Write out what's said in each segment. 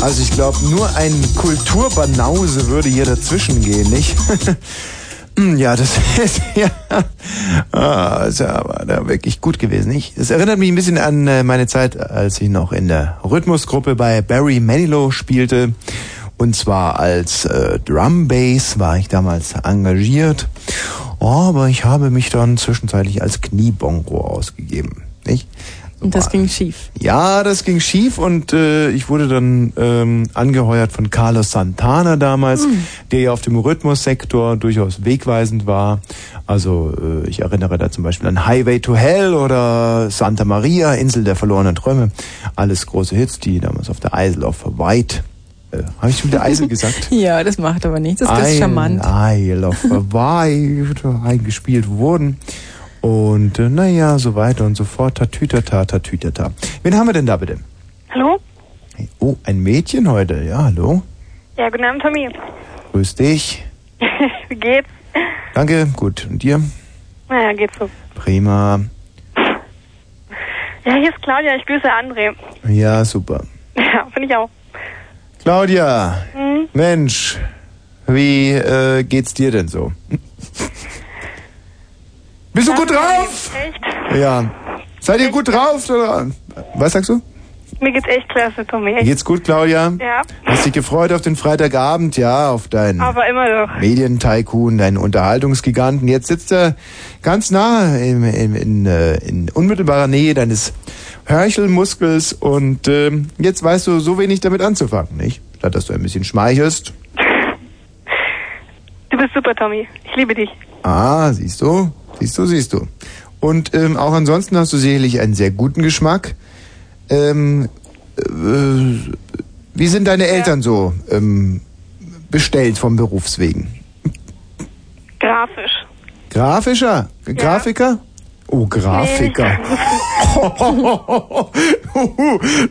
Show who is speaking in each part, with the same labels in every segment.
Speaker 1: Also ich glaube, nur ein Kulturbanause würde hier dazwischen gehen, nicht? Hm, ja, das ist ja, ah, ist ja aber da wirklich gut gewesen. Ich, es erinnert mich ein bisschen an äh, meine Zeit, als ich noch in der Rhythmusgruppe bei Barry Manilow spielte. Und zwar als äh, Drum Bass war ich damals engagiert. Oh, aber ich habe mich dann zwischenzeitlich als Kniebongo ausgegeben. Nicht?
Speaker 2: Und das ging schief.
Speaker 1: Ja, das ging schief und äh, ich wurde dann ähm, angeheuert von Carlos Santana damals,
Speaker 2: Mhm.
Speaker 1: der ja auf dem Rhythmussektor durchaus wegweisend war. Also äh, ich erinnere da zum Beispiel an Highway to Hell oder Santa Maria, Insel der verlorenen Träume. Alles große Hits, die damals auf der Eisel auf White. Äh, Habe ich schon wieder Eisel gesagt?
Speaker 2: Ja, das macht aber nichts. Das ist ganz
Speaker 1: Isle-
Speaker 2: charmant.
Speaker 1: Isle of White eingespielt wurden. Und äh, naja, so weiter und so fort. Tatütata, tatütata. Wen haben wir denn da bitte?
Speaker 3: Hallo?
Speaker 1: Oh, ein Mädchen heute. Ja, hallo.
Speaker 3: Ja, guten Abend, Tommy.
Speaker 1: Grüß dich.
Speaker 3: Wie geht's?
Speaker 1: Danke. Gut. Und dir?
Speaker 3: Naja, geht's so.
Speaker 1: Prima.
Speaker 3: Ja, hier ist Claudia, ich grüße André.
Speaker 1: Ja, super.
Speaker 3: Ja, finde ich auch.
Speaker 1: Claudia,
Speaker 3: Hm.
Speaker 1: Mensch, wie äh, geht's dir denn so? Bist du gut drauf?
Speaker 3: Echt?
Speaker 1: Ja. Seid ihr gut drauf? Oder? Was sagst du?
Speaker 3: Mir geht's echt klasse, Tommy. Echt.
Speaker 1: Geht's gut, Claudia?
Speaker 3: Ja,
Speaker 1: Hast dich gefreut auf den Freitagabend, ja, auf deinen
Speaker 3: aber immer doch.
Speaker 1: Medientycoon, deinen Unterhaltungsgiganten. Jetzt sitzt er ganz nah im, im, in, äh, in unmittelbarer Nähe deines Hörchelmuskels und ähm, jetzt weißt du so wenig damit anzufangen, nicht? Statt dass du ein bisschen schmeichelst.
Speaker 3: Du bist super, Tommy. Ich liebe dich.
Speaker 1: Ah, siehst du, siehst du, siehst du. Und ähm, auch ansonsten hast du sicherlich einen sehr guten Geschmack. Ähm, äh, wie sind deine Eltern so ähm, bestellt vom Berufswegen?
Speaker 3: Grafisch.
Speaker 1: Grafischer? Grafiker? Oh, Grafiker.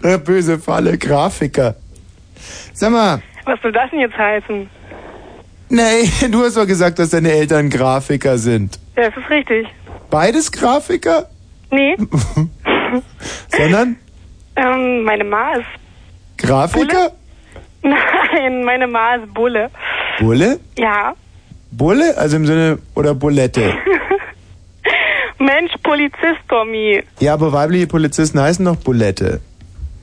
Speaker 1: Der böse Falle, Grafiker. Sag mal,
Speaker 3: Was soll das denn jetzt heißen?
Speaker 1: nee, du hast doch gesagt, dass deine Eltern Grafiker sind.
Speaker 3: Ja, das ist richtig.
Speaker 1: Beides Grafiker?
Speaker 3: Nee,
Speaker 1: Sondern
Speaker 3: ähm, meine Ma ist...
Speaker 1: Grafiker?
Speaker 3: Nein, meine Ma ist Bulle.
Speaker 1: Bulle?
Speaker 3: Ja.
Speaker 1: Bulle? Also im Sinne, oder Bulette.
Speaker 3: Mensch, Polizist, Tommy.
Speaker 1: Ja, aber weibliche Polizisten heißen noch Bulette.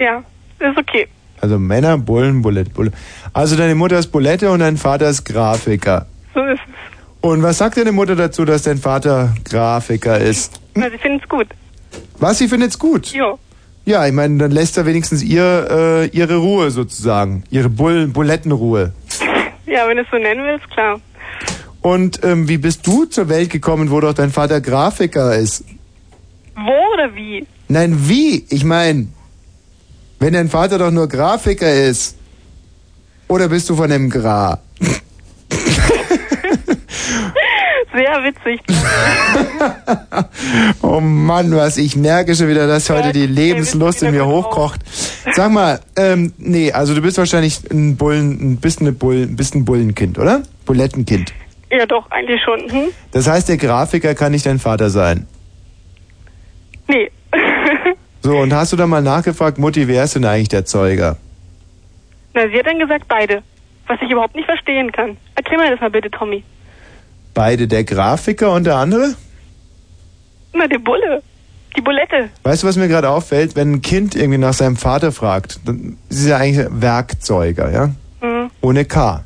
Speaker 3: Ja, ist okay.
Speaker 1: Also Männer, Bullen, Bullet, Bulle. Also deine Mutter ist Bulette und dein Vater ist Grafiker.
Speaker 3: So ist
Speaker 1: Und was sagt deine Mutter dazu, dass dein Vater Grafiker ist?
Speaker 3: es. Also, ich finde es gut.
Speaker 1: Was, sie findet's gut?
Speaker 3: Jo.
Speaker 1: Ja, ich meine, dann lässt er wenigstens ihr äh, ihre Ruhe sozusagen. Ihre Bull Bullettenruhe.
Speaker 3: Ja, wenn du es so nennen willst, klar.
Speaker 1: Und ähm, wie bist du zur Welt gekommen, wo doch dein Vater Grafiker ist?
Speaker 3: Wo oder wie?
Speaker 1: Nein, wie? Ich meine, wenn dein Vater doch nur Grafiker ist. Oder bist du von dem Gra?
Speaker 3: Sehr witzig.
Speaker 1: Oh Mann, was ich merke schon wieder, dass heute die Lebenslust in mir hochkocht. Sag mal, ähm, nee, also du bist wahrscheinlich ein Bullen, ein bisschen eine Bullen, ein bisschen Bullenkind, oder? Bulettenkind.
Speaker 3: Ja, doch, eigentlich schon. Hm?
Speaker 1: Das heißt, der Grafiker kann nicht dein Vater sein.
Speaker 3: Nee.
Speaker 1: So, und hast du da mal nachgefragt, Mutti, wer ist denn eigentlich der Zeuger?
Speaker 3: Na, sie hat dann gesagt, beide. Was ich überhaupt nicht verstehen kann. Erklär mir das mal bitte, Tommy.
Speaker 1: Beide, der Grafiker und der andere?
Speaker 3: Na, der Bulle. Die Bulette.
Speaker 1: Weißt du, was mir gerade auffällt? Wenn ein Kind irgendwie nach seinem Vater fragt, dann ist er eigentlich Werkzeuger, ja?
Speaker 3: Hm.
Speaker 1: Ohne K.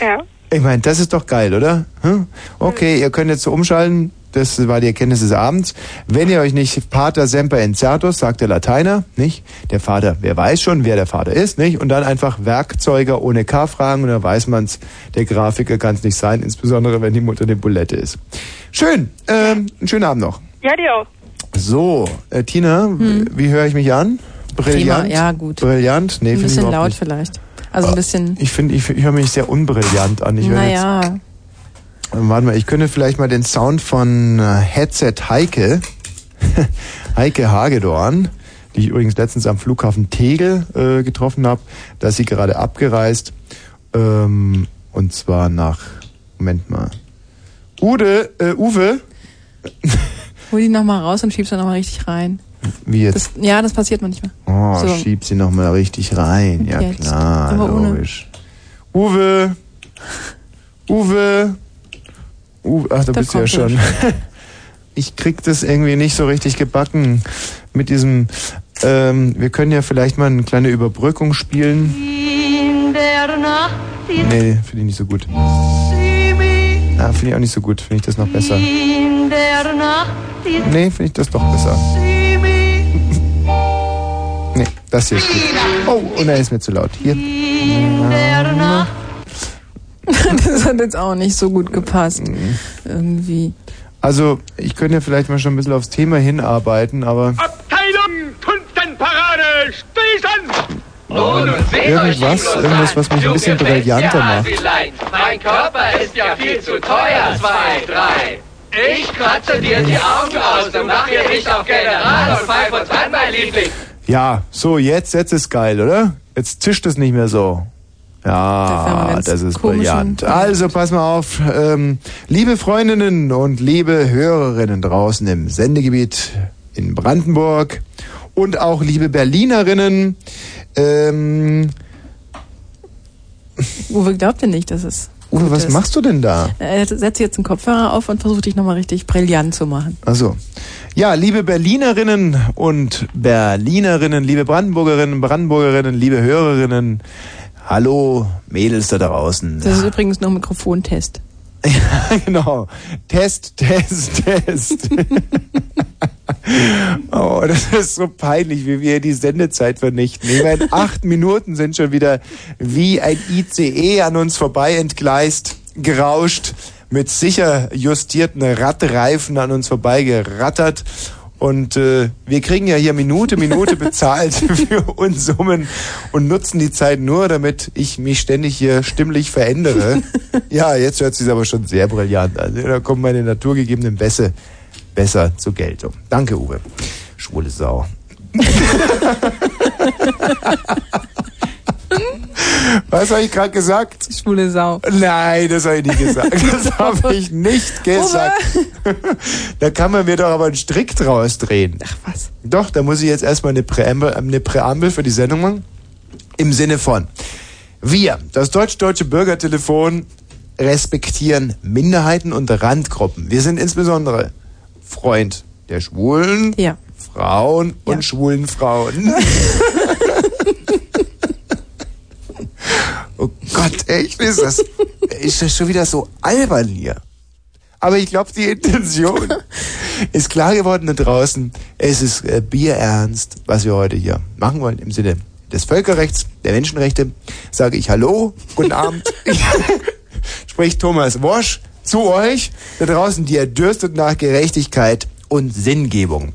Speaker 3: Ja.
Speaker 1: Ich meine, das ist doch geil, oder? Hm? Okay, ihr könnt jetzt so umschalten. Das war die Erkenntnis des Abends. Wenn ihr euch nicht Pater Semper Incertus, sagt der Lateiner, nicht? Der Vater, wer weiß schon, wer der Vater ist, nicht? Und dann einfach Werkzeuger ohne K fragen und dann weiß man's. Der Grafiker kann's nicht sein, insbesondere wenn die Mutter eine Bulette ist. Schön, ähm, einen schönen Abend noch.
Speaker 3: Ja, die auch.
Speaker 1: So, äh, Tina, w- wie höre ich mich an? Brillant?
Speaker 2: Hm. Prima, ja, gut.
Speaker 1: Brillant? Nee,
Speaker 2: Ein
Speaker 1: finde ich
Speaker 2: bisschen
Speaker 1: überhaupt
Speaker 2: laut
Speaker 1: nicht. Ah,
Speaker 2: vielleicht. Also ein bisschen,
Speaker 1: Ich finde, ich, ich höre mich sehr unbrillant an. Ich höre jetzt
Speaker 2: naja,
Speaker 1: ähm, Warte mal, ich könnte vielleicht mal den Sound von äh, Headset Heike, Heike Hagedorn, die ich übrigens letztens am Flughafen Tegel äh, getroffen habe, da ist sie gerade abgereist. Ähm, und zwar nach, Moment mal, Ude, äh, Uwe,
Speaker 2: hol die nochmal raus und schieb's dann nochmal richtig rein.
Speaker 1: Wie jetzt?
Speaker 2: Das, ja, das passiert manchmal.
Speaker 1: Oh,
Speaker 2: So.
Speaker 1: schieb sie nochmal richtig rein. Ja,
Speaker 2: Ja, das
Speaker 1: klar,
Speaker 2: stimmt. Aber ohne.
Speaker 1: logisch. Uwe! Uwe! Uwe, ach, da,
Speaker 2: Da
Speaker 1: bist du ja
Speaker 2: kommt er
Speaker 1: schon. Ich krieg das irgendwie nicht so richtig gebacken mit diesem. Ähm, wir können ja vielleicht mal eine kleine Überbrückung spielen.
Speaker 4: In der Nacht ist
Speaker 1: Nee, finde ich nicht so gut.
Speaker 4: sie mich.
Speaker 1: Ah, finde ich auch nicht so gut. Finde ich das noch besser.
Speaker 4: In der Nacht ist
Speaker 1: Nee, finde ich das doch besser.
Speaker 4: sie mich.
Speaker 1: Nee, das hier ist gut. Oh, und er ist mir zu laut. Hier. Ah.
Speaker 4: In der Nacht.
Speaker 2: das hat jetzt auch nicht so gut gepasst.
Speaker 1: Mhm.
Speaker 2: Irgendwie.
Speaker 1: Also, ich könnte ja vielleicht mal schon ein bisschen aufs Thema hinarbeiten, aber.
Speaker 5: Abteilung Kunstenparade, Stillstand!
Speaker 1: Irgendwas, irgendwas, was mich ein bisschen brillanter macht.
Speaker 5: Mein Körper ist ja viel zu teuer, zwei, drei. Ich kratze dir die Augen aus und mach hier nicht auf General und pfeif uns an, mein Liebling.
Speaker 1: Ja, so, jetzt, jetzt ist geil, oder? Jetzt zischt es nicht mehr so.
Speaker 2: haben wir
Speaker 1: Ja,
Speaker 2: ganz
Speaker 1: das ist
Speaker 2: komischen-
Speaker 1: brillant. Also, pass mal auf. Ähm, liebe Freundinnen und liebe Hörerinnen draußen im Sendegebiet in Brandenburg und auch liebe Berlinerinnen, ähm,
Speaker 2: Uwe glaubt ja nicht, dass es.
Speaker 1: Uwe,
Speaker 2: gut
Speaker 1: was
Speaker 2: ist.
Speaker 1: machst du denn da?
Speaker 2: Äh, setz jetzt einen Kopfhörer auf und versuch dich nochmal richtig brillant zu machen.
Speaker 1: Also, ja, liebe Berlinerinnen und Berlinerinnen, liebe Brandenburgerinnen, Brandenburgerinnen, liebe Hörerinnen, hallo Mädels da draußen.
Speaker 2: Das ist übrigens nur ein Mikrofontest.
Speaker 1: genau. Test, Test, Test. oh, das ist so peinlich, wie wir die Sendezeit vernichten. Ich meine, acht Minuten sind schon wieder wie ein ICE an uns vorbei entgleist, gerauscht, mit sicher justierten Radreifen an uns vorbei gerattert. Und äh, wir kriegen ja hier Minute, Minute bezahlt für Unsummen und nutzen die Zeit nur, damit ich mich ständig hier stimmlich verändere. Ja, jetzt hört sich aber schon sehr brillant an. Da kommen meine naturgegebenen Bässe besser zur Geltung. Danke, Uwe. Schwule Sau. Was habe ich gerade gesagt?
Speaker 2: Schwule Sau.
Speaker 1: Nein, das habe ich nicht gesagt. Das habe ich nicht gesagt. da kann man mir doch aber einen Strick draus drehen.
Speaker 2: Ach was.
Speaker 1: Doch, da muss ich jetzt erstmal eine Präambel, äh, eine Präambel für die Sendung machen. Im Sinne von, wir, das deutsch-deutsche Bürgertelefon, respektieren Minderheiten und Randgruppen. Wir sind insbesondere Freund der Schwulen,
Speaker 2: Ja.
Speaker 1: Frauen und
Speaker 2: Ja.
Speaker 1: schwulen Frauen. oh Gott, echt, ist das, ist das schon wieder so albern hier? Aber ich glaube, die Intention ist klar geworden da draußen. Es ist äh, bierernst, was wir heute hier machen wollen im Sinne des Völkerrechts, der Menschenrechte. Sage ich Hallo, guten Abend. Spricht Thomas Wosch zu euch da draußen, die ihr dürstet nach Gerechtigkeit und Sinngebung.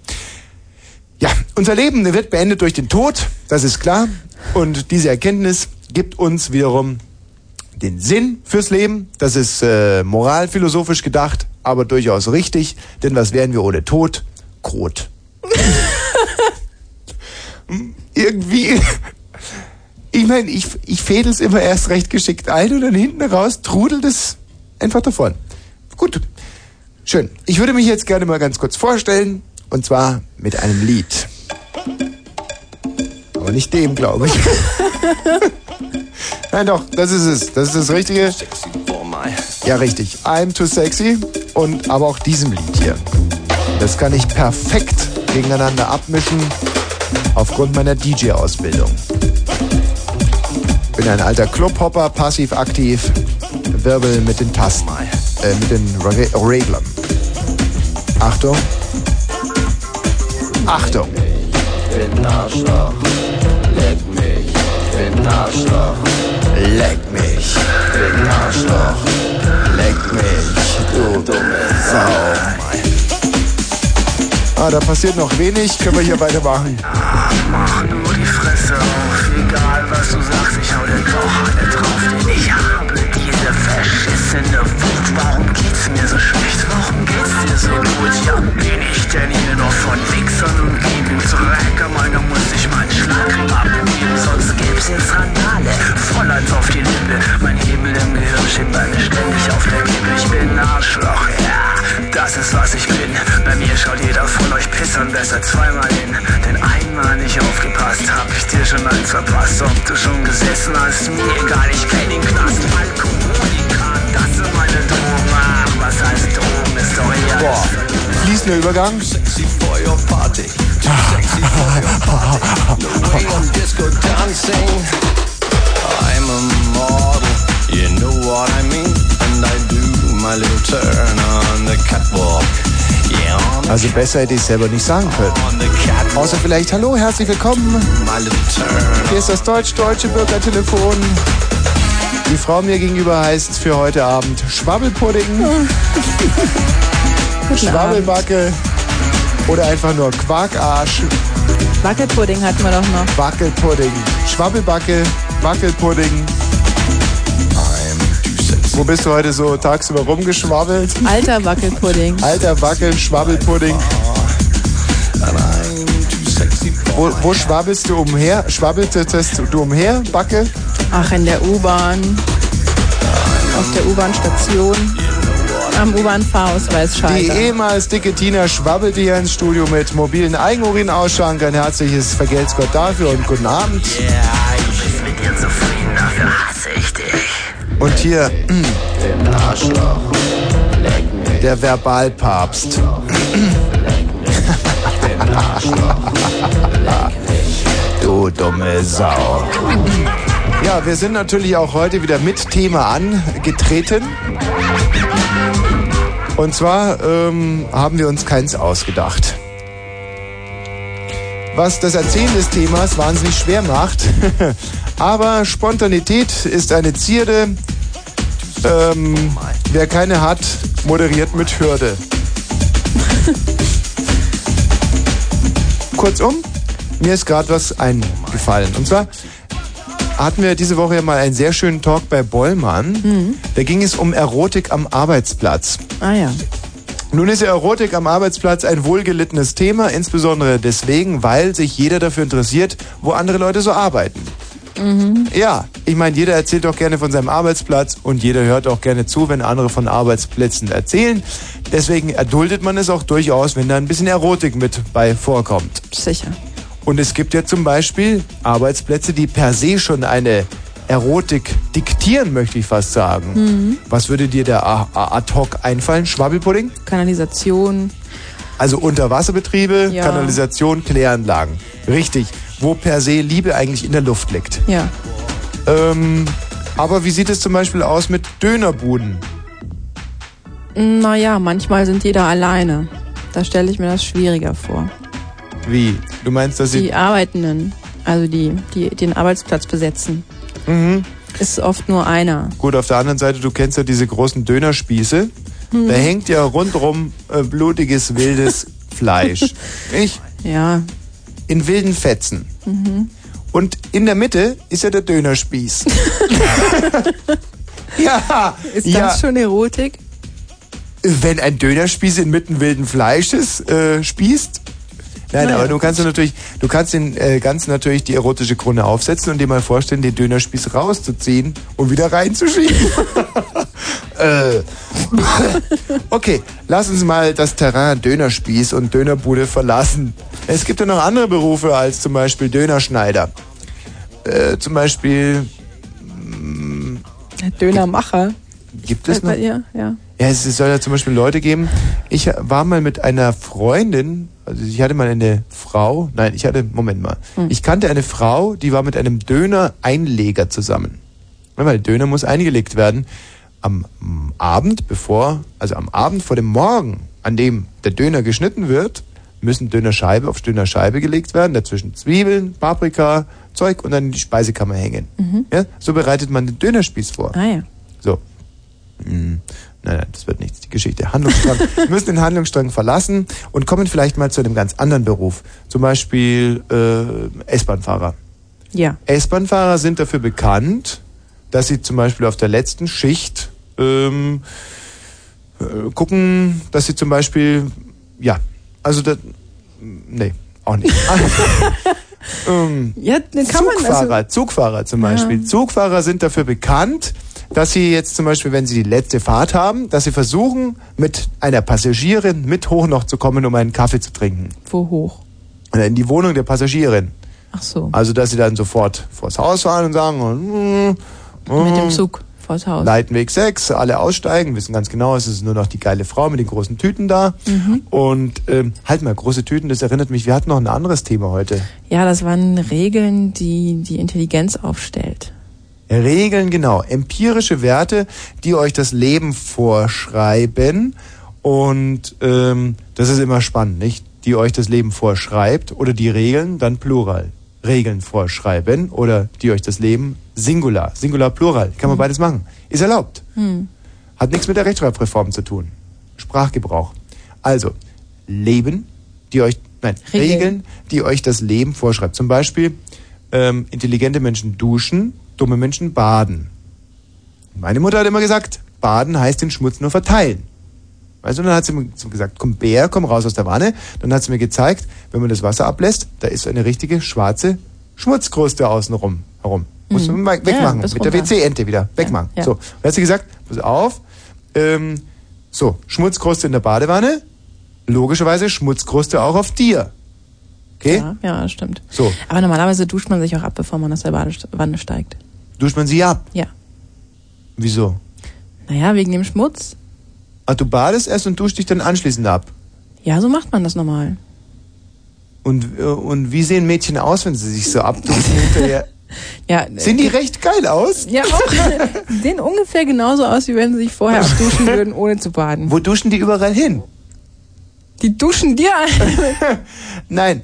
Speaker 1: Ja, unser Leben wird beendet durch den Tod, das ist klar. Und diese Erkenntnis gibt uns wiederum den Sinn fürs Leben. Das ist äh, moralphilosophisch gedacht, aber durchaus richtig. Denn was wären wir ohne Tod? Kot. Irgendwie. Ich meine, ich, ich fädel es immer erst recht geschickt ein und dann hinten raus trudelt es einfach davon. Gut, schön. Ich würde mich jetzt gerne mal ganz kurz vorstellen und zwar mit einem Lied. Aber nicht dem, glaube ich. Nein, doch, das ist es. Das ist das Richtige. Ja, richtig. I'm too sexy und aber auch diesem Lied hier. Das kann ich perfekt gegeneinander abmischen aufgrund meiner DJ-Ausbildung. Bin ein alter Clubhopper, passiv aktiv, wirbel mit den Tasten, äh, mit den Reg- Reglern. Achtung. Achtung. Leck mich, bin Arschloch. Leck mich, du dumme Sau. Ah, da passiert noch wenig. Können wir hier weitermachen?
Speaker 6: Mach nur die Fresse auf, egal was du sagst, ich hau den Kochhahn drauf, den ich habe. Diese verschissene Wut, warum geht's mir so schlecht? Warum geht's dir so gut? Ja, bin ich denn hier noch von Wichsern umgeben? Drecker, man, da muss ich mal einen Schlag abgeben, sonst gibt's jetzt Randale. Vollends auf die Lippe, mein Hebel im Gehirn steht bei mir ständig auf der Kippe. Ich bin Arschloch, ja, das ist was ich bin. Bei mir schaut jeder von euch Pissern besser zweimal hin. dir schon eins verpasst? Ob du schon gesessen hast? Mir egal, ich kenn den Knast. Alkoholiker, das sind meine Drogen. Ach, was heißt Drogen? Ist doch eher
Speaker 1: Boah, fließender Übergang.
Speaker 7: Sexy Feuerparty. Sexy Feuerparty. No way I'm disco dancing. I'm a model. You know what I mean? And I do my little turn on the catwalk. Yeah, on the,
Speaker 1: Also besser hätte ich es selber nicht sagen können.
Speaker 7: on the catwalk.
Speaker 1: Außer vielleicht, hallo, herzlich willkommen.
Speaker 7: My little turn.
Speaker 1: Hier ist das deutsch-deutsche Bürgertelefon. Die Frau mir gegenüber heißt für heute Abend Schwabbelpudding, Schwabbelbacke oder einfach nur Quarkarsch,
Speaker 2: Wackelpudding hatten wir doch noch.
Speaker 1: Wackelpudding, Schwabbelbacke, Wackelpudding.
Speaker 7: I'm too sexy.
Speaker 1: Wo bist du heute so tagsüber rumgeschwabbelt?
Speaker 2: Alter Wackelpudding.
Speaker 1: Alter Wackel, Schwabbelpudding.
Speaker 7: And I'm too sexy for
Speaker 1: Wo, wo schwabbelst du umher? Schwabbeltest du umher, Backe?
Speaker 2: Ach, in der U-Bahn. Auf der U-Bahn-Station. Am
Speaker 1: Die
Speaker 2: U-Bahn-Fahrausweisschalter.
Speaker 1: ehemals dicke Tina schwabbelte hier ins Studio mit mobilen Eigenurinausschank. Ein herzliches Vergelt's Gott dafür und guten Abend.
Speaker 6: Ich bin mit dir zufrieden, dafür hasse ich dich.
Speaker 1: Und hier mm, der Verbalpapst. Du dumme Sau. Ja, wir sind natürlich auch heute wieder mit Thema angetreten. Und zwar ähm, haben wir uns keins ausgedacht. Was das Erzählen des Themas wahnsinnig schwer macht. Aber Spontanität ist eine Zierde. Ähm, wer keine hat, moderiert mit Hürde. Kurzum, mir ist gerade was eingefallen. Und zwar hatten wir diese Woche ja mal einen sehr schönen Talk bei Bollmann. Da ging es um Erotik am Arbeitsplatz.
Speaker 2: Mhm. Ah ja.
Speaker 1: Nun ist ja Erotik am Arbeitsplatz ein wohlgelittenes Thema, insbesondere deswegen, weil sich jeder dafür interessiert, wo andere Leute so arbeiten. Ja, ich meine, jeder erzählt doch gerne von seinem Arbeitsplatz und jeder hört auch gerne zu, wenn andere von Arbeitsplätzen erzählen. Deswegen erduldet man es auch durchaus, wenn da ein bisschen Erotik mit bei vorkommt.
Speaker 2: Sicher.
Speaker 1: Und es gibt ja zum Beispiel Arbeitsplätze, die per se schon eine Erotik diktieren, möchte ich fast sagen.
Speaker 2: Mhm.
Speaker 1: Was würde dir da ad hoc einfallen? Schwabbelpudding?
Speaker 2: Kanalisation.
Speaker 1: Also Unterwasserbetriebe,
Speaker 2: Ja.
Speaker 1: Kanalisation, Kläranlagen. Richtig. Wo per se Liebe eigentlich in der Luft liegt.
Speaker 2: Ja.
Speaker 1: Ähm, aber wie sieht es zum Beispiel aus mit Dönerbuden?
Speaker 2: Naja, manchmal sind die da alleine. Da stelle ich mir das schwieriger vor.
Speaker 1: Wie? Du meinst, dass sie.
Speaker 2: Die Arbeitenden, also die, die den Arbeitsplatz besetzen,
Speaker 1: Mhm.
Speaker 2: ist oft nur einer.
Speaker 1: Gut, auf der anderen Seite, du kennst ja diese großen Dönerspieße.
Speaker 2: Mhm.
Speaker 1: Da Mhm. hängt ja rundrum äh, blutiges, wildes Fleisch. Ich?
Speaker 2: Ja,
Speaker 1: In wilden Fetzen.
Speaker 2: Mhm.
Speaker 1: Und in der Mitte ist ja der Dönerspieß. ja.
Speaker 2: Ist
Speaker 1: ja.
Speaker 2: das schon Erotik?
Speaker 1: wenn ein Dönerspieß inmitten wilden Fleisches äh, spießt. Nein,
Speaker 2: Naja.
Speaker 1: aber du kannst ja natürlich, du kannst den äh, Ganzen natürlich die erotische Krone aufsetzen und dir mal vorstellen, den Dönerspieß rauszuziehen und wieder reinzuschieben. äh. Okay, lass uns mal das Terrain Dönerspieß und Dönerbude verlassen. Es gibt ja noch andere Berufe als zum Beispiel Dönerschneider. Äh, zum Beispiel hm,
Speaker 2: Der Dönermacher.
Speaker 1: gibt es noch.
Speaker 2: Bei ihr? Ja.
Speaker 1: Ja, es soll ja zum Beispiel Leute geben. Ich war mal mit einer Freundin, also ich hatte mal eine Frau, nein, ich hatte, Moment mal.
Speaker 2: Hm.
Speaker 1: Ich kannte eine Frau, die war mit einem Döner-Einleger zusammen. Ja, Weil Döner muss eingelegt werden am mm, Abend, bevor, also am Abend vor dem Morgen, an dem der Döner geschnitten wird, müssen Dönerscheibe auf Dönerscheibe gelegt werden, dazwischen Zwiebeln, Paprika, Zeug und dann in die Speisekammer hängen. Ja, so bereitet man den Dönerspieß vor.
Speaker 2: Mhm. Ah ja.
Speaker 1: So. Hm. Nein, nein, das wird nichts. Die Geschichte. Handlungsstrang. Wir müssen den Handlungsstrang verlassen und kommen vielleicht mal zu einem ganz anderen Beruf. Zum Beispiel äh, S-Bahn-Fahrer.
Speaker 2: Ja.
Speaker 1: S-Bahn-Fahrer sind dafür bekannt, dass sie zum Beispiel auf der letzten Schicht ähm, äh, gucken, dass sie zum Beispiel, ja, also das, nee, auch nicht. ähm,
Speaker 2: Ja, dann kann man
Speaker 1: Zugfahrer,
Speaker 2: also.
Speaker 1: Zugfahrer zum Beispiel. Zugfahrer sind dafür bekannt, dass sie jetzt zum Beispiel, wenn sie die letzte Fahrt haben, dass sie versuchen, mit einer Passagierin mit hoch noch zu kommen, um einen Kaffee zu trinken.
Speaker 2: Wo hoch?
Speaker 1: Oder in die Wohnung der Passagierin.
Speaker 2: Ach so.
Speaker 1: Also, dass sie dann sofort vors Haus fahren und sagen, mm, mm,
Speaker 2: Mit dem Zug vors Haus.
Speaker 1: Leitenweg 6, alle aussteigen, wissen ganz genau, es ist nur noch die geile Frau mit den großen Tüten da.
Speaker 2: Mhm.
Speaker 1: Und ähm, halt mal, große Tüten, das erinnert mich, wir hatten noch ein anderes Thema heute.
Speaker 2: Ja, das waren Regeln, die die Intelligenz aufstellt.
Speaker 1: Regeln, genau. Empirische Werte, die euch das Leben vorschreiben. Und ähm, das ist immer spannend, nicht? Die euch das Leben vorschreibt oder die Regeln, dann Plural. Regeln vorschreiben oder die euch das Leben Singular. Singular, Plural. Kann man beides machen. Ist erlaubt.
Speaker 2: Hm.
Speaker 1: Hat nichts mit der Rechtschreibreform zu tun. Sprachgebrauch. Also, Leben, die euch, nein, Regeln,
Speaker 2: Regeln.
Speaker 1: die euch das Leben vorschreibt. Zum Beispiel, ähm, intelligente Menschen duschen, dumme Menschen baden. Meine Mutter hat immer gesagt, baden heißt den Schmutz nur verteilen. Weißt du, dann hat sie mir so gesagt, komm Bär, komm raus aus der Wanne. Dann hat sie mir gezeigt, wenn man das Wasser ablässt, da ist so eine richtige schwarze Schmutzkruste außenrum herum. Muss
Speaker 2: Mhm.
Speaker 1: man wegmachen,
Speaker 2: Ja, bis
Speaker 1: mit der
Speaker 2: runter.
Speaker 1: WC-Ente wieder, wegmachen.
Speaker 2: ja.
Speaker 1: So, dann hat sie gesagt, pass auf, ähm, so, Schmutzkruste in der Badewanne, logischerweise Schmutzkruste auch auf dir. Okay?
Speaker 2: Ja, ja, stimmt.
Speaker 1: So,
Speaker 2: Aber normalerweise duscht man sich auch ab, bevor man aus der Badewanne steigt.
Speaker 1: duscht man sie ab.
Speaker 2: Ja.
Speaker 1: Wieso?
Speaker 2: Naja, wegen dem Schmutz.
Speaker 1: Ah, du badest erst und duschst dich dann anschließend ab.
Speaker 2: Ja, so macht man das normal.
Speaker 1: Und, äh, und wie sehen Mädchen aus, wenn sie sich so abduschen hinterher?
Speaker 2: Ja, äh,
Speaker 1: Sehen die recht geil aus?
Speaker 2: Ja, auch. sehen ungefähr genauso aus, wie wenn sie sich vorher abduschen würden, ohne zu baden.
Speaker 1: Wo duschen die überall hin?
Speaker 2: Die duschen dir ein.
Speaker 1: Nein.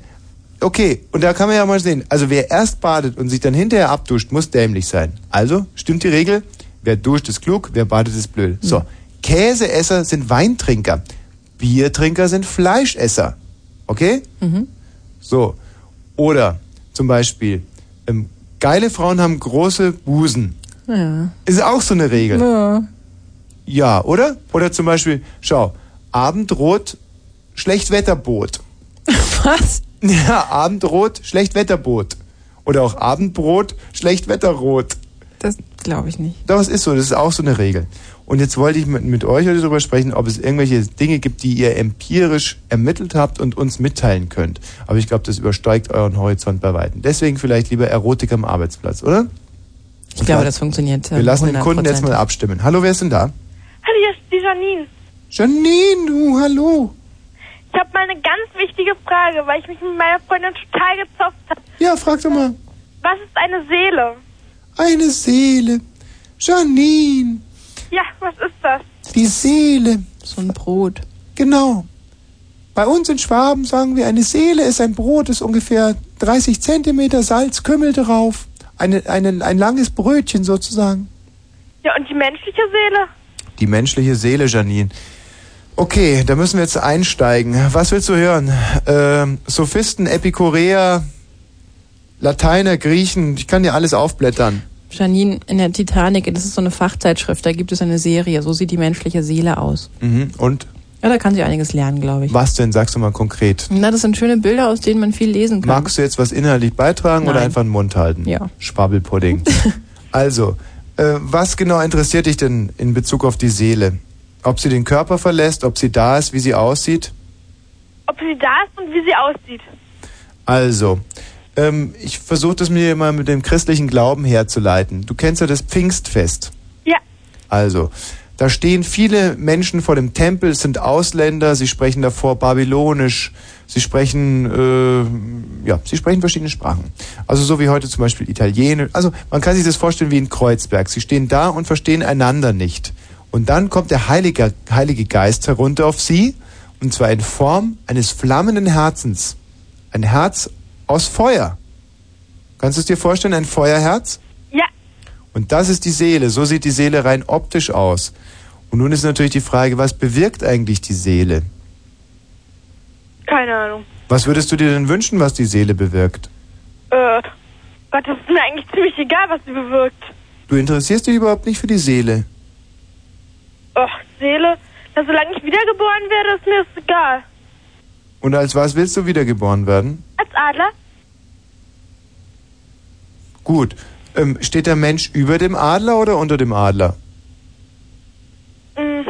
Speaker 1: Okay, und da kann man ja mal sehen. Also wer erst badet und sich dann hinterher abduscht, muss dämlich sein. Also stimmt die Regel, wer duscht ist klug, wer badet ist blöd.
Speaker 2: Hm.
Speaker 1: So, Käseesser sind Weintrinker, Biertrinker sind Fleischesser. Okay?
Speaker 2: Mhm.
Speaker 1: So, oder zum Beispiel, ähm, geile Frauen haben große Busen.
Speaker 2: Ja.
Speaker 1: Ist auch so eine Regel.
Speaker 2: ja.
Speaker 1: Ja, oder? Oder zum Beispiel, schau, Abendrot, Schlechtwetterboot.
Speaker 2: Was?
Speaker 1: Ja, Abendrot, Schlechtwetterboot. Oder auch Abendbrot, Schlechtwetterrot.
Speaker 2: Das glaube ich nicht.
Speaker 1: Doch, es ist so, das ist auch so eine Regel. Und jetzt wollte ich mit, mit euch heute darüber sprechen, ob es irgendwelche Dinge gibt, die ihr empirisch ermittelt habt und uns mitteilen könnt. Aber ich glaube, das übersteigt euren Horizont bei Weitem. Deswegen vielleicht lieber Erotik am Arbeitsplatz, oder?
Speaker 2: Ich glaube, das funktioniert. äh,
Speaker 1: Wir lassen den Kunden jetzt mal abstimmen. Hallo, wer ist denn da?
Speaker 3: Hallo, hier ist die Janine.
Speaker 1: Janine, du, hallo.
Speaker 3: Ich habe mal eine ganz wichtige Frage, weil ich mich mit meiner Freundin total gezopft habe.
Speaker 1: Ja, frag doch mal.
Speaker 3: Was ist eine Seele?
Speaker 1: Eine Seele. Janine,
Speaker 3: Ja, was ist das?
Speaker 1: die Seele.
Speaker 2: So ein Brot.
Speaker 1: Genau. Bei uns in Schwaben sagen wir, eine Seele ist ein Brot, ist ungefähr 30 Zentimeter Salz, Kümmel drauf. Eine, eine, ein langes Brötchen sozusagen.
Speaker 3: Ja, und die menschliche Seele?
Speaker 1: Die menschliche Seele, Janine. Okay, da müssen wir jetzt einsteigen. Was willst du hören? Ähm, Sophisten, Epikureer, Lateiner, Griechen, ich kann dir alles aufblättern.
Speaker 2: Janine, in der Titanic, das ist so eine Fachzeitschrift, da gibt es eine Serie, so sieht die menschliche Seele aus.
Speaker 1: Mhm. Und
Speaker 2: Ja, da kann sie einiges lernen, glaube ich.
Speaker 1: was denn, sagst du mal konkret?
Speaker 2: Na, das sind schöne Bilder, aus denen man viel lesen kann.
Speaker 1: Magst du jetzt was inhaltlich beitragen oder
Speaker 2: Nein.
Speaker 1: einfach den Mund halten?
Speaker 2: Ja.
Speaker 1: Schwabbelpudding. also, äh, was genau interessiert dich denn in Bezug auf die Seele? Ob sie den Körper verlässt, ob sie da ist, wie sie aussieht?
Speaker 3: Ob sie da ist und wie sie aussieht.
Speaker 1: Also, ähm, ich versuche das mir immer mit dem christlichen Glauben herzuleiten. Du kennst ja das Pfingstfest.
Speaker 3: Ja,
Speaker 1: Also, da stehen viele Menschen vor dem Tempel, es sind Ausländer, sie sprechen davor Babylonisch, sie sprechen, äh, ja, sie sprechen verschiedene Sprachen. Also so wie heute zum Beispiel Italienisch. Also man kann sich das vorstellen wie in Kreuzberg. Sie stehen da und verstehen einander nicht. Und dann kommt der Heilige, Heilige Geist herunter auf sie, und zwar in Form eines flammenden Herzens. Ein Herz aus Feuer. Kannst du es dir vorstellen, ein Feuerherz?
Speaker 3: ja.
Speaker 1: Und das ist die Seele. So sieht die Seele rein optisch aus. Und nun ist natürlich die Frage, was bewirkt eigentlich die Seele?
Speaker 3: Keine Ahnung.
Speaker 1: Was würdest du dir denn wünschen, was die Seele bewirkt?
Speaker 3: Äh, Gott, das ist mir eigentlich ziemlich egal, was sie bewirkt.
Speaker 1: Du interessierst dich überhaupt nicht für die Seele.
Speaker 3: Och, Seele. Na, solange ich wiedergeboren werde, ist mir das egal.
Speaker 1: Und als was willst du wiedergeboren werden?
Speaker 3: Als Adler?
Speaker 1: Gut. Ähm, steht der Mensch über dem Adler oder unter dem Adler?
Speaker 3: Mh, Hm.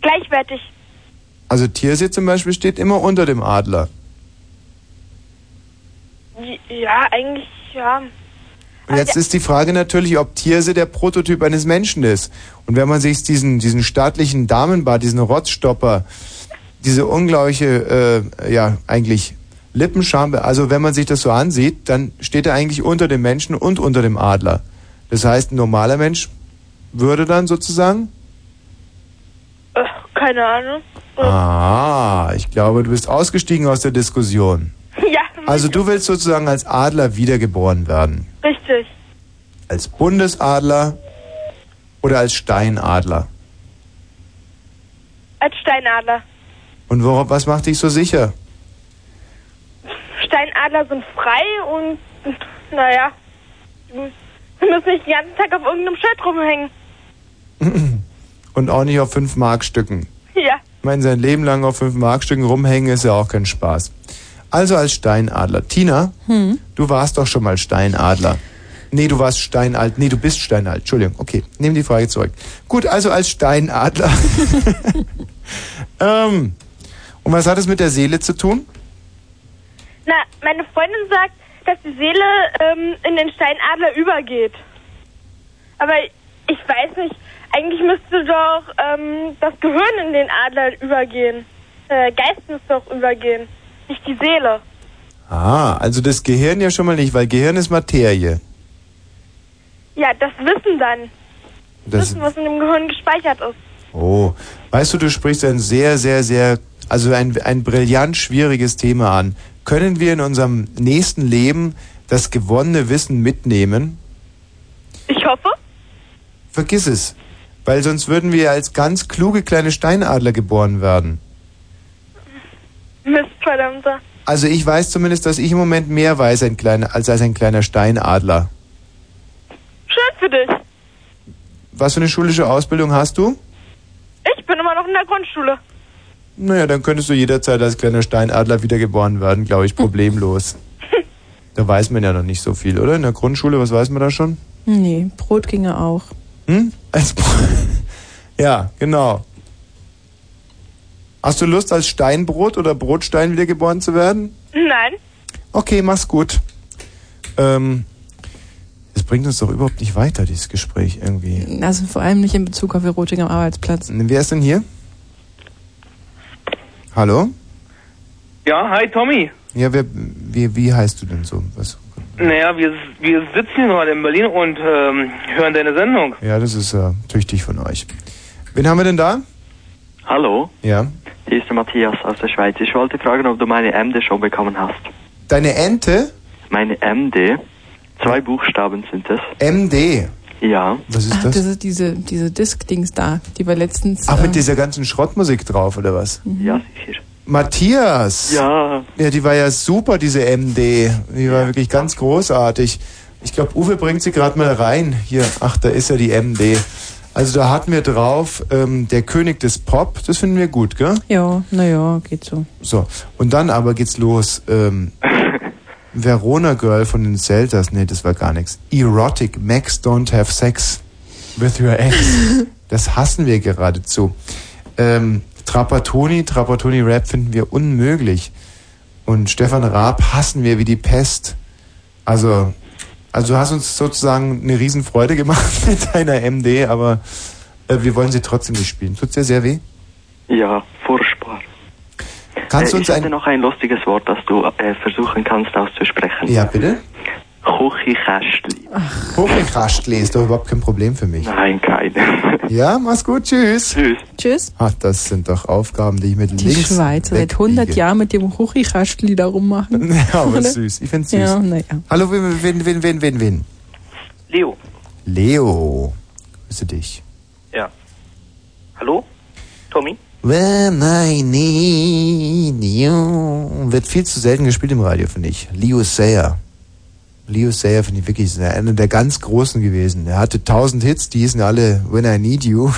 Speaker 3: gleichwertig.
Speaker 1: Also Tiersee zum Beispiel steht immer unter dem Adler.
Speaker 3: J-
Speaker 8: Ja, eigentlich, ja.
Speaker 1: Und jetzt ist die Frage natürlich, ob Tierse der Prototyp eines Menschen ist. Und wenn man sich diesen, diesen staatlichen Damenbart, diesen Rotzstopper, diese unglaubliche, äh, ja, eigentlich Lippenschampe, also wenn man sich das so ansieht, dann steht er eigentlich unter dem Menschen und unter dem Adler. Das heißt, ein normaler Mensch würde dann sozusagen.
Speaker 8: Äh, keine Ahnung.
Speaker 1: Ah, ich glaube, du bist ausgestiegen aus der Diskussion.
Speaker 8: Ja,
Speaker 1: Also du willst sozusagen als Adler wiedergeboren werden.
Speaker 8: richtig.
Speaker 1: Als Bundesadler oder als Steinadler?
Speaker 8: Als Steinadler.
Speaker 1: Und worauf, was macht dich so sicher?
Speaker 8: Steinadler sind frei und, naja, sie müssen nicht den ganzen Tag auf irgendeinem Schild rumhängen.
Speaker 1: Und auch nicht auf 5 Markstücken.
Speaker 8: Ja,
Speaker 1: Ich meine, sein Leben lang auf 5 Markstücken rumhängen ist ja auch kein Spaß. Also als Steinadler. Tina,
Speaker 2: Hm.
Speaker 1: du warst doch schon mal Steinadler. Nee, du warst Steinalt. Nee, du bist Steinalt. Entschuldigung. Okay, nehmen die Frage zurück. Gut, also als Steinadler. ähm, und was hat es mit der Seele zu tun?
Speaker 8: na, meine Freundin sagt, dass die Seele ähm, in den Steinadler übergeht. Aber ich weiß nicht, eigentlich müsste doch ähm, das Gehirn in den Adler übergehen. Äh, Geist müsste doch übergehen, nicht die Seele.
Speaker 1: Ah, also das Gehirn ja schon mal nicht, weil Gehirn ist Materie.
Speaker 8: Ja, das Wissen dann.
Speaker 1: Das,
Speaker 8: Wissen, was in dem Gehirn gespeichert ist.
Speaker 1: Oh, weißt du, du sprichst ein sehr, sehr, sehr, also ein, ein brillant schwieriges Thema an. Können wir in unserem nächsten Leben das gewonnene Wissen mitnehmen?
Speaker 8: Ich hoffe.
Speaker 1: Vergiss es, weil sonst würden wir als ganz kluge kleine Steinadler geboren werden.
Speaker 8: Mist, verdammter.
Speaker 1: Also ich weiß zumindest, dass ich im Moment mehr weiß ein kleiner, als als ein kleiner Steinadler.
Speaker 8: Schön für dich.
Speaker 1: Was für eine schulische Ausbildung hast du?
Speaker 8: Ich bin immer noch in der Grundschule.
Speaker 1: Naja, dann könntest du jederzeit als kleiner Steinadler wiedergeboren werden, glaube ich, problemlos. Da weiß man ja noch nicht so viel, oder? In der Grundschule, was weiß man da schon?
Speaker 2: Nee, Brot ginge auch.
Speaker 1: Hm? Als ja, genau. Hast du Lust, als Steinbrot oder Brotstein wiedergeboren zu werden?
Speaker 8: Nein.
Speaker 1: Okay, mach's gut. Ähm, es bringt uns doch überhaupt nicht weiter, dieses Gespräch irgendwie.
Speaker 2: Also vor allem nicht in Bezug auf Erotik am Arbeitsplatz.
Speaker 1: Wer ist denn hier? Hallo?
Speaker 9: Ja, hi Tommy.
Speaker 1: Ja, wer, wie, wie heißt du denn so? Was?
Speaker 9: Naja, wir, wir sitzen hier gerade in Berlin und ähm, hören deine Sendung.
Speaker 1: Ja, das ist äh, tüchtig von euch. Wen haben wir denn da?
Speaker 10: Hallo,
Speaker 1: Ja.
Speaker 10: hier ist der Matthias aus der Schweiz. Ich wollte fragen, ob du meine MD schon bekommen hast.
Speaker 1: Deine Ente?
Speaker 10: Meine MD, zwei Buchstaben sind es.
Speaker 1: MD.
Speaker 10: Ja.
Speaker 1: Was ist
Speaker 2: das? Das ist diese, diese Disc-Dings da, die wir letztens.
Speaker 1: Ach,
Speaker 2: äh,
Speaker 1: mit dieser ganzen Schrottmusik drauf, oder was?
Speaker 10: Ja, sicher.
Speaker 1: Matthias!
Speaker 10: Ja.
Speaker 1: Ja, die war ja super, diese MD. Die war wirklich ganz großartig. Ich glaube, Uwe bringt sie gerade mal rein. Hier, ach, da ist ja die MD. Also da hatten wir drauf, ähm, der König des Pop, das finden wir gut, gell?
Speaker 2: Ja, naja, geht so.
Speaker 1: So, und dann aber geht's los. Ähm, Verona Girl von den Celtas, nee, das war gar nichts. Erotic, Max don't have sex with your ex. Das hassen wir geradezu. Ähm, Trapattoni, Trapattoni Rap finden wir unmöglich. Und Stefan Raab hassen wir wie die Pest. Also, also du hast uns sozusagen eine Riesenfreude gemacht mit deiner MD, aber äh, wir wollen sie trotzdem nicht spielen. Tut's dir sehr weh?
Speaker 10: Ja, furchtbar.
Speaker 1: Kannst du
Speaker 10: äh,
Speaker 1: uns
Speaker 10: ich
Speaker 1: ein-
Speaker 10: hätte noch ein lustiges Wort, das du äh, versuchen kannst auszusprechen.
Speaker 1: Ja, bitte?
Speaker 10: Kuchikästli.
Speaker 1: Kuchenkraschtli ist doch überhaupt kein Problem für mich.
Speaker 10: Nein, keine.
Speaker 1: Ja, mach's gut, tschüss.
Speaker 10: Tschüss.
Speaker 2: Tschüss.
Speaker 1: Ach, das sind doch Aufgaben, die ich mit
Speaker 2: Die
Speaker 1: links
Speaker 2: Schweizer seit 100
Speaker 1: wegkriege.
Speaker 2: Jahren mit dem Huchichastli da rummachen.
Speaker 1: Ja, aber
Speaker 2: Oder?
Speaker 1: süß. Ich find's süß.
Speaker 2: Ja, naja.
Speaker 1: Hallo, wen, wen, wen, wen, wen, wen?
Speaker 11: Leo.
Speaker 1: Leo. Grüße dich.
Speaker 11: Ja. Hallo? Tommy?
Speaker 1: When I need you. Wird viel zu selten gespielt im Radio, finde ich. Leo Sayer. Leo Sayer finde ich wirklich ist einer der ganz Großen gewesen. Er hatte 1000 Hits, die hießen alle When I Need You.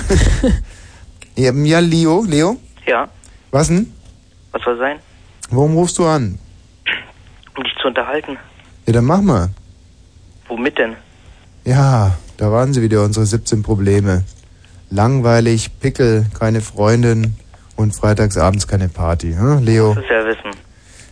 Speaker 1: ja, ja, Leo, Leo,
Speaker 11: Ja.
Speaker 1: was denn?
Speaker 11: Was soll sein?
Speaker 1: Warum rufst du an?
Speaker 11: Um dich zu unterhalten.
Speaker 1: Ja, dann mach mal.
Speaker 11: Womit denn?
Speaker 1: Ja, da waren sie wieder, unsere 17 Probleme. Langweilig, Pickel, keine Freundin und freitagsabends keine Party, hm, Leo?
Speaker 11: Das ist ja Wissen.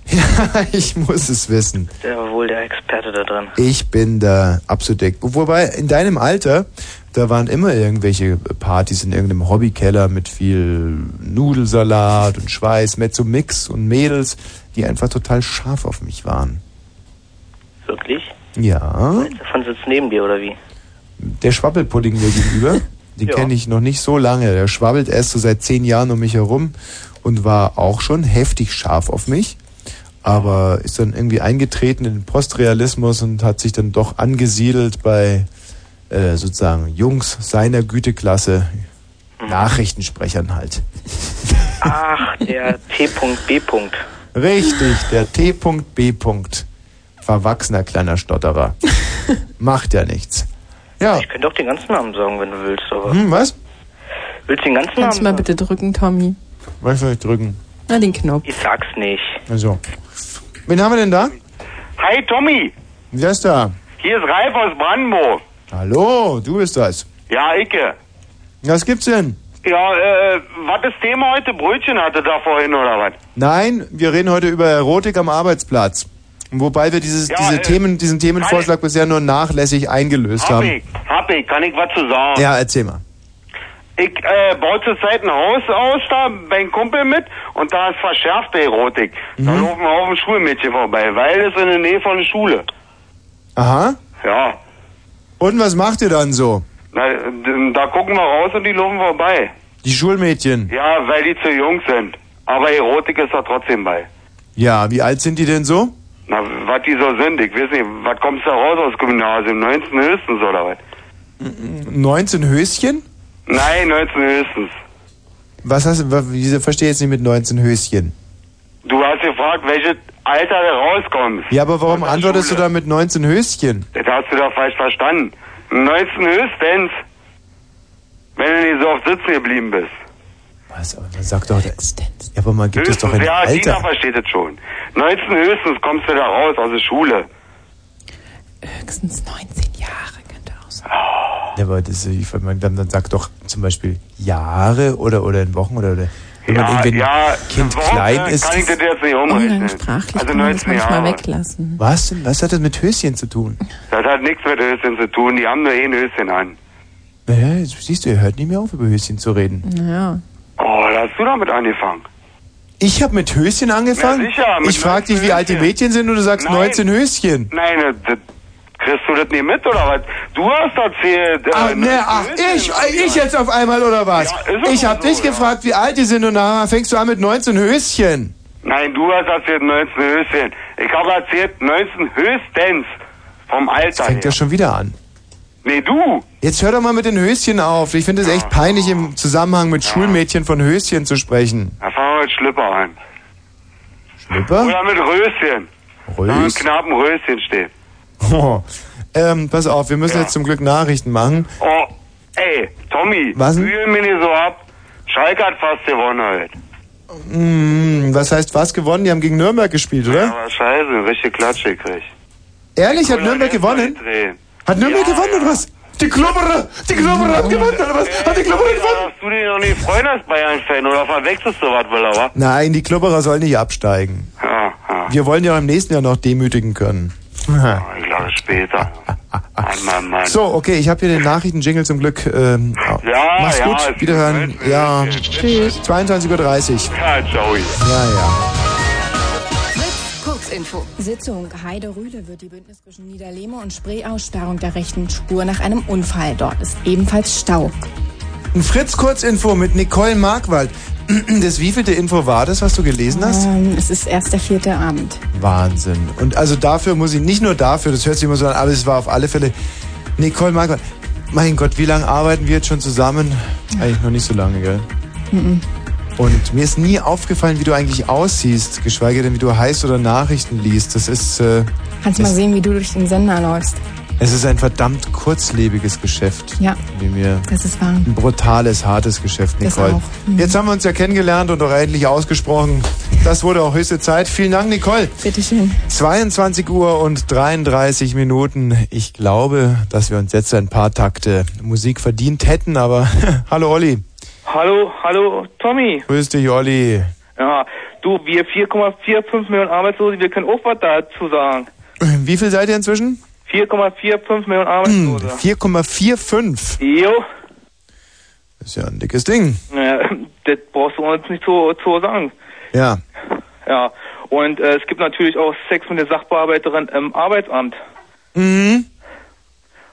Speaker 1: Ja, ich muss es wissen.
Speaker 11: Der war wohl der Experte da drin.
Speaker 1: Ich bin da absolut dick. Wobei, in deinem Alter, da waren immer irgendwelche Partys in irgendeinem Hobbykeller mit viel Nudelsalat und Schweiß, Mezzo-Mix und Mädels, die einfach total scharf auf mich waren.
Speaker 11: Wirklich?
Speaker 1: Ja,
Speaker 11: Davon sitzt neben dir, oder wie?
Speaker 1: der Schwabbelpudding mir gegenüber, den
Speaker 11: Ja.
Speaker 1: kenne ich noch nicht so lange. Der schwabbelt erst so seit zehn Jahren um mich herum und war auch schon heftig scharf auf mich. Aber ist dann irgendwie eingetreten in den Postrealismus und hat sich dann doch angesiedelt bei äh, sozusagen Jungs seiner Güteklasse, Nachrichtensprechern halt.
Speaker 11: Ach, der T.B.
Speaker 1: Richtig, der T.B. Verwachsener kleiner Stotterer. Macht ja nichts. Ja.
Speaker 11: Ich könnte auch den ganzen Namen sagen, wenn du willst, aber.
Speaker 1: Hm, was?
Speaker 11: Willst du den ganzen
Speaker 2: Kannst du mal
Speaker 11: Namen?
Speaker 2: bitte drücken, Tommy?
Speaker 1: Was soll ich drücken?
Speaker 2: Na, den Knopf.
Speaker 11: Ich sag's nicht.
Speaker 1: Also. Wen haben wir denn da?
Speaker 12: Hi Tommy,
Speaker 1: Wer ist da?
Speaker 12: hier ist Ralf aus Brandenburg.
Speaker 1: Hallo, du bist das.
Speaker 12: Ja, Icke.
Speaker 1: Was gibt's denn?
Speaker 12: Ja, äh, was das Thema heute? Brötchen hatte da vorhin oder was?
Speaker 1: Nein, wir reden heute über Erotik am Arbeitsplatz. Wobei wir dieses, diese Themen, diesen Themenvorschlag bisher nur nachlässig eingelöst
Speaker 12: äh, Hab
Speaker 1: haben.
Speaker 12: ich, hab ich, kann ich was zu sagen?
Speaker 1: Ja, äh, erzähl mal.
Speaker 12: Ich äh, baue zurzeit ein Haus aus da, mein Kumpel mit, und da ist verschärfte Erotik. Da
Speaker 1: Mhm.
Speaker 12: laufen wir auf ein Schulmädchen vorbei, weil es in der Nähe von der Schule.
Speaker 1: Aha.
Speaker 12: Ja,
Speaker 1: Und was macht ihr dann so?
Speaker 12: na, d- da gucken wir raus und die laufen vorbei.
Speaker 1: Die Schulmädchen.
Speaker 12: Ja, weil die zu jung sind. Aber Erotik ist da trotzdem bei.
Speaker 1: Ja, wie alt sind die denn so?
Speaker 12: Na, was die so sind, ich weiß nicht, was kommst du da raus aus Gymnasium? 19 höchstens oder was?
Speaker 1: 19 Höschen?
Speaker 12: Nein, 19 höchstens.
Speaker 1: Was hast du, wa- wieso verstehe ich jetzt nicht mit 19 Höschen?
Speaker 12: Du hast gefragt, welches Alter du rauskommst.
Speaker 1: Ja, aber warum antwortest du da mit 19 Höschen?
Speaker 12: Das hast du doch falsch verstanden. 19 höchstens, wenn du nicht so oft sitzen geblieben bist.
Speaker 1: Was, aber man sagt doch, ja, aber man gibt es doch ein
Speaker 12: ja, Dina
Speaker 1: Alter.
Speaker 12: versteht das schon. 19 höchstens kommst du da raus aus der Schule.
Speaker 2: Höchstens 19 Jahre.
Speaker 1: Ja, aber das, ich, man, dann sagt doch zum Beispiel Jahre oder, oder in Wochen oder, oder wenn man
Speaker 12: Ja,
Speaker 1: irgendwie
Speaker 12: ja,
Speaker 1: ein Kind
Speaker 12: warum,
Speaker 1: klein
Speaker 12: äh,
Speaker 1: ist.
Speaker 12: kann ich das jetzt nicht umrechnen?
Speaker 2: Umgangssprachlich
Speaker 12: Also
Speaker 2: kann man das
Speaker 12: 19
Speaker 2: manchmal
Speaker 12: Jahre.
Speaker 2: weglassen.
Speaker 1: Was denn? Was hat das mit Höschen zu tun?
Speaker 12: Das hat nichts mit Höschen zu tun, die haben nur eh ein Höschen an.
Speaker 1: Naja, jetzt siehst du, ihr hört nicht mehr auf, über Höschen zu reden.
Speaker 2: Naja.
Speaker 12: Oh, da hast du damit angefangen.
Speaker 1: Ich habe mit Höschen angefangen?
Speaker 12: Na sicher, mit
Speaker 1: ich frag dich, wie alt die Mädchen sind und du sagst 19 Höschen.
Speaker 12: Nein, äh, das, kriegst du das nicht mit, oder was? Du hast erzählt... Äh,
Speaker 1: Ach, ne, ach, ich, ich jetzt auf einmal oder was? ich habe dich gefragt, wie alt die sind und nachher fängst du an mit 19 Höschen.
Speaker 12: Nein, du hast erzählt 19 Höschen. Ich habe erzählt 19 höchstens vom Alter
Speaker 1: Fängt ja
Speaker 12: her.
Speaker 1: schon wieder an.
Speaker 12: Nee, du.
Speaker 1: Jetzt hör doch mal mit den Höschen auf. Ich finde es echt peinlich, im Zusammenhang mit Schulmädchen von Höschen zu sprechen.
Speaker 12: Da fahren wir mit Schlüpper an.
Speaker 1: Schlüpper?
Speaker 12: Oder mit Röschen.
Speaker 1: Rös?
Speaker 12: Da haben wir einen knappen Röschen stehen.
Speaker 1: Oh. Ähm, pass auf, wir müssen jetzt zum Glück Nachrichten machen.
Speaker 12: Oh, ey, Tommy.
Speaker 1: Was denn?
Speaker 12: Fühl mich nicht so ab. Schalke hat fast gewonnen heute.
Speaker 1: Hm, was heißt was gewonnen? Die haben gegen Nürnberg gespielt, oder?
Speaker 12: Aber scheiße, richtig Klatsche gekriegt.
Speaker 1: Ehrlich, hat Nürnberg gewonnen?
Speaker 12: Drehen.
Speaker 1: Hat Nürnberg gewonnen oder was? Die Klubberer, die Klubberer haben gewonnen oder was? Hat die Klubberer gewonnen?
Speaker 12: Äh, Hast du dich noch nicht freuen als Bayern-Fan oder verwechselst du was, will aber?
Speaker 1: Nein, die Klubberer sollen nicht absteigen.
Speaker 12: Ja, ja.
Speaker 1: Wir wollen ja im nächsten Jahr noch demütigen können.
Speaker 12: Ich glaube später. Mann, Mann, Mann.
Speaker 1: Ah, So, okay, ich habe hier den Nachrichtenjingle zum Glück. Ähm,
Speaker 12: Ja,
Speaker 1: mach's
Speaker 12: ja,
Speaker 1: gut,
Speaker 12: es-
Speaker 1: wiederhören. Ja,
Speaker 12: Tschüss.
Speaker 1: 22.30 Uhr.
Speaker 12: Ja, ciao.
Speaker 1: Ja, ja.
Speaker 13: Kurzinfo. Sitzung. Heide Rühle wird die Bündnis zwischen Niederlehme und Spree Aussperrung der rechten Spur nach einem Unfall. Dort ist ebenfalls Stau.
Speaker 1: Ein Fritz-Kurzinfo mit Nicole Markwald. Das wievielte Info war das, was du gelesen hast?
Speaker 2: Ah.
Speaker 13: Ähm, es ist erst der vierte Abend.
Speaker 1: Wahnsinn. Und also dafür muss ich, nicht nur dafür, das hört sich immer so an, aber es war auf alle Fälle Nicole Markwald. Mein Gott, wie lange arbeiten wir jetzt schon zusammen? Eigentlich noch nicht so lange, gell?
Speaker 13: Mhm.
Speaker 1: Und mir ist nie aufgefallen, wie du eigentlich aussiehst, geschweige denn, wie du heißt oder Nachrichten liest. Das ist, äh,
Speaker 13: Kannst mal sehen, wie du durch den Sender läufst.
Speaker 1: es ist ein verdammt kurzlebiges Geschäft,
Speaker 13: Ja,
Speaker 1: wie mir
Speaker 13: das ist wahr.
Speaker 1: ein brutales, hartes Geschäft,
Speaker 13: Das
Speaker 1: Nicole.
Speaker 13: auch. Mhm.
Speaker 1: Jetzt haben wir uns ja kennengelernt und auch endlich ausgesprochen. Das wurde auch höchste Zeit. Vielen Dank, Nicole.
Speaker 13: Bitteschön.
Speaker 1: 22 Uhr und 33 Minuten. Ich glaube, dass wir uns jetzt ein paar Takte Musik verdient hätten, aber hallo Olli.
Speaker 14: Hallo, hallo, Tommy.
Speaker 1: Grüß dich, Olli.
Speaker 14: Ja, Du, wir 4,45 Millionen Arbeitslose, wir können auch was dazu sagen.
Speaker 1: Ähm, Wie viel seid ihr inzwischen? Hm,
Speaker 14: 4,45 Millionen Arbeitslose.
Speaker 1: 4,45.
Speaker 14: Jo,
Speaker 1: Ist ja ein dickes Ding.
Speaker 14: naja, das brauchst du uns nicht zu, zu sagen.
Speaker 1: Ja.
Speaker 14: Ja, und äh, es gibt natürlich auch Sex mit der Sachbearbeiterin im Arbeitsamt.
Speaker 1: Mhm.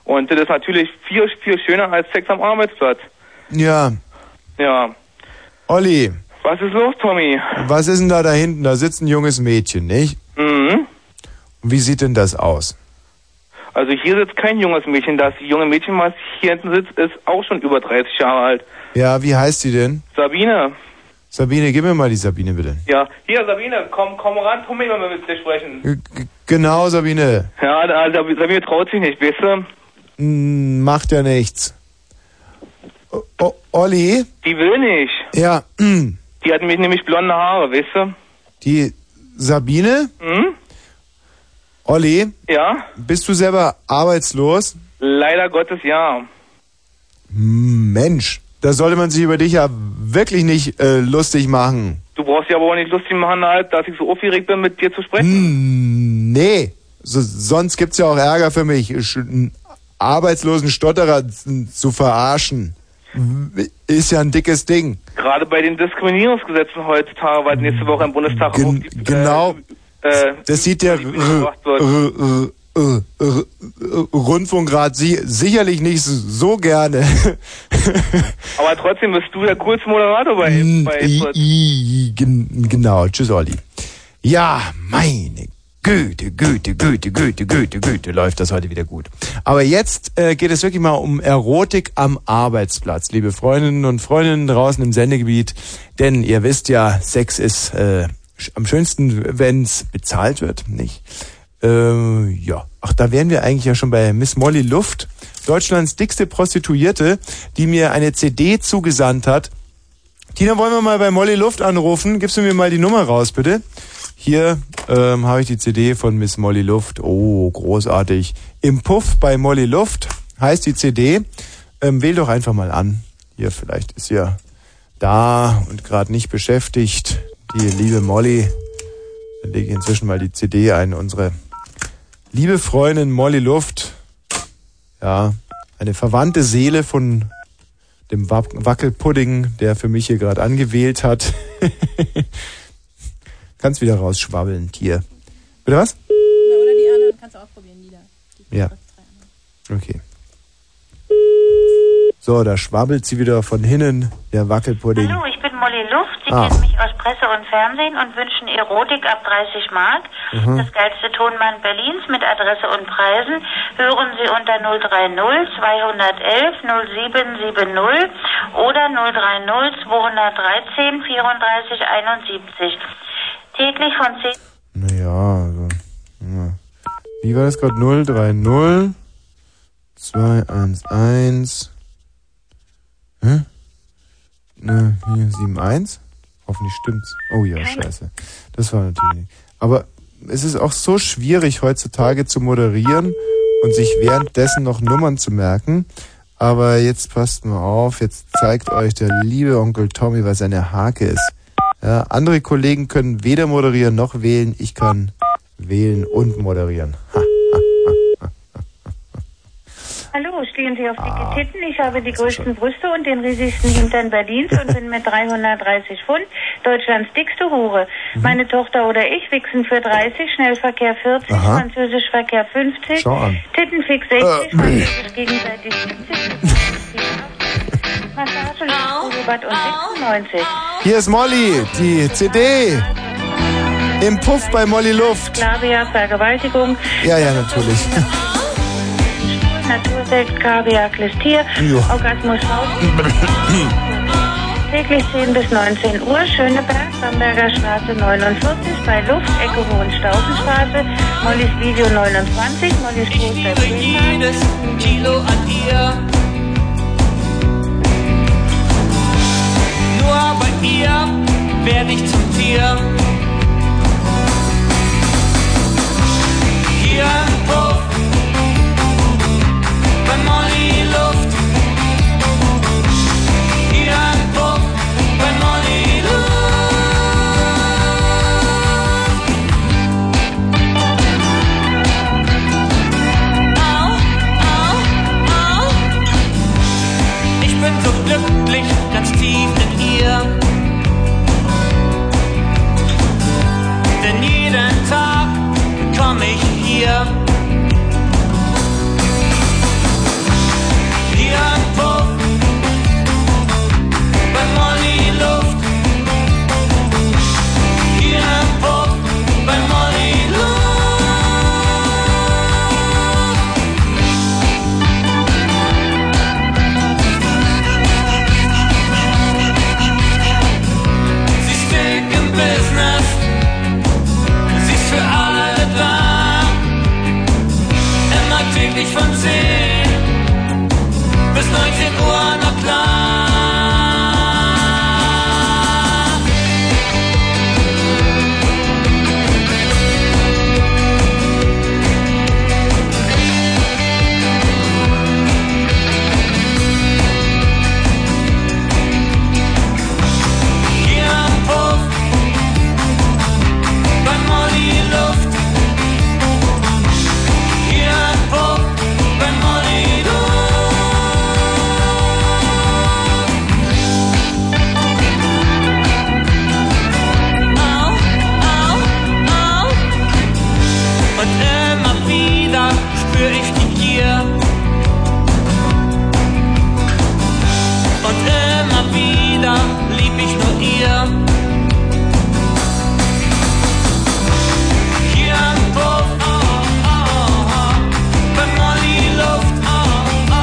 Speaker 14: Und das ist natürlich viel, viel schöner als Sex am Arbeitsplatz.
Speaker 1: Ja.
Speaker 14: Ja.
Speaker 1: Olli,
Speaker 14: Was ist los, Tommy?
Speaker 1: was ist denn da da hinten? Da sitzt ein junges Mädchen, nicht?
Speaker 14: Mhm.
Speaker 1: Und wie sieht denn das aus?
Speaker 14: Also hier sitzt kein junges Mädchen. Das junge Mädchen, was hier hinten sitzt, ist auch schon über 30 Jahre alt.
Speaker 1: Ja, wie heißt sie denn?
Speaker 14: Sabine.
Speaker 1: Sabine, gib mir mal die Sabine bitte.
Speaker 14: Ja, hier, Sabine, komm, komm ran, Tommy, wenn wir mit dir sprechen.
Speaker 1: G g- genau, Sabine.
Speaker 14: Ja, da, da, Sabine traut sich nicht, weißt du?
Speaker 1: Hm, macht ja nichts. O o Olli?
Speaker 14: Die will nicht.
Speaker 1: Ja, hm,
Speaker 14: Die hat nämlich, nämlich blonde Haare, weißt du?
Speaker 1: die Sabine?
Speaker 14: Hm?
Speaker 1: Olli?
Speaker 14: Ja?
Speaker 1: Bist du selber arbeitslos?
Speaker 14: Leider Gottes ja.
Speaker 1: Mensch, da sollte man sich über dich ja wirklich nicht äh, lustig machen.
Speaker 14: Du brauchst ja aber auch nicht lustig machen, halt, dass ich so aufgeregt bin, mit dir zu sprechen.
Speaker 1: Nee, so, sonst gibt's ja auch Ärger für mich, sch- einen arbeitslosen Stotterer z- zu verarschen. Ist ja ein dickes Ding.
Speaker 14: Gerade bei den Diskriminierungsgesetzen heutzutage, weil nächste Woche im Bundestag auch die,
Speaker 1: Genau,
Speaker 14: äh,
Speaker 1: das sieht der R- R- R- R- R- Rundfunkrat si sicherlich nicht so gerne.
Speaker 14: aber trotzdem bist du der coolste Moderator bei, bei
Speaker 1: I, I, gen- genau, tschüss Olli. Ja, meine Güte, Güte, Güte, Güte, Güte, Güte, läuft das heute wieder gut. Aber jetzt äh, geht es wirklich mal um Erotik am Arbeitsplatz, liebe Freundinnen und Freundinnen draußen im Sendegebiet. Denn ihr wisst ja, Sex ist äh, sch- am schönsten, wenn's bezahlt wird, nicht? Äh, ja, ach, da wären wir eigentlich ja schon bei Miss Molly Luft, Deutschlands dickste Prostituierte, die mir eine CD zugesandt hat, Tina, wollen wir mal bei Molly Luft anrufen? Gibst du mir mal die Nummer raus, bitte? Hier ähm, habe ich die CD von Miss Molly Luft. Oh, großartig. Im Puff bei Molly Luft heißt die CD. Ähm, wähl doch einfach mal an. Hier, vielleicht ist ja da und gerade nicht beschäftigt. Die liebe Molly. Dann lege ich inzwischen mal die CD ein. Unsere liebe Freundin Molly Luft. Ja, eine verwandte Seele von dem Wa- Wackelpudding, der für mich hier gerade angewählt hat. Kannst wieder rausschwabbeln, Tier. Bitte was?
Speaker 15: Oder die anderen kannst du auch probieren, Lila.
Speaker 1: Ja. Okay. So, da schwabbelt sie wieder von hinnen, der Wackelpudding.
Speaker 7: Hallo, ich bin Molly Luft. Sie
Speaker 1: Ah.
Speaker 7: kennen mich aus Presse und Fernsehen und wünschen Erotik ab 30 Mark.
Speaker 1: Mhm.
Speaker 7: Das geilste Tonband Berlins mit Adresse und Preisen hören Sie unter 030 211 0770 oder 030 213 34 71. Täglich von 10
Speaker 1: Naja, also. Ja. Wie war das gerade? 030 211 Hä? Ne, hier 71? Hoffentlich stimmt's. Oh ja, scheiße. Das war natürlich nicht. Aber es ist auch so schwierig heutzutage zu moderieren und sich währenddessen noch Nummern zu merken. Aber jetzt passt mal auf, jetzt zeigt euch der liebe Onkel Tommy, was seine Hake ist. Ja, andere Kollegen können weder moderieren noch wählen. Ich kann wählen und moderieren. Ha.
Speaker 16: Hallo, stehen Sie auf
Speaker 1: Ah,
Speaker 16: dicke Titten? Ich habe die größten Brüste und den riesigsten Hintern Berlins und bin mit 330 Pfund Deutschlands dickste Hure.
Speaker 1: Mhm.
Speaker 16: Meine Tochter oder ich wichsen für 30, Schnellverkehr 40,
Speaker 1: Aha.
Speaker 16: Französischverkehr 50,
Speaker 1: Schau an. Äh.
Speaker 16: Tittenfick 60, Französisch gegenseitig 70, Massage, Luftbad und 96.
Speaker 1: Hier ist Molly, die CD. Im Puff bei Molly Luft.
Speaker 16: Klavier, Vergewaltigung,
Speaker 1: Ja, ja, natürlich.
Speaker 16: Natursex, Kaviar, Klistier,
Speaker 1: Jo.
Speaker 16: Orgasmus, Haut. Täglich 10 bis 19 Uhr, Schöneberg, Bamberger Straße 49, bei Luft, Ecke Hohenstaufenstraße, Mollys Video 29, Mollys Poster 10.
Speaker 5: Kilo an ihr. Nur bei ihr werde ich zum Tier. Hier im Puff, bei Molly Luft. Hier im Puff, bei Molly Luft. ah, ah, ah, ah,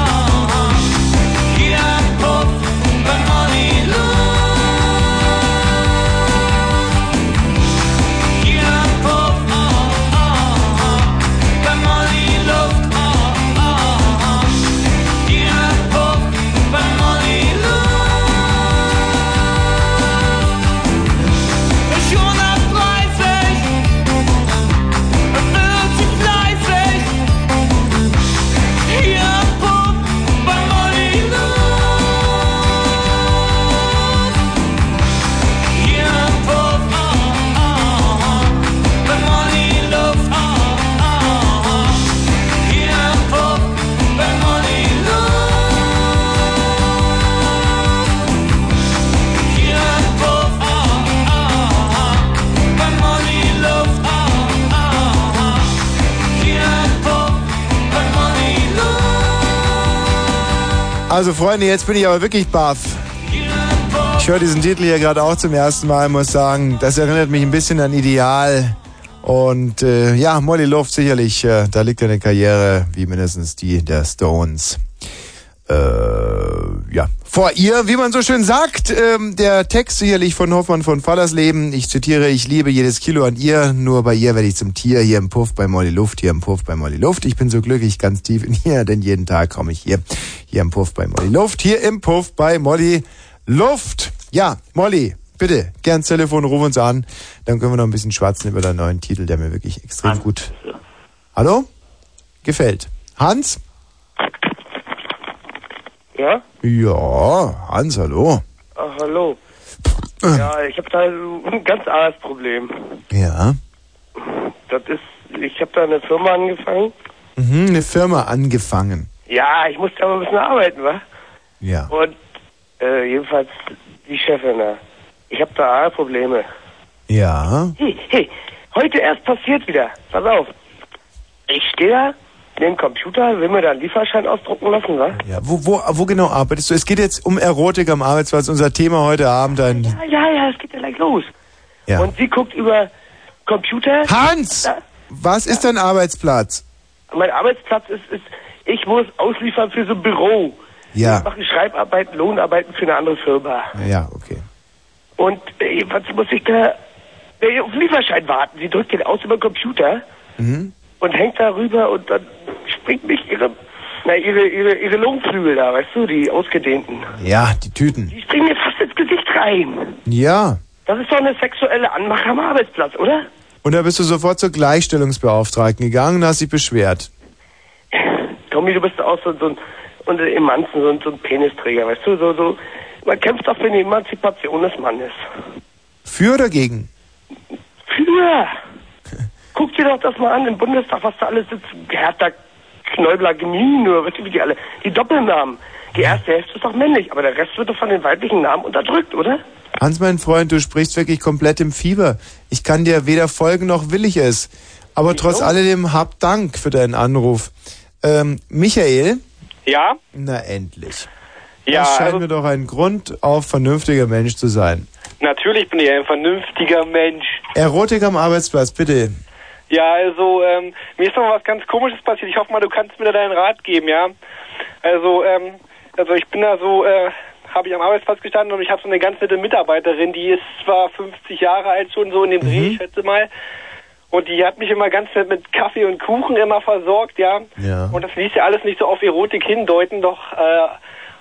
Speaker 1: Also Freunde, jetzt bin ich aber wirklich baff. Ich höre diesen Titel hier gerade auch zum ersten Mal, muss sagen, das erinnert mich ein bisschen an Ideal. Und äh, ja, Molly Luft sicherlich, äh, da liegt eine Karriere wie mindestens die der Stones. Äh, ja, vor ihr, wie man so schön sagt, ähm, der Text sicherlich von Hoffmann von Fallersleben. Ich zitiere, ich liebe jedes Kilo an ihr, nur bei ihr werde ich zum Tier, hier im Puff bei Molly Luft, hier im Puff bei Molly Luft. Ich bin so glücklich, ganz tief in ihr, denn jeden Tag komme ich hier, hier im Puff bei Molly Luft, hier im Puff bei Molly Luft. Ja, Molly, bitte, gern ins Telefon, ruf uns an, dann können wir noch ein bisschen schwatzen über deinen neuen Titel, der mir wirklich extrem gut... Hallo? Gefällt. Hans?
Speaker 17: Ja?
Speaker 1: Ja, Hans, hallo.
Speaker 17: Ah, hallo.
Speaker 1: Äh.
Speaker 17: Ja, ich habe da ein ganz anderes Problem.
Speaker 1: Ja.
Speaker 17: Das ist, ich habe da eine Firma angefangen.
Speaker 1: Mhm, eine Firma angefangen.
Speaker 17: Ja, ich musste aber ein bisschen arbeiten, wa?
Speaker 1: Ja.
Speaker 17: Und äh, jedenfalls die Chefin da. Ich habe da andere Probleme.
Speaker 1: Ja.
Speaker 17: Hey, hey, heute erst passiert wieder. Pass auf. Ich stehe da, nehme Computer, will mir da einen Lieferschein ausdrucken lassen, wa?
Speaker 1: ja. Wo, wo, wo genau arbeitest du? Es geht jetzt um Erotik am Arbeitsplatz, unser Thema heute Abend. Ein
Speaker 17: Ja, ja, ja, es geht ja gleich los.
Speaker 1: Ja.
Speaker 17: Und sie guckt über Computer.
Speaker 1: Hans! Was ist dein Arbeitsplatz?
Speaker 17: Mein Arbeitsplatz ist, ist ich muss ausliefern für so ein Büro. Ich
Speaker 1: Ja,
Speaker 17: mache Schreibarbeiten, Lohnarbeiten für eine andere Firma.
Speaker 1: ja, okay.
Speaker 17: Und äh, was muss ich da äh, auf den Lieferschein warten? Sie drückt den aus über den Computer
Speaker 1: Mhm.
Speaker 17: und hängt da rüber und dann springt mich ihre, na, ihre, ihre, ihre Lungenflügel da, weißt du, die ausgedehnten.
Speaker 1: Ja, die Tüten.
Speaker 17: Die springen mir fast ins Gesicht rein.
Speaker 1: Ja.
Speaker 17: Das ist doch eine sexuelle Anmache am Arbeitsplatz, oder?
Speaker 1: Und da bist du sofort zur Gleichstellungsbeauftragten gegangen und hast dich beschwert.
Speaker 17: Tommy, du bist auch so, so ein, unter den Emanzen, so, ein- so ein Penisträger, weißt du, so, so, man kämpft auch für die Emanzipation des Mannes.
Speaker 1: Für oder gegen?
Speaker 17: Für! Guck dir doch das mal an, im Bundestag, was da alles sitzt, Hertha, Knäubler, Gmin, oder weißt du, wie die alle, die Doppelnamen. Die erste Hälfte ist doch männlich, aber der Rest wird doch von den weiblichen Namen unterdrückt, oder?
Speaker 1: Hans, mein Freund, du sprichst wirklich komplett im Fieber. Ich kann dir weder folgen noch will ich es. Aber trotz alledem hab Dank für deinen Anruf. Ähm, Michael?
Speaker 18: Ja?
Speaker 1: Na endlich.
Speaker 18: Ja,
Speaker 1: das scheint
Speaker 18: also-
Speaker 1: mir doch ein Grund auf vernünftiger Mensch zu sein.
Speaker 18: Natürlich bin ich ein vernünftiger Mensch.
Speaker 1: Erotik am Arbeitsplatz, bitte.
Speaker 18: Ja, also, ähm, mir ist noch was ganz Komisches passiert. Ich hoffe mal, du kannst mir da deinen Rat geben, ja? Also, ähm, also ich bin da so, äh, habe ich am Arbeitsplatz gestanden und ich habe so eine ganz nette Mitarbeiterin, die ist zwar 50 Jahre alt schon, so in dem Dreh, ich schätze mal. Und die hat mich immer ganz nett mit Kaffee und Kuchen immer versorgt, ja?
Speaker 1: Ja.
Speaker 18: Und das ließ ja alles nicht so auf Erotik hindeuten, doch, äh,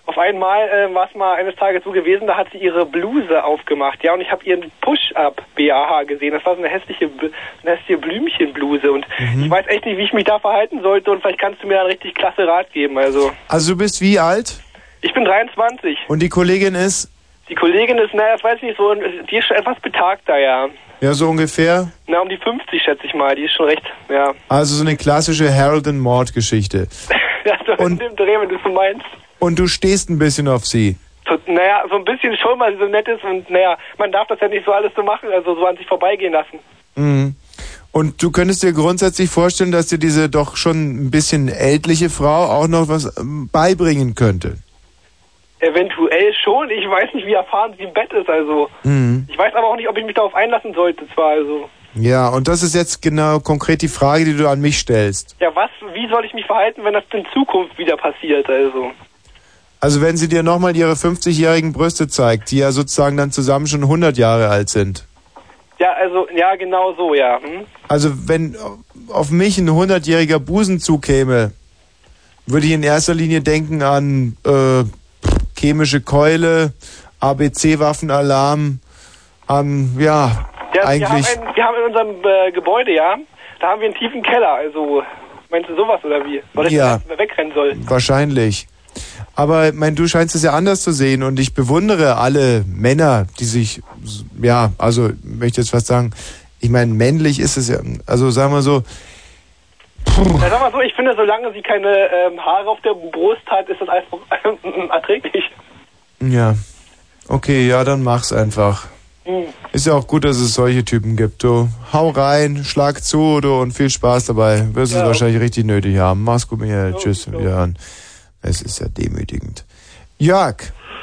Speaker 18: auf einmal äh, war es mal eines Tages so gewesen, da hat sie ihre Bluse aufgemacht, ja, und ich habe ihren Push-Up BAH gesehen. Das war so eine hässliche, B- eine hässliche Blümchenbluse und ich weiß echt nicht, wie ich mich da verhalten sollte und vielleicht kannst du mir da einen richtig klasse Rat geben. Also,
Speaker 1: Also du bist wie alt?
Speaker 18: ich bin 23.
Speaker 1: Und die Kollegin ist?
Speaker 18: Die Kollegin ist, naja, das weiß ich nicht so, die ist schon etwas betagter, ja.
Speaker 1: Ja, so ungefähr.
Speaker 18: Na, um die 50 schätze ich mal, die ist schon recht, ja.
Speaker 1: Also so eine klassische Harold and Maud Geschichte.
Speaker 18: Ja, so in dem Dreh, wenn du es so meinst.
Speaker 1: Und du stehst ein bisschen auf sie.
Speaker 18: So, Naja, so ein bisschen schon, weil sie so nett ist und naja, man darf das ja nicht so alles so machen, also so an sich vorbeigehen lassen.
Speaker 1: Mhm. Und du könntest dir grundsätzlich vorstellen, dass dir diese doch schon ein bisschen ältliche Frau auch noch was ähm, beibringen könnte.
Speaker 18: Eventuell schon. Ich weiß nicht, wie erfahren sie im Bett ist. Also
Speaker 1: Mhm.
Speaker 18: ich weiß aber auch nicht, ob ich mich darauf einlassen sollte. Zwar also
Speaker 1: Ja, und das ist jetzt genau konkret die Frage, die du an mich stellst.
Speaker 18: ja, was? Wie soll ich mich verhalten, wenn das in Zukunft wieder passiert? Also
Speaker 1: Also wenn sie dir nochmal ihre 50-jährigen Brüste zeigt, die ja sozusagen dann zusammen schon 100 Jahre alt sind.
Speaker 18: ja, also ja, genau so ja. Hm?
Speaker 1: Also wenn auf mich ein 100-jähriger Busen zukäme, würde ich in erster Linie denken an äh, chemische Keule, ABC-Waffenalarm, an, ja,
Speaker 18: Ja,
Speaker 1: eigentlich...
Speaker 18: Wir haben, ein, wir haben in unserem äh, Gebäude ja, da haben wir einen tiefen Keller. Also meinst du sowas oder wie? Oder ich
Speaker 1: Ja.
Speaker 18: jetzt mal wegrennen soll?
Speaker 1: Wahrscheinlich. Aber mein, du scheinst es ja anders zu sehen und ich bewundere alle Männer, die sich, ja, also ich möchte jetzt fast sagen, ich meine, männlich ist es ja, also sagen wir so,
Speaker 18: Ja, sag mal so, ich finde, solange sie keine ähm, Haare auf der Brust hat, ist das alles erträglich.
Speaker 1: ja, okay, ja, dann mach's einfach.
Speaker 18: Hm.
Speaker 1: Ist ja auch gut, dass es solche Typen gibt, du. Hau rein, schlag zu, du, und viel Spaß dabei. Wirst es wahrscheinlich richtig nötig haben. Mach's gut, Michael. Tschüss, wieder an. Es ist ja demütigend. Jörg.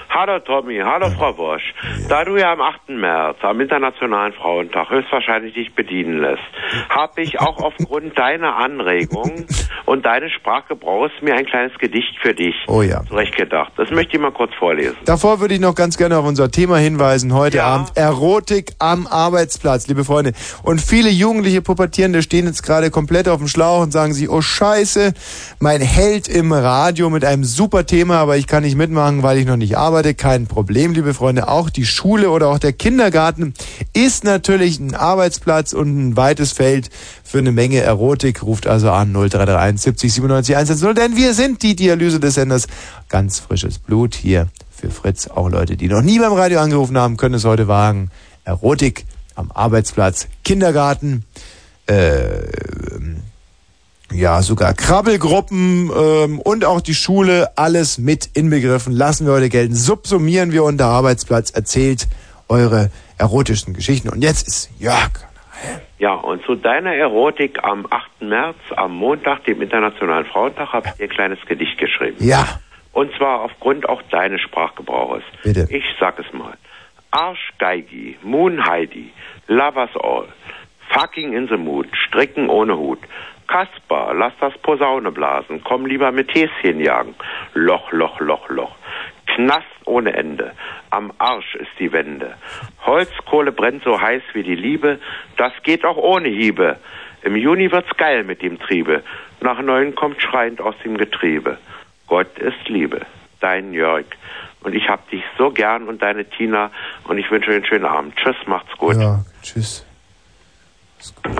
Speaker 19: Hallo Tommy, hallo Frau Bosch. Da du ja am 8. März, am Internationalen Frauentag, höchstwahrscheinlich dich bedienen lässt, habe ich auch aufgrund deiner Anregung und deines Sprachgebrauchs mir ein kleines Gedicht für dich
Speaker 1: Oh ja.
Speaker 19: zurechtgedacht. Das möchte ich mal kurz vorlesen.
Speaker 1: Davor würde ich noch ganz gerne auf unser Thema hinweisen heute Abend. Erotik am Arbeitsplatz, liebe Freunde. Und viele jugendliche Pubertierende stehen jetzt gerade komplett auf dem Schlauch und sagen sich, oh scheiße, mein Held im Radio mit einem super Thema, aber ich kann nicht mitmachen, weil ich noch nicht arbeite. Kein Problem, liebe Freunde. Auch die Schule oder auch der Kindergarten ist natürlich ein Arbeitsplatz und ein weites Feld für eine Menge Erotik. Ruft also an 0331 70 97 110, denn wir sind die Dialyse des Senders. Ganz frisches Blut hier für Fritz. Auch Leute, die noch nie beim Radio angerufen haben, können es heute wagen. Erotik am Arbeitsplatz, Kindergarten, äh, ähm, ja, sogar Krabbelgruppen ähm, und auch die Schule, alles mit inbegriffen. Lassen wir heute gelten. Subsumieren wir unter Arbeitsplatz. Erzählt eure erotischen Geschichten. Und jetzt ist Jörg.
Speaker 19: Ja, und zu deiner Erotik am 8. März, am Montag, dem Internationalen Frauentag, habe ich dir ein kleines Gedicht geschrieben.
Speaker 1: Ja.
Speaker 19: Und zwar aufgrund auch deines Sprachgebrauches.
Speaker 1: Bitte.
Speaker 19: Ich sag es mal. Arschgeigi, Moonheidi, Love us all, fucking in the mood, stricken ohne Hut. Kasper, lass das Posaune blasen, komm lieber mit Häschen jagen. Loch, Loch, Loch, Loch. Knast ohne Ende, am Arsch ist die Wende. Holzkohle brennt so heiß wie die Liebe, das geht auch ohne Hiebe. Im Juni wird's geil mit dem Triebe, nach neun kommt schreiend aus dem Getriebe. Gott ist Liebe, dein Jörg. Und ich hab dich so gern und deine Tina und ich wünsche dir einen schönen Abend. Tschüss, macht's gut.
Speaker 1: Ja, tschüss. Ist gut.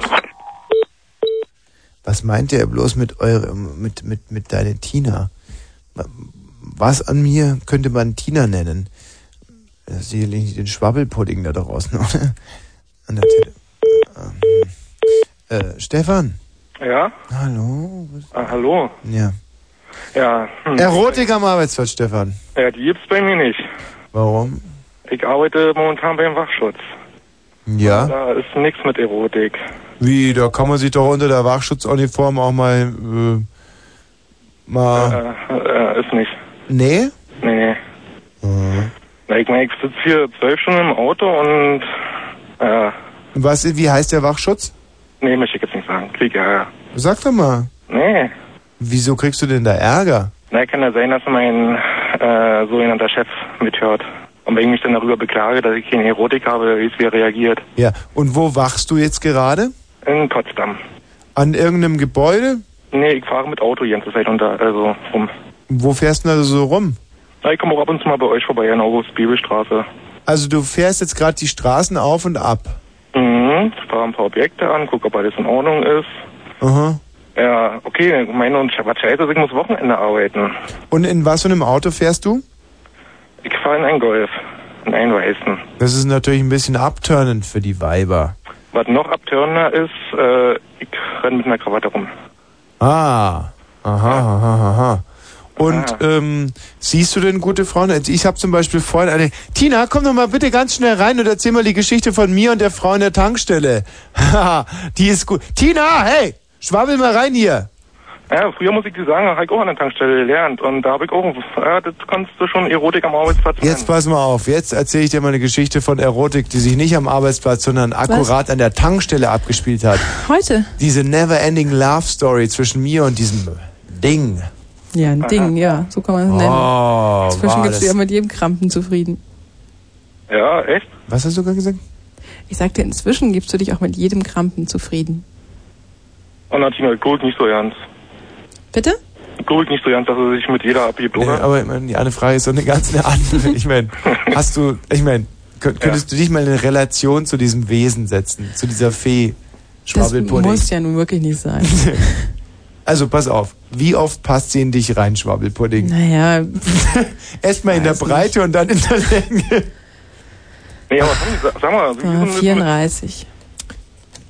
Speaker 1: Was meinte er bloß mit eure, mit, mit, mit deine Tina? Was an mir könnte man Tina nennen? Das ist sicherlich nicht den Schwabbelpudding da draußen, oder? An der Tele ähm, äh, Stefan,
Speaker 20: Ja?
Speaker 1: Hallo?
Speaker 20: Ah, hallo?
Speaker 1: ja.
Speaker 20: Ja. hm.
Speaker 1: Erotik am Arbeitsplatz, Stefan.
Speaker 20: Ja, die gibt's bei mir nicht.
Speaker 1: Warum?
Speaker 20: Ich arbeite momentan beim Wachschutz.
Speaker 1: Ja.
Speaker 20: Da ist nichts mit Erotik.
Speaker 1: Wie, da kann man sich doch unter der Wachschutzuniform auch mal, äh, mal,
Speaker 20: Äh, äh, ist nicht.
Speaker 1: nee?
Speaker 20: Nee.
Speaker 1: Mhm.
Speaker 20: Na, ich meine, ich sitze hier zwölf Stunden im Auto und äh,
Speaker 1: Was, wie heißt der Wachschutz?
Speaker 20: nee, möchte ich jetzt nicht sagen. Krieg Ärger.
Speaker 1: Sag doch mal.
Speaker 20: Nee.
Speaker 1: Wieso kriegst du denn da Ärger?
Speaker 20: Na, kann ja sein, dass mein äh, sogenannter Chef mithört. Und wenn ich mich dann darüber beklage, dass ich keine Erotik habe, wie es wieder reagiert.
Speaker 1: Ja, und wo wachst du jetzt gerade?
Speaker 20: In Potsdam.
Speaker 1: An irgendeinem Gebäude?
Speaker 20: Nee, ich fahre mit Auto die ganze Zeit unter, also rum.
Speaker 1: Wo fährst du denn da so rum?
Speaker 20: Na, ich komme auch ab und zu mal bei euch vorbei in August Bibelstraße.
Speaker 1: Also du fährst jetzt gerade die Straßen auf und ab.
Speaker 20: Mhm, fahre ein paar Objekte an, gucke, ob alles in Ordnung ist.
Speaker 1: Aha.
Speaker 20: Ja, okay, ich meine, und was scheiße, ist, ich muss Wochenende arbeiten.
Speaker 1: Und in was für einem Auto fährst du?
Speaker 20: Ich fahre in einen Golf, in einen weißen.
Speaker 1: Das ist natürlich ein bisschen abturnend für die Weiber.
Speaker 20: Was noch abtörender ist, äh, ich renne mit einer Krawatte rum.
Speaker 1: Ah, aha, aha, aha. Und
Speaker 20: Ah.
Speaker 1: ähm, siehst du denn gute Frauen? Also Ich habe zum Beispiel vorhin eine. Tina, komm doch mal bitte ganz schnell rein und erzähl mal die Geschichte von mir und der Frau in der Tankstelle. Haha, die ist gut. Tina, hey, schwabbel mal rein hier.
Speaker 20: Ja, früher muss ich dir sagen, habe ich auch an der Tankstelle gelernt. Und da habe ich auch, ja, das kannst du schon Erotik am Arbeitsplatz
Speaker 1: Jetzt pass mal auf. Jetzt erzähle ich dir mal eine Geschichte von Erotik, die sich nicht am Arbeitsplatz, sondern akkurat an der Tankstelle abgespielt hat.
Speaker 2: Heute?
Speaker 1: Diese never-ending Love Story zwischen mir und diesem Ding.
Speaker 2: Ja, ein Ding, ja. So kann man es nennen.
Speaker 1: Oh,
Speaker 2: Inzwischen
Speaker 1: war
Speaker 2: gibst
Speaker 1: das-
Speaker 2: du ja mit jedem Krampen zufrieden.
Speaker 20: Ja, echt?
Speaker 1: Was hast du gerade gesagt?
Speaker 2: Ich sagte, inzwischen gibst du dich auch mit jedem Krampen zufrieden.
Speaker 20: Und dann Tina, ich guck nicht so ganz.
Speaker 2: Bitte?
Speaker 20: Ich guck nicht so ganz, dass er sich mit jeder abgibt,
Speaker 1: Nee,
Speaker 20: oder?
Speaker 1: Äh, aber ich meine, die eine Frage ist so eine ganz eine andere. Ich meine, hast du, ich meine, könnt, könntest du dich mal in eine Relation zu diesem Wesen setzen, zu dieser Fee
Speaker 2: Das
Speaker 1: Schwabbelpudding?
Speaker 2: muss ja nun wirklich nicht sein.
Speaker 1: Also pass auf, wie oft passt sie in dich rein, Schwabbelpudding?
Speaker 2: naja,
Speaker 1: Erstmal in der Breite und dann in der Länge.
Speaker 20: Nee, aber Tommy, sa- sag mal, wie-
Speaker 2: 34.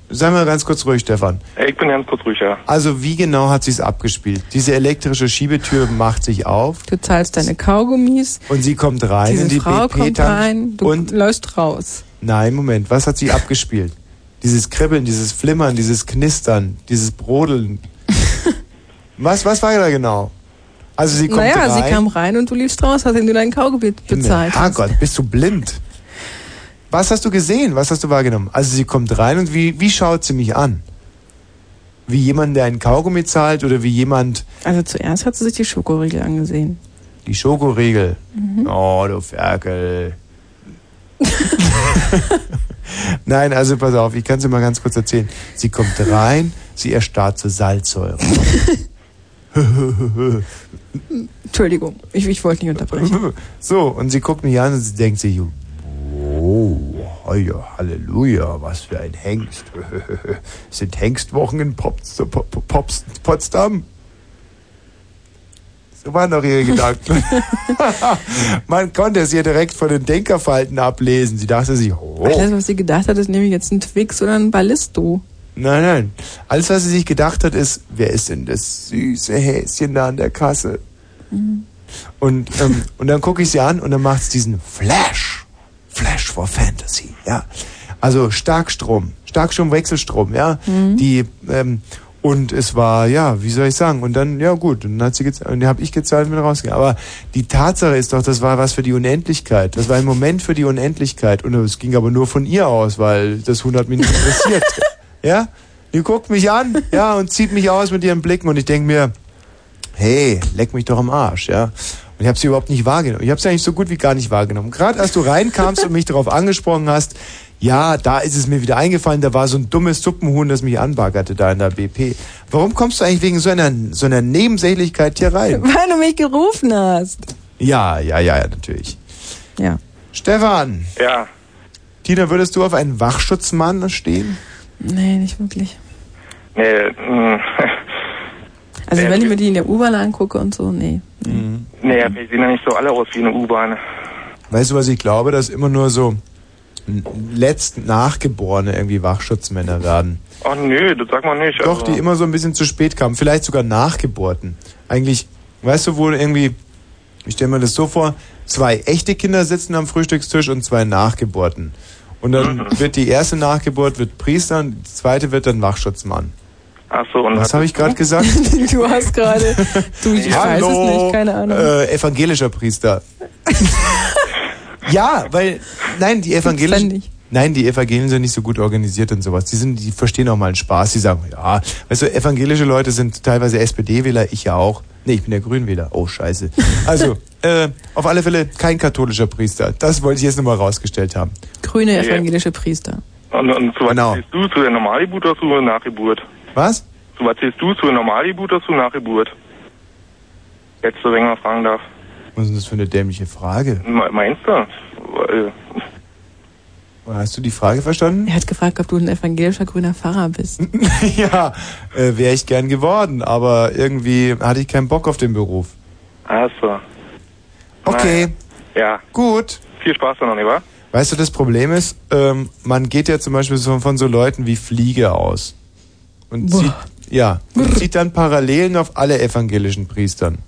Speaker 1: Sei mal ganz kurz ruhig, Stefan.
Speaker 20: Ey, ich bin ganz kurz ruhig, ja.
Speaker 1: Also wie genau hat sie es abgespielt? Diese elektrische Schiebetür macht sich auf
Speaker 2: Du zahlst deine Kaugummis.
Speaker 1: und sie kommt rein
Speaker 2: Diese
Speaker 1: in die
Speaker 2: Frau kommt
Speaker 1: BP-Tank.
Speaker 2: rein, du läufst raus.
Speaker 1: Nein, Moment, was hat sie abgespielt? Dieses Kribbeln, dieses Flimmern, dieses Knistern, dieses Brodeln. was, was war da genau? Also sie kommt
Speaker 2: naja,
Speaker 1: rein.
Speaker 2: sie kam rein und du liefst raus, hast ihm dein Kaugebiet
Speaker 1: Himmel,
Speaker 2: bezahlt.
Speaker 1: Herrgott, bist du blind? Was hast du gesehen? Was hast du wahrgenommen? Also sie kommt rein und wie, wie schaut sie mich an? Wie jemand, der einen Kaugummi zahlt oder wie jemand
Speaker 2: Also zuerst hat sie sich die Schokoriegel angesehen. Mhm.
Speaker 1: die Schokoriegel? Oh, du Ferkel. Nein, also pass auf, ich kann es dir mal ganz kurz erzählen. Sie kommt rein, sie erstarrt zur Salzsäure.
Speaker 2: Entschuldigung, ich, ich wollte nicht unterbrechen.
Speaker 1: So, und sie guckt mich an und sie denkt sich, oh, heuer, Halleluja, was für ein Hengst. Sind Hengstwochen in Pops, Pop- Pops, Potsdam? So waren doch ihre Gedanken. Man konnte es ihr direkt von den Denkerfalten ablesen. Sie dachte sich, oh.
Speaker 2: Alles, was sie gedacht hat, ist nämlich jetzt ein Twix oder ein Ballisto.
Speaker 1: Nein, nein. Alles, was sie sich gedacht hat, ist, wer ist denn das süße Häschen da an der Kasse? Und, ähm, und dann gucke ich sie an und dann macht es diesen Flash. Flash for Fantasy, ja. Also Starkstrom, Starkstrom, Wechselstrom, ja. Die, ähm, und es war, ja, wie soll ich sagen? Und dann, ja gut, dann hat sie gezahlt, und dann habe ich gezahlt und bin rausgegangen. Aber die Tatsache ist doch, das war was für die Unendlichkeit. Das war ein Moment für die Unendlichkeit. Und es ging aber nur von ihr aus, weil das 100 mich nicht interessiert. ja? Die guckt mich an, ja, und zieht mich aus mit ihren Blicken und ich denke mir, hey, leck mich doch am Arsch, ja. Und ich habe sie überhaupt nicht wahrgenommen. Ich habe sie eigentlich so gut wie gar nicht wahrgenommen. Gerade als du reinkamst und mich darauf angesprochen hast, ja, da ist es mir wieder eingefallen, da war so ein dummes Suppenhuhn, das mich anbaggerte da in der BP. Warum kommst du eigentlich wegen so einer, so einer Nebensächlichkeit hier rein?
Speaker 2: Weil du mich gerufen hast.
Speaker 1: Ja, ja, ja, ja, natürlich.
Speaker 2: Ja.
Speaker 1: Stefan,
Speaker 21: Ja.
Speaker 1: Tina, würdest du auf einen Wachschutzmann stehen?
Speaker 2: Nee, nicht wirklich.
Speaker 21: Nee,
Speaker 20: mm,
Speaker 21: mh,
Speaker 2: Also wenn ich mir die in der U-Bahn angucke und so, nee.
Speaker 1: Mhm.
Speaker 21: nee, wir sehen ja nicht so alle aus wie eine U-Bahn.
Speaker 1: Weißt du, was ich glaube? Dass immer nur so n- letzt Nachgeborene irgendwie Wachschutzmänner werden.
Speaker 21: Ach nö, das sag mal nicht. Also,
Speaker 1: Doch, die immer so ein bisschen zu spät kamen. Vielleicht sogar Nachgeburten. Eigentlich, weißt du, wo irgendwie, ich stelle mir das so vor, zwei echte Kinder sitzen am Frühstückstisch und zwei Nachgeburten. Und dann
Speaker 21: Mhm.
Speaker 1: wird die erste Nachgeburt wird Priester und die zweite wird dann Wachschutzmann.
Speaker 21: Ach so, und
Speaker 1: was habe ich gerade gesagt?
Speaker 2: du hast gerade, du, ich weiß
Speaker 1: Hallo,
Speaker 2: es nicht, keine Ahnung.
Speaker 1: Äh, evangelischer Priester. ja, weil nein, die Evangelischen Nein, die Evangelien sind nicht so gut organisiert und sowas. Die sind die verstehen auch mal einen Spaß, die sagen, ja, weißt du, evangelische Leute sind teilweise SPD Wähler, ich ja auch. Nee, ich bin der Grünwähler. Oh, scheiße. Also, äh, auf alle Fälle kein katholischer Priester. Das wollte ich jetzt nochmal rausgestellt haben.
Speaker 2: Grüne evangelische Priester.
Speaker 21: Und, und zu was
Speaker 1: Genau.
Speaker 21: zählst du? Zu der Normalgeburt oder zu der Nachgeburt?
Speaker 1: Was?
Speaker 21: Zu was zählst du? Zu der Normalgeburt oder zu Nachgeburt? Jetzt, wenn ich mal fragen darf.
Speaker 1: Was ist denn das für eine dämliche Frage?
Speaker 21: Me- Meinst du? Weil-
Speaker 1: Hast du die Frage verstanden?
Speaker 2: Er hat gefragt, ob du ein evangelischer grüner Pfarrer bist.
Speaker 1: ja, äh, wäre ich gern geworden, aber irgendwie hatte ich keinen Bock auf den Beruf.
Speaker 21: Ach so.
Speaker 1: Okay.
Speaker 21: Ja.
Speaker 1: Gut.
Speaker 21: Viel Spaß dann noch, nicht wahr?
Speaker 1: Weißt du, das Problem ist, ähm, man geht ja zum Beispiel so von so Leuten wie Fliege aus. Und zieht, ja, und zieht dann Parallelen auf alle evangelischen Priestern.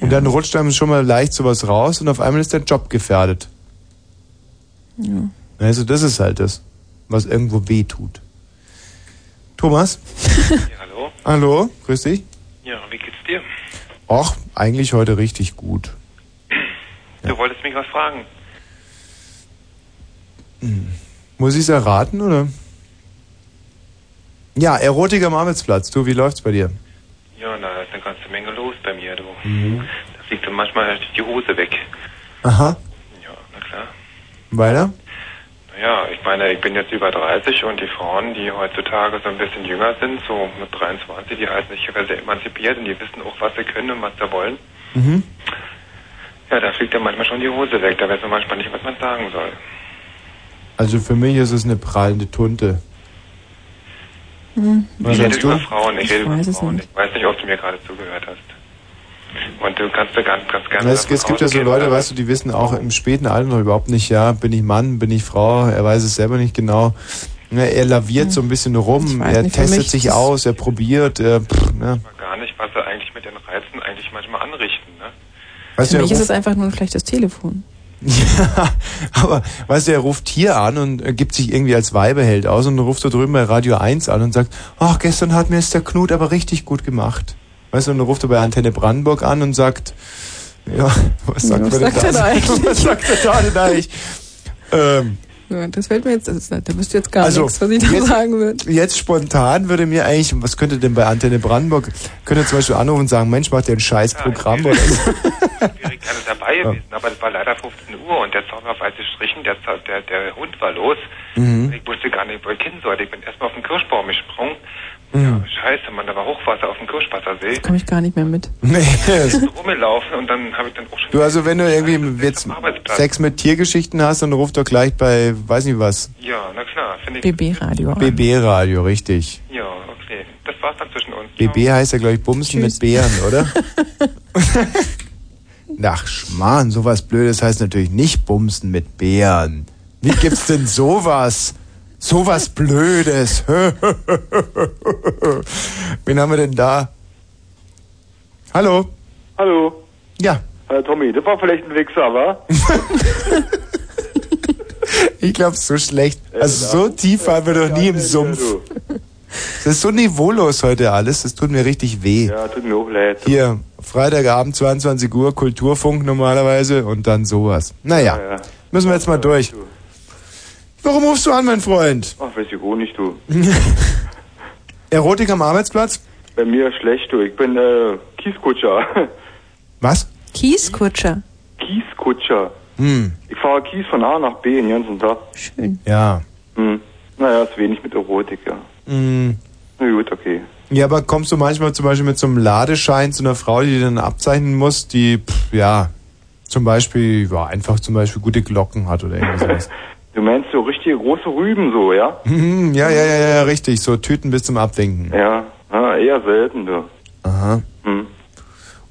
Speaker 1: Und dann rutscht einem schon mal leicht sowas raus und auf einmal ist der Job gefährdet.
Speaker 2: Ja.
Speaker 1: Also das ist halt das, was irgendwo weh tut. Thomas?
Speaker 22: hallo?
Speaker 1: Hallo, grüß dich.
Speaker 22: Ja, wie geht's dir?
Speaker 1: Och, eigentlich heute richtig gut.
Speaker 22: Du wolltest mich was fragen. Mhm.
Speaker 1: Muss ich es erraten, oder? Ja, Erotik am Arbeitsplatz. Du, wie läuft's bei dir?
Speaker 22: Ja, na, da ist eine ganze Menge los bei mir, du. Da fliegt dann manchmal halt die Hose weg.
Speaker 1: Aha.
Speaker 22: Ja, na klar.
Speaker 1: Weiter?
Speaker 22: Naja, ich meine, ich bin jetzt über 30 und die Frauen, die heutzutage so ein bisschen jünger sind, so mit 23, die halten sich sehr emanzipiert und die wissen auch, was sie können und was sie wollen.
Speaker 1: Mhm.
Speaker 22: Ja, da fliegt dann manchmal schon die Hose weg. Da weiß man manchmal nicht, was man sagen soll.
Speaker 1: Also für mich ist es eine prallende Tunte. Was
Speaker 22: ich rede
Speaker 1: sagst du?
Speaker 22: über Frauen, ich,
Speaker 1: Ich
Speaker 22: rede über
Speaker 1: weiß es
Speaker 22: Frauen.
Speaker 1: nicht.
Speaker 22: Ich weiß nicht, ob du mir gerade zugehört hast. Und du kannst ja ganz, ganz gerne.
Speaker 1: Es, es gibt ja so Leute, weißt du, die wissen auch im späten Alter noch überhaupt nicht, ja, bin ich Mann, bin ich Frau, er weiß es selber nicht genau. Ne, Er
Speaker 2: Hm.
Speaker 1: laviert so ein bisschen rum,
Speaker 22: weiß
Speaker 1: er
Speaker 22: nicht, für
Speaker 1: testet
Speaker 22: mich
Speaker 1: sich
Speaker 22: ist-
Speaker 1: aus, er probiert. Er, pff, ne.
Speaker 22: Gar nicht, was sie eigentlich mit den Reizen eigentlich manchmal anrichten, ne?
Speaker 1: weißt du,
Speaker 2: Für
Speaker 1: er
Speaker 2: mich ist es
Speaker 1: ruft,
Speaker 2: einfach nur ein schlechtes Telefon.
Speaker 1: aber, weißt du, er ruft hier an und äh, gibt sich irgendwie als Weibeheld aus und ruft so drüben bei Radio 1 an und sagt, ach, gestern hat mir es der Knut aber richtig gut gemacht. Weißt du, und dann ruft er bei Antenne Brandenburg an und sagt, ja, was sagt,
Speaker 2: Was
Speaker 1: man denn
Speaker 2: sagt er da eigentlich?
Speaker 1: Was sagt er da denn eigentlich? ähm,
Speaker 2: Ja, Das fällt mir jetzt, das ist, da wüsste jetzt gar
Speaker 1: Also,
Speaker 2: nichts, was ich da
Speaker 1: jetzt-
Speaker 2: sagen würde.
Speaker 1: jetzt spontan würde mir eigentlich, was könnte denn bei Antenne Brandenburg, könnte er zum Beispiel anrufen und sagen, Mensch, macht ihr ein scheiß Programm oder so.
Speaker 22: gerne dabei gewesen, aber es war leider 15 Uhr und der Zaun war auf weiße Strichen, der, Zau- der, der Hund war los.
Speaker 1: Mhm.
Speaker 22: Ich wusste gar nicht, wo ich hin sollte. Ich bin erstmal auf den Kirschbaum gesprungen.
Speaker 1: Mhm.
Speaker 22: Scheiße, Mann, da war Hochwasser auf dem Kirschwassersee.
Speaker 2: Komme ich gar nicht mehr mit.
Speaker 1: Nee, also,
Speaker 22: Ich bin rumgelaufen und dann habe ich dann auch schon
Speaker 1: Du, also wenn du irgendwie jetzt
Speaker 22: Arbeitsplatz.
Speaker 1: Sex mit Tiergeschichten hast, dann ruf doch gleich bei, weiß nicht was,
Speaker 22: Ja, na klar, finde ich.
Speaker 2: BB-Radio.
Speaker 1: BB-Radio, richtig.
Speaker 22: Ja, okay. Das war's dann zwischen uns.
Speaker 1: BB heißt ja, glaube ich, Bumsen mit Bären, oder? Ach, Schmarrn, sowas Blödes heißt natürlich nicht Bumsen mit Bären. Wie gibt's denn sowas? Sowas Blödes. Wen haben wir denn da? Hallo?
Speaker 23: Hallo.
Speaker 1: Ja.
Speaker 23: Herr Tommy, das war vielleicht ein Wichser, wa?
Speaker 1: Ich glaube, so schlecht. Also
Speaker 23: genau.
Speaker 1: so tief waren wir noch nie im Sumpf. Das ist so niveaulos heute alles. Das tut mir richtig weh.
Speaker 23: Ja, tut mir auch leid.
Speaker 1: Hier, Freitagabend, 22 Uhr, Kulturfunk normalerweise und dann sowas. Naja,
Speaker 23: Ja, ja.
Speaker 1: müssen wir jetzt mal durch. Warum rufst du an, mein Freund?
Speaker 23: Ach, weiß ich auch nicht, du.
Speaker 1: Erotik am Arbeitsplatz?
Speaker 23: Bei mir schlecht, du. Ich bin äh, Kieskutscher.
Speaker 1: Was?
Speaker 2: Kieskutscher.
Speaker 23: Kieskutscher.
Speaker 1: Hm,
Speaker 23: Ich fahre Kies von A nach B den ganzen Tag.
Speaker 2: Schön.
Speaker 1: ja.
Speaker 23: Hm. Naja, ist wenig mit Erotik, ja. Mhm.
Speaker 1: Hm.
Speaker 23: Na gut, okay.
Speaker 1: Ja, aber kommst du manchmal zum Beispiel mit so einem Ladeschein zu einer Frau, die dir dann abzeichnen muss, die, pff, ja, zum Beispiel, ja, einfach zum Beispiel gute Glocken hat oder irgendwas.
Speaker 23: Du meinst so richtige große Rüben so, ja?
Speaker 1: Mhm, ja, ja, ja, ja, richtig. So Tüten bis zum Abwinken.
Speaker 23: Ja, ah, eher selten, du.
Speaker 1: Aha.
Speaker 23: Hm.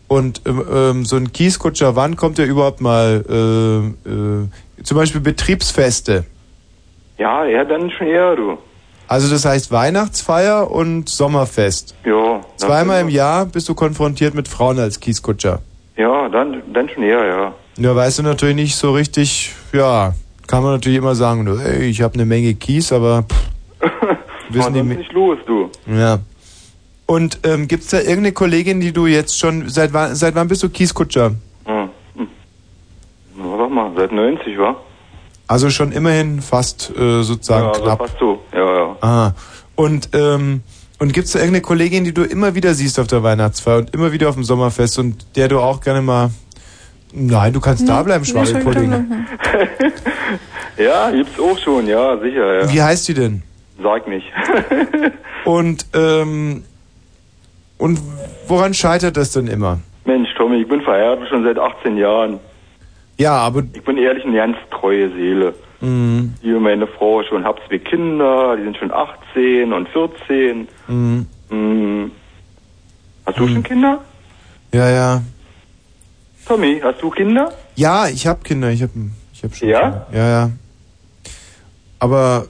Speaker 1: Und ähm, ähm, so ein Kieskutscher, wann kommt der überhaupt mal? Äh, äh, zum Beispiel Betriebsfeste.
Speaker 23: Ja, eher dann schon eher, du.
Speaker 1: Also das heißt Weihnachtsfeier und Sommerfest.
Speaker 23: Ja.
Speaker 1: Zweimal im Jahr bist du konfrontiert mit Frauen als Kieskutscher.
Speaker 23: Ja, dann, dann schon eher, ja.
Speaker 1: Ja, weißt du natürlich nicht so richtig, ja, kann man natürlich immer sagen, du, hey, ich habe eine Menge Kies, aber pff, wissen die
Speaker 23: Nicht los, du.
Speaker 1: Ja. Und ähm, gibt's da irgendeine Kollegin, die du jetzt schon, seit wann, seit wann bist du Kieskutscher?
Speaker 23: Hm. Hm. Na, sag mal, seit 90, wa?
Speaker 1: Also schon immerhin fast äh, sozusagen
Speaker 23: ja, also
Speaker 1: knapp.
Speaker 23: fast so. Ja, ja.
Speaker 1: Ah. Und, ähm, und gibt's da irgendeine Kollegin, die du immer wieder siehst auf der Weihnachtsfeier und immer wieder auf dem Sommerfest und der du auch gerne mal... Nein, du kannst da bleiben, Schwabbelpudding.
Speaker 23: Ja, gibt's auch schon, ja, sicher, ja.
Speaker 1: Wie heißt die denn?
Speaker 23: Sag nicht.
Speaker 1: Und, ähm, und woran scheitert das denn immer?
Speaker 23: Mensch, Tommy, ich bin verheiratet schon seit 18 Jahren.
Speaker 1: Ja, aber...
Speaker 23: Ich bin ehrlich eine ganz treue Seele.
Speaker 1: Mhm.
Speaker 23: Hier meine Frau schon, hab zwei Kinder, die sind schon 18 und 14.
Speaker 1: Mhm.
Speaker 23: Hm. Hast du schon Kinder?
Speaker 1: Hm. Ja, ja.
Speaker 23: Tommy, hast du Kinder?
Speaker 1: Ja, ich hab Kinder, ich hab, ich hab schon
Speaker 23: Ja?
Speaker 1: Kinder. Ja, ja. Aber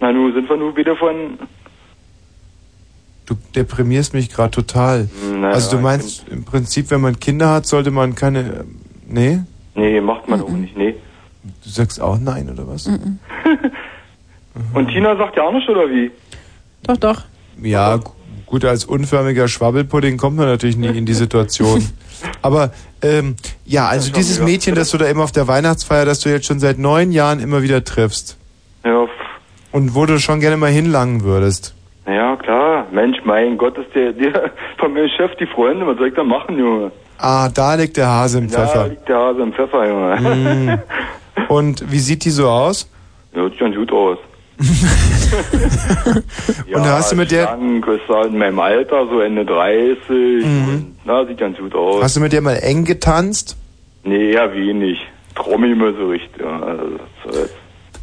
Speaker 23: Na, nun sind wir nun wieder von...
Speaker 1: du deprimierst mich gerade total.
Speaker 23: naja,
Speaker 1: also du
Speaker 23: Hm, ich
Speaker 1: meinst im Prinzip, wenn man Kinder hat, sollte man keine... ähm, Nee?
Speaker 23: Nee, macht
Speaker 1: Mhm.
Speaker 23: man auch nicht, nee.
Speaker 1: Du sagst auch nein, oder was? Mhm.
Speaker 23: Und Tina sagt ja auch nicht, oder wie?
Speaker 2: Doch, doch.
Speaker 1: Ja, gu- gut, als unförmiger Schwabbelpudding kommt man natürlich nie in die Situation. Aber ähm, ja, also dieses Mädchen, das du da immer auf der Weihnachtsfeier, das du jetzt schon seit neun Jahren immer wieder triffst.
Speaker 23: Ja,
Speaker 1: Und wo du schon gerne mal hinlangen würdest.
Speaker 23: Ja, klar. Mensch, mein Gott, ist der, der von meinem Chef die Freunde. Was soll ich da machen, Junge?
Speaker 1: Ah, da liegt der Hase im
Speaker 23: Da
Speaker 1: Pfeffer.
Speaker 23: liegt der Hase im Pfeffer, Junge.
Speaker 1: Mm. Und wie sieht die so aus?
Speaker 23: Ja, sieht ganz gut aus. ja,
Speaker 1: Und hast du mit der-
Speaker 23: Schlank, ist halt in meinem Alter, so Ende 30. Und, na, sieht ganz gut aus.
Speaker 1: Mhm. Hast du mit der mal eng getanzt?
Speaker 23: Nee, eher wenig. Trommi immer so richtig. Ja, also, was soll's.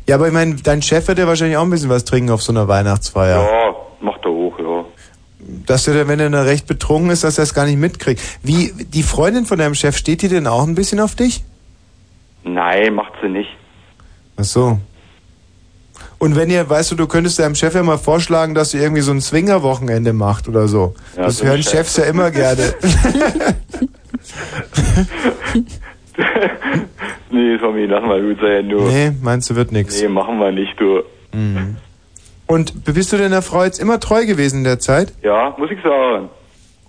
Speaker 1: Ja, aber ich meine, dein Chef wird ja wahrscheinlich auch ein bisschen was trinken auf so einer Weihnachtsfeier.
Speaker 23: ja macht er hoch, ja.
Speaker 1: Dass er, dann, wenn er da recht betrunken ist, dass er es gar nicht mitkriegt. Wie, die Freundin von deinem Chef, steht die denn auch ein bisschen auf dich?
Speaker 23: Nein, macht sie nicht.
Speaker 1: Ach so. Und wenn ihr, weißt du, du könntest deinem Chef ja mal vorschlagen, dass ihr irgendwie so ein Swinger-Wochenende macht oder so.
Speaker 23: Ja,
Speaker 1: das
Speaker 23: so ein
Speaker 1: hören
Speaker 23: Chef.
Speaker 1: Chefs ja immer gerne.
Speaker 23: Nee, Tommy, lass mal gut sein, du.
Speaker 1: nee, meinst du, wird nix.
Speaker 23: Nee, machen wir nicht, du.
Speaker 1: Mhm. Und bist du denn der Frau jetzt immer treu gewesen in der Zeit?
Speaker 23: Ja, muss ich sagen.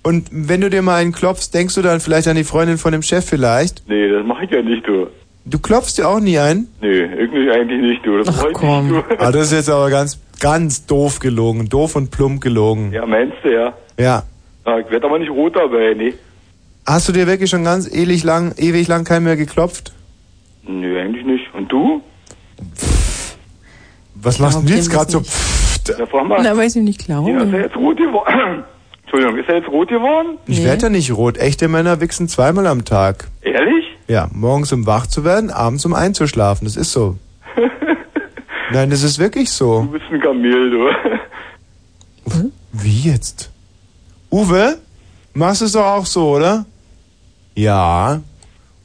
Speaker 1: Und wenn du dir mal einen klopfst, denkst du dann vielleicht an die Freundin von dem Chef vielleicht?
Speaker 23: Nee, das mache ich ja nicht, du.
Speaker 1: Du klopfst dir auch nie ein?
Speaker 23: Nee, irgendwie eigentlich nicht, du. Das freut mich, du.
Speaker 1: Ah, das ist jetzt aber ganz, ganz doof gelogen. Doof und plump gelogen.
Speaker 23: Ja, meinst du, ja.
Speaker 1: Ja.
Speaker 23: Ah, Ich werde aber nicht rot dabei, nee.
Speaker 1: Hast du dir wirklich schon ganz ewig lang, ewig lang keinen mehr geklopft?
Speaker 23: Nö, eigentlich nicht. Und du?
Speaker 1: Was machst du jetzt gerade so?
Speaker 23: Na, frag mal.
Speaker 2: Na, weiß ich nicht, glaube.
Speaker 23: Ja, ist er jetzt rot geworden? Entschuldigung, ist er jetzt rot geworden?
Speaker 1: Ich werde ja nicht rot. Echte Männer wichsen zweimal am Tag.
Speaker 23: Ehrlich?
Speaker 1: Ja, morgens um wach zu werden, abends um einzuschlafen. Das ist so. Nein, das ist wirklich so.
Speaker 23: Du bist ein Kamel, du.
Speaker 1: Hm? Wie jetzt? Uwe, machst du es doch auch so, oder? Ja.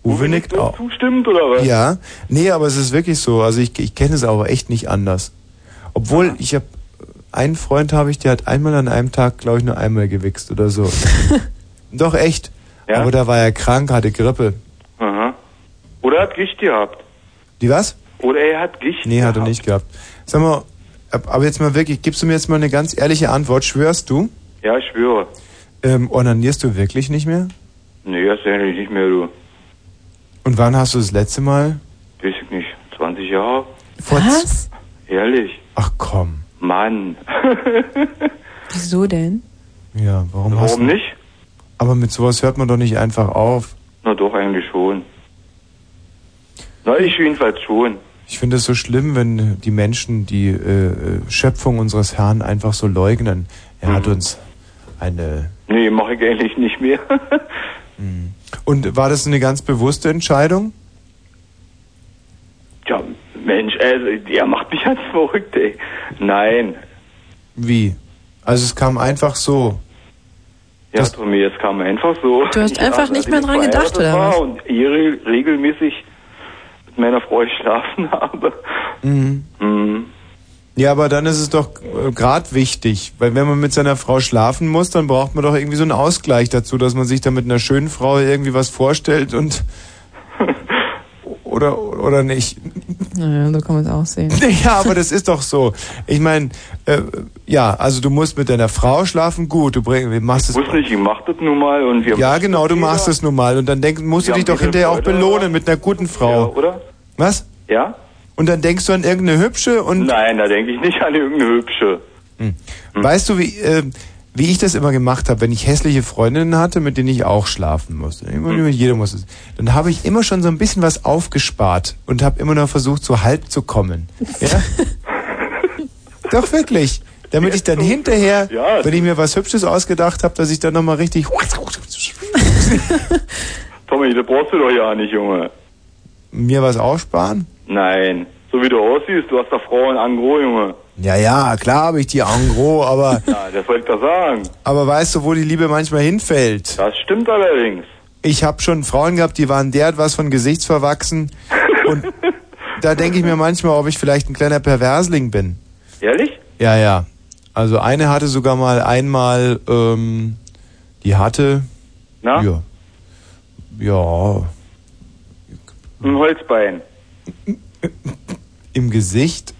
Speaker 1: Uwe nickt auch.
Speaker 23: Zustimmt, oder was?
Speaker 1: Ja, nee, aber es ist wirklich so. Also ich, ich kenne es aber echt nicht anders. Obwohl, ich habe einen Freund habe ich, der hat einmal an einem Tag, glaube ich, nur einmal gewichst oder so. Doch echt. Aber da war er krank, hatte Grippe.
Speaker 23: Aha. Oder er hat Gicht gehabt.
Speaker 1: Die was?
Speaker 23: Oder er hat Gicht.
Speaker 1: Nee, hat er nicht gehabt. Sag mal, ab- aber jetzt mal wirklich, gibst du mir jetzt mal eine ganz ehrliche Antwort? Schwörst du?
Speaker 23: Ja, ich schwöre.
Speaker 1: Ähm, ornanierst du wirklich nicht mehr?
Speaker 23: Nee, das ist eigentlich nicht mehr, du.
Speaker 1: Und wann hast du das letzte Mal?
Speaker 23: Weiß ich nicht. 20 Jahre?
Speaker 1: Was?
Speaker 23: Ehrlich?
Speaker 1: Ach komm.
Speaker 23: Mann.
Speaker 2: Wieso denn?
Speaker 1: Ja, warum, hast du...
Speaker 23: Warum nicht?
Speaker 1: Aber mit sowas hört man doch nicht einfach auf.
Speaker 23: Na doch, eigentlich schon. Na, ich jedenfalls schon.
Speaker 1: Ich finde es so schlimm, wenn die Menschen die äh, äh, Schöpfung unseres Herrn einfach so leugnen. Er hat uns eine...
Speaker 23: Nee, mache ich eigentlich nicht mehr.
Speaker 1: Und war das eine ganz bewusste Entscheidung?
Speaker 23: Tja, Mensch, also, der macht mich als verrückt, ey. Nein.
Speaker 1: Wie? Also es kam einfach so.
Speaker 23: Ja, Tommy, es kam einfach so.
Speaker 2: Du hast
Speaker 23: Ich
Speaker 2: einfach
Speaker 23: saß,
Speaker 2: nicht
Speaker 23: als
Speaker 2: mehr
Speaker 23: ich
Speaker 2: dran gedacht,
Speaker 23: verheiratet
Speaker 2: oder
Speaker 23: war
Speaker 2: was?
Speaker 23: Und regel- regelmäßig mit meiner Frau geschlafen habe.
Speaker 1: Mhm. Ja, aber dann ist es doch äh, grad wichtig, weil wenn man mit seiner Frau schlafen muss, dann braucht man doch irgendwie so einen Ausgleich dazu, dass man sich da mit einer schönen Frau irgendwie was vorstellt und oder oder nicht.
Speaker 2: Naja, so kann man es auch sehen.
Speaker 1: Ja, aber das ist doch so. Ich meine, äh, ja, also du musst mit deiner Frau schlafen, gut, du bring, machst es.
Speaker 23: Ich wusste nicht, ich mach das nun mal und wir
Speaker 1: Ja, genau, du machst es nun mal und dann denk, musst
Speaker 23: Wir
Speaker 1: du dich
Speaker 23: haben
Speaker 1: doch
Speaker 23: diese
Speaker 1: hinterher auch
Speaker 23: Freude,
Speaker 1: belohnen mit einer guten Frau.
Speaker 23: oder?
Speaker 1: Was?
Speaker 23: Ja?
Speaker 1: Und dann denkst du an irgendeine hübsche und
Speaker 23: Nein, da denke ich nicht an irgendeine hübsche.
Speaker 1: Weißt du, wie, äh, wie ich das immer gemacht habe, wenn ich hässliche Freundinnen hatte, mit denen ich auch schlafen musste? Immer, Jeder muss es. Dann habe ich immer schon so ein bisschen was aufgespart und habe immer noch versucht, so halb zu kommen. Ja? Doch wirklich. Damit ich dann hinterher, wenn ich mir was Hübsches ausgedacht habe, dass ich dann nochmal richtig...
Speaker 23: Tommy, das brauchst du doch ja nicht, Junge.
Speaker 1: Mir was aussparen?
Speaker 23: Nein. So wie du aussiehst, du hast doch Frauen an Gros, Junge.
Speaker 1: Ja, ja, klar habe ich die en gros, aber,
Speaker 23: Ja, das wollte ich doch sagen.
Speaker 1: aber weißt du, wo die Liebe manchmal hinfällt?
Speaker 23: Das stimmt allerdings.
Speaker 1: ich habe schon Frauen gehabt, die waren derart was von Gesichtsverwachsen. Und da denke ich mir manchmal, ob ich vielleicht ein kleiner Perversling bin.
Speaker 23: Ehrlich?
Speaker 1: Ja, ja. Also eine hatte sogar mal einmal, ähm, die hatte.
Speaker 23: Na?
Speaker 1: Ja. Ja,
Speaker 23: Ein Holzbein.
Speaker 1: im Gesicht.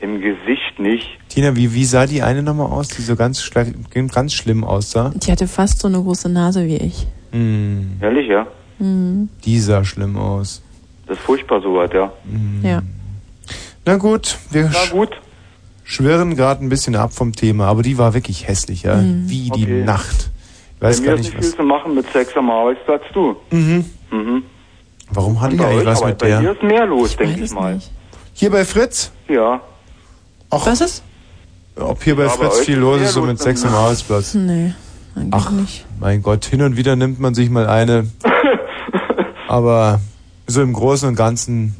Speaker 23: Im Gesicht nicht.
Speaker 1: Tina, wie, wie sah die eine nochmal aus, die so ganz, schle- ganz schlimm aussah?
Speaker 2: Die hatte fast so eine große Nase wie ich.
Speaker 1: Hm,
Speaker 23: Ehrlich, ja?
Speaker 2: Mhm.
Speaker 1: die sah schlimm aus. Hm.
Speaker 23: Das ist furchtbar sowas, ja.
Speaker 1: Mhm.
Speaker 2: Ja.
Speaker 1: Na gut, wir sch- schwirren gerade ein bisschen ab vom Thema, aber die war wirklich hässlich, ja.
Speaker 23: Mhm.
Speaker 1: Wie die
Speaker 23: Okay.
Speaker 1: Nacht. Ich
Speaker 23: Bei
Speaker 1: weiß
Speaker 23: mir
Speaker 1: gar
Speaker 23: ist
Speaker 1: nicht,
Speaker 23: nicht
Speaker 1: was.
Speaker 23: viel zu machen mit Sex am Arbeitsplatz, du.
Speaker 1: Mhm.
Speaker 23: Mhm.
Speaker 1: Warum hatte ich
Speaker 23: Bei
Speaker 1: eigentlich
Speaker 23: euch,
Speaker 1: was
Speaker 23: aber
Speaker 1: mit
Speaker 23: bei dir
Speaker 1: der?
Speaker 23: ist mehr los, denke ich mal.
Speaker 1: Hier bei Fritz?
Speaker 23: Ja.
Speaker 1: Ach,
Speaker 2: was ist?
Speaker 1: Ob hier bei
Speaker 23: Ja, bei
Speaker 1: Fritz
Speaker 23: euch
Speaker 1: viel
Speaker 23: ist
Speaker 1: los
Speaker 23: mehr
Speaker 1: ist, so
Speaker 23: los
Speaker 1: mit
Speaker 23: im-
Speaker 1: Sex am Arbeitsplatz.
Speaker 2: Nee, eigentlich nicht.
Speaker 1: Mein Gott, hin und wieder nimmt man sich mal eine. Aber so im Großen und Ganzen,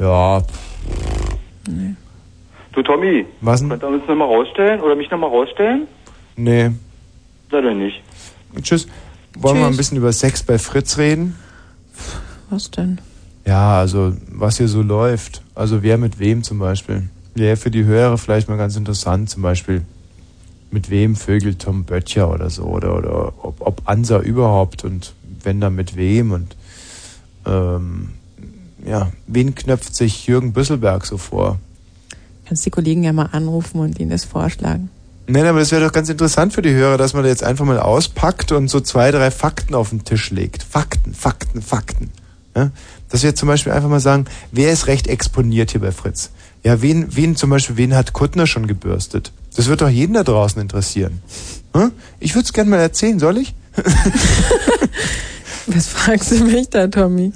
Speaker 1: ja,
Speaker 23: Du, Tommy,
Speaker 1: was denn?
Speaker 23: könnt ihr uns nochmal rausstellen oder mich nochmal rausstellen?
Speaker 1: Nee,
Speaker 23: Leider nicht.
Speaker 1: tschüss. Wollen wir
Speaker 23: Tschüss.
Speaker 1: ein bisschen über Sex bei Fritz reden?
Speaker 2: Was denn?
Speaker 1: Ja, also was hier so läuft. Also wer mit wem zum Beispiel. Wäre für die Hörer vielleicht mal ganz interessant, zum Beispiel mit wem vögelt Tom Böttcher oder so, oder, oder ob, ob Ansa überhaupt und wenn dann mit wem und ähm, ja, wen knöpft sich Jürgen Büsselberg so vor?
Speaker 2: Kannst die Kollegen ja mal anrufen und ihnen das vorschlagen.
Speaker 1: Nein, aber das wäre doch ganz interessant für die Hörer, dass man da jetzt einfach mal auspackt und so zwei, drei Fakten auf den Tisch legt. Fakten, Fakten, Fakten. Ja? Dass wir jetzt zum Beispiel einfach mal sagen, wer ist recht exponiert hier bei Fritz? Ja, wen, wen zum Beispiel, wen hat Kuttner schon gebürstet? Das wird doch jeden da draußen interessieren. Hm? Ich würde es gerne mal erzählen, soll ich?
Speaker 2: Was fragst du mich da, Tommy?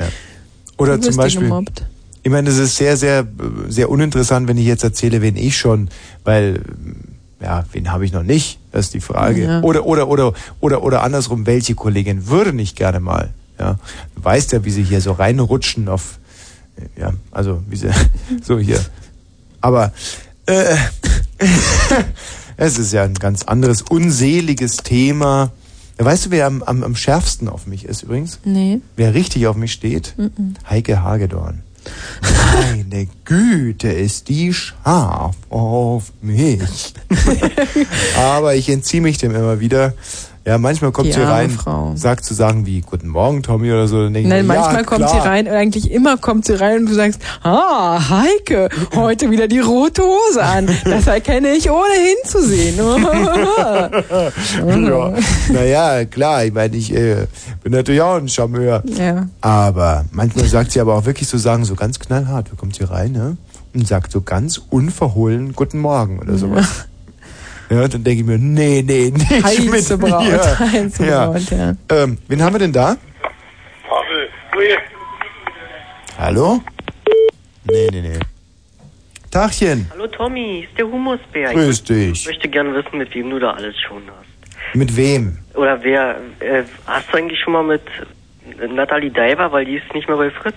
Speaker 1: Oder
Speaker 2: Du
Speaker 1: zum
Speaker 2: wirst ja
Speaker 1: Beispiel.
Speaker 2: gemobbt.
Speaker 1: Ich meine, das ist sehr, sehr, sehr uninteressant, wenn ich jetzt erzähle, wen ich schon, weil, ja, wen habe ich noch nicht? Das ist die Frage.
Speaker 24: Ja.
Speaker 1: Oder, oder, oder, oder, oder andersrum, welche Kollegin würde ich gerne mal? Ja, du weißt ja, wie sie hier so reinrutschen auf, ja, also, wie sie, so hier. Aber, äh, es ist ja ein ganz anderes, unseliges Thema. Weißt du, wer am, am, am schärfsten auf mich ist übrigens?
Speaker 2: Nee.
Speaker 1: Wer richtig auf mich steht?
Speaker 2: Mhm.
Speaker 1: Heike Hagedorn. Meine Güte, ist die scharf auf mich. Aber ich entziehe mich dem immer wieder. Ja, manchmal kommt
Speaker 2: Die
Speaker 1: sie
Speaker 2: arme
Speaker 1: rein,
Speaker 2: Frau.
Speaker 1: sagt zu sagen wie Guten Morgen, Tommy oder so. Dann denke ich
Speaker 2: Nein,
Speaker 1: mir,
Speaker 2: manchmal
Speaker 1: ja,
Speaker 2: kommt sie
Speaker 1: klar.
Speaker 2: rein, eigentlich immer kommt sie rein und du sagst, ah, Heike, heute wieder die rote Hose an. Das erkenne ich ohnehin zu sehen.
Speaker 1: ja. Naja, klar, ich meine, ich äh, bin natürlich auch ein Charmeur.
Speaker 2: ja.
Speaker 1: Aber manchmal sagt sie aber auch wirklich so Sachen, so ganz knallhart, da kommt sie rein, ne? Und sagt so ganz unverhohlen Guten Morgen oder sowas. Ja, und dann denke ich mir, nee, nee, nicht
Speaker 2: Heiße
Speaker 1: mit
Speaker 2: Braut,
Speaker 1: mir.
Speaker 2: heiße
Speaker 1: ja.
Speaker 2: Braut, ja.
Speaker 1: Ähm, wen haben wir denn da?
Speaker 17: Pavel, grüß.
Speaker 1: Hallo? Nee, nee, nee. Tachchen.
Speaker 17: Hallo Tommy, ist der Humusberg.
Speaker 1: Grüß dich.
Speaker 17: Ich möchte gerne wissen, mit wem du da alles schon hast.
Speaker 1: Mit wem?
Speaker 17: Oder wer, äh, hast du eigentlich schon mal mit Nathalie Diver, weil die ist nicht mehr bei Fritz.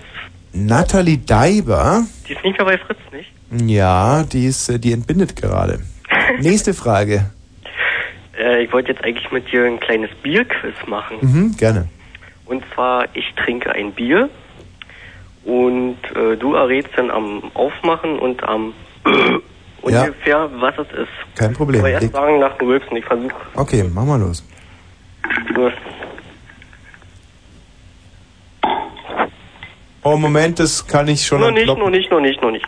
Speaker 1: Natalie Deiber?
Speaker 17: Die ist nicht mehr bei Fritz, nicht?
Speaker 1: Ja, die ist, äh, die entbindet gerade. Nächste Frage.
Speaker 17: Äh, ich wollte jetzt eigentlich mit dir ein kleines Bierquiz machen.
Speaker 1: Mhm, gerne.
Speaker 17: Und zwar, ich trinke ein Bier und äh, du errätst dann am Aufmachen und am ungefähr, was es ist.
Speaker 1: Kein Problem.
Speaker 17: Aber erst sagen nach dem Rülpsen, ich versuche
Speaker 1: Okay, mach mal los.
Speaker 17: nur.
Speaker 1: Oh, Moment, das kann ich schon
Speaker 17: Noch nicht,
Speaker 1: entlocken.
Speaker 17: noch nicht, noch nicht, noch nicht.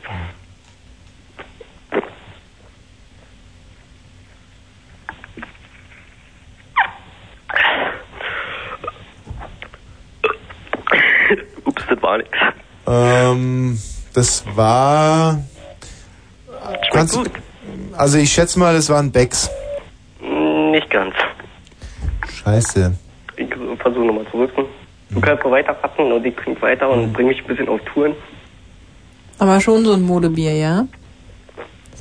Speaker 17: Ups, das war nicht.
Speaker 1: Ähm, das war. Kannst, also ich schätze mal, das waren Becks.
Speaker 17: Nicht ganz.
Speaker 1: Scheiße.
Speaker 17: Ich versuche nochmal zu rücken.
Speaker 1: Mhm.
Speaker 17: Du kannst noch weiter packen und ich trinke weiter und bringe mich ein bisschen auf Touren.
Speaker 2: Aber schon so ein Modebier, ja?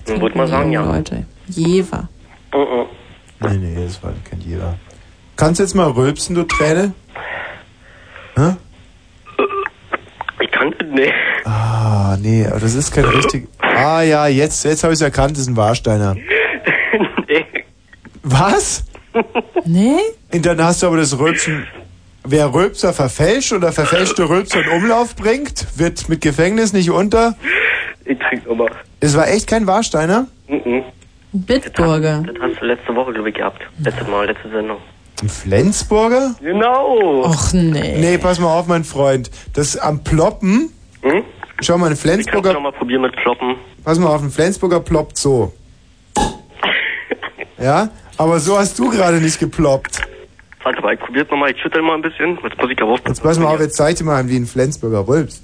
Speaker 17: Dann würde man sagen, ja.
Speaker 2: Leute. Jever.
Speaker 17: Uh-uh.
Speaker 1: Nee, nee, das war kennt jeder. Kannst du jetzt mal rülpsen, du Träne? Hä?
Speaker 17: Ich kann das nicht.
Speaker 1: Ah, nee, aber das ist kein richtig. Ah ja, jetzt, jetzt habe ich es erkannt, das ist ein Warsteiner. Was?
Speaker 2: Nee?
Speaker 1: Und dann hast du aber das Rülpsen. Wer Rülpser verfälscht oder verfälschte Rülpser in Umlauf bringt, wird mit Gefängnis nicht unter.
Speaker 17: Ich trinke aber.
Speaker 1: Es war echt kein Warsteiner?
Speaker 17: Mhm.
Speaker 2: Bitburger.
Speaker 17: Das hast du letzte Woche, glaube ich, gehabt. Letztes Mal, letzte Sendung.
Speaker 1: Ein Flensburger?
Speaker 17: Genau.
Speaker 2: Och nee.
Speaker 1: Nee, pass mal auf, mein Freund. Das am Ploppen. Schau mal, ein Flensburger.
Speaker 17: Mal probieren mit Ploppen.
Speaker 1: Pass mal auf, ein Flensburger ploppt so. ja? Aber so hast du gerade nicht geploppt.
Speaker 17: Warte mal, ich probier's nochmal. Ich schüttel mal ein bisschen. Jetzt muss ich aber aufpassen.
Speaker 1: Jetzt pass mal auf, jetzt zeig dir mal an, wie ein Flensburger rülpst.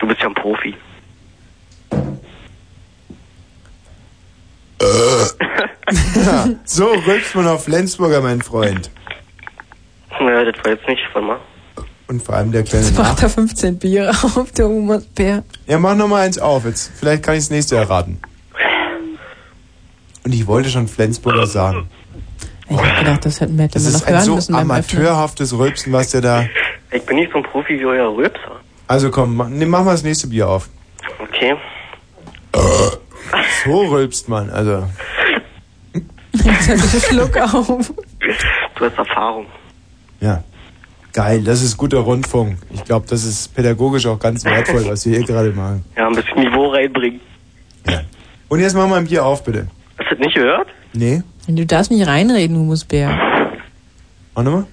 Speaker 17: Du bist ja ein Profi.
Speaker 1: ja, so rülpst man auf Flensburger, mein Freund.
Speaker 17: Naja, das war jetzt nicht. Warte mal.
Speaker 1: Und vor allem der kleine
Speaker 2: Jetzt macht
Speaker 1: Nach
Speaker 2: er 15 Bier auf, der Humusbär.
Speaker 1: Ja, mach noch mal eins auf jetzt. Vielleicht kann ich das nächste erraten. Und ich wollte schon Flensburger sagen.
Speaker 2: Ich hab gedacht, das hätten wir, hätten
Speaker 1: Das
Speaker 2: wir
Speaker 1: ist
Speaker 2: noch
Speaker 1: ein
Speaker 2: hören
Speaker 1: so
Speaker 2: müssen beim Öffnen.
Speaker 1: amateurhaftes Rülpsen, was der da...
Speaker 17: Ich bin nicht so ein Profi wie euer Rülpser.
Speaker 1: Also komm, mach, nee, mach mal das nächste Bier auf.
Speaker 17: Okay.
Speaker 1: So rülpst man, also...
Speaker 2: Jetzt hat er Schluck auf.
Speaker 17: Du hast Erfahrung.
Speaker 1: Ja. Geil, das ist guter Rundfunk. Ich glaube, das ist pädagogisch auch ganz wertvoll, was wir hier gerade machen.
Speaker 17: Ja, ein bisschen Niveau reinbringen.
Speaker 1: Und jetzt machen wir ein Bier auf, bitte.
Speaker 17: Hast du das nicht gehört?
Speaker 1: Nee.
Speaker 2: Du darfst nicht reinreden, Humusbär.
Speaker 1: Mach nochmal.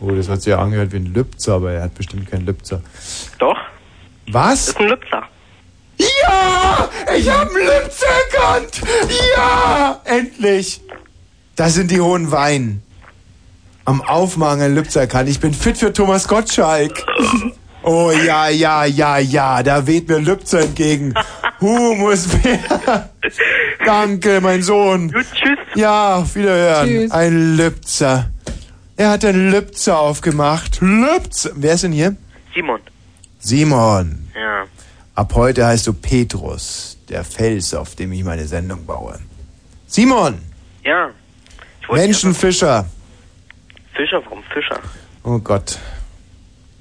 Speaker 1: Oh, das hat sich ja angehört wie ein Lübzer, aber er hat bestimmt keinen Lübzer.
Speaker 17: Doch.
Speaker 1: Was?
Speaker 17: Das ist ein Lübzer.
Speaker 1: Ja! Ich hab einen Lübzer Deutschland! Ja! Endlich! Das sind die hohen Wein. Am Aufmachen in Lübzerkan. Ich bin fit für Thomas Gottschalk. Oh ja, ja, ja, ja. Da weht mir Lübzer entgegen. Humus. Danke, mein Sohn. tschüss. Ja, auf Wiederhören.
Speaker 6: Tschüss.
Speaker 1: Ein Lübzer. Er hat einen Lübzer aufgemacht. Lübzer. Wer ist denn hier?
Speaker 11: Simon.
Speaker 1: Simon.
Speaker 11: Ja.
Speaker 1: Ab heute heißt du Petrus, der Fels, auf dem ich meine Sendung baue. Simon,
Speaker 11: Ja.
Speaker 1: Menschenfischer.
Speaker 11: Fischer, warum Fischer?
Speaker 1: Oh Gott,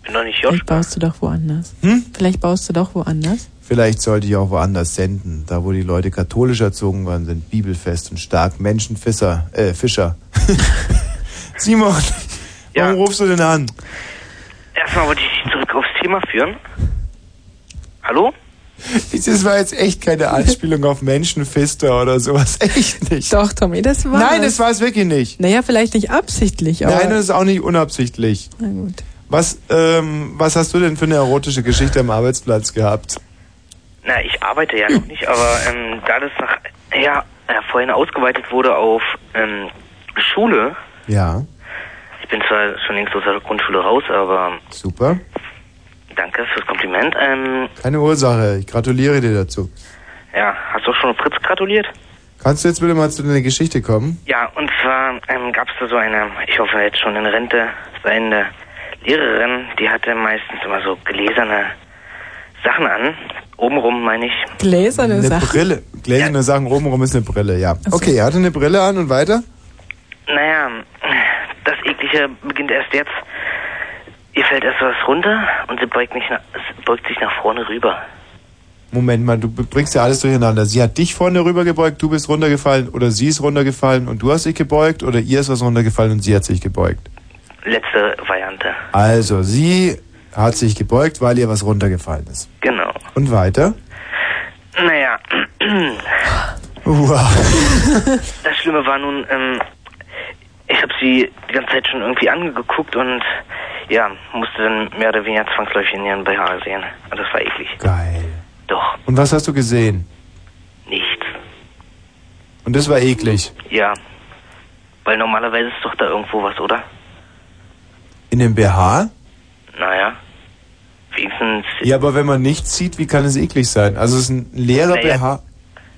Speaker 11: Bin doch nicht
Speaker 2: Vielleicht baust du doch woanders.
Speaker 1: Hm?
Speaker 2: Vielleicht baust du doch woanders.
Speaker 1: vielleicht sollte ich auch woanders senden, da wo die Leute katholisch erzogen worden sind, bibelfest und stark. Menschenfischer, äh, Fischer. Simon, warum rufst du denn an?
Speaker 11: Erstmal wollte ich dich zurück aufs Thema führen. Hallo?
Speaker 1: Das war jetzt echt keine Anspielung auf Menschenfister oder sowas. Echt nicht.
Speaker 2: Doch, Tommy, das war
Speaker 1: Nein,
Speaker 2: es.
Speaker 1: das war es wirklich nicht.
Speaker 2: Naja, vielleicht nicht absichtlich, aber.
Speaker 1: Nein, das ist auch nicht unabsichtlich.
Speaker 2: Na gut.
Speaker 1: Was, ähm, was hast du denn für eine erotische Geschichte am Arbeitsplatz gehabt?
Speaker 11: Na, ich arbeite ja noch nicht, aber ähm, da das nach, ja, äh, vorhin ausgeweitet wurde auf ähm, Schule,
Speaker 1: Ja,
Speaker 11: ich bin zwar schon längst aus der Grundschule raus, aber
Speaker 1: super.
Speaker 11: danke fürs Kompliment. Ähm,
Speaker 1: Keine Ursache. Ich gratuliere dir dazu.
Speaker 11: ja, hast du auch schon Fritz gratuliert?
Speaker 1: Kannst du jetzt bitte mal zu deiner Geschichte kommen?
Speaker 11: Ja, und zwar ähm, gab es da so eine, ich hoffe jetzt schon in Rente seiende Lehrerin, die hatte meistens immer so gläserne Sachen an. Obenrum meine ich.
Speaker 2: Gläserne
Speaker 1: Eine
Speaker 2: Sache.
Speaker 1: Brille. Gläserne Sachen obenrum ist eine Brille, ja. Okay, er hatte eine Brille an und weiter?
Speaker 11: Naja, das Eklige beginnt erst jetzt. Ihr fällt erst was runter und sie beugt, nicht nach, es beugt sich nach vorne rüber.
Speaker 1: Moment mal, du bringst ja alles durcheinander. Sie hat dich vorne rübergebeugt, du bist runtergefallen oder sie ist runtergefallen und du hast dich gebeugt oder ihr ist was runtergefallen und sie hat sich gebeugt.
Speaker 11: Letzte Variante.
Speaker 1: Also, sie hat sich gebeugt, weil ihr was runtergefallen ist.
Speaker 11: Genau.
Speaker 1: Und weiter?
Speaker 11: Naja,
Speaker 1: Wow.
Speaker 11: das Schlimme war nun, ähm, ich habe sie die ganze Zeit schon irgendwie angeguckt und ja, musste dann mehr oder weniger zwangsläufig in ihren BH sehen. Und das war eklig.
Speaker 1: Geil.
Speaker 11: Doch,
Speaker 1: Und was hast du gesehen?
Speaker 11: nichts.
Speaker 1: Und das war eklig.
Speaker 11: Ja. Weil normalerweise ist doch da irgendwo was, oder?
Speaker 1: In dem BH?
Speaker 11: Naja. Wenigstens,
Speaker 1: Ja, aber wenn man nichts sieht, wie kann es eklig sein? Also es ist ein leerer
Speaker 11: Naja.
Speaker 1: BH.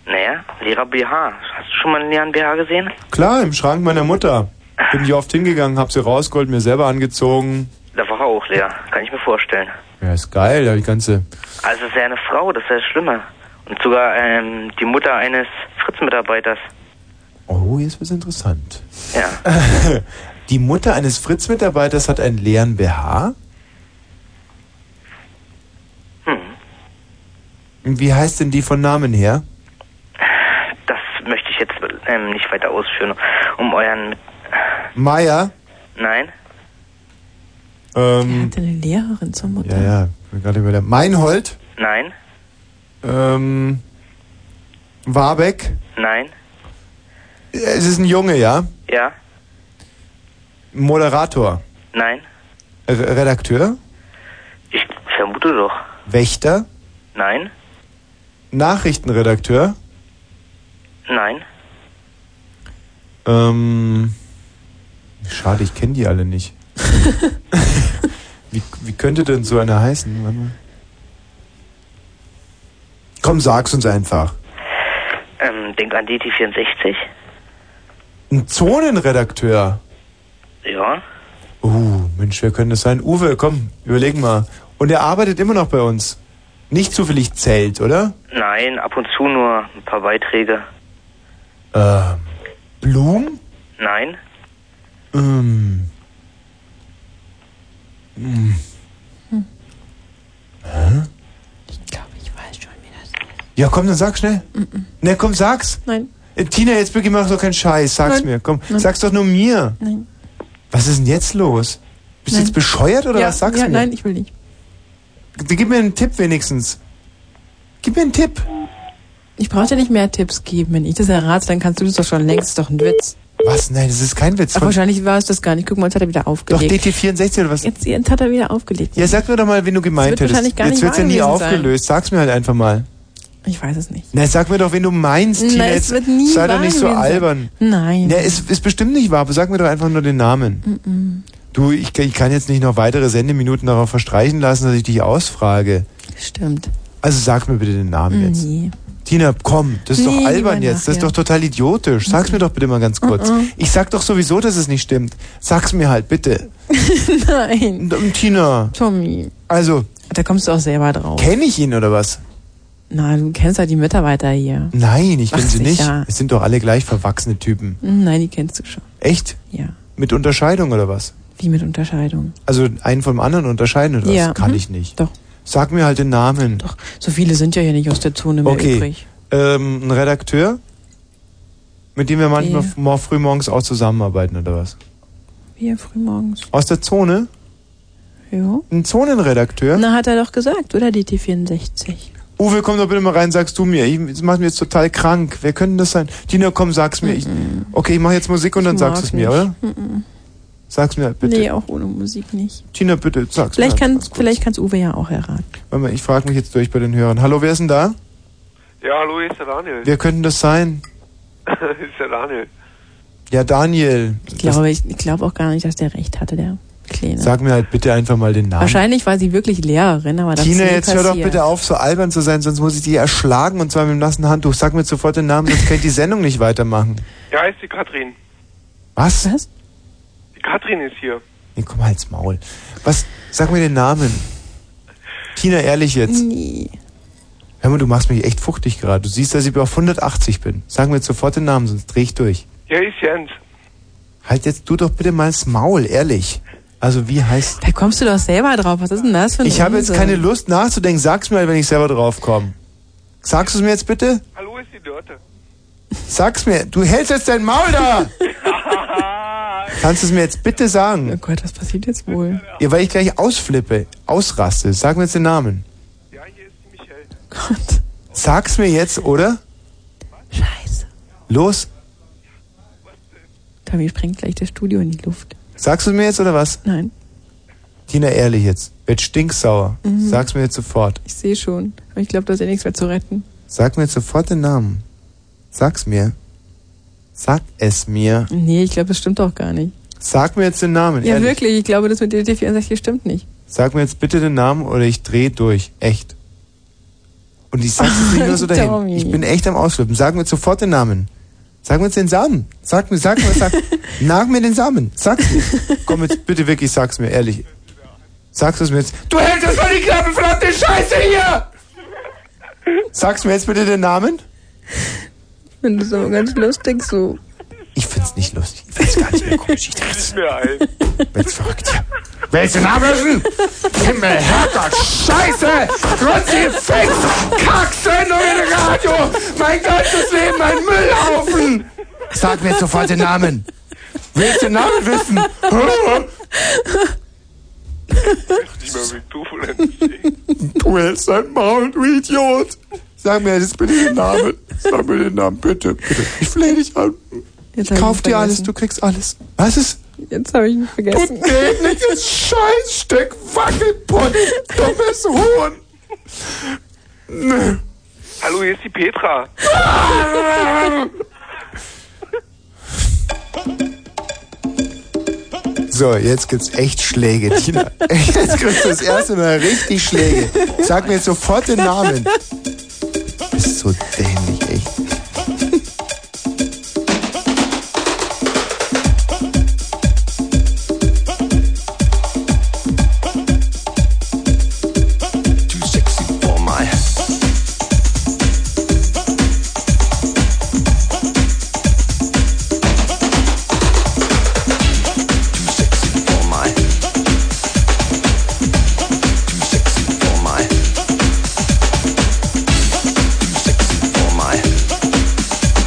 Speaker 11: naja, leerer BH. Hast du schon mal einen leeren BH gesehen?
Speaker 1: Klar, im Schrank meiner Mutter. Bin ich oft hingegangen, hab sie rausgeholt, mir selber angezogen.
Speaker 11: Da war er auch leer, kann ich mir vorstellen.
Speaker 1: Ja, ist geil, ja, die ganze.
Speaker 11: Also ist ja eine Frau, das ist ja das Schlimme. Und sogar ähm, die Mutter eines Fritz-Mitarbeiters.
Speaker 1: Oh, jetzt wird's interessant.
Speaker 11: Ja.
Speaker 1: Die Mutter eines Fritz-Mitarbeiters hat einen leeren BH? Hm. Wie heißt denn die von Namen her?
Speaker 11: Das möchte ich jetzt ähm, nicht weiter ausführen. Um euren...
Speaker 1: Meier?
Speaker 11: Nein?
Speaker 1: Ähm,
Speaker 2: Hatte eine Lehrerin zur Mutter.
Speaker 1: ja, ja, bin gerade über der. Meinhold?
Speaker 11: Nein?
Speaker 1: Ähm, Warbeck?
Speaker 11: Nein?
Speaker 1: Es ist ein Junge, ja?
Speaker 11: Ja?
Speaker 1: Moderator?
Speaker 11: Nein?
Speaker 1: Re- Redakteur?
Speaker 11: Ich vermute doch.
Speaker 1: Wächter?
Speaker 11: Nein?
Speaker 1: Nachrichtenredakteur?
Speaker 11: Nein?
Speaker 1: Ähm, schade, ich kenne die alle nicht. wie, wie könnte denn so einer heißen? Warte mal. Komm, sag's uns einfach.
Speaker 11: Ähm, denk an DT64.
Speaker 1: Ein Zonenredakteur.
Speaker 11: Ja?
Speaker 1: Uh, Mensch, wer könnte das sein? Uwe, komm, überleg mal. Und er arbeitet immer noch bei uns. Nicht zufällig Zelt, oder?
Speaker 11: Nein, ab und zu nur ein paar Beiträge.
Speaker 1: Ähm, Blum?
Speaker 11: Nein?
Speaker 1: Ähm. Hm. Hä? Ja, komm, dann sag schnell. Ne, komm, sag's.
Speaker 2: Mm, Nein.
Speaker 1: Äh, Tina, jetzt wirklich mach doch keinen Scheiß. Sag's
Speaker 2: Nein.
Speaker 1: mir. Komm,
Speaker 2: Nein.
Speaker 1: sag's doch nur mir.
Speaker 2: Nein.
Speaker 1: Was ist denn jetzt los? Bist du
Speaker 2: Nein.
Speaker 1: jetzt bescheuert oder
Speaker 2: ja,
Speaker 1: was sagst
Speaker 2: ja,
Speaker 1: du mir?
Speaker 2: Nein, ich will nicht.
Speaker 1: G- Gib mir einen Tipp wenigstens. Gib mir einen Tipp.
Speaker 2: Ich brauche dir nicht mehr Tipps geben. Wenn ich das errate, dann kannst du das doch schon längst. Das ist doch ein Witz.
Speaker 1: Was? Nein, das ist kein Witz.
Speaker 2: Aber
Speaker 1: Von-
Speaker 2: wahrscheinlich war es das gar nicht. Guck mal, jetzt hat er wieder
Speaker 1: doch
Speaker 2: aufgelegt.
Speaker 1: DT64 oder was?
Speaker 2: jetzt, jetzt hat er wieder aufgelegt.
Speaker 1: Ja, sag mir doch mal, wen du gemeint
Speaker 2: wird wahrscheinlich
Speaker 1: hättest.
Speaker 2: gar
Speaker 1: Jetzt
Speaker 2: nicht
Speaker 1: wird's ja
Speaker 2: wahr
Speaker 1: nie
Speaker 2: gewesen sein.
Speaker 1: aufgelöst. Sag's mir halt einfach mal.
Speaker 2: Ich weiß es nicht.
Speaker 1: Na, sag mir doch, wen du meinst,
Speaker 2: Na,
Speaker 1: Tina.
Speaker 2: Ne, es
Speaker 1: Jetzt
Speaker 2: wird nie
Speaker 1: sei doch
Speaker 2: wahr
Speaker 1: nicht so
Speaker 2: gewesen sein.
Speaker 1: albern.
Speaker 2: Nein.
Speaker 1: Na, ist, ist bestimmt nicht wahr, aber sag mir doch einfach nur den Namen.
Speaker 2: Mm-mm.
Speaker 1: Du, ich, ich kann jetzt nicht noch weitere Sendeminuten darauf verstreichen lassen, dass ich dich ausfrage.
Speaker 2: Stimmt.
Speaker 1: Also sag mir bitte den Namen jetzt.
Speaker 2: Nee.
Speaker 1: Tina, komm, das ist
Speaker 2: Nee,
Speaker 1: doch albern
Speaker 2: lieber
Speaker 1: jetzt, das ist
Speaker 2: nachher.
Speaker 1: doch total idiotisch. Sag's mir doch bitte mal ganz kurz.
Speaker 2: Mm-mm.
Speaker 1: Ich sag doch sowieso, dass es nicht stimmt. Sag's mir halt, bitte.
Speaker 2: Nein.
Speaker 1: Tina.
Speaker 2: Tommy.
Speaker 1: Also.
Speaker 2: Da kommst du auch selber drauf.
Speaker 1: Kenn ich ihn oder was?
Speaker 2: Na, du kennst ja die Mitarbeiter hier.
Speaker 1: Nein, ich
Speaker 2: Ach,
Speaker 1: kenn sie nicht.
Speaker 2: sicher.
Speaker 1: Es sind doch alle gleich verwachsene Typen.
Speaker 2: Hm, Nein, die kennst du schon.
Speaker 1: Echt?
Speaker 2: Ja.
Speaker 1: Mit Unterscheidung oder was?
Speaker 2: Wie mit Unterscheidung.
Speaker 1: Also einen vom anderen unterscheiden oder was?
Speaker 2: Ja,
Speaker 1: Kann
Speaker 2: mhm.
Speaker 1: ich nicht.
Speaker 2: Doch.
Speaker 1: Sag mir halt den Namen. Doch,
Speaker 2: So viele sind ja hier nicht aus der Zone mehr
Speaker 1: okay.
Speaker 2: übrig.
Speaker 1: Ähm, ein Redakteur, mit dem wir manchmal
Speaker 2: Ja.
Speaker 1: f- mor- früh morgens auch zusammenarbeiten oder was?
Speaker 2: Hier frühmorgens.
Speaker 1: Aus der Zone?
Speaker 2: Ja.
Speaker 1: Ein Zonenredakteur?
Speaker 2: Na, hat er doch gesagt, oder? Die T64.
Speaker 1: Uwe, komm doch bitte mal rein, sagst du mir. Ich, das macht mich jetzt total krank. Wer könnte das sein? Tina, komm, sag's mir. Ich,
Speaker 2: Mhm.
Speaker 1: okay, ich mache jetzt Musik und dann sagst du es mir, oder?
Speaker 2: Mm-mm.
Speaker 1: Sag's mir halt bitte.
Speaker 2: Nee, auch ohne Musik nicht.
Speaker 1: Tina, bitte, sag's
Speaker 2: Vielleicht
Speaker 1: mir. halt.
Speaker 2: kann vielleicht kann's Uwe ja auch erraten.
Speaker 1: Warte mal, ich frage mich jetzt durch bei den Hörern. Hallo, wer ist denn da?
Speaker 22: Ja, hallo, hier ist der Daniel.
Speaker 1: Wer könnte das sein?
Speaker 22: ist der Daniel.
Speaker 1: Ja, Daniel.
Speaker 2: Ich glaube, ne? ich, ich glaube auch gar nicht, dass der recht hatte, der Kleine.
Speaker 1: Sag mir halt bitte einfach mal den Namen.
Speaker 2: Wahrscheinlich war sie wirklich Lehrerin, aber das
Speaker 1: Tina,
Speaker 2: ist nie
Speaker 1: jetzt
Speaker 2: passiert.
Speaker 1: hör doch bitte auf, so albern zu sein, sonst muss ich dich erschlagen und zwar mit dem nassen Handtuch. Sag mir sofort den Namen, sonst kann ich die Sendung nicht weitermachen.
Speaker 22: Ja, ist die Katrin.
Speaker 1: Was? Was?
Speaker 22: Die Katrin ist hier.
Speaker 1: Nee, komm mal ins Maul. Was? Sag mir den Namen. Tina, ehrlich jetzt.
Speaker 2: Nee.
Speaker 1: Hör mal, du machst mich echt fuchtig gerade. Du siehst, dass ich auf 180 bin. Sag mir jetzt sofort den Namen, sonst dreh ich durch.
Speaker 22: Ja, ist Jens.
Speaker 1: Halt jetzt du doch bitte mal ins Maul, ehrlich. Also wie heißt...
Speaker 2: Da kommst du doch selber drauf. Was ist denn das für ein
Speaker 1: Ich habe jetzt
Speaker 2: Unsinn?
Speaker 1: keine Lust nachzudenken. Sag's mir, wenn ich selber draufkomme. Sagst du es mir jetzt bitte?
Speaker 22: Hallo, ist die Dörte.
Speaker 1: Sag's mir. Du hältst jetzt dein Maul da! Kannst du es mir jetzt bitte sagen? Oh
Speaker 2: Gott, was passiert jetzt wohl?
Speaker 1: Ja, weil ich gleich ausflippe, ausraste. Sag mir jetzt den Namen. Ja, hier ist die Michelle. Gott. Sag's mir jetzt, oder?
Speaker 2: Scheiße.
Speaker 1: Los,
Speaker 2: Tommy sprengt gleich das Studio in die Luft.
Speaker 1: sagst du mir jetzt oder was?
Speaker 2: Nein.
Speaker 1: Tina, ehrlich jetzt. Werd stinksauer.
Speaker 2: Mhm.
Speaker 1: Sag's mir jetzt sofort.
Speaker 2: Ich sehe schon. Aber ich glaube, da ist ja nichts mehr zu retten.
Speaker 1: Sag mir jetzt sofort den Namen. Sag's mir. Sag es mir.
Speaker 2: Nee, ich glaube, das stimmt doch gar nicht.
Speaker 1: Sag mir jetzt den Namen.
Speaker 2: Ja,
Speaker 1: ehrlich.
Speaker 2: wirklich. Ich glaube, das mit der T64 stimmt nicht.
Speaker 1: Sag mir jetzt bitte den Namen oder ich dreh durch. Echt. Und ich sag's jetzt nicht nur so dahin.
Speaker 2: Tommy.
Speaker 1: Ich bin echt am Ausflippen. Sag mir jetzt sofort den Namen. Sag mir jetzt den Samen. Sag mir, sag mir, sag. Nag mir den Samen. Sag's mir. Komm jetzt bitte wirklich, sag's mir, ehrlich. Sag's es mir jetzt. Du hältst jetzt mal die Klappe, verdammte Scheiße hier! Sag's mir jetzt bitte den Namen.
Speaker 2: Ich finde das aber ganz lustig so.
Speaker 1: Ich find's nicht lustig. Ich find's gar nicht mehr komisch. Ich dachte,
Speaker 22: Nicht mehr ein.
Speaker 1: wenn's verrückt hier. Willst du den Namen wissen? Himmel, Herrgott, Scheiße! Grütze, Fix! Kacksendung im Radio! Mein ganzes Leben ein Müllhaufen! Sag mir jetzt sofort den Namen. Willst du den Namen wissen?
Speaker 22: Nicht mehr wie du von
Speaker 1: Du hältst dein Maul, du Idiot! Sag mir jetzt bitte den Namen. Sag mir den Namen, bitte, bitte. Ich flehe dich an.
Speaker 2: Jetzt hab ich
Speaker 1: Kauf
Speaker 2: ihn
Speaker 1: dir
Speaker 2: vergessen.
Speaker 1: alles, du kriegst alles. Was ist?
Speaker 2: Jetzt habe ich ihn vergessen.
Speaker 1: dämliches Scheißstück Wackelpott, dummes Huhn!
Speaker 22: Hallo, hier ist die Petra.
Speaker 1: So, jetzt gibt's echt Schläge, Tina. Jetzt kriegst du das erste Mal richtig Schläge. Sag mir jetzt sofort den Namen. Bist so dämlich, echt.
Speaker 7: Too sexy for my. Too sexy for my. Too sexy for my.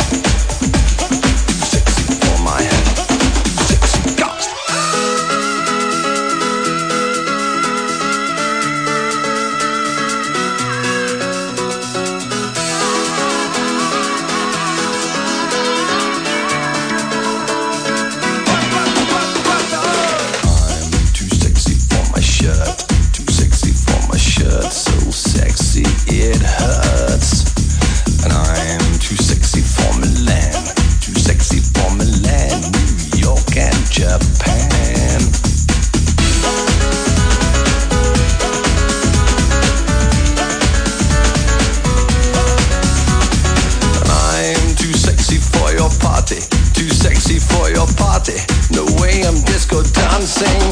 Speaker 4: dancing.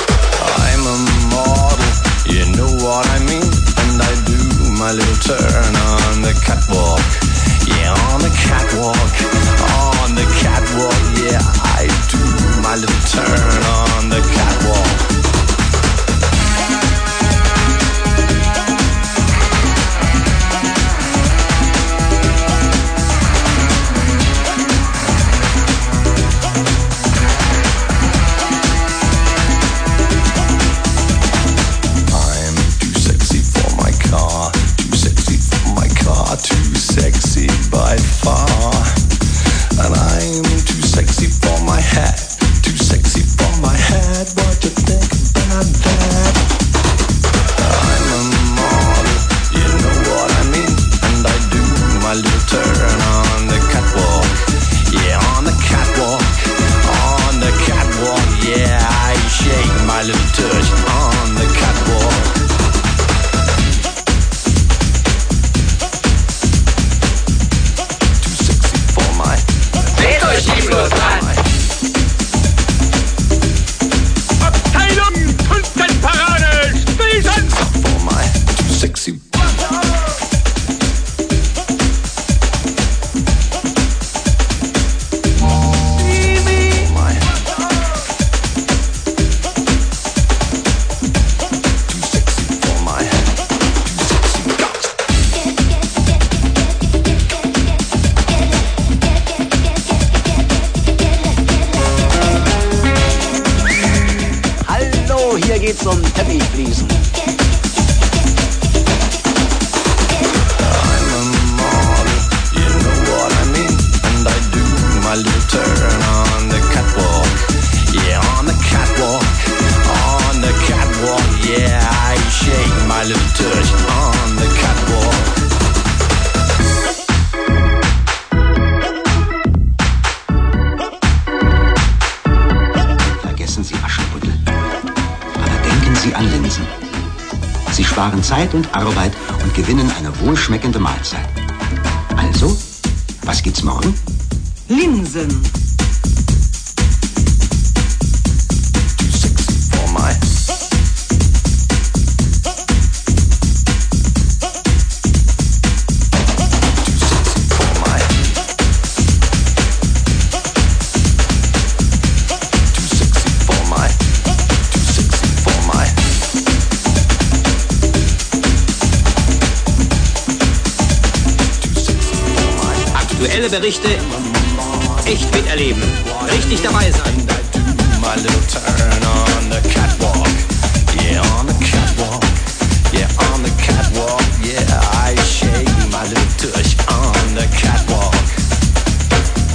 Speaker 4: I'm a model, you know what I mean. And I do my little turn on the catwalk. Yeah, on the catwalk, on the catwalk. Yeah, I do my little turn on the catwalk. I'm too sexy for my car, too sexy for my car, too sexy by far. And I'm too sexy for my hat, too sexy for my hat. What to think about that? I'm a model, you know what I mean, and I do my little turn on the catwalk. Yeah, on the catwalk, on the catwalk. Yeah, I shake my little touch on the catwalk.
Speaker 5: Seht euch die bloß an! Abteilung Kunstenparade! Spieltanz!
Speaker 4: Too sexy.
Speaker 24: Hallo, hier geht's um Teppichfliesen.
Speaker 4: and I do my little turn on the catwalk. Yeah, on the catwalk, on the catwalk. Yeah, I shake my little touch on the catwalk.
Speaker 24: Vergessen Sie Aschenputtel. Aber denken Sie an Linsen. Sie sparen Zeit und Arbeit und gewinnen eine wohlschmeckende Mahlzeit. Also, was gibt's morgen?
Speaker 11: Linsen.
Speaker 4: For my
Speaker 25: Aktuelle Berichte echt miterleben. Richtig dabei sein.
Speaker 4: my little turn on the catwalk. Yeah, on the catwalk. Yeah, on the catwalk. Yeah, I shake my little tush on the catwalk.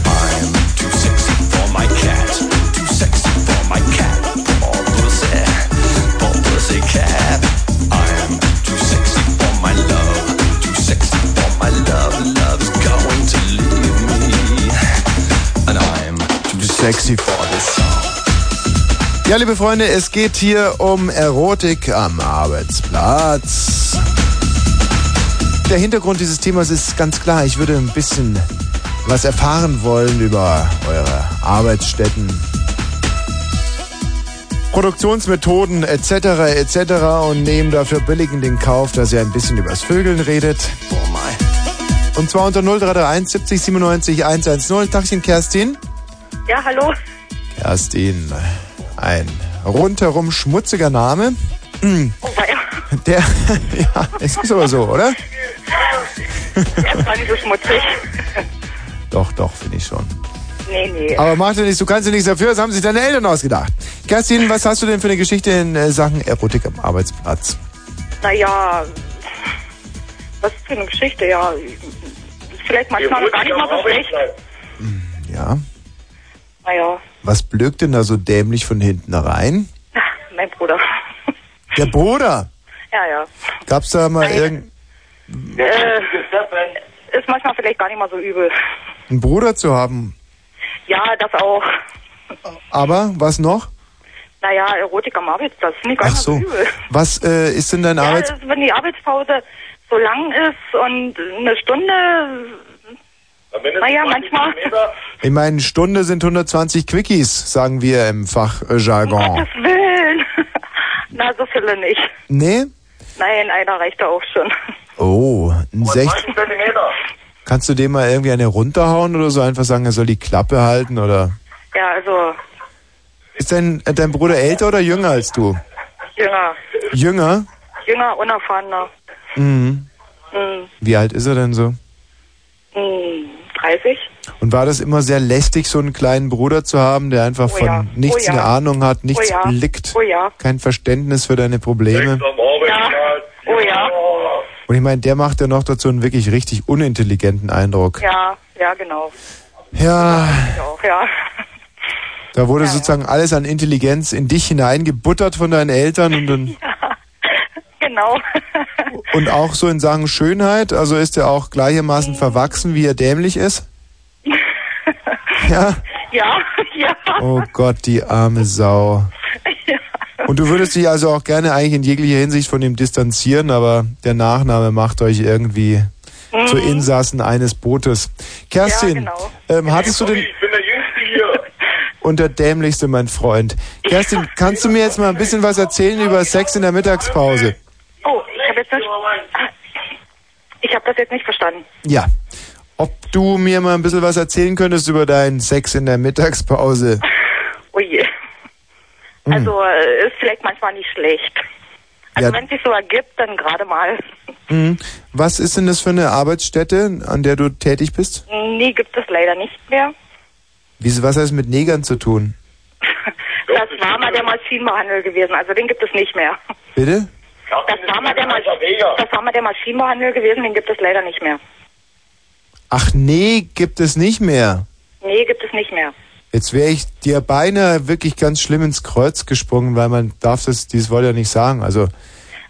Speaker 4: I'm too sexy for my cat. Too sexy for my cat. Poor pussy. Poor pussy cat. I'm too sexy for my love. Too sexy for my love. Love's going to leave me. And I'm too sexy for this song.
Speaker 1: Ja, liebe Freunde, es geht hier um Erotik am Arbeitsplatz. Der Hintergrund dieses Themas ist ganz klar. Ich würde ein bisschen was erfahren wollen über eure Arbeitsstätten, Produktionsmethoden etc. etc. und nehmen dafür billigend den Kauf, dass ihr ein bisschen übers Vögeln redet. Und zwar unter 0331 70 97 110. Tagchen Kerstin.
Speaker 26: Ja, hallo.
Speaker 1: Kerstin, ein rundherum schmutziger Name. Hm. Der, ja, es ist aber so, oder?
Speaker 26: Erstmal nicht so schmutzig.
Speaker 1: Doch, doch, finde ich schon.
Speaker 26: Nee, nee.
Speaker 1: Aber mach dir nichts, du kannst dir nichts dafür, das haben sich deine Eltern ausgedacht. Kerstin, was hast du denn für eine Geschichte in äh, Sachen Erotik am Arbeitsplatz?
Speaker 26: Naja, was ist für eine Geschichte, ja. Ist vielleicht manchmal noch gar nicht mal so schlecht.
Speaker 1: Ja.
Speaker 26: Naja,
Speaker 1: Was blökt denn da so dämlich von hinten rein?
Speaker 26: mein Bruder.
Speaker 1: Der Bruder!
Speaker 26: Ja, ja.
Speaker 1: Gab's da mal irgendeinen
Speaker 26: Äh, ist manchmal vielleicht gar nicht mal so übel.
Speaker 1: Bruder zu haben?
Speaker 26: Ja, das auch.
Speaker 1: Aber, was noch?
Speaker 26: Naja, Erotik am Arbeitsplatz, finde ich gar
Speaker 1: Ach
Speaker 26: nicht mal
Speaker 1: so.
Speaker 26: so übel.
Speaker 1: Was äh, ist denn dein Arbeitsplatz?
Speaker 26: Ja, also das ist, wenn die Arbeitspause so lang ist und eine Stunde, Naja, manchmal.
Speaker 1: In meinen Stunde sind 120 Quickies, sagen wir im Fachjargon.
Speaker 26: Gottes Willen. Na, so viele nicht.
Speaker 1: Nee?
Speaker 26: Nein, einer reicht da auch schon.
Speaker 1: Oh, ein 60. Kannst du dem mal irgendwie eine runterhauen oder so einfach sagen, er soll die Klappe halten oder?
Speaker 26: Ja, also
Speaker 1: Ist dein, äh, dein Bruder älter oder jünger als du?
Speaker 26: jünger.
Speaker 1: Jünger?
Speaker 26: Jünger, unerfahrener.
Speaker 1: Mhm.
Speaker 26: Hm,
Speaker 1: Wie alt ist er denn so?
Speaker 26: hm, 30?
Speaker 1: Und war das immer sehr lästig, so einen kleinen Bruder zu haben, der einfach
Speaker 26: Oh
Speaker 1: von
Speaker 26: ja.
Speaker 1: nichts
Speaker 26: Oh ja.
Speaker 1: eine Ahnung hat, nichts
Speaker 26: oh ja.
Speaker 1: blickt,
Speaker 26: Oh ja.
Speaker 1: kein Verständnis für deine Probleme?
Speaker 26: ja. Oh ja.
Speaker 1: Und ich meine, der macht ja noch dazu einen wirklich richtig unintelligenten Eindruck.
Speaker 26: Ja, ja, genau.
Speaker 1: Ja,
Speaker 26: Ich auch, ja.
Speaker 1: da wurde sozusagen alles an Intelligenz in dich hineingebuttert von deinen Eltern und dann
Speaker 26: Genau.
Speaker 1: Und auch so in Sachen Schönheit, also ist er auch gleichermaßen verwachsen, wie er dämlich ist? Ja?
Speaker 26: Ja, ja.
Speaker 1: Oh Gott, die arme Sau. Und du würdest dich also auch gerne eigentlich in jeglicher Hinsicht von ihm distanzieren, aber der Nachname macht euch irgendwie
Speaker 26: Mhm.
Speaker 1: zu Insassen eines Bootes. Kerstin, ähm, hattest du den... Und der dämlichste, mein Freund. Kerstin, kannst du mir jetzt mal ein bisschen was erzählen über Sex in der Mittagspause?
Speaker 26: Oh, ich habe jetzt nicht. Ah, Ich habe das jetzt nicht verstanden.
Speaker 1: Ja. Ob du mir mal ein bisschen was erzählen könntest über deinen Sex in der Mittagspause?
Speaker 26: Oh je.
Speaker 1: Hm.
Speaker 26: Also äh, ist vielleicht manchmal nicht schlecht. Also
Speaker 1: Ja.
Speaker 26: wenn es sich so ergibt, dann gerade mal.
Speaker 1: Hm. Was ist denn das für eine Arbeitsstätte, an der du tätig bist?
Speaker 26: Nee, gibt es leider nicht mehr.
Speaker 1: Wieso, was hat es mit Negern zu tun?
Speaker 26: Das war mal der Maschinenbehandel gewesen, also den gibt es nicht mehr.
Speaker 1: Bitte?
Speaker 26: Das war mal der, Masch das war mal der Maschinenbehandel gewesen, den gibt es leider nicht mehr.
Speaker 1: Ach nee, gibt es nicht mehr.
Speaker 26: Nee, gibt es nicht mehr.
Speaker 1: Jetzt wäre ich dir beinahe wirklich ganz schlimm ins Kreuz gesprungen, weil man darf das, dieses Wort ja nicht sagen. Also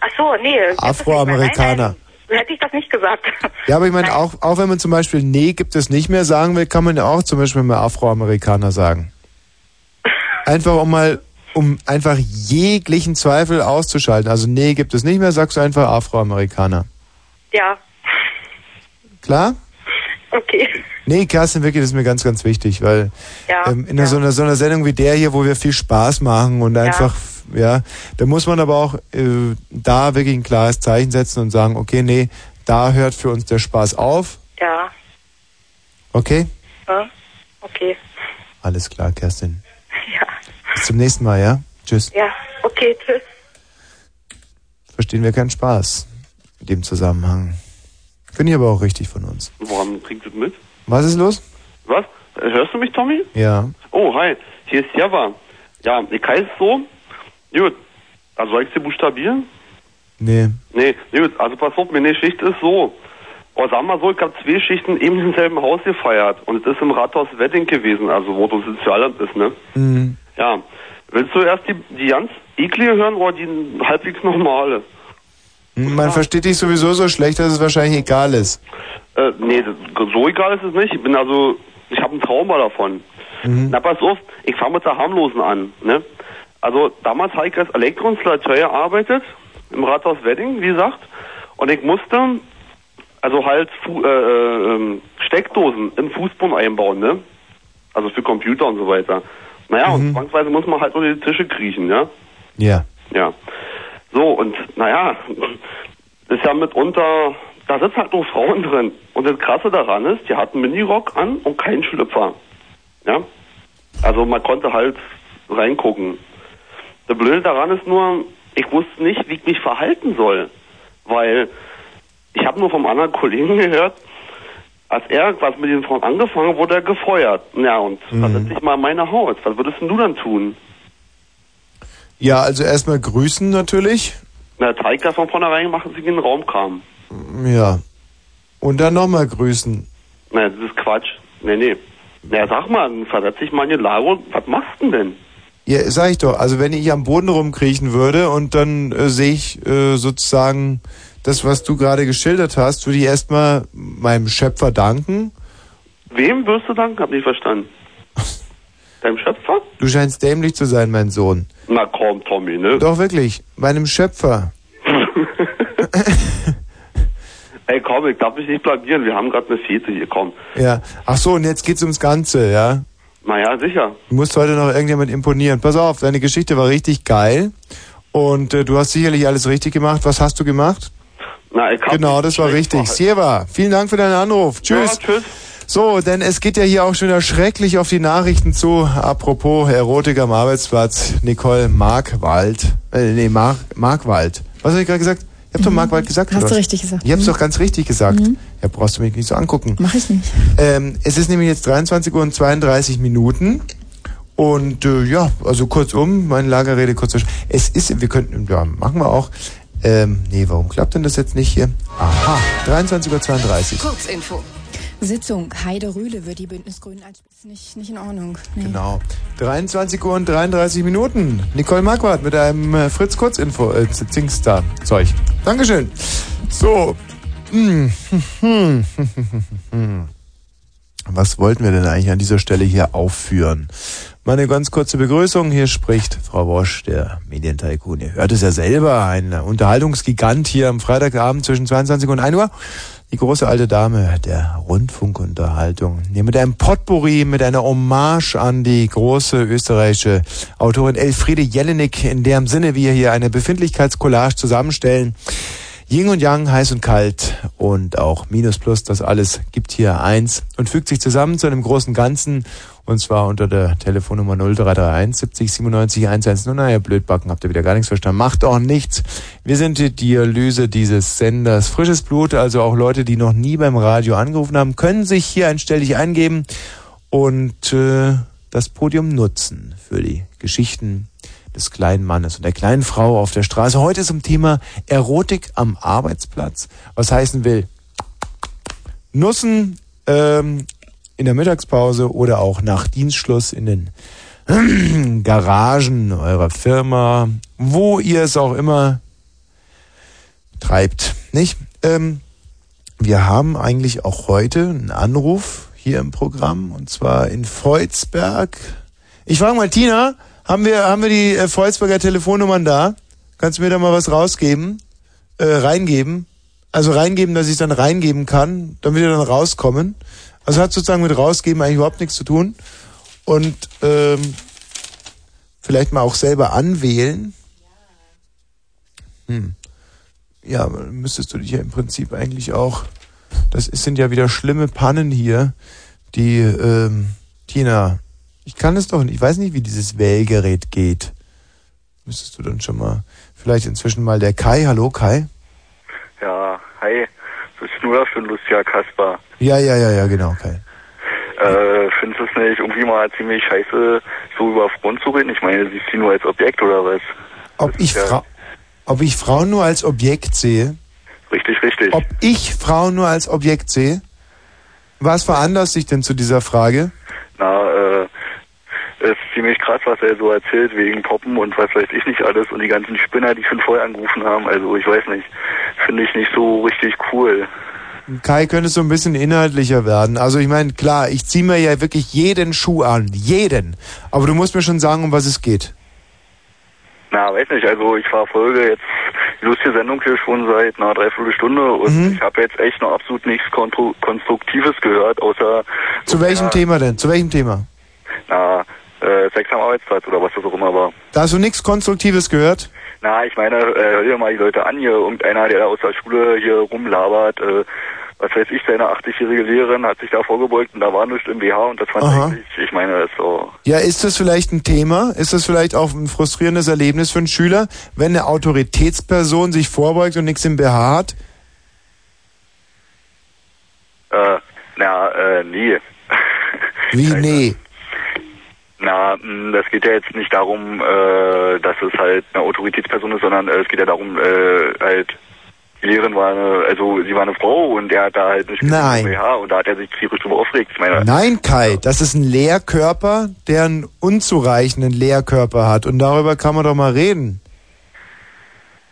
Speaker 26: Ach so, nee. gibt es nicht mehr. Nein,
Speaker 1: Afroamerikaner.
Speaker 26: nein, hätte ich das nicht gesagt.
Speaker 1: Ja, aber ich meine, auch, auch wenn man zum Beispiel nee gibt es nicht mehr sagen will, kann man ja auch zum Beispiel mal Afroamerikaner sagen. Einfach um mal, um einfach jeglichen Zweifel auszuschalten. Also nee gibt es nicht mehr, sagst du einfach Afroamerikaner.
Speaker 26: Ja,
Speaker 1: Klar?
Speaker 26: okay.
Speaker 1: Nee, Kerstin, wirklich, das ist mir ganz, ganz wichtig, weil
Speaker 26: Ja,
Speaker 1: ähm, in so, einer, so einer Sendung wie der hier, wo wir viel Spaß machen und einfach, ja, da muss man aber auch äh, da wirklich ein klares Zeichen setzen und sagen, okay, nee, da hört für uns der Spaß auf,
Speaker 26: Ja,
Speaker 1: okay?
Speaker 26: ja, okay.
Speaker 1: Alles klar, Kerstin. Ja. Bis zum nächsten Mal, ja? Tschüss.
Speaker 26: Ja, okay, tschüss.
Speaker 1: Verstehen wir keinen Spaß in dem Zusammenhang. Finde ich aber auch richtig von uns.
Speaker 3: Woran kriegt das mit?
Speaker 1: Was ist los?
Speaker 3: Was? Äh, Hörst du mich, Tommy?
Speaker 1: Ja.
Speaker 3: Oh, hi. Hier ist Java. Ja, ich heiße so. Gut. Also soll ich sie buchstabieren?
Speaker 1: Nee.
Speaker 3: Nee, gut. Also pass auf, meine Schicht ist so. Oh, sag mal so, ich habe zwei Schichten eben im selben Haus gefeiert. Und es ist im Rathaus Wedding gewesen, also wo das Sozialamt ist, ne?
Speaker 1: Mhm.
Speaker 3: Ja. Willst du erst die, die ganz eklige hören oder die halbwegs normale?
Speaker 1: Hm, Man versteht dich sowieso so schlecht, dass es wahrscheinlich egal ist.
Speaker 3: Äh, nee, das- so egal ist es nicht. Ich bin also, ich habe ein Trauma davon. Na, pass auf, ich fange mit der Harmlosen an, ne? Also, damals habe ich als Elektroinstallateur gearbeitet, im Rathaus Wedding, wie gesagt, und ich musste, also halt, Fu äh, äh, ähm, Steckdosen im Fußboden einbauen, ne? Also für Computer und so weiter. Naja, und zwangsweise muss man halt unter die Tische kriechen, ja?
Speaker 1: Ja.
Speaker 3: Ja. So, und naja, ist ja mitunter, da sitzen halt nur Frauen drin. Und das Krasse daran ist, die hatten Minirock an und keinen Schlüpfer. Ja? Also man konnte halt reingucken. Der Blöde daran ist nur, ich wusste nicht, wie ich mich verhalten soll. Weil ich habe nur vom anderen Kollegen gehört, als er was mit den Frauen angefangen wurde, er gefeuert. Ja, und
Speaker 1: Hm.
Speaker 3: dann ist nicht mal meine Haut. Was würdest denn du dann tun?
Speaker 1: Ja, also erstmal grüßen natürlich.
Speaker 3: Na, zeig das von vornherein machen, sie in den Raum kamen.
Speaker 1: Ja. Und dann nochmal grüßen.
Speaker 3: Na, das ist Quatsch. Nee, nee. Na, sag mal, versetz dich mal in die Lage und was machst du denn?
Speaker 1: Ja, sag ich doch. Also wenn ich am Boden rumkriechen würde und dann äh, sehe ich äh, sozusagen das, was du gerade geschildert hast, würde ich erstmal meinem Schöpfer danken.
Speaker 3: Wem wirst du danken? Hab nicht verstanden. Deinem Schöpfer?
Speaker 1: Du scheinst dämlich zu sein, mein Sohn.
Speaker 3: Na komm, Tommy, ne?
Speaker 1: Doch wirklich, meinem Schöpfer.
Speaker 3: Ey, komm, ich darf mich nicht blamieren, wir haben gerade eine Fete hier, komm.
Speaker 1: Ja. Ach so, und jetzt geht's ums Ganze, ja?
Speaker 3: Naja, sicher.
Speaker 1: Du musst heute noch irgendjemand imponieren. Pass auf, deine Geschichte war richtig geil. Und äh, du hast sicherlich alles richtig gemacht. Was hast du gemacht?
Speaker 3: Na, ich hab
Speaker 1: Genau, das war richtig. Sieva, vielen Dank für deinen Anruf. Tschüss.
Speaker 3: tschüss.
Speaker 1: So, denn es geht ja hier auch schon wieder schrecklich auf die Nachrichten zu. Apropos Erotik am Arbeitsplatz. Nicole Markwald. Äh, nee, Mark, Markwald. Was habe ich gerade gesagt? Ich habe doch Markwald gesagt.
Speaker 8: Mhm. Hast
Speaker 1: oder
Speaker 8: du
Speaker 1: was?
Speaker 8: richtig gesagt.
Speaker 1: Ich habe es
Speaker 8: Mhm.
Speaker 1: doch ganz richtig gesagt. Ja, brauchst du mich nicht so angucken.
Speaker 8: Mach ich nicht.
Speaker 1: Ähm, es ist nämlich jetzt 23 Uhr und 32 Minuten. Und äh, ja, also kurzum, meine Lagerrede kurz. und sch- Es ist, wir könnten, ja, machen wir auch. Ähm, nee, warum klappt denn das jetzt nicht hier? Aha, 23.32 Uhr.
Speaker 8: Kurzinfo. Sitzung. Heide Rühle wird die Bündnisgrünen als ist nicht, nicht in Ordnung. Nee.
Speaker 1: Genau. 23 Uhr und 33 Minuten. Nicole Marquardt mit einem äh, Fritz Kurzinfo, äh, Zingstar Zeug. Dankeschön. So. Hm. Hm. Hm. Was wollten wir denn eigentlich an dieser Stelle hier aufführen? Meine ganz kurze Begrüßung. Hier spricht Frau Wosch, der Medientycoon. Ihr hört es ja selber. Ein Unterhaltungsgigant hier am Freitagabend zwischen 22 und 1 Uhr. Die große alte Dame der Rundfunkunterhaltung. Hier mit einem Potpourri, mit einer Hommage an die große österreichische Autorin Elfriede Jelinek, in deren Sinne wir hier eine Befindlichkeitscollage zusammenstellen. Yin und Yang, heiß und kalt und auch Minus Plus, das alles gibt hier eins und fügt sich zusammen zu einem großen Ganzen und zwar unter der Telefonnummer 0331 70 97 110. Na ja, Blödbacken, habt ihr wieder gar nichts verstanden. Macht auch nichts. Wir sind die Dialyse dieses Senders. Frisches Blut, also auch Leute, die noch nie beim Radio angerufen haben, können sich hier einstellig eingeben und äh, das Podium nutzen für die Geschichten des kleinen Mannes und der kleinen Frau auf der Straße. Heute zum Thema Erotik am Arbeitsplatz. Was heißen will, Nussen ähm, in der Mittagspause oder auch nach Dienstschluss in den Garagen eurer Firma, wo ihr es auch immer treibt, nicht? Ähm, wir haben eigentlich auch heute einen Anruf hier im Programm und zwar in Freudsberg. Ich frage mal, Tina, haben wir, haben wir die äh, Freudsberger Telefonnummern da? Kannst du mir da mal was rausgeben? Äh, reingeben? Also reingeben, dass ich dann reingeben kann, damit wir dann rauskommen. Also hat sozusagen mit rausgeben eigentlich überhaupt nichts zu tun. Und ähm, vielleicht mal auch selber anwählen. Hm. Ja, müsstest du dich ja im Prinzip eigentlich auch. Das ist, sind ja wieder schlimme Pannen hier, die ähm, Tina. Ich kann es doch nicht. Ich weiß nicht, wie dieses Wählgerät geht. Müsstest du dann schon mal. Vielleicht inzwischen mal der Kai. Hallo Kai.
Speaker 10: Ja, hi. Was ist denn du da für ein lustiger Kasper?
Speaker 1: Ja, ja, ja, ja, genau, Kai.
Speaker 10: Äh, findest du es nicht irgendwie mal ziemlich scheiße, so über Frauen zu reden? Ich meine, siehst du nur als Objekt oder was?
Speaker 1: Ob ich, Fra ob ich Frauen nur als Objekt sehe?
Speaker 10: Richtig, richtig.
Speaker 1: Ob ich Frauen nur als Objekt sehe? Was veranlasst dich denn zu dieser Frage?
Speaker 10: Na, äh, ist ziemlich krass, was er so erzählt, wegen Poppen und was weiß ich nicht alles und die ganzen Spinner, die schon vorher angerufen haben. Also, ich weiß nicht. Finde ich nicht so richtig cool.
Speaker 1: Kai, könnte es so ein bisschen inhaltlicher werden. Also ich meine, klar, ich ziehe mir ja wirklich jeden Schuh an. Jeden. Aber du musst mir schon sagen, um was es geht.
Speaker 10: Na, weiß nicht, also ich verfolge jetzt die lustige Sendung hier schon seit einer Dreiviertelstunde
Speaker 1: Mhm.
Speaker 10: und ich habe jetzt echt noch absolut nichts Kontro Konstruktives gehört, außer,
Speaker 1: Zu welchem Thema denn? Zu welchem Thema?
Speaker 10: na, äh, Sex am Arbeitsplatz oder was das auch immer war.
Speaker 1: Da hast du nichts Konstruktives gehört?
Speaker 10: Na, ich meine, äh, hör dir mal die Leute an hier, irgendeiner, der da aus der Schule hier rumlabert, äh, was weiß ich, seine 80-jährige Lehrerin hat sich da vorgebeugt und da war nichts im BH und das fand
Speaker 1: Aha.
Speaker 10: ich, ich meine, das ist so,
Speaker 1: Ja, ist das vielleicht ein Thema? Ist das vielleicht auch ein frustrierendes Erlebnis für einen Schüler, wenn eine Autoritätsperson sich vorbeugt und nichts im BH hat?
Speaker 10: äh, na, äh, nee.
Speaker 1: Wie, nee.
Speaker 10: Na, mh, das geht ja jetzt nicht darum, äh, dass es halt eine Autoritätsperson ist, sondern äh, es geht ja darum, äh, halt, die Lehrerin war eine, also sie war eine Frau und er hat da halt nicht
Speaker 1: Nein.
Speaker 10: BH und da hat er sich tierisch drüber aufgeregt. Ich meine,
Speaker 1: Nein, Kai, das ist ein Leerkörper, der einen unzureichenden Leerkörper hat. Und darüber kann man doch mal reden.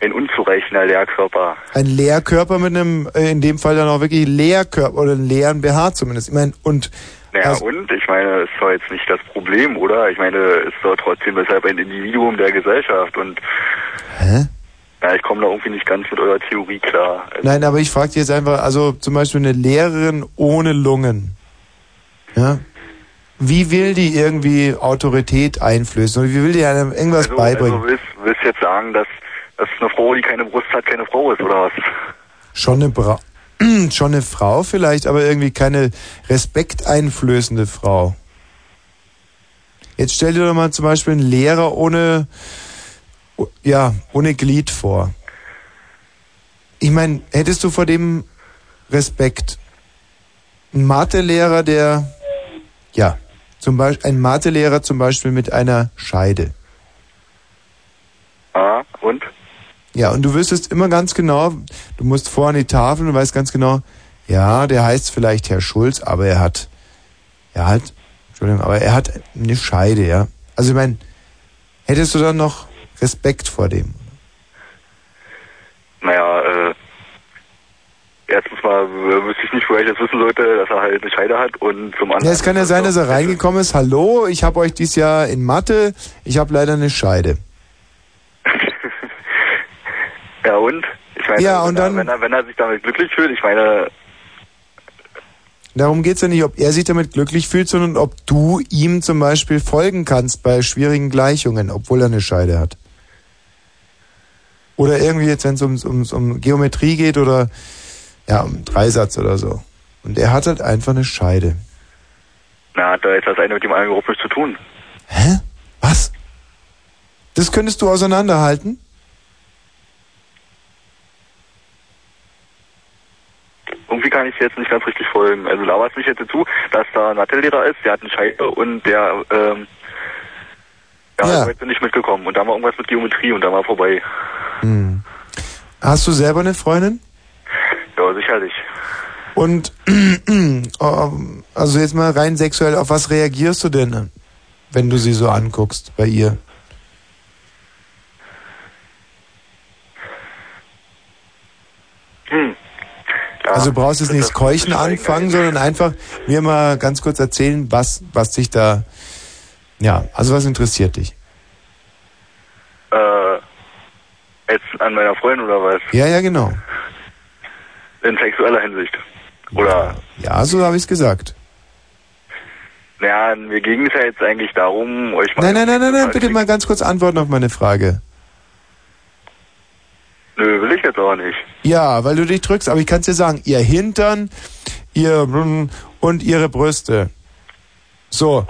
Speaker 10: ein unzureichender Lehrkörper.
Speaker 1: Ein Leerkörper mit einem, äh, in dem Fall dann auch wirklich Leerkörper oder einen leeren BH zumindest. Ich meine, und
Speaker 10: Naja,
Speaker 1: Also
Speaker 10: und? Ich meine, ist doch jetzt nicht das Problem, oder? Ich meine, ist doch trotzdem deshalb ein Individuum der Gesellschaft und. Hä? Ja, ich komme da irgendwie nicht ganz mit eurer Theorie klar.
Speaker 1: Nein, aber ich frage dich jetzt einfach, also zum Beispiel eine Lehrerin ohne Lungen. Ja? Wie will die irgendwie Autorität einflößen? Oder wie will die einem irgendwas
Speaker 10: also,
Speaker 1: beibringen?
Speaker 10: Also willst, willst jetzt sagen, dass, dass eine Frau, die keine Brust hat, keine Frau ist, oder was?
Speaker 1: Schon eine Bra schon eine Frau vielleicht, aber irgendwie keine respekteinflößende Frau. Jetzt stell dir doch mal zum Beispiel einen Lehrer ohne, oh- ja, ohne Glied vor. Ich meine, hättest du vor dem Respekt? Ein Mathelehrer, der, ja, zum Beispiel, ein Mathelehrer zum Beispiel mit einer Scheide.
Speaker 10: Ah, und?
Speaker 1: Ja, und du wüsstest immer ganz genau, du musst vor an die Tafel und weißt ganz genau, ja, der heißt vielleicht Herr Schulz, aber er hat, er hat, Entschuldigung, aber er hat eine Scheide, ja. Also ich meine, hättest du dann noch Respekt vor dem?
Speaker 10: Naja, äh, erstens mal äh, wüsste ich nicht, woher ich das wissen sollte, dass er halt eine Scheide hat und zum anderen.
Speaker 1: Ja, es kann ja sein, dass er reingekommen ist, hallo, ich habe euch dieses Jahr in Mathe, ich habe leider eine Scheide.
Speaker 10: Ja, und? Ich meine,
Speaker 1: Ja,
Speaker 10: wenn,
Speaker 1: und
Speaker 10: er,
Speaker 1: dann-
Speaker 10: wenn, er, wenn er sich damit glücklich fühlt, ich meine,
Speaker 1: Darum geht's ja nicht, ob er sich damit glücklich fühlt, sondern ob du ihm zum Beispiel folgen kannst bei schwierigen Gleichungen, obwohl er eine Scheide hat. Oder irgendwie jetzt, wenn es um, um, um Geometrie geht oder ja, um Dreisatz oder so. Und er hat halt einfach eine Scheide.
Speaker 10: na, hat da jetzt das eine mit dem anderen überhaupt nichts zu tun.
Speaker 1: Hä? Was? Das könntest du auseinanderhalten?
Speaker 10: Irgendwie kann ich es jetzt nicht ganz richtig folgen. Also laberst mich jetzt dazu, dass da ein Mathelehrer ist, der hat eine Scheide und der, ähm, ja, ja. ich bin nicht mitgekommen. Und da war irgendwas mit Geometrie und da war vorbei.
Speaker 1: Hm. Hast du selber eine Freundin?
Speaker 10: Ja, sicherlich.
Speaker 1: Und ähm, also jetzt mal rein sexuell, auf was reagierst du denn, wenn du sie so anguckst bei ihr?
Speaker 10: Hm.
Speaker 1: Also brauchst jetzt nicht das Keuchen anfangen, sondern einfach mir mal ganz kurz erzählen, was, was dich da, ja, also was interessiert dich?
Speaker 10: Äh, jetzt an meiner Freundin oder was?
Speaker 1: Ja, ja, genau.
Speaker 10: In sexueller Hinsicht. Oder,
Speaker 1: Ja, so habe ich es gesagt.
Speaker 10: naja, mir ging es ja jetzt eigentlich darum, euch mal...
Speaker 1: Nein, nein, nein, nein, nein, bitte mal ganz kurz antworten auf meine Frage.
Speaker 10: Nö, will ich jetzt auch nicht.
Speaker 1: Ja, weil du dich drückst, aber ich kann es dir sagen, ihr Hintern, ihr Brun- und ihre Brüste. So,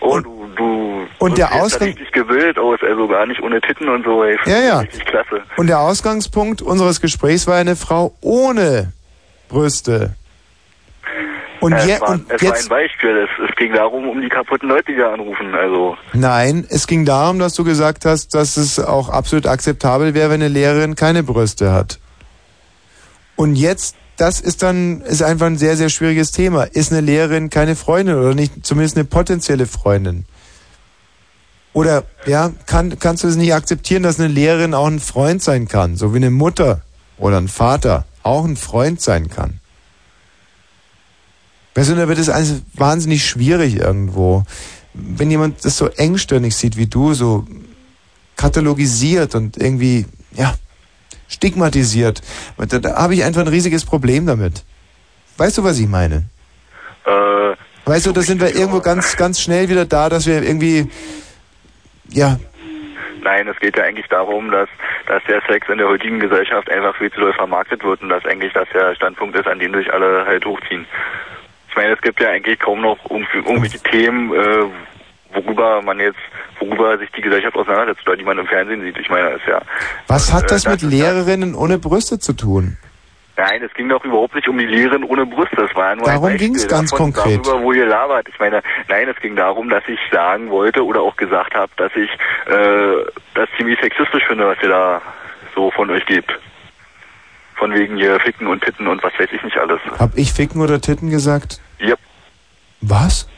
Speaker 10: Oh, du, du...
Speaker 1: Und der
Speaker 10: du siehst da
Speaker 1: Ausgang-
Speaker 10: richtig gewillt aus, also gar nicht ohne Titten und so, ey.
Speaker 1: Ja, ja.
Speaker 10: Richtig klasse.
Speaker 1: und der Ausgangspunkt unseres Gesprächs war eine Frau ohne Brüste. Und,
Speaker 10: es
Speaker 1: je,
Speaker 10: war,
Speaker 1: und
Speaker 10: es
Speaker 1: jetzt...
Speaker 10: war ein Beispiel, es, es ging darum, um die kaputten Leute, die da anrufen, also...
Speaker 1: Nein, es ging darum, dass du gesagt hast, dass es auch absolut akzeptabel wäre, wenn eine Lehrerin keine Brüste hat. Und jetzt, das ist dann, ist einfach ein sehr, sehr schwieriges Thema. Ist eine Lehrerin keine Freundin oder nicht, zumindest eine potenzielle Freundin? Oder, ja, kann, kannst du es nicht akzeptieren, dass eine Lehrerin auch ein Freund sein kann? So wie eine Mutter oder ein Vater auch ein Freund sein kann? Weißt du, da wird es alles wahnsinnig schwierig irgendwo. Wenn jemand das so engstirnig sieht wie du, so katalogisiert und irgendwie, ja, stigmatisiert, da, da habe ich einfach ein riesiges Problem damit. Weißt du, was ich meine?
Speaker 10: Äh,
Speaker 1: Weißt du, da sind wir irgendwo ganz, ganz schnell wieder da, dass wir irgendwie, ja,
Speaker 10: Nein, es geht ja eigentlich darum, dass, dass der Sex in der heutigen Gesellschaft einfach viel zu doll vermarktet wird und dass eigentlich das der Standpunkt ist, an dem sich alle halt hochziehen. Ich meine, es gibt ja eigentlich kaum noch irgendwie, irgendwelche Themen, äh, worüber man jetzt, worüber sich die Gesellschaft auseinandersetzt oder die man im Fernsehen sieht. Ich meine, das ist ja.
Speaker 1: was hat das
Speaker 10: äh,
Speaker 1: mit Lehrerinnen ohne Brüste zu tun?
Speaker 10: Nein, es ging doch überhaupt nicht um die Lehren ohne Brust. Das war nur
Speaker 1: Darum
Speaker 10: ein Beispiel
Speaker 1: ging's ganz
Speaker 10: davon,
Speaker 1: konkret.
Speaker 10: Darüber, wo ihr labert. Ich meine, nein, es ging darum, dass ich sagen wollte oder auch gesagt habe, dass ich äh, das ziemlich sexistisch finde, was ihr da so von euch gebt. Von wegen hier Ficken und Titten und was weiß ich nicht alles.
Speaker 1: Hab ich Ficken oder Titten gesagt?
Speaker 10: Yep.
Speaker 1: Was?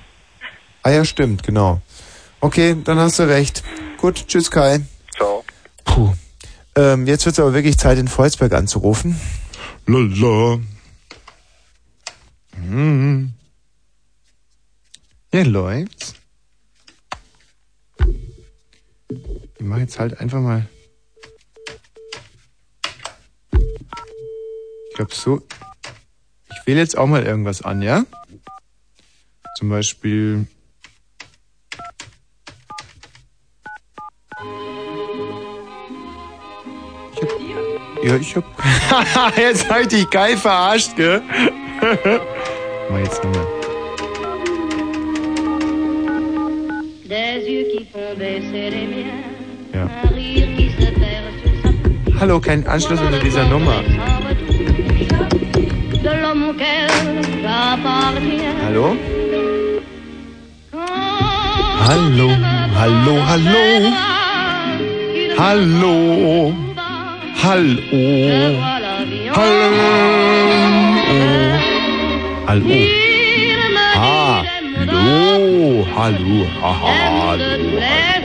Speaker 1: Ah ja, stimmt, genau. Okay, dann hast du recht. Gut, tschüss Kai.
Speaker 10: Ciao.
Speaker 1: Puh. Ähm, jetzt wird's aber wirklich Zeit, den Volzberg anzurufen. Lala. Hm. Ja, läuft's. Ich mach jetzt halt einfach mal glaube so. Ich wähle jetzt auch mal irgendwas an, ja? Zum Beispiel. Ich hab, ja, ich hab. jetzt hab ich dich geil verarscht, gell? mal jetzt nochmal.
Speaker 9: Des yeux qui font baisser les miens,
Speaker 1: Ja.
Speaker 9: un rire qui se perd sous sa
Speaker 1: Hallo, kein Anschluss unter dieser Nummer.
Speaker 9: retour. De l'homme auquel j'appartiens.
Speaker 1: Hallo? Hallo, hallo, hallo. Hallo. Hallo. Hallo. Hallo. Ah, Hallo. Hallo. Aha, hallo.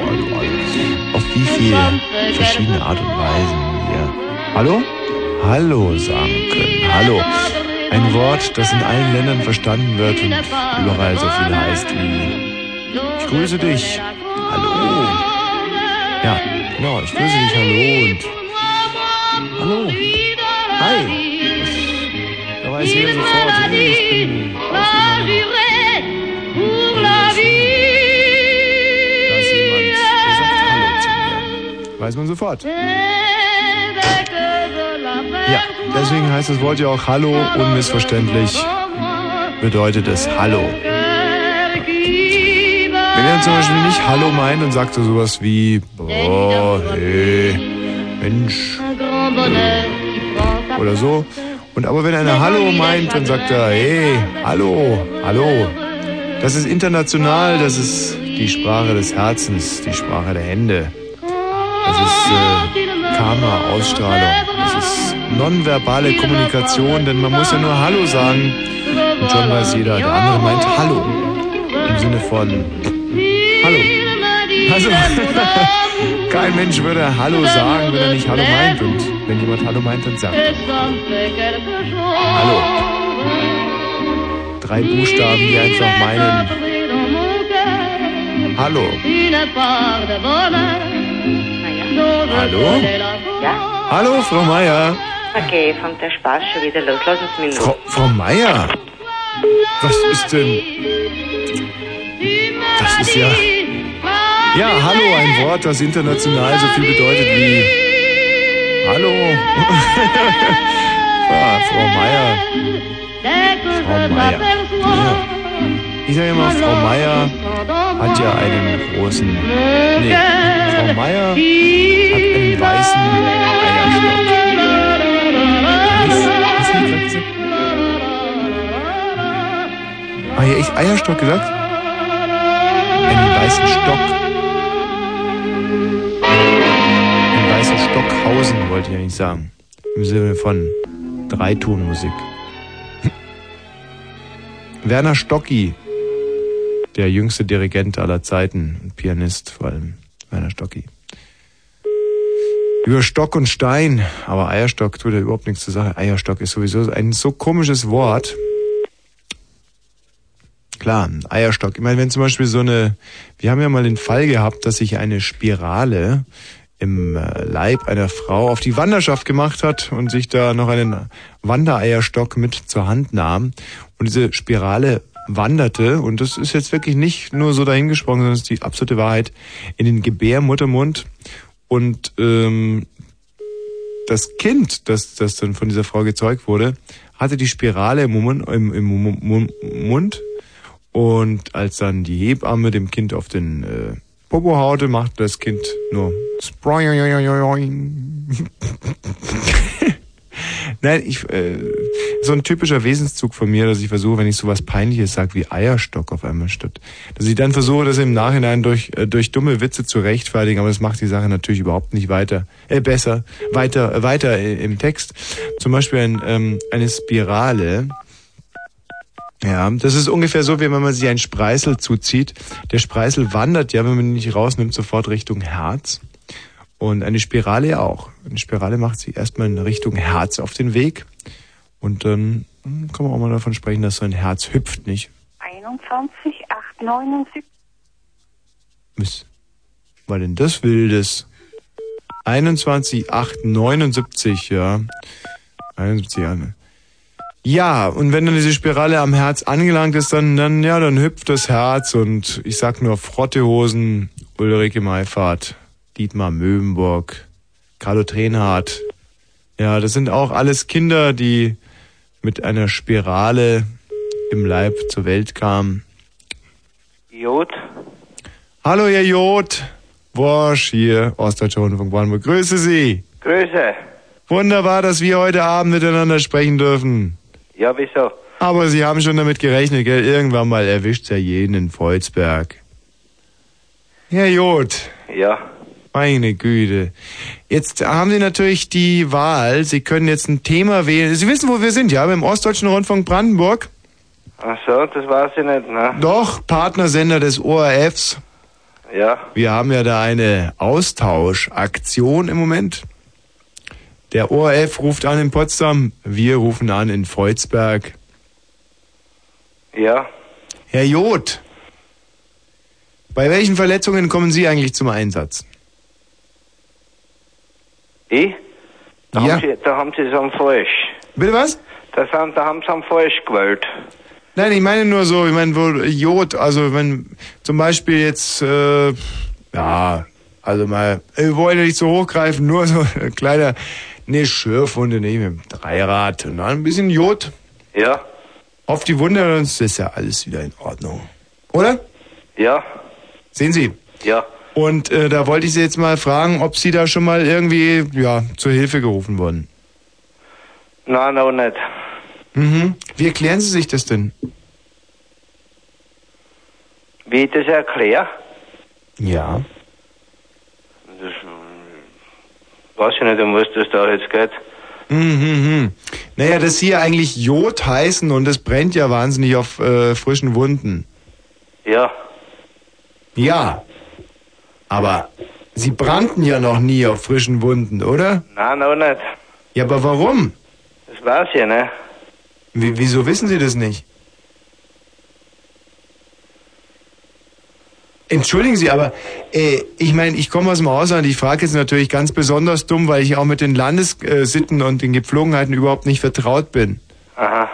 Speaker 1: hallo, hallo. Auf wie viele verschiedene Art und Weisen wir Hallo? Hallo sagen können. Hallo. Ein Wort, das in allen Ländern verstanden wird und überall so viel heißt wie Ich grüße dich. Hallo. Ja, genau. Ich grüße dich. Hallo und Hallo. Hi. Da weiß jeder sofort. hm, Ich bin
Speaker 9: Juré pour la vie.
Speaker 1: Weiß man sofort.
Speaker 9: Dès que je
Speaker 1: Ja, deswegen heißt das Wort ja auch Hallo. Unmissverständlich bedeutet es Hallo. Wenn er zum Beispiel nicht Hallo meint und sagt so sowas wie, boah, hey, Mensch,
Speaker 9: Un grand bonheur qui prend sa
Speaker 1: oder so. Und aber wenn einer Hallo meint, dann sagt er, hey, Hallo, Hallo. Das ist international, das ist die Sprache des Herzens, die Sprache der Hände. Das ist äh, Karma, Ausstrahlung. Das ist nonverbale Kommunikation, denn man muss ja nur Hallo sagen. Und schon weiß jeder, der andere meint Hallo. Im Sinne von Hallo. Also, kein Mensch würde Hallo sagen, wenn er nicht Hallo meint. Und wenn jemand Hallo meint, dann sagt er.
Speaker 9: que ça me fait quelque
Speaker 1: Hallo.
Speaker 9: chose.
Speaker 1: Drei Buchstaben, die einfach meinen
Speaker 9: Pris dans mon cœur
Speaker 1: Hallo.
Speaker 9: une part de bonheur dont je
Speaker 1: Hallo?
Speaker 9: connais la cause.
Speaker 1: Hallo, Frau Meier.
Speaker 27: Okay, fängt der Spaß schon wieder los. Lass uns mit
Speaker 1: Frau, Frau Meier? Was ist denn? Das ist ja. Ja, hallo, ein Wort, das international so viel bedeutet wie. Hallo. ja, Frau Meier.
Speaker 9: Dès que
Speaker 1: Frau
Speaker 9: je
Speaker 1: Meier.
Speaker 9: t'aperçois,
Speaker 1: Ich sage immer, Frau Meier hat ja einen großen. Nee, Frau Meier hat einen weißen Eierstock. Ah, ja, echt Eierstock gesagt? Einen weißen Stock. Einen weißen Stockhausen wollte ich eigentlich sagen. Im Sinne von Dreitonmusik. Werner Stocki, der jüngste Dirigent aller Zeiten und Pianist vor allem, Werner Stocki. Über Stock und Stein, aber Eierstock tut ja überhaupt nichts zur Sache. Eierstock ist sowieso ein so komisches Wort. Klar, ein Eierstock. Ich meine, wenn zum Beispiel so eine, wir haben ja mal den Fall gehabt, dass sich eine Spirale im äh, Leib einer Frau auf die Wanderschaft gemacht hat und sich da noch einen Wandereierstock mit zur Hand nahm. Und diese Spirale wanderte, und das ist jetzt wirklich nicht nur so dahingesprochen, sondern es ist die absolute Wahrheit, in den Gebärmuttermund. Und ähm, das Kind, das, das dann von dieser Frau gezeugt wurde, hatte die Spirale im, Mund- im, im Mund- Mund- Mund. Und als dann die Hebamme dem Kind auf den äh, Popo haute, machte das Kind nur Sproing. Nein, ich, äh, so ein typischer Wesenszug von mir, dass ich versuche, wenn ich sowas Peinliches sage wie Eierstock auf einmal statt, dass ich dann versuche, das im Nachhinein durch, äh, durch dumme Witze zu rechtfertigen, aber das macht die Sache natürlich überhaupt nicht weiter, äh, besser, weiter, äh, weiter äh, im Text. Zum Beispiel ein, ähm, eine Spirale, ja, das ist ungefähr so, wie wenn man sich einen Spreißel zuzieht. Der Spreißel wandert ja, wenn man ihn nicht rausnimmt, sofort Richtung Herz. Und eine Spirale ja auch. Eine Spirale macht sich erstmal in Richtung Herz auf den Weg. Und dann hm, kann man auch mal davon sprechen, dass so ein Herz hüpft, nicht?
Speaker 9: 21, 8, 79.
Speaker 1: Mist. War denn das Wildes? 21, 8, 79, ja. 71, ja. ne. Ja, und wenn dann diese Spirale am Herz angelangt ist, dann, dann, ja, dann hüpft das Herz und ich sag nur Frottehosen, Ulrike Meifert, Dietmar Möwenburg, Carlo Trenhardt. Ja, das sind auch alles Kinder, die mit einer Spirale im Leib zur Welt kamen.
Speaker 14: Jod.
Speaker 1: Hallo, ihr Jod. Worsch hier, Ostdeutscher Rundfunk Brandenburg. Grüße Sie.
Speaker 14: Grüße.
Speaker 1: Wunderbar, dass wir heute Abend miteinander sprechen dürfen.
Speaker 14: Ja, wieso?
Speaker 1: Aber Sie haben schon damit gerechnet, gell? Irgendwann mal erwischt's ja jeden in Volzberg. Herr Jod.
Speaker 14: Ja.
Speaker 1: Meine Güte. Jetzt haben Sie natürlich die Wahl. Sie können jetzt ein Thema wählen. Sie wissen, wo wir sind, ja? Beim Ostdeutschen Rundfunk Brandenburg.
Speaker 14: Ach so, das weiß ich nicht, ne?
Speaker 1: Doch, Partnersender des ORFs.
Speaker 14: Ja.
Speaker 1: Wir haben ja da eine Austauschaktion im Moment. Der ORF ruft an in Potsdam, wir rufen an in Volzberg.
Speaker 14: Ja.
Speaker 1: Herr Jod, bei welchen Verletzungen kommen Sie eigentlich zum Einsatz?
Speaker 14: Ich? Da,
Speaker 1: Ja.
Speaker 14: haben sie, da haben sie es am falsch.
Speaker 1: Bitte was?
Speaker 14: Das haben, da haben sie am falsch gewählt.
Speaker 1: Nein, ich meine nur so, ich meine wohl Jod, also wenn zum Beispiel jetzt, äh, ja, also mal, ich wollte nicht so hochgreifen, nur so ein kleiner, ne, Schürfwunde, ne, mit dem Dreirad und dann ein bisschen Jod
Speaker 14: Ja.
Speaker 1: auf die Wunde, sonst ist ja alles wieder in Ordnung. Oder?
Speaker 14: Ja.
Speaker 1: Sehen Sie?
Speaker 14: Ja.
Speaker 1: Und äh, da wollte ich Sie jetzt mal fragen, ob Sie da schon mal irgendwie, ja, zur Hilfe gerufen wurden.
Speaker 14: Nein, auch nicht.
Speaker 1: Mhm. Wie erklären Sie sich das denn?
Speaker 14: Wie ich das erkläre?
Speaker 1: Ja.
Speaker 14: Das, weiß ich nicht, um was das da jetzt geht.
Speaker 1: Mhm. Naja, dass sie ja eigentlich Jod heißen und das brennt ja wahnsinnig auf äh, frischen Wunden.
Speaker 14: Ja.
Speaker 1: Ja. Aber sie brannten ja noch nie auf frischen Wunden, oder?
Speaker 14: Nein, auch nicht.
Speaker 1: Ja, aber warum?
Speaker 14: Das weiß ich, ne?
Speaker 1: W wieso wissen Sie das nicht? Entschuldigen Sie, aber äh, ich meine, ich komme aus dem Ausland. Ich frage jetzt natürlich ganz besonders dumm, weil ich auch mit den Landessitten äh, und den Gepflogenheiten überhaupt nicht vertraut bin.
Speaker 14: Aha.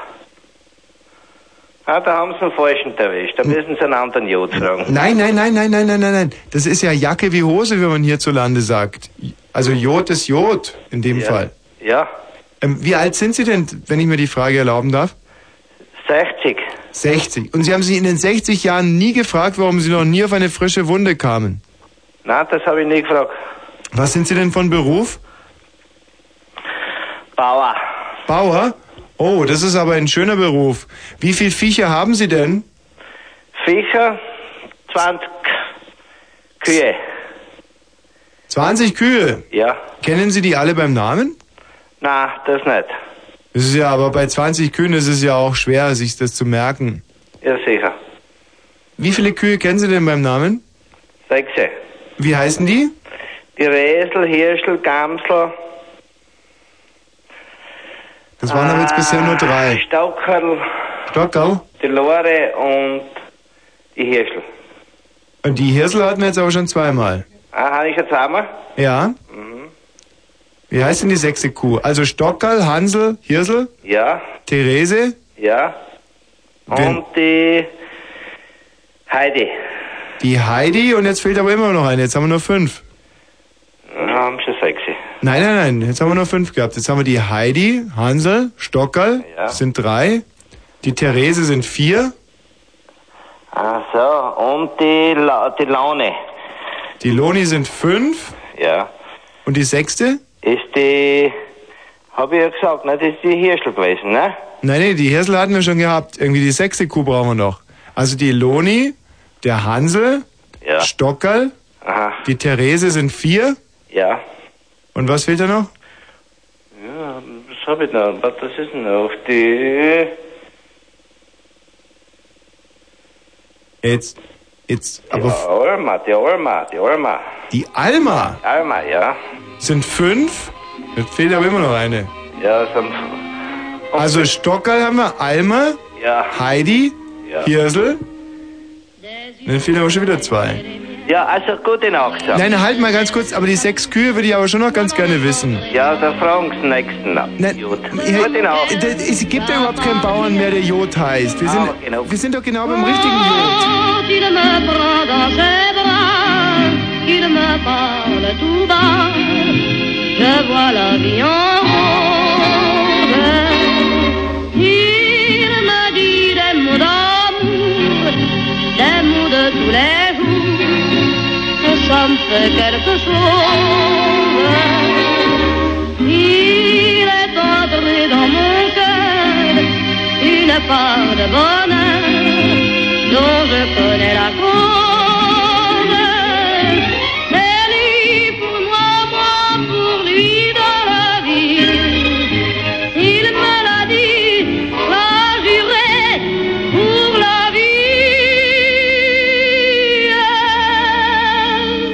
Speaker 14: Ah, da haben sie einen falschen erwischt.
Speaker 1: Hm.
Speaker 14: Da müssen sie einen anderen Jod fragen.
Speaker 1: Nein, nein, nein, nein, nein, nein, nein, nein. Das ist ja Jacke wie Hose, wie man hierzulande sagt. Also Jod ist Jod in dem Fall.
Speaker 14: Ja,
Speaker 1: Ähm, wie alt sind Sie denn, wenn ich mir die Frage erlauben darf?
Speaker 14: 60.
Speaker 1: 60. Und Sie haben sich in den 60 Jahren nie gefragt, warum Sie noch nie auf eine frische Wunde kamen.
Speaker 14: Nein, das habe ich nie gefragt.
Speaker 1: Was sind Sie denn von Beruf?
Speaker 14: Bauer.
Speaker 1: Bauer? Oh, das ist aber ein schöner Beruf. Wie viel Viecher haben Sie denn?
Speaker 14: Viecher, 20 Kühe.
Speaker 1: 20 Kühe.
Speaker 14: Ja,
Speaker 1: Kennen Sie die alle beim Namen?
Speaker 14: nein, das nicht.
Speaker 1: Das ist ja, aber bei 20 Kühen ist es ja auch schwer, sich das zu merken.
Speaker 14: Ja, sicher.
Speaker 1: Wie viele Kühe kennen Sie denn beim Namen?
Speaker 14: Sechse.
Speaker 1: Wie heißen die?
Speaker 14: Die Resel, Hirschel, Gamsel,
Speaker 1: Das waren aber jetzt bisher nur drei.
Speaker 14: Staukerl,
Speaker 1: Stockau.
Speaker 14: die Lore und die Hirschel.
Speaker 1: Und die Hirsel hatten wir jetzt aber schon zweimal.
Speaker 14: Ah, habe ich jetzt einmal?
Speaker 1: Ja?
Speaker 14: Mhm.
Speaker 1: Wie heißt denn die sechste Kuh? Also Stockerl, Hansel, Hirsel,
Speaker 14: Ja,
Speaker 1: Therese,
Speaker 14: ja.
Speaker 1: Wen-
Speaker 14: Und die Heidi.
Speaker 1: die Heidi und jetzt fehlt aber immer noch eine. Jetzt haben wir nur fünf.
Speaker 14: Ja, haben sie sechse.
Speaker 1: Nein, nein, nein. Jetzt haben wir nur fünf gehabt. Jetzt haben wir die Heidi, Hansel, Stockerl, das sind drei. Die Therese sind vier.
Speaker 14: Ach so, und die, La die Laune.
Speaker 1: Die Loni sind fünf.
Speaker 14: Ja.
Speaker 1: Und die sechste?
Speaker 14: Ist die, habe ich ja gesagt, ne? das ist die Hirschel gewesen, ne?
Speaker 1: Nein, nee, die Hirsel hatten wir schon gehabt. Irgendwie die sechste Kuh brauchen wir noch. Also die Loni, der Hansel,
Speaker 14: Ja.
Speaker 1: Stockerl,
Speaker 14: Aha.
Speaker 1: die Therese sind vier.
Speaker 14: Ja.
Speaker 1: Und was fehlt da noch?
Speaker 14: Ja, was habe ich noch? Was das ist denn noch? Die,
Speaker 1: Jetzt, jetzt, aber
Speaker 14: die Alma, die Alma, die Alma.
Speaker 1: die Alma
Speaker 14: Alma, ja.
Speaker 1: sind fünf. Jetzt fehlt aber immer noch eine.
Speaker 14: Ja, sonst,
Speaker 1: Also Stockerl haben wir, Alma,
Speaker 14: ja.
Speaker 1: Heidi,
Speaker 14: Ja.
Speaker 1: Hirsel. Dann fehlen aber schon wieder zwei.
Speaker 28: Ja, also gute Nacht. ja.
Speaker 1: Nein, halt mal ganz kurz, aber die sechs Kühe würde ich aber schon noch ganz gerne wissen.
Speaker 28: Ja, dann fragen Sie nächsten nach.
Speaker 1: Nein, ja, das- es gibt ja überhaupt keinen Bauern mehr, der Jod heißt.
Speaker 14: Ah,
Speaker 1: Wir sind, wir sind doch genau beim richtigen Jod.
Speaker 9: Quand il me prend dans ses bras, qu'il me parle tout bas, je vois la vie en rose. Il me dit des mots d'amour, des mots de tous les jours, et ça me fait quelque chose. Il est entré dans mon cœur une part de bonheur dont je connais la cause. C'est lui pour moi, moi pour lui dans la vie. Il me l'a dit, l'a juré pour la vie.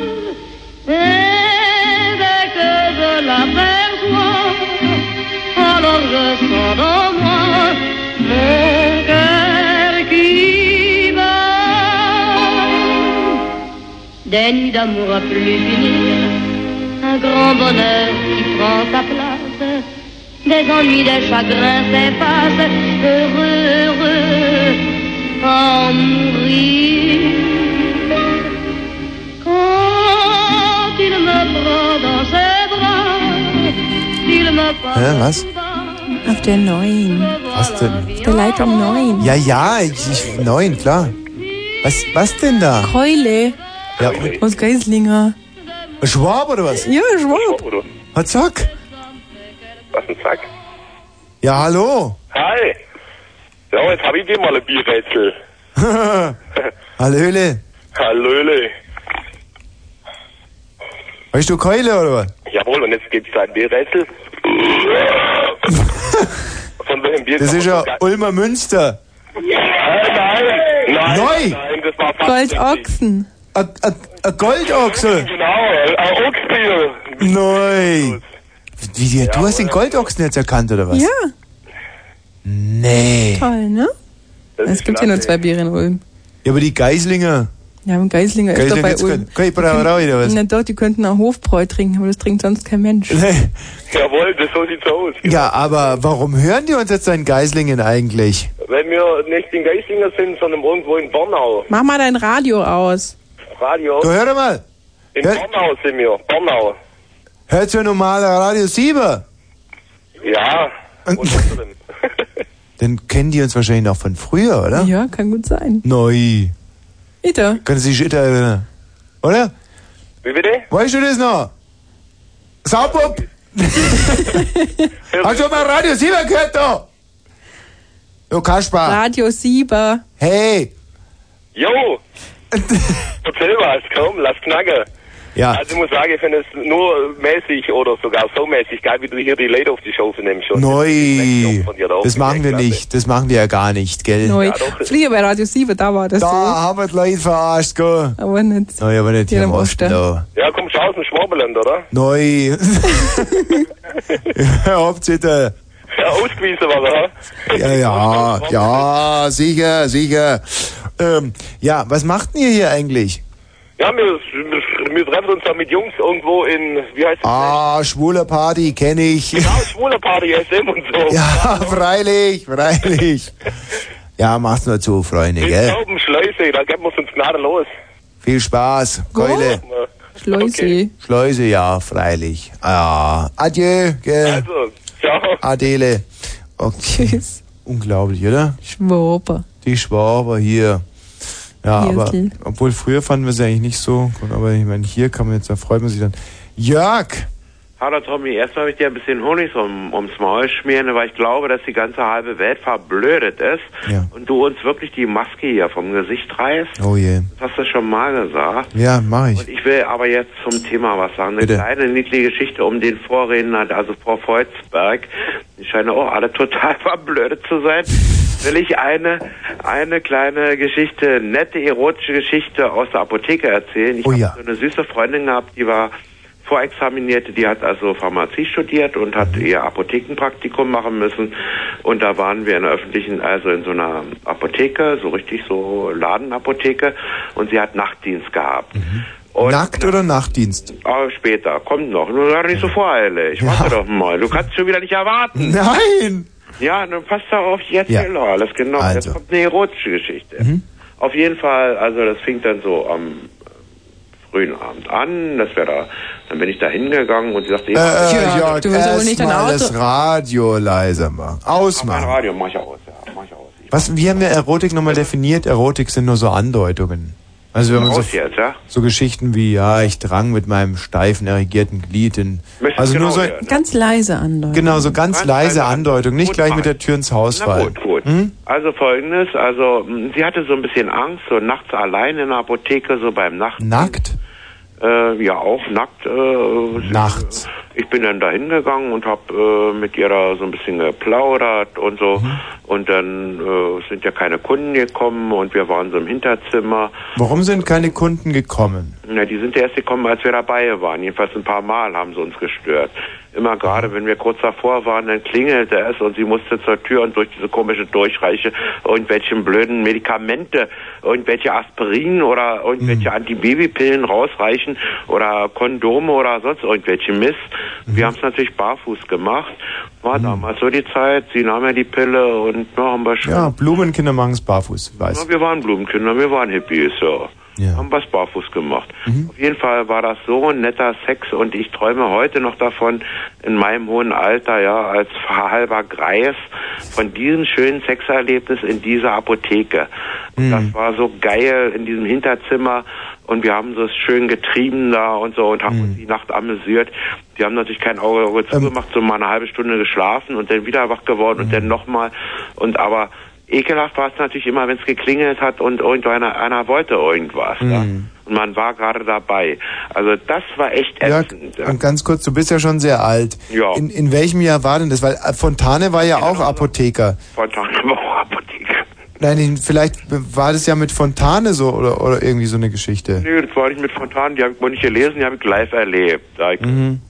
Speaker 9: Et dès que je l'aperçois, alors je sens dans moi mon cœur qui bat. Des nuits d'amour à plus finir, un grand bonheur qui prend sa place. Des ennuis, des chagrins s'effacent, heureux, heureux, à en mourir. Quand il me prend dans ses bras, il me parle.
Speaker 1: Hä, was?
Speaker 2: Auf der neuen.
Speaker 1: Was denn?
Speaker 2: Der Leitung 9.
Speaker 1: Ja, ja, ich, ich, neun, klar. Was, was denn da?
Speaker 2: Keule
Speaker 1: Ja,
Speaker 2: aus Geislinger.
Speaker 1: Schwab oder was?
Speaker 2: Ja, Schwab.
Speaker 1: Was zack?
Speaker 17: Was ein Zack?
Speaker 1: Ja, hallo.
Speaker 17: Hi! Ja, jetzt hab ich dir mal ein Bierrätsel.
Speaker 1: Hallöle.
Speaker 17: Hallöle.
Speaker 1: Weißt du Keule oder was?
Speaker 17: Jawohl, und jetzt gibt's da ein Bierrätsel. Von welchem Bier?
Speaker 1: Das ist ja Ulmer Münster.
Speaker 17: Nein!
Speaker 1: Neu.
Speaker 17: Nein, das war fast.
Speaker 2: Goldochsen.
Speaker 1: Ein Goldochse.
Speaker 17: Genau, ein Ochsbier.
Speaker 1: Neu. Wie, wie, du hast den Goldochsen jetzt erkannt oder was? Äh.
Speaker 2: Ja,
Speaker 1: Nee.
Speaker 2: toll, ne?
Speaker 17: Es
Speaker 2: gibt hier nur zwei Biere in Ulm.
Speaker 1: Ja, aber die Geislinger.
Speaker 2: Ja, im Geislinger ist doch
Speaker 1: Geislinger
Speaker 2: bei
Speaker 1: gibt's
Speaker 2: Ulm.
Speaker 1: kein- keine Brauerei oder was?
Speaker 2: Na doch, die könnten auch Hofbräu trinken, aber das trinkt sonst kein Mensch.
Speaker 17: Jawohl, das so sieht's aus.
Speaker 1: Ja, aber warum hören die uns jetzt in Geislingen eigentlich?
Speaker 17: Wenn wir nicht in Geislinger sind, sondern irgendwo in Bornau.
Speaker 2: Mach mal dein Radio aus.
Speaker 17: Radio.
Speaker 1: Du hör doch mal.
Speaker 17: In Bornau sind wir. Bornau.
Speaker 1: Hört ihr normaler Radio 7?
Speaker 17: Ja. Und was denn?
Speaker 1: Dann kennen die uns wahrscheinlich noch von früher, oder?
Speaker 2: Ja, kann gut sein.
Speaker 1: Neu.
Speaker 2: Ita.
Speaker 1: Können Sie sich Itter erinnern? Oder?
Speaker 17: Wie bitte?
Speaker 1: Weißt du das noch? Saubub! Hast du mal Also Radio 7 gehört da? Du Kaspar.
Speaker 2: Radio 7.
Speaker 1: Hey.
Speaker 17: Jo! Erzähl was, komm, lass knacken.
Speaker 1: Ja.
Speaker 17: Also ich muss sagen, ich finde es nur mäßig oder sogar so mäßig geil, wie du hier die Leute auf die Schaufel nimmst. Und
Speaker 1: Neu.
Speaker 17: dir da auch
Speaker 1: Das machen wir nicht. Das machen wir ja gar nicht, gell?
Speaker 2: Neu. Früher bei Radio 7, da war das
Speaker 1: Da
Speaker 2: so.
Speaker 1: haben wir die Leute verarscht, gell?
Speaker 2: Aber nicht.
Speaker 1: Neu, aber nicht hier im Osten. da.
Speaker 17: Ja, kommst du aus dem Schwabenland, oder?
Speaker 1: Neu. Hauptsitter.
Speaker 17: Ja, ausgewiesen war er,
Speaker 1: Ja, ja, ja, sicher, sicher. Ähm, ja, was macht denn ihr hier eigentlich?
Speaker 17: Ja, wir, wir, wir treffen uns da mit Jungs irgendwo in, wie heißt das?
Speaker 1: Ah, schwule Party, kenne ich.
Speaker 17: Genau, schwule Party, SM und so.
Speaker 1: Ja, freilich, freilich. Ja, mach's nur zu, Freunde,
Speaker 17: In
Speaker 1: gell?
Speaker 17: Taubenschleuse, da geben wir uns gnadenlos.
Speaker 1: Viel Spaß, Keule.
Speaker 2: Schleuse.
Speaker 1: Schleuse, ja, freilich. Ah, adieu, gell? Also,
Speaker 17: ciao.
Speaker 1: Adele. Okay.
Speaker 2: Tschüss.
Speaker 1: Unglaublich, oder?
Speaker 2: Schwaber.
Speaker 1: Die Schwaber hier. Ja,
Speaker 2: Hier
Speaker 1: aber
Speaker 2: ist die.
Speaker 1: obwohl früher fanden wir es eigentlich nicht so. Gut, aber ich meine, hier kann man jetzt, da freut man sich dann. Jörg!
Speaker 19: Hallo Tommy, erstmal möchte ich dir ein bisschen Honig um, ums Maul schmieren, weil ich glaube, dass die ganze halbe Welt verblödet ist und du uns wirklich die Maske hier vom Gesicht reißt.
Speaker 1: Oh je.
Speaker 19: Das hast du schon mal gesagt.
Speaker 1: Ja, mach ich.
Speaker 19: Und ich will aber jetzt zum Thema was sagen. Eine
Speaker 1: Bitte.
Speaker 19: kleine niedliche Geschichte um den Vorredner, also Frau Volzberg. Die scheinen auch alle total verblödet zu sein. Will ich eine, eine kleine Geschichte, nette erotische Geschichte aus der Apotheke erzählen. Ich
Speaker 1: Oh
Speaker 19: habe
Speaker 1: ja.
Speaker 19: so eine süße Freundin gehabt, die war Vorexaminierte, die hat also Pharmazie studiert und hat ihr Apothekenpraktikum machen müssen. Und da waren wir in der öffentlichen, also in so einer Apotheke, so richtig so Ladenapotheke. Und sie hat Nachtdienst gehabt.
Speaker 1: Nackt oder Nachtdienst?
Speaker 19: Aber Ah, später, kommt noch. Nur gar nicht so voreilig. Warte doch mal. Du kannst schon wieder nicht erwarten.
Speaker 1: Nein!
Speaker 19: Ja, dann passt darauf, jetzt
Speaker 1: Ja.
Speaker 19: ja. alles genau.
Speaker 1: Also.
Speaker 19: Jetzt kommt eine erotische Geschichte. Auf jeden Fall, also das fing dann so am äh, frühen Abend an, das wäre da. Dann bin ich da hingegangen und sie sagte,
Speaker 1: Äh,
Speaker 19: ja,
Speaker 1: äh, Jörg,
Speaker 2: du wirst ja wohl nicht dein
Speaker 1: erstmal
Speaker 2: Auto-
Speaker 1: das Radio leiser machen.
Speaker 19: mein
Speaker 1: Ausmachen.
Speaker 19: Radio, mach ich aus, ja, mach ich aus.
Speaker 1: Was, wie haben wir Erotik nochmal definiert? Erotik sind nur so Andeutungen. Also wenn man so,
Speaker 19: Raus jetzt, ja?
Speaker 1: so Geschichten wie, ja, ich drang mit meinem steifen, erregierten Glied in...
Speaker 19: Möchtest
Speaker 1: Also nur
Speaker 19: genau
Speaker 1: so,
Speaker 19: hören,
Speaker 2: Ganz leise andeuten.
Speaker 1: genau, so ganz leise Andeutung, nicht gleich mit der Tür ins Haus
Speaker 19: Na
Speaker 1: fallen. Hm?
Speaker 19: gut, gut. Also folgendes, also mh, sie hatte so ein bisschen Angst, so nachts allein in der Apotheke, so beim Nacht.
Speaker 1: Nackt?
Speaker 19: Äh, ja, auch nackt. Äh,
Speaker 1: Nachts.
Speaker 19: Ich bin dann da hingegangen und hab äh, mit ihr da so ein bisschen geplaudert und so. Und dann äh, sind ja keine Kunden gekommen und wir waren so im Hinterzimmer.
Speaker 1: Warum sind keine Kunden gekommen?
Speaker 19: Na, die sind ja erst gekommen, als wir dabei waren. Jedenfalls ein paar Mal haben sie uns gestört. Immer gerade, wenn wir kurz davor waren, dann klingelte es und sie musste zur Tür und durch diese komische Durchreiche irgendwelchen blöden Medikamente, irgendwelche Aspirin oder irgendwelche Antibabypillen rausreichen oder Kondome oder sonst irgendwelche Mist. Wir haben es natürlich barfuß gemacht. War damals so die Zeit. Sie nahm ja die Pille und na, haben wir schon
Speaker 1: Ja, Blumenkinder machen's barfuß, ich weiß.
Speaker 19: ja, wir waren Blumenkinder, wir waren Hippies, ja. Haben was barfuß gemacht. Auf jeden Fall war das so ein netter Sex und ich träume heute noch davon, in meinem hohen Alter, ja, als halber Greis, von diesem schönen Sexerlebnis in dieser Apotheke. Und Das war so geil in diesem Hinterzimmer und wir haben so es schön getrieben da und so und haben uns die Nacht amüsiert. Die haben natürlich kein Auge, Auge zugemacht, so mal eine halbe Stunde geschlafen und dann wieder wach geworden und dann nochmal. Und aber ekelhaft war es natürlich immer, wenn es geklingelt hat und irgendeiner einer wollte irgendwas. Ja. Und man war gerade dabei. Also das war echt
Speaker 1: Jörg,
Speaker 19: ätzend. Ja.
Speaker 1: und ganz kurz, du bist ja schon sehr alt.
Speaker 19: Ja.
Speaker 1: In, in welchem Jahr war denn das? Weil äh, Fontane war ja auch Apotheker.
Speaker 19: Spontan aber auch Apotheke.
Speaker 1: Nein, in- vielleicht war das ja mit Fontane so oder, oder irgendwie so eine Geschichte.
Speaker 19: Nee, das war nicht mit Fontan, die habe ich wohl nicht gelesen, die habe ich live erlebt. Da ich,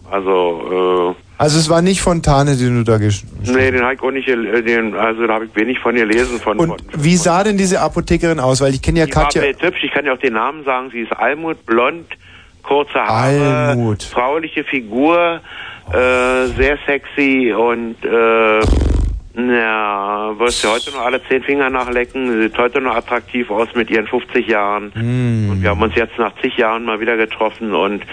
Speaker 19: Also, äh,
Speaker 1: Also es war nicht Fontane, den du da gesch...
Speaker 19: Nee, den habe ich auch nicht, gel- den, also da habe ich wenig von gelesen. Von, von,
Speaker 1: Wie sah denn diese Apothekerin aus? Weil ich kenne ja
Speaker 19: die war
Speaker 1: Katja...
Speaker 19: hübsch, ich kann ja auch den Namen sagen, sie ist Almut, blond, kurze Haare,
Speaker 1: Almut.
Speaker 19: frauliche Figur, äh, sehr sexy und äh, ja, wirst du heute noch alle zehn Finger nachlecken, sie sieht heute noch attraktiv aus mit ihren 50 Jahren.
Speaker 1: Hm.
Speaker 19: Und wir haben uns jetzt nach zig Jahren mal wieder getroffen und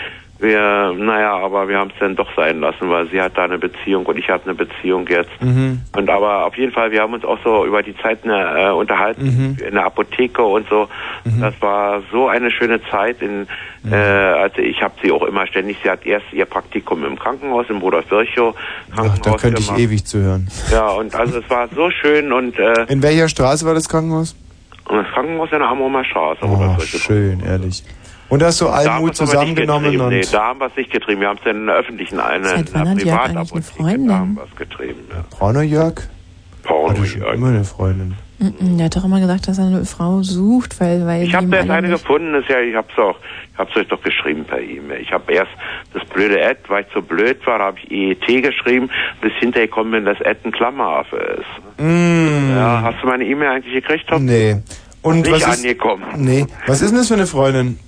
Speaker 19: wir, naja, aber wir haben es dann doch sein lassen, weil sie hat da eine Beziehung und ich habe eine Beziehung jetzt.
Speaker 1: Mhm.
Speaker 19: Und aber auf jeden Fall, wir haben uns auch so über die Zeit ne, äh,
Speaker 1: Mhm.
Speaker 19: unterhalten in der Apotheke und so. Das war so eine schöne Zeit. In,
Speaker 1: Mhm.
Speaker 19: äh, also ich habe sie auch immer ständig. Sie hat erst ihr Praktikum im Krankenhaus im Rudolf Virchow Krankenhaus
Speaker 1: Da könnte ich
Speaker 19: gemacht.
Speaker 1: ewig zuhören.
Speaker 19: Ja und also es war so schön und äh,
Speaker 1: In welcher Straße war das Krankenhaus?
Speaker 19: das Krankenhaus in der Amrumer Straße.
Speaker 1: Oh, schön, ehrlich. Und hast du Almut
Speaker 19: haben wir nicht
Speaker 1: zusammengenommen
Speaker 19: getrieben.
Speaker 1: und...
Speaker 19: Nee, da haben wir es nicht getrieben. Wir haben es dann in der öffentlichen, eine, in
Speaker 2: Seit wann
Speaker 19: einer
Speaker 2: hat Jörg eigentlich
Speaker 19: Privatapotheke
Speaker 2: eine Freundin?
Speaker 19: getrieben. Ja. Oh,
Speaker 1: Porno Jörg?
Speaker 19: Porno
Speaker 1: Jörg. Immer eine Freundin.
Speaker 2: Mhm, Der hat doch immer gesagt, dass er eine Frau sucht, weil... weil
Speaker 19: Ich habe da jetzt eine gefunden, das ist ja, ich hab's auch, ich hab's euch doch geschrieben per E-Mail. Ich habe erst das blöde Ad, weil ich so blöd war, habe ich EET geschrieben, bis hinterher gekommen bin, dass Ad ein Klammeraffe ist.
Speaker 1: Mm.
Speaker 19: Ja, hast du meine E-Mail eigentlich gekriegt, Tom?
Speaker 1: Nee. Und
Speaker 19: Nicht
Speaker 1: was ist,
Speaker 19: angekommen.
Speaker 1: Nee. Was ist denn das für eine Freundin?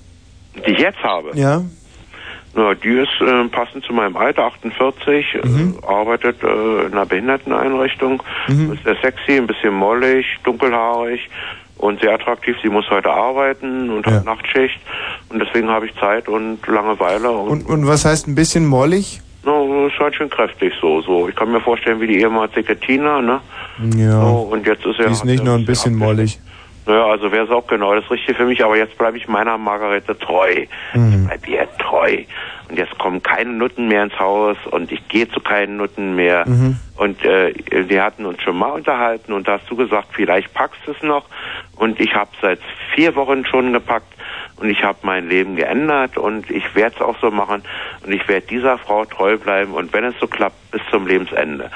Speaker 19: Die ich jetzt habe.
Speaker 1: Ja.
Speaker 19: Na, die ist äh, passend zu meinem Alter, 48,
Speaker 1: Mhm.
Speaker 19: äh, arbeitet äh, in einer Behinderteneinrichtung, ist sehr sexy, ein bisschen mollig, dunkelhaarig und sehr attraktiv. Sie muss heute arbeiten und hat Nachtschicht und deswegen habe ich Zeit und Langeweile und,
Speaker 1: Und, und was heißt ein bisschen mollig?
Speaker 19: No, ist halt schön kräftig so, so. Ich kann mir vorstellen, wie die ehemalige Tina, ne?
Speaker 1: Ja.
Speaker 19: So, und jetzt ist
Speaker 1: Die
Speaker 19: ja,
Speaker 1: ist nicht nur ein bisschen mollig.
Speaker 19: naja, also wäre es auch genau das Richtige für mich, aber jetzt bleibe ich meiner Margarete treu.
Speaker 1: Mhm.
Speaker 19: Ich bleibe ihr treu. Und jetzt kommen keine Nutten mehr ins Haus und ich gehe zu keinen Nutten mehr.
Speaker 1: Mhm.
Speaker 19: Und äh, wir hatten uns schon mal unterhalten und da hast du gesagt, vielleicht packst du es noch. Und ich habe seit vier Wochen schon gepackt und ich habe mein Leben geändert und ich werde es auch so machen und ich werde dieser Frau treu bleiben und wenn es so klappt, bis zum Lebensende.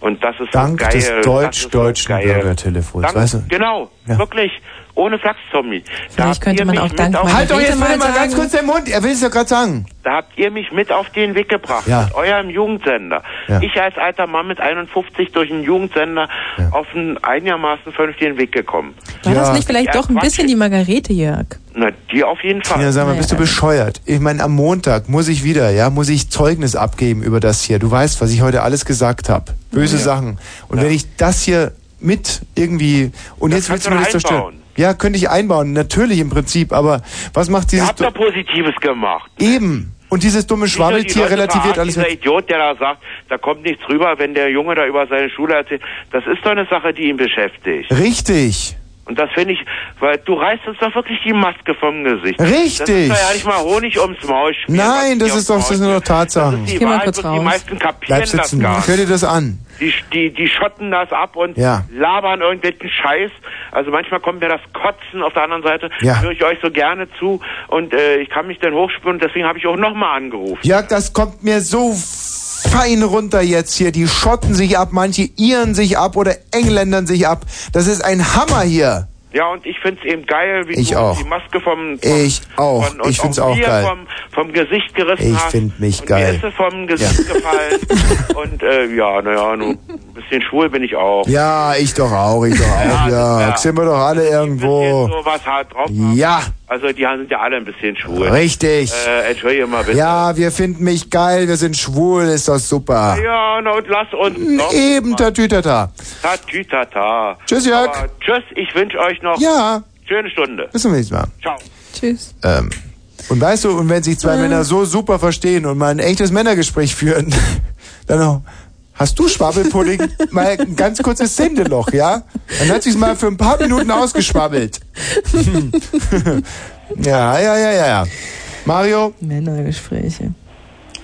Speaker 19: Und das ist
Speaker 1: Dank
Speaker 19: so geil.
Speaker 1: des
Speaker 19: das ist so
Speaker 1: deutsch-deutschen
Speaker 19: geil.
Speaker 1: Bürgertelefons,
Speaker 19: Dank,
Speaker 1: weißt du?
Speaker 19: Genau, wirklich. Ohne Flachszombie. Da
Speaker 2: Vielleicht
Speaker 19: habt
Speaker 2: könnte
Speaker 19: ihr
Speaker 2: man
Speaker 19: mich
Speaker 2: auch
Speaker 19: mit
Speaker 2: dank
Speaker 19: auf-
Speaker 2: meiner
Speaker 1: Halt doch jetzt bitte mal ganz kurz den Mund. Er will es doch gerade sagen.
Speaker 19: Da habt ihr mich mit auf den Weg gebracht,
Speaker 1: Ja.
Speaker 19: mit eurem Jugendsender.
Speaker 1: Ja.
Speaker 19: Ich als alter Mann mit 51 durch einen Jugendsender auf einen einigermaßen vernünftigen Weg gekommen.
Speaker 2: War das nicht vielleicht
Speaker 19: Ja,
Speaker 2: doch ein
Speaker 19: Quatsch.
Speaker 2: bisschen die Margarete, Jörg?
Speaker 19: Na, die auf jeden Fall.
Speaker 1: Ja, sag mal, bist du bescheuert? Ich meine, am Montag muss ich wieder, ja, muss ich Zeugnis abgeben über das hier. Du weißt, was ich heute alles gesagt habe. Böse
Speaker 19: Ja.
Speaker 1: Sachen. Und wenn ich das hier mit irgendwie und jetzt
Speaker 19: kannst
Speaker 1: willst du
Speaker 19: du
Speaker 1: mir das
Speaker 19: doch
Speaker 1: zerstören.
Speaker 19: einbauen.
Speaker 1: Ja, könnte ich einbauen, natürlich im Prinzip, aber was macht
Speaker 19: Ihr
Speaker 1: dieses
Speaker 19: habt doch Positives gemacht.
Speaker 1: eben und dieses dumme
Speaker 19: Nicht nur die
Speaker 1: Schwabbeltier
Speaker 19: Leute
Speaker 1: relativiert
Speaker 19: verarschen,
Speaker 1: alles
Speaker 19: Dieser
Speaker 1: mit.
Speaker 19: Idiot, der da sagt, da kommt nichts rüber, wenn der Junge da über seine Schule erzählt, das ist doch eine Sache, die ihn beschäftigt.
Speaker 1: Richtig.
Speaker 19: Und das finde ich, weil du reißt uns doch wirklich die Maske vom Gesicht.
Speaker 1: Richtig.
Speaker 19: Das ist doch ja nicht mal Honig ums Maul schmieren.
Speaker 1: Nein, das
Speaker 19: die
Speaker 1: ist doch
Speaker 19: aufs
Speaker 1: das sind doch Tatsachen.
Speaker 19: Die Wahrheit wird Die meisten kapieren
Speaker 1: Bleib
Speaker 19: das
Speaker 1: sitzen.
Speaker 19: gar nicht.
Speaker 1: Hör dir das an.
Speaker 19: Die, die, die schotten das ab und
Speaker 1: Ja.
Speaker 19: labern irgendwelchen Scheiß. Also manchmal kommt mir das Kotzen auf der anderen Seite.
Speaker 1: Ja.
Speaker 19: Höre ich euch so gerne zu und äh, ich kann mich dann hochspüren. Deswegen habe ich auch nochmal angerufen.
Speaker 1: Jörg, das kommt mir so fein runter jetzt hier. Die schotten sich ab, manche iren sich ab oder Engländern sich ab. Das ist ein Hammer hier.
Speaker 19: Ja, und ich find's eben geil, wie
Speaker 1: Ich
Speaker 19: du
Speaker 1: auch.
Speaker 19: die Maske vom, vom
Speaker 1: Ich auch.
Speaker 19: von, und
Speaker 1: Ich find's
Speaker 19: auch
Speaker 1: auch
Speaker 19: mir
Speaker 1: geil.
Speaker 19: Vom, vom Gesicht gerissen
Speaker 1: Ich
Speaker 19: hast.
Speaker 1: find mich
Speaker 19: und
Speaker 1: geil.
Speaker 19: Mir ist es vom Gesicht gefallen. Und äh, ja, naja, nur ein bisschen schwul bin ich auch.
Speaker 1: Ja, ich doch auch, ich doch auch. Ja, sind wir doch alle irgendwo.
Speaker 19: So was hart halt drauf.
Speaker 1: Ja.
Speaker 19: Also die sind ja alle ein bisschen schwul.
Speaker 1: Richtig.
Speaker 19: Äh, entschuldige mal bitte.
Speaker 1: Ja, wir finden mich geil, wir sind schwul, ist das super.
Speaker 19: Ja, na und lass uns noch
Speaker 1: Eben tatütata.
Speaker 19: Tatütata.
Speaker 1: Tschüss, Jörg.
Speaker 19: Aber tschüss, ich wünsch euch noch
Speaker 1: Ja.
Speaker 19: schöne Stunde.
Speaker 1: Bis zum nächsten Mal.
Speaker 19: Ciao.
Speaker 2: Tschüss.
Speaker 1: Ähm, und weißt du, und wenn sich zwei
Speaker 2: Äh.
Speaker 1: Männer so super verstehen und mal ein echtes Männergespräch führen, dann auch, hast du Schwabbelpudding? mal ein ganz kurzes Sendeloch, ja? Dann hat sich's mal für ein paar Minuten ausgeschwabbelt. Hm. ja, ja, ja, ja, ja. Mario?
Speaker 2: Männergespräche.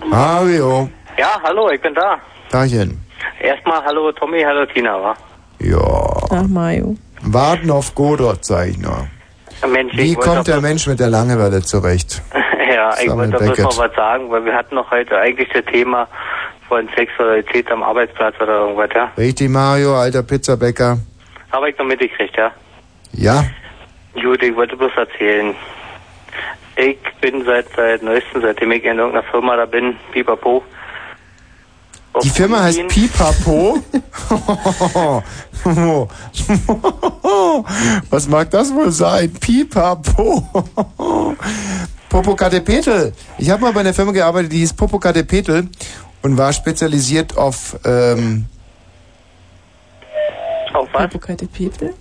Speaker 1: Mario.
Speaker 21: Ja, hallo, ich bin da.
Speaker 1: Dachchen.
Speaker 21: Erstmal hallo Tommy, hallo Tina, wa?
Speaker 2: Ach, Mario.
Speaker 1: Warten auf Godot, sag ich nur.
Speaker 21: Mensch,
Speaker 1: Wie
Speaker 21: ich wollte
Speaker 1: kommt
Speaker 21: doch-
Speaker 1: der Mensch mit der Langeweile zurecht?
Speaker 21: ja, ich
Speaker 1: Samuel
Speaker 21: wollte bloß
Speaker 1: Beckett.
Speaker 21: noch was sagen, weil wir hatten noch heute eigentlich das Thema von Sexualität am Arbeitsplatz oder irgendwas, ja?
Speaker 1: Richtig, Mario, alter Pizzabäcker.
Speaker 21: Habe ich noch mitgekriegt, ja?
Speaker 1: Ja,
Speaker 21: Gut, ich wollte bloß erzählen. Ich bin seit, seit neuestem, seitdem ich in irgendeiner Firma da bin, pipapo.
Speaker 1: die Firma heißt Pipapo. Was mag das wohl sein? Pipapo. Popocatepetl. Ich habe mal bei einer Firma gearbeitet, die hieß Popocatepetl und war spezialisiert auf ähm,
Speaker 21: Auf was?
Speaker 2: Popocatepetl?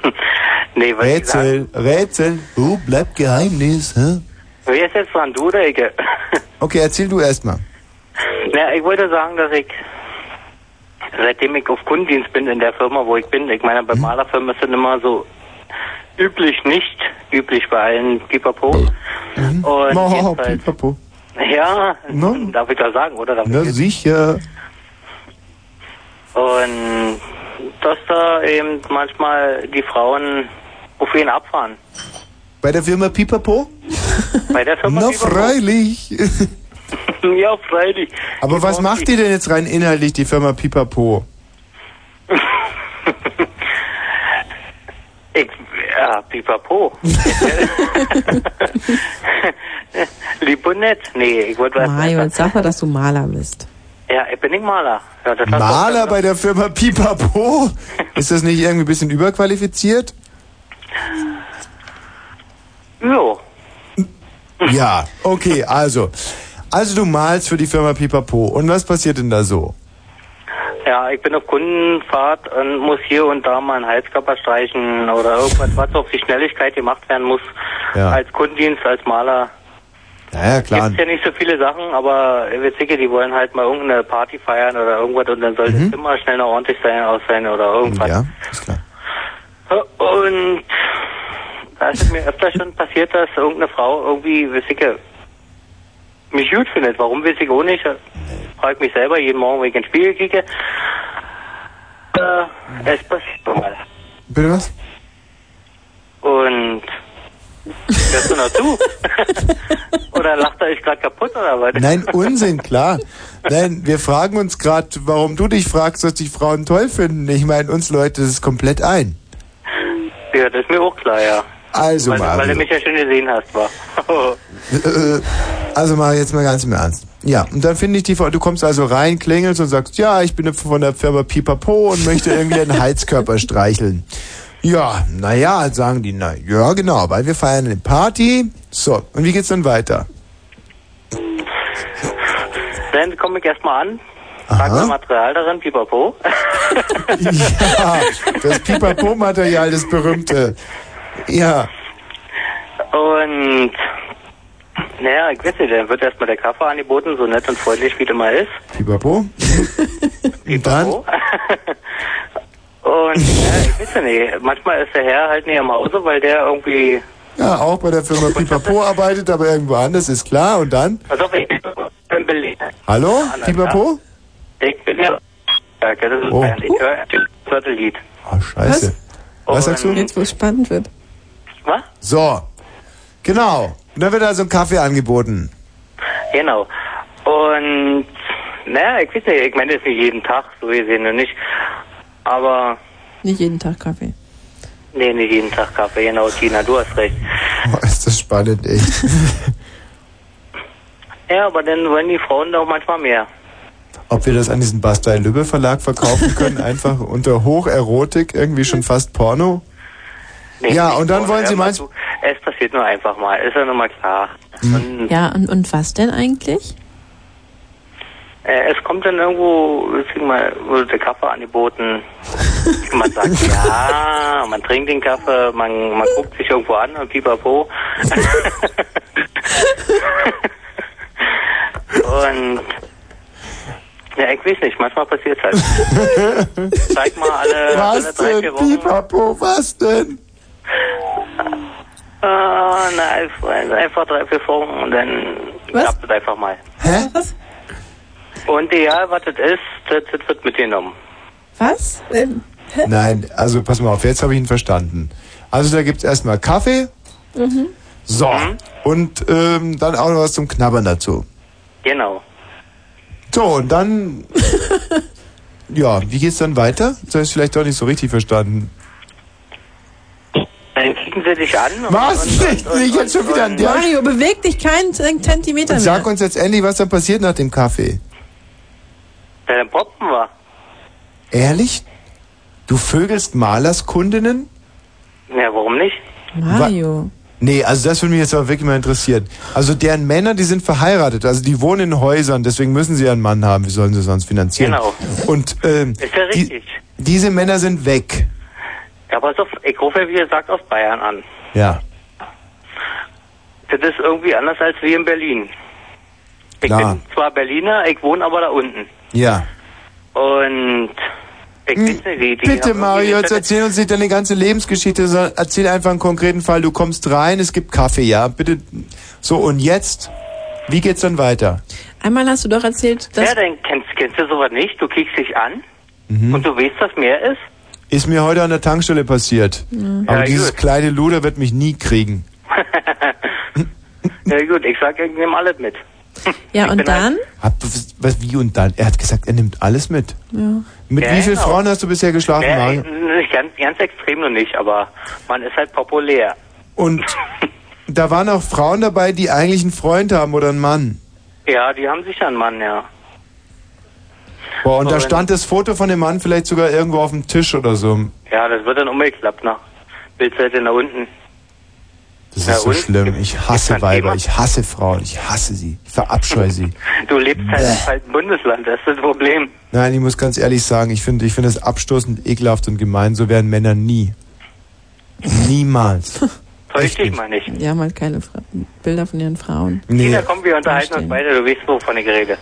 Speaker 21: nee, was ich sag-
Speaker 1: Rätsel, Rätsel. Oh, bleibt Geheimnis. Hä?
Speaker 21: Wer ist jetzt dran, du oder ich?
Speaker 1: Okay, erzähl du erst mal.
Speaker 21: Na, ich wollte sagen, dass ich, seitdem ich auf Kundendienst bin in der Firma, wo ich bin, ich meine, bei
Speaker 1: Mhm.
Speaker 21: Malerfirmen ist es immer so üblich nicht, üblich bei allen Pipapo. Und
Speaker 1: Oh,
Speaker 21: jedenfalls-
Speaker 1: Pipapo.
Speaker 21: ja, darf ich das sagen, oder? Darf
Speaker 1: Na Ne, sicher.
Speaker 21: Und dass da eben manchmal die Frauen auf ihn abfahren.
Speaker 1: Bei der Firma Pipapo?
Speaker 21: Bei der Firma
Speaker 1: Na
Speaker 21: Pipapo.
Speaker 1: freilich.
Speaker 21: ja, freilich.
Speaker 1: Aber was macht die denn jetzt rein inhaltlich, die Firma Pipapo?
Speaker 21: Ich, ja, pipapo. Lieb und nett. Nee, ich wollte was.
Speaker 2: Mario, jetzt sag mal, dass du Maler bist.
Speaker 21: Ja, ich bin nicht Maler. Ja, das hast du auch
Speaker 1: Maler
Speaker 21: gesagt.
Speaker 1: bei der Firma Pipapo? Ist das nicht irgendwie ein bisschen überqualifiziert?
Speaker 21: Jo.
Speaker 1: Ja, okay, also. Also du malst für die Firma Pipapo. Und was passiert denn da so?
Speaker 21: Ja, ich bin auf Kundenfahrt und muss hier und da mal einen Heizkörper streichen oder irgendwas, was auf die Schnelligkeit gemacht werden muss.
Speaker 1: Ja.
Speaker 21: Als Kundendienst, als Maler.
Speaker 1: Naja, klar.
Speaker 21: Ist ja nicht so viele Sachen, aber wir sicher, die wollen halt mal irgendeine Party feiern oder irgendwas und dann soll
Speaker 1: Mhm.
Speaker 21: das immer schnell noch ordentlich sein, aus sein oder irgendwas.
Speaker 1: Ja,
Speaker 21: Und da ist es mir öfter schon passiert, dass irgendeine Frau irgendwie, weiß ich, ja, mich gut findet. Warum weiß ich auch nicht? Frage ich mich selber jeden Morgen, wenn ich ins Spiegel kicke. Äh, es passiert mal.
Speaker 1: Bitte was?
Speaker 21: Und hörst du noch zu? oder lacht er euch gerade kaputt oder was?
Speaker 1: Nein, Unsinn, klar. Nein, wir fragen uns gerade, warum du dich fragst, was die Frauen toll finden. Ich meine, uns Leute, das ist komplett ein.
Speaker 21: Ja, Ja, das ist mir auch klar, ja.
Speaker 1: Also,
Speaker 21: weil, weil
Speaker 1: Mario.
Speaker 21: du mich ja schon gesehen hast, war.
Speaker 1: Äh, Also mal jetzt mal ganz im Ernst. Ja, und dann finde ich die, du kommst also rein, klingelst und sagst, ja, ich bin von der Firma Pipapo und möchte irgendwie einen Heizkörper streicheln. Ja, naja, sagen die, na ja, genau, weil wir feiern eine Party. So, und wie geht's dann weiter?
Speaker 21: Dann komme ich erstmal an, pack mein Material darin, pipapo.
Speaker 1: Ja, das Pipapo-Material, das berühmte. Ja,
Speaker 21: Und naja, ich weiß nicht, dann wird erstmal der Kaffee angeboten, so nett und freundlich wie der mal ist.
Speaker 1: Pipapo. Und dann?
Speaker 21: Und ja, ich weiß ja nicht, manchmal ist der Herr halt nicht am Hause, weil der irgendwie.
Speaker 1: Ja, auch bei der Firma Pipapo arbeitet, aber irgendwo anders, ist klar. Und dann?
Speaker 21: Pass auf, also, ich bin belegt.
Speaker 1: Hallo? Pipapo?
Speaker 21: Ich bin ja. Ja, das ist
Speaker 1: Oh. Ah,
Speaker 21: ein ich höre das Viertellied.
Speaker 1: Scheiße. Was sagst du?
Speaker 2: Oh, Jetzt, wo es spannend wird.
Speaker 21: Was?
Speaker 1: So. Genau. Und dann wird also ein Kaffee angeboten.
Speaker 21: Genau. Und naja, ich weiß nicht, ich meine das ist nicht jeden Tag, so gesehen und nicht. Aber
Speaker 2: Nicht jeden Tag Kaffee.
Speaker 21: nee, nicht jeden Tag Kaffee, genau, Tina, du hast recht.
Speaker 1: Boah, ist das spannend, echt.
Speaker 21: Ja, aber dann wollen die Frauen doch manchmal mehr.
Speaker 1: Ob wir das an diesen Bastei Lübbe Verlag verkaufen können, einfach unter Hocherotik, irgendwie schon fast Porno?
Speaker 21: Nee,
Speaker 1: Ja,
Speaker 21: die
Speaker 1: und dann
Speaker 21: Frauen,
Speaker 1: wollen
Speaker 21: hör
Speaker 1: sie
Speaker 21: mal
Speaker 1: meins-
Speaker 21: zu, Es passiert nur einfach mal, ist ja nun mal klar.
Speaker 19: Mhm.
Speaker 21: Und,
Speaker 2: Ja, und, und was denn eigentlich?
Speaker 21: äh, es kommt dann irgendwo, ich sag mal, wurde der Kaffee angeboten. Man sagt ja, man trinkt den Kaffee, man, man guckt sich irgendwo an und pipapo. und ja, ich weiß nicht, manchmal passiert halt. Zeig mal alle, alle
Speaker 1: Was
Speaker 21: drei,
Speaker 1: denn,
Speaker 21: vier Wochen.
Speaker 1: Pipapo, was denn?
Speaker 21: Ah, na, einfach- einfach drei, vier Wochen und dann klappt es einfach mal.
Speaker 1: Hä?
Speaker 21: Und egal, was das ist, das, das wird mitgenommen.
Speaker 2: Was? Ähm,
Speaker 1: Nein, also pass mal auf, jetzt habe ich ihn verstanden. Also da gibt's erstmal Kaffee,
Speaker 4: Mhm.
Speaker 1: so, und ähm, dann auch noch was zum Knabbern dazu.
Speaker 21: Genau.
Speaker 1: So, und dann. ja, wie geht's dann weiter? Das habe ich vielleicht doch nicht so richtig verstanden.
Speaker 21: Dann kicken sie dich an. Und,
Speaker 1: Was?
Speaker 21: Und, und, und,
Speaker 1: Ich jetzt schon wieder an der.
Speaker 2: Mario, beweg dich keinen Zent- Zentimeter
Speaker 1: Und
Speaker 2: mehr.
Speaker 1: sag uns jetzt endlich, was dann passiert nach dem Kaffee.
Speaker 21: ja, dann poppen wir.
Speaker 1: Ehrlich? Du vögelst Malerskundinnen?
Speaker 21: Ja, warum nicht?
Speaker 1: Mario. Nee, also das würde mich jetzt aber wirklich mal interessieren. Also deren Männer, die sind verheiratet, also die wohnen in Häusern, deswegen müssen sie ja einen Mann haben, wie sollen sie sonst finanzieren?
Speaker 21: Genau.
Speaker 1: Und ähm,
Speaker 21: Ist ja richtig.
Speaker 1: Die, diese Männer sind weg.
Speaker 21: Ja, pass auf, ich rufe ja, wie gesagt, aus Bayern an.
Speaker 1: Ja.
Speaker 21: Das ist irgendwie anders als wie in Berlin. Ich
Speaker 1: Klar.
Speaker 21: bin zwar Berliner, ich wohne aber da unten.
Speaker 1: Ja.
Speaker 21: Und ich weiß nicht, die, die
Speaker 1: Hm, Bitte,
Speaker 21: haben
Speaker 1: Mario, jetzt
Speaker 21: irgendwie-
Speaker 1: erzähl uns nicht deine ganze Lebensgeschichte, sondern erzähl einfach einen konkreten Fall. Du kommst rein, es gibt Kaffee, ja? Bitte. So, und jetzt? Wie geht's dann weiter?
Speaker 2: Einmal hast du doch erzählt, dass...
Speaker 21: Ja, dann kennst, kennst du sowas nicht. Du kickst dich an
Speaker 1: Mhm.
Speaker 21: und du weißt, was mehr ist.
Speaker 1: Ist mir heute an der Tankstelle passiert. Aber
Speaker 21: Mhm. Ja,
Speaker 1: dieses
Speaker 21: gut.
Speaker 1: kleine Luder wird mich nie kriegen.
Speaker 21: Na gut, ich sag, ich nehme alles mit.
Speaker 2: Ja, und dann?
Speaker 1: Hab, was, was, wie und dann? Er hat gesagt, er nimmt alles mit.
Speaker 2: Ja.
Speaker 1: Mit
Speaker 21: Ja,
Speaker 1: wie vielen
Speaker 21: genau.
Speaker 1: Frauen hast du bisher geschlafen,
Speaker 21: Ja,
Speaker 1: Mario?
Speaker 21: nicht ganz, ganz extrem noch nicht, aber man ist halt populär.
Speaker 1: Und da waren auch Frauen dabei, die eigentlich einen Freund haben oder einen Mann.
Speaker 21: Ja, die haben sicher einen Mann, ja.
Speaker 1: Boah, und da
Speaker 21: Aber wenn-
Speaker 1: stand das Foto von dem Mann vielleicht sogar irgendwo auf dem Tisch oder so.
Speaker 21: Ja, das wird dann umgeklappt ne? nach Bildseite nach unten.
Speaker 1: Das
Speaker 21: Na
Speaker 1: ist so
Speaker 21: und?
Speaker 1: schlimm. Ich hasse Weiber, ich hasse Frauen, ich hasse sie, ich verabscheue sie.
Speaker 21: Du lebst halt im falschen Bundesland, das ist das Problem.
Speaker 1: Nein, ich muss ganz ehrlich sagen, ich finde ich finde es abstoßend, ekelhaft und gemein. So werden Männer nie. Niemals.
Speaker 21: Täusch dich mal nicht.
Speaker 2: Die haben halt keine Fra Bilder von ihren Frauen.
Speaker 1: Nee,
Speaker 21: Ja, komm, wir unterhalten uns beide, du weißt, wovon ich rede.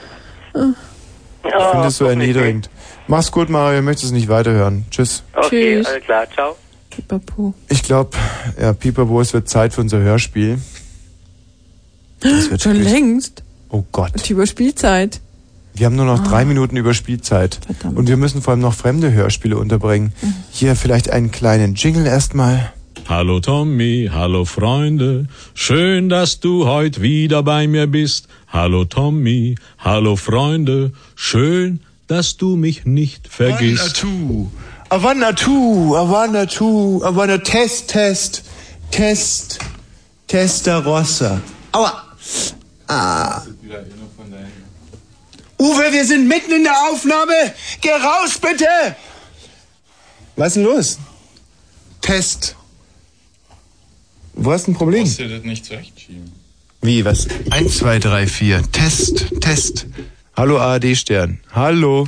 Speaker 1: ich finde es so erniedrigend. Mach's gut, Mario, ich möchte es nicht weiterhören. Tschüss.
Speaker 21: Okay, alles klar, ciao.
Speaker 1: Ich glaube, ja, Pipapo, es wird Zeit für unser Hörspiel. Das wird
Speaker 2: Schon längst.
Speaker 1: Oh Gott.
Speaker 2: Und über Spielzeit. Ah.
Speaker 1: Wir haben nur noch drei Minuten Überspielzeit. Verdammt. Und wir müssen vor allem noch fremde Hörspiele unterbringen.
Speaker 2: Mhm.
Speaker 1: Hier vielleicht einen kleinen Jingle erstmal.
Speaker 29: Hallo Tommy, hallo Freunde, schön, dass du heute wieder bei mir bist. Hallo Tommy, hallo Freunde, schön, dass du mich nicht vergisst.
Speaker 23: One, two.
Speaker 1: Havana 2, Havana 2, Havana Test, Test, Test, Testarossa. Aua. Ah. Uwe, wir sind mitten in der Aufnahme. Geh raus, bitte. Was ist denn los? Test. Wo hast du ein
Speaker 23: Du
Speaker 1: Problem?
Speaker 23: musst dir das nicht zurechtschieben.
Speaker 1: Wie, was? 1, 2, 3, 4. Test, Test. Hallo ARD-Stern. Hallo.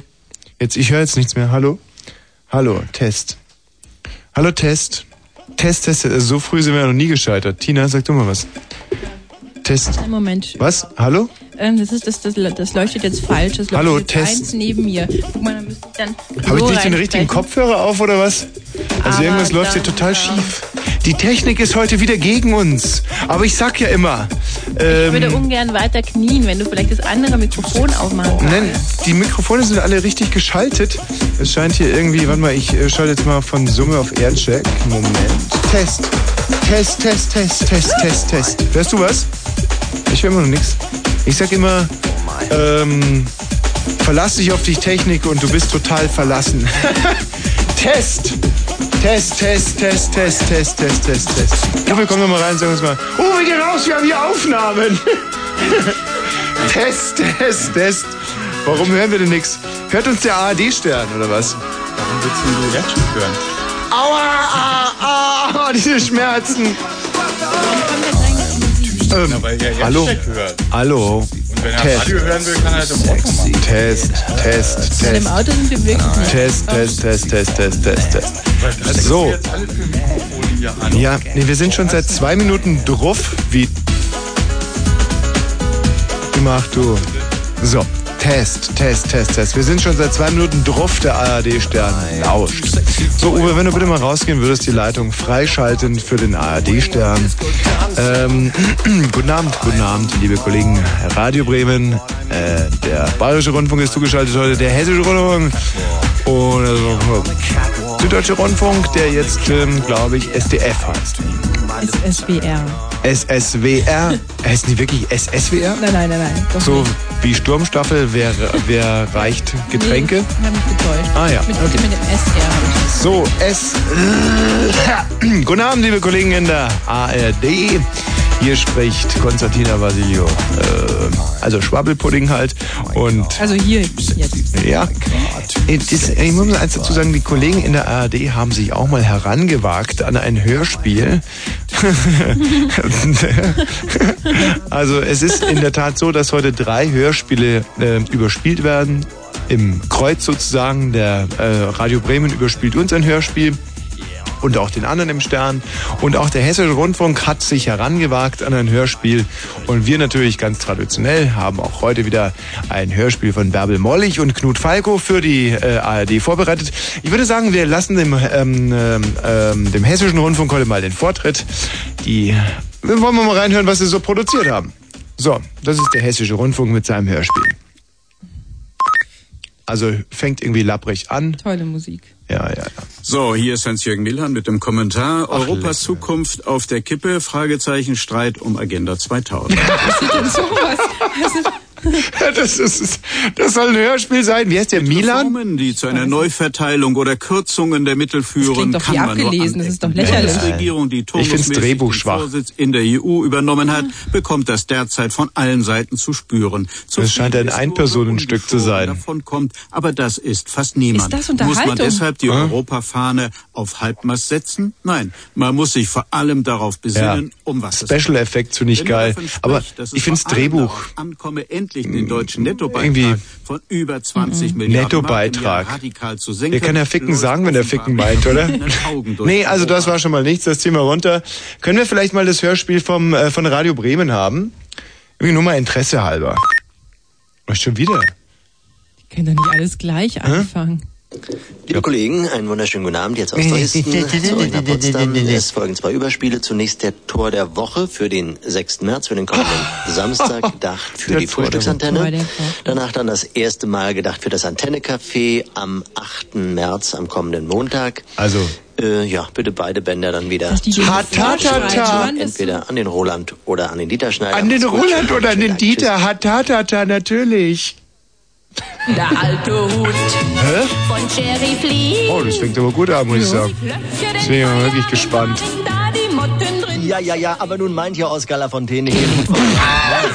Speaker 1: Jetzt, ich höre jetzt nichts mehr. Hallo. Hallo, Test. Hallo, Test. Test, Test. äh, So früh sind wir noch nie gescheitert. Tina, sag du mal was. Test.
Speaker 2: Einen Moment.
Speaker 1: Was? Hallo?
Speaker 2: Ähm, das, ist, das, das, das leuchtet jetzt falsch. Das leuchtet
Speaker 1: Hallo,
Speaker 2: jetzt
Speaker 1: Test.
Speaker 2: eins neben mir. Guck mal, da müsste ich dann.
Speaker 1: Habe ich
Speaker 2: so
Speaker 1: nicht den richtigen
Speaker 2: reinsprechen.
Speaker 1: Kopfhörer auf oder was? Also
Speaker 2: Aber
Speaker 1: irgendwas läuft hier
Speaker 2: dann,
Speaker 1: total schief. Die Technik ist heute wieder gegen uns. Aber ich sag ja immer.
Speaker 2: Ich würde
Speaker 1: Ähm,
Speaker 2: ungern weiter knien, wenn du vielleicht das andere Mikrofon aufmachst.
Speaker 1: nein, die Mikrofone sind alle richtig geschaltet. Es scheint hier irgendwie, warte mal, ich äh, schalte jetzt mal von Summe auf Aircheck. Moment. Test. Test, Test, Test, Test, Test, Test. Hörst du was? Ich höre immer noch nichts. Ich sag immer, ähm, verlass dich auf die Technik und du bist total verlassen. Test! Test, Test, Test, Test, Test, Test, Test, Test. Uwe, komm doch mal rein, sag uns mal. Uwe, geh raus, wir haben hier Aufnahmen. Test, Test, Test. Warum hören wir denn nichts? Hört uns der ARD-Stern oder was? Warum willst du jetzt schon hören? Aua, ah, ah, diese Schmerzen. Ähm, hallo, hallo. Und
Speaker 23: wenn er Radio hören will, kann er das im Auto machen.
Speaker 1: Test, Test,
Speaker 2: Und im
Speaker 1: Test.
Speaker 2: Auto sind wir wirklich nicht.
Speaker 1: Test, Test, Test, Test, Test, Test, Test. So. Ja, nee, wir sind schon seit zwei Minuten drauf, wie. Mach du. So. Test, Test, Test, Test. Wir sind schon seit zwei Minuten drauf, der ARD-Stern lauscht. So, Uwe, wenn du bitte mal rausgehen würdest, die Leitung freischalten für den ARD-Stern. Ähm, guten Abend, guten Abend, liebe Kollegen. Radio Bremen, äh, der Bayerische Rundfunk ist zugeschaltet heute, der Hessische Rundfunk und äh, Süddeutsche Rundfunk, der jetzt, ähm, glaube ich, SDF heißt.
Speaker 2: SSBR.
Speaker 1: SSWR. Heißen die wirklich SSWR?
Speaker 2: Nein, nein, nein, nein. Doch
Speaker 1: So
Speaker 2: nicht.
Speaker 1: wie Sturmstaffel, wer, wer reicht Getränke?
Speaker 2: Nee, hab mich getäuscht.
Speaker 1: Ah, ja,
Speaker 2: Mit,
Speaker 1: okay.
Speaker 2: mit dem SR habe ich das.
Speaker 1: So, es. Guten Abend, liebe Kollegen in der ARD. Hier spricht Konstantina Vasilio. Äh, also Schwabbelpudding halt. Und
Speaker 2: Also hier jetzt.
Speaker 1: ja, äh, das, ich muss eins dazu sagen, die Kollegen in der ARD haben sich auch mal herangewagt an ein Hörspiel. also es ist in der Tat so, dass heute drei Hörspiele äh, überspielt werden. Im Kreuz sozusagen, der äh, Radio Bremen überspielt uns ein Hörspiel und auch den anderen im Stern. Und auch der Hessische Rundfunk hat sich herangewagt an ein Hörspiel. Und wir natürlich ganz traditionell haben auch heute wieder ein Hörspiel von Bärbel Mollig und Knut Falco für die äh, ARD vorbereitet. Ich würde sagen, wir lassen dem, ähm, ähm, ähm, dem Hessischen Rundfunk heute mal den Vortritt. Die wollen wir mal reinhören, was sie so produziert haben. So, das ist der Hessische Rundfunk mit seinem Hörspiel. Also fängt irgendwie lapprig an.
Speaker 2: Tolle Musik.
Speaker 1: Ja, ja.
Speaker 24: So, hier ist Hans-Jürgen Milhan mit dem Kommentar. Europas Zukunft auf der Kippe? Fragezeichen Streit um Agenda 2000.
Speaker 1: das, ist, das soll ein Hörspiel sein. Wie heißt der Milan?
Speaker 24: Reformen, die zu einer Neuverteilung oder Kürzungen der Mittel führen,
Speaker 2: doch
Speaker 24: kann
Speaker 2: wie
Speaker 24: man nur
Speaker 2: abgelesen, das ist doch
Speaker 24: Die
Speaker 2: lächerlich.
Speaker 24: Bundesregierung, die
Speaker 1: Ich find's
Speaker 24: turnusmäßig
Speaker 1: Drehbuch
Speaker 24: den
Speaker 1: schwach.
Speaker 24: Vorsitz in der EU übernommen hat, bekommt das derzeit von allen Seiten zu spüren. Zu
Speaker 1: Das scheint ein Einpersonenstück zu sein.
Speaker 24: davon kommt, aber das ist fast niemand.
Speaker 2: Ist das
Speaker 24: muss
Speaker 2: Unterhaltung?
Speaker 24: man deshalb die Europafahne auf Halbmast setzen? Nein, man muss sich vor allem darauf besinnen, um was es
Speaker 1: Special Effects finde ich
Speaker 24: Wenn man
Speaker 1: geil.
Speaker 24: davon spricht,
Speaker 1: Aber
Speaker 24: dass es
Speaker 1: ich finde das
Speaker 24: vor allem
Speaker 1: Drauch
Speaker 24: darauf ankomme, endlich den deutschen
Speaker 1: irgendwie-
Speaker 24: Nettobeitrag von über 20
Speaker 1: Mhm.
Speaker 24: Milliarden
Speaker 1: Nettobeitrag.
Speaker 24: Mark im Jahr radikal zu senken.
Speaker 1: Der kann ja Ficken sagen, wenn er Ficken meint, oder?
Speaker 24: Augen durch.
Speaker 1: nee, also das war schon mal nichts, das ziehen wir runter. Können wir vielleicht mal das Hörspiel vom, äh, von Radio Bremen haben? Irgendwie nur mal Interesse halber. Was schon wieder?
Speaker 2: Ich kann doch nicht alles gleich anfangen.
Speaker 30: Liebe Kollegen, einen wunderschönen guten Abend jetzt aus Dresden. Zurück nach Potsdam. Es folgen zwei Überspiele. Zunächst der Tor der Woche für den 6. März, für den kommenden Samstag, gedacht für
Speaker 31: Der
Speaker 30: die
Speaker 31: Tor der Woche. Tor der
Speaker 30: Frühstücksantenne.
Speaker 31: Woche.
Speaker 30: Danach dann das erste Mal gedacht für das Antenne-Café am 8. März, am kommenden Montag.
Speaker 1: Also.
Speaker 30: Äh, ja, bitte beide Bänder dann wieder.
Speaker 1: die
Speaker 30: zu-
Speaker 1: Ha, ta, ta, ta.
Speaker 30: Entweder an den Roland oder an den Dieter Schneider.
Speaker 1: An den
Speaker 30: Macht's gut.
Speaker 1: Roland oder an den Dieter, hat ta, ta, ta, natürlich.
Speaker 5: Der alte Hut
Speaker 1: Hä?
Speaker 5: von Cherry Flea.
Speaker 1: Oh, das fängt aber gut an, muss ich sagen. Jetzt bin ich mal wirklich gespannt.
Speaker 5: Da die Motten drin.
Speaker 30: Ja, ja, ja, aber nun meint ihr Oskar Lafontaine hier.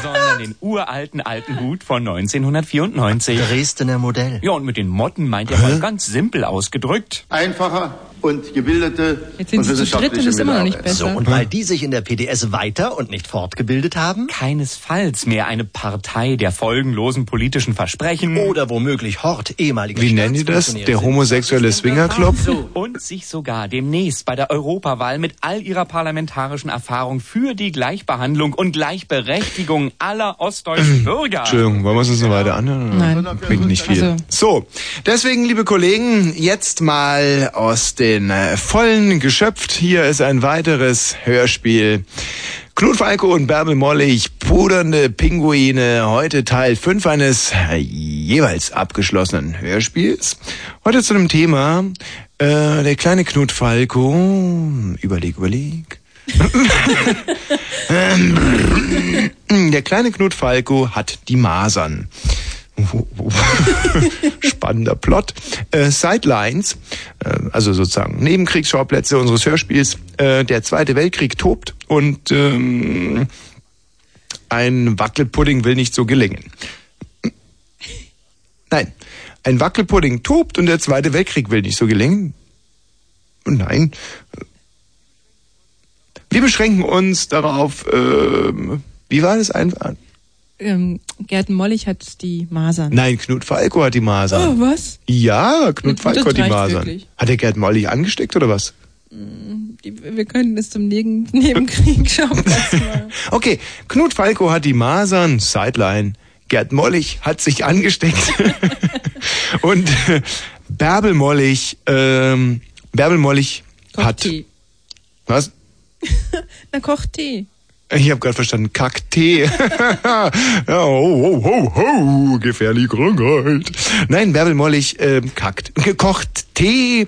Speaker 11: sondern den uralten alten Hut von 1994.
Speaker 30: Dresdner Modell.
Speaker 11: Ja, und mit den Motten meint er mal ganz simpel ausgedrückt.
Speaker 30: Einfacher und gebildete
Speaker 11: Jetzt sind und sie zu wissenschaftliche dritt und ist immer noch nicht Mitarbeit.
Speaker 30: So,
Speaker 11: besser.
Speaker 30: und weil die sich in der PDS weiter und nicht fortgebildet haben?
Speaker 11: Keinesfalls mehr eine Partei der folgenlosen politischen Versprechen.
Speaker 30: Oder womöglich Hort ehemaliger
Speaker 11: Wie nennen
Speaker 1: die das? Der homosexuelle Swingerclub?
Speaker 11: So, und sich sogar demnächst bei der Europawahl mit all ihrer parlamentarischen Erfahrung für die Gleichbehandlung und Gleichberechtigung aller
Speaker 1: Mhm.
Speaker 11: ostdeutschen Bürger.
Speaker 1: Entschuldigung, wollen wir es uns noch weiter anhören?
Speaker 11: Nein.
Speaker 1: Bringt nicht viel.
Speaker 11: Also-
Speaker 1: So, deswegen, liebe Kollegen, jetzt mal aus den äh, Vollen geschöpft. Hier ist ein weiteres Hörspiel. Knut Falco und Bärbel Mollig, pudernde Pinguine, heute Teil 5 eines äh, jeweils abgeschlossenen Hörspiels. Heute zu dem Thema, äh, der kleine Knut Falco, überleg, überleg. Ähm. der kleine Knut Falco hat die Masern. Spannender Plot. Äh, Sidelines, äh, also sozusagen Nebenkriegsschauplätze unseres Hörspiels. Äh, der Zweite Weltkrieg tobt und ähm, ein Wackelpudding will nicht so gelingen. Nein, ein Wackelpudding tobt und der Zweite Weltkrieg will nicht so gelingen. Nein. Wir beschränken uns darauf, ähm, wie war das einfach?
Speaker 6: Ähm, Gerd Mollig hat die Masern.
Speaker 1: Nein, Knut Falco hat die Masern.
Speaker 6: Oh, was?
Speaker 1: Ja, Knut
Speaker 6: Das
Speaker 1: Falco hat die
Speaker 6: reicht
Speaker 1: Masern.
Speaker 6: wirklich.
Speaker 1: Hat der Gerd Mollig angesteckt oder was?
Speaker 6: Wir könnten es zum Neben Nebenkrieg schauen.
Speaker 1: Okay, Knut Falco hat die Masern, Sideline. Gerd Mollig hat sich angesteckt. Und äh, Bärbel Mollig, ähm, Bärbel Mollig hat. Was?
Speaker 6: Na, koch Tee.
Speaker 1: Ich habe gerade verstanden, Kaktee. ja, oh, oh, oh, oh, gefährlich Krankheit. Nein, Bärbel Mollig ähm, kackt. Gekocht Tee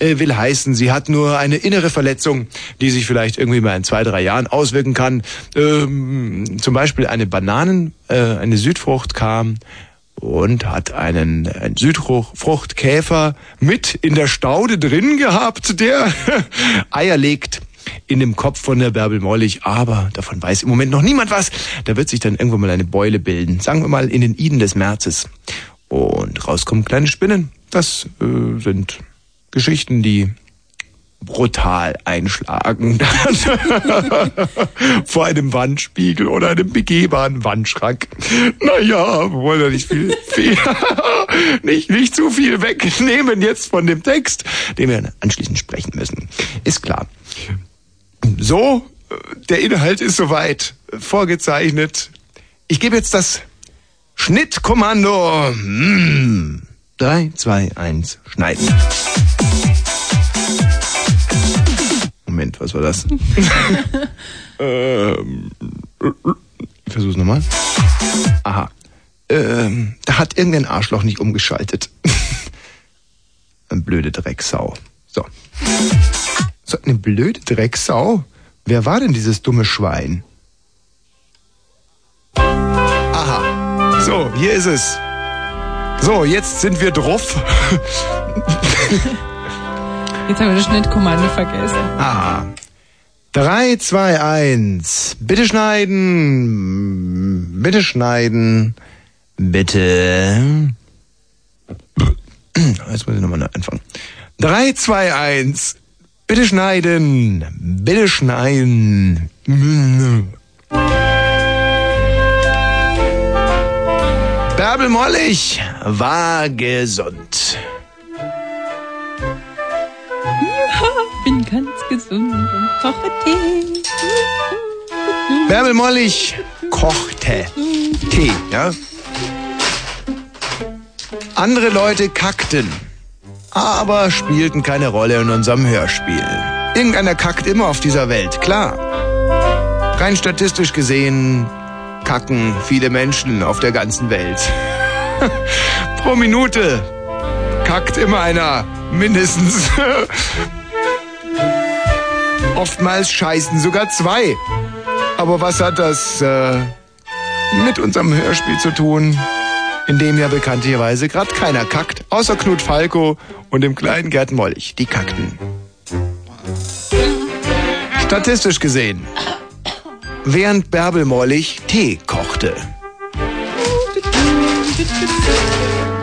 Speaker 1: äh, will heißen, sie hat nur eine innere Verletzung, die sich vielleicht irgendwie mal in zwei, drei Jahren auswirken kann. Ähm, zum Beispiel eine Bananen, äh, eine Südfrucht kam und hat einen, einen Südfruchtkäfer mit in der Staude drin gehabt, der Eier legt in dem Kopf von der Bärbel Mollig, aber davon weiß im Moment noch niemand was. Da wird sich dann irgendwann mal eine Beule bilden, sagen wir mal in den Iden des Märzes. Und rauskommen kleine Spinnen. Das äh, sind Geschichten, die brutal einschlagen vor einem Wandspiegel oder einem begehbaren Wandschrank. Naja, wir wollen ja nicht viel, viel nicht, nicht zu viel wegnehmen jetzt von dem Text, den wir anschließend sprechen müssen. Ist klar. So, äh, der Inhalt ist soweit vorgezeichnet. Ich gebe jetzt das Schnittkommando. Mm. Drei, zwei, eins, schneiden. Moment, was war das? ähm, ich versuch's nochmal. Aha. Ähm, da hat irgendein Arschloch nicht umgeschaltet. Eine blöde Drecksau. So. So eine blöde Drecksau? Wer war denn dieses dumme Schwein? Aha. So, hier ist es. So, jetzt sind wir drauf.
Speaker 6: Jetzt haben wir das Schnittkommando vergessen.
Speaker 1: Aha. 3, 2, 1. Bitte schneiden. Bitte schneiden. Bitte. Jetzt muss ich nochmal anfangen. 3, 2, 1. Bitte schneiden. Bitte schneiden. Bärbel Mollig war gesund.
Speaker 6: Ja, bin ganz gesund und koche Tee.
Speaker 1: Bärbel Mollig kochte Tee, ja? Andere Leute kackten, aber spielten keine Rolle in unserem Hörspiel. Irgendeiner kackt immer auf dieser Welt, klar. Rein statistisch gesehen kacken viele Menschen auf der ganzen Welt. Pro Minute kackt immer einer, mindestens. Oftmals scheißen sogar zwei. Aber was hat das äh, mit unserem Hörspiel zu tun? in dem ja bekanntlicherweise gerade keiner kackt, außer Knut Falco und dem kleinen Gerd Mollig. Die kackten. Statistisch gesehen, während Bärbel Mollig Tee kochte.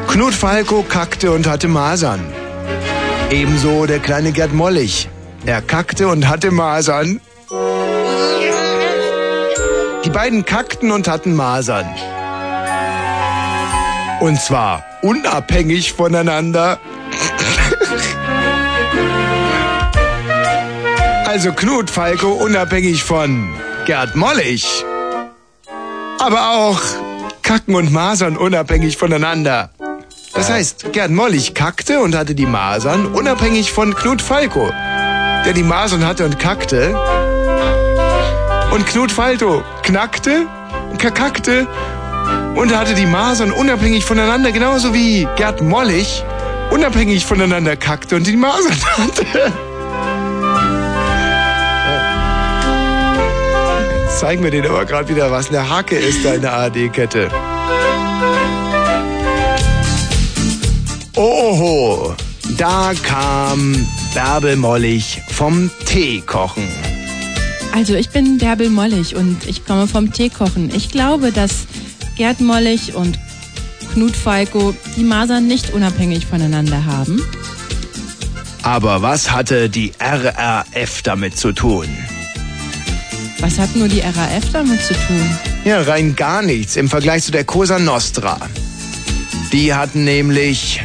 Speaker 1: Knut Falco kackte und hatte Masern. Ebenso der kleine Gerd Mollig. Er kackte und hatte Masern. Die beiden kackten und hatten Masern. Und zwar unabhängig voneinander. Also Knut Falco unabhängig von Gerd Mollig. Aber auch Kacken und Masern unabhängig voneinander. Das heißt, Gerd Mollig kackte und hatte die Masern unabhängig von Knut Falco, der die Masern hatte und kackte. Und Knut Falco knackte, kakackte und hatte die Masern unabhängig voneinander, genauso wie Gerd Mollig unabhängig voneinander kackte und die Masern hatte. Jetzt zeigen wir denen aber gerade wieder, was eine Hake ist, deine AD-Kette. Oho, da kam Bärbel Mollig vom Tee kochen.
Speaker 6: Also ich bin Bärbel Mollig und ich komme vom Teekochen. Ich glaube, dass Gerd Mollig und Knut Falco die Masern nicht unabhängig voneinander haben.
Speaker 1: Aber was hatte die RRF damit zu tun?
Speaker 6: Was hat nur die RAF damit zu tun?
Speaker 1: Ja, rein gar nichts im Vergleich zu der Cosa Nostra. Die hatten nämlich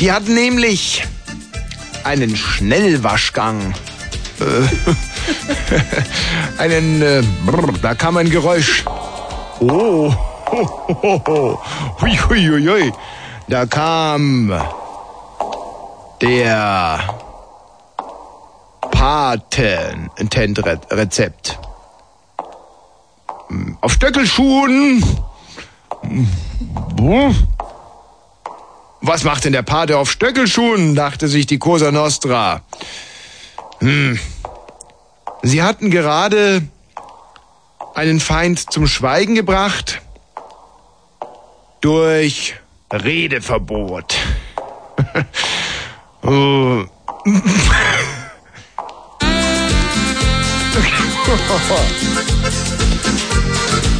Speaker 1: Die hat nämlich einen Schnellwaschgang. Äh, einen, äh, brr, da kam ein Geräusch. Oh, ho, ho, ho. Hui, hui, hui, hui. da kam der Patenrezept. Hm, Auf Stöckelschuhen. Hm. Was macht denn der Pate auf Stöckelschuhen? dachte sich die Cosa Nostra. Hm. Sie hatten gerade einen Feind zum Schweigen gebracht durch Redeverbot. Oh.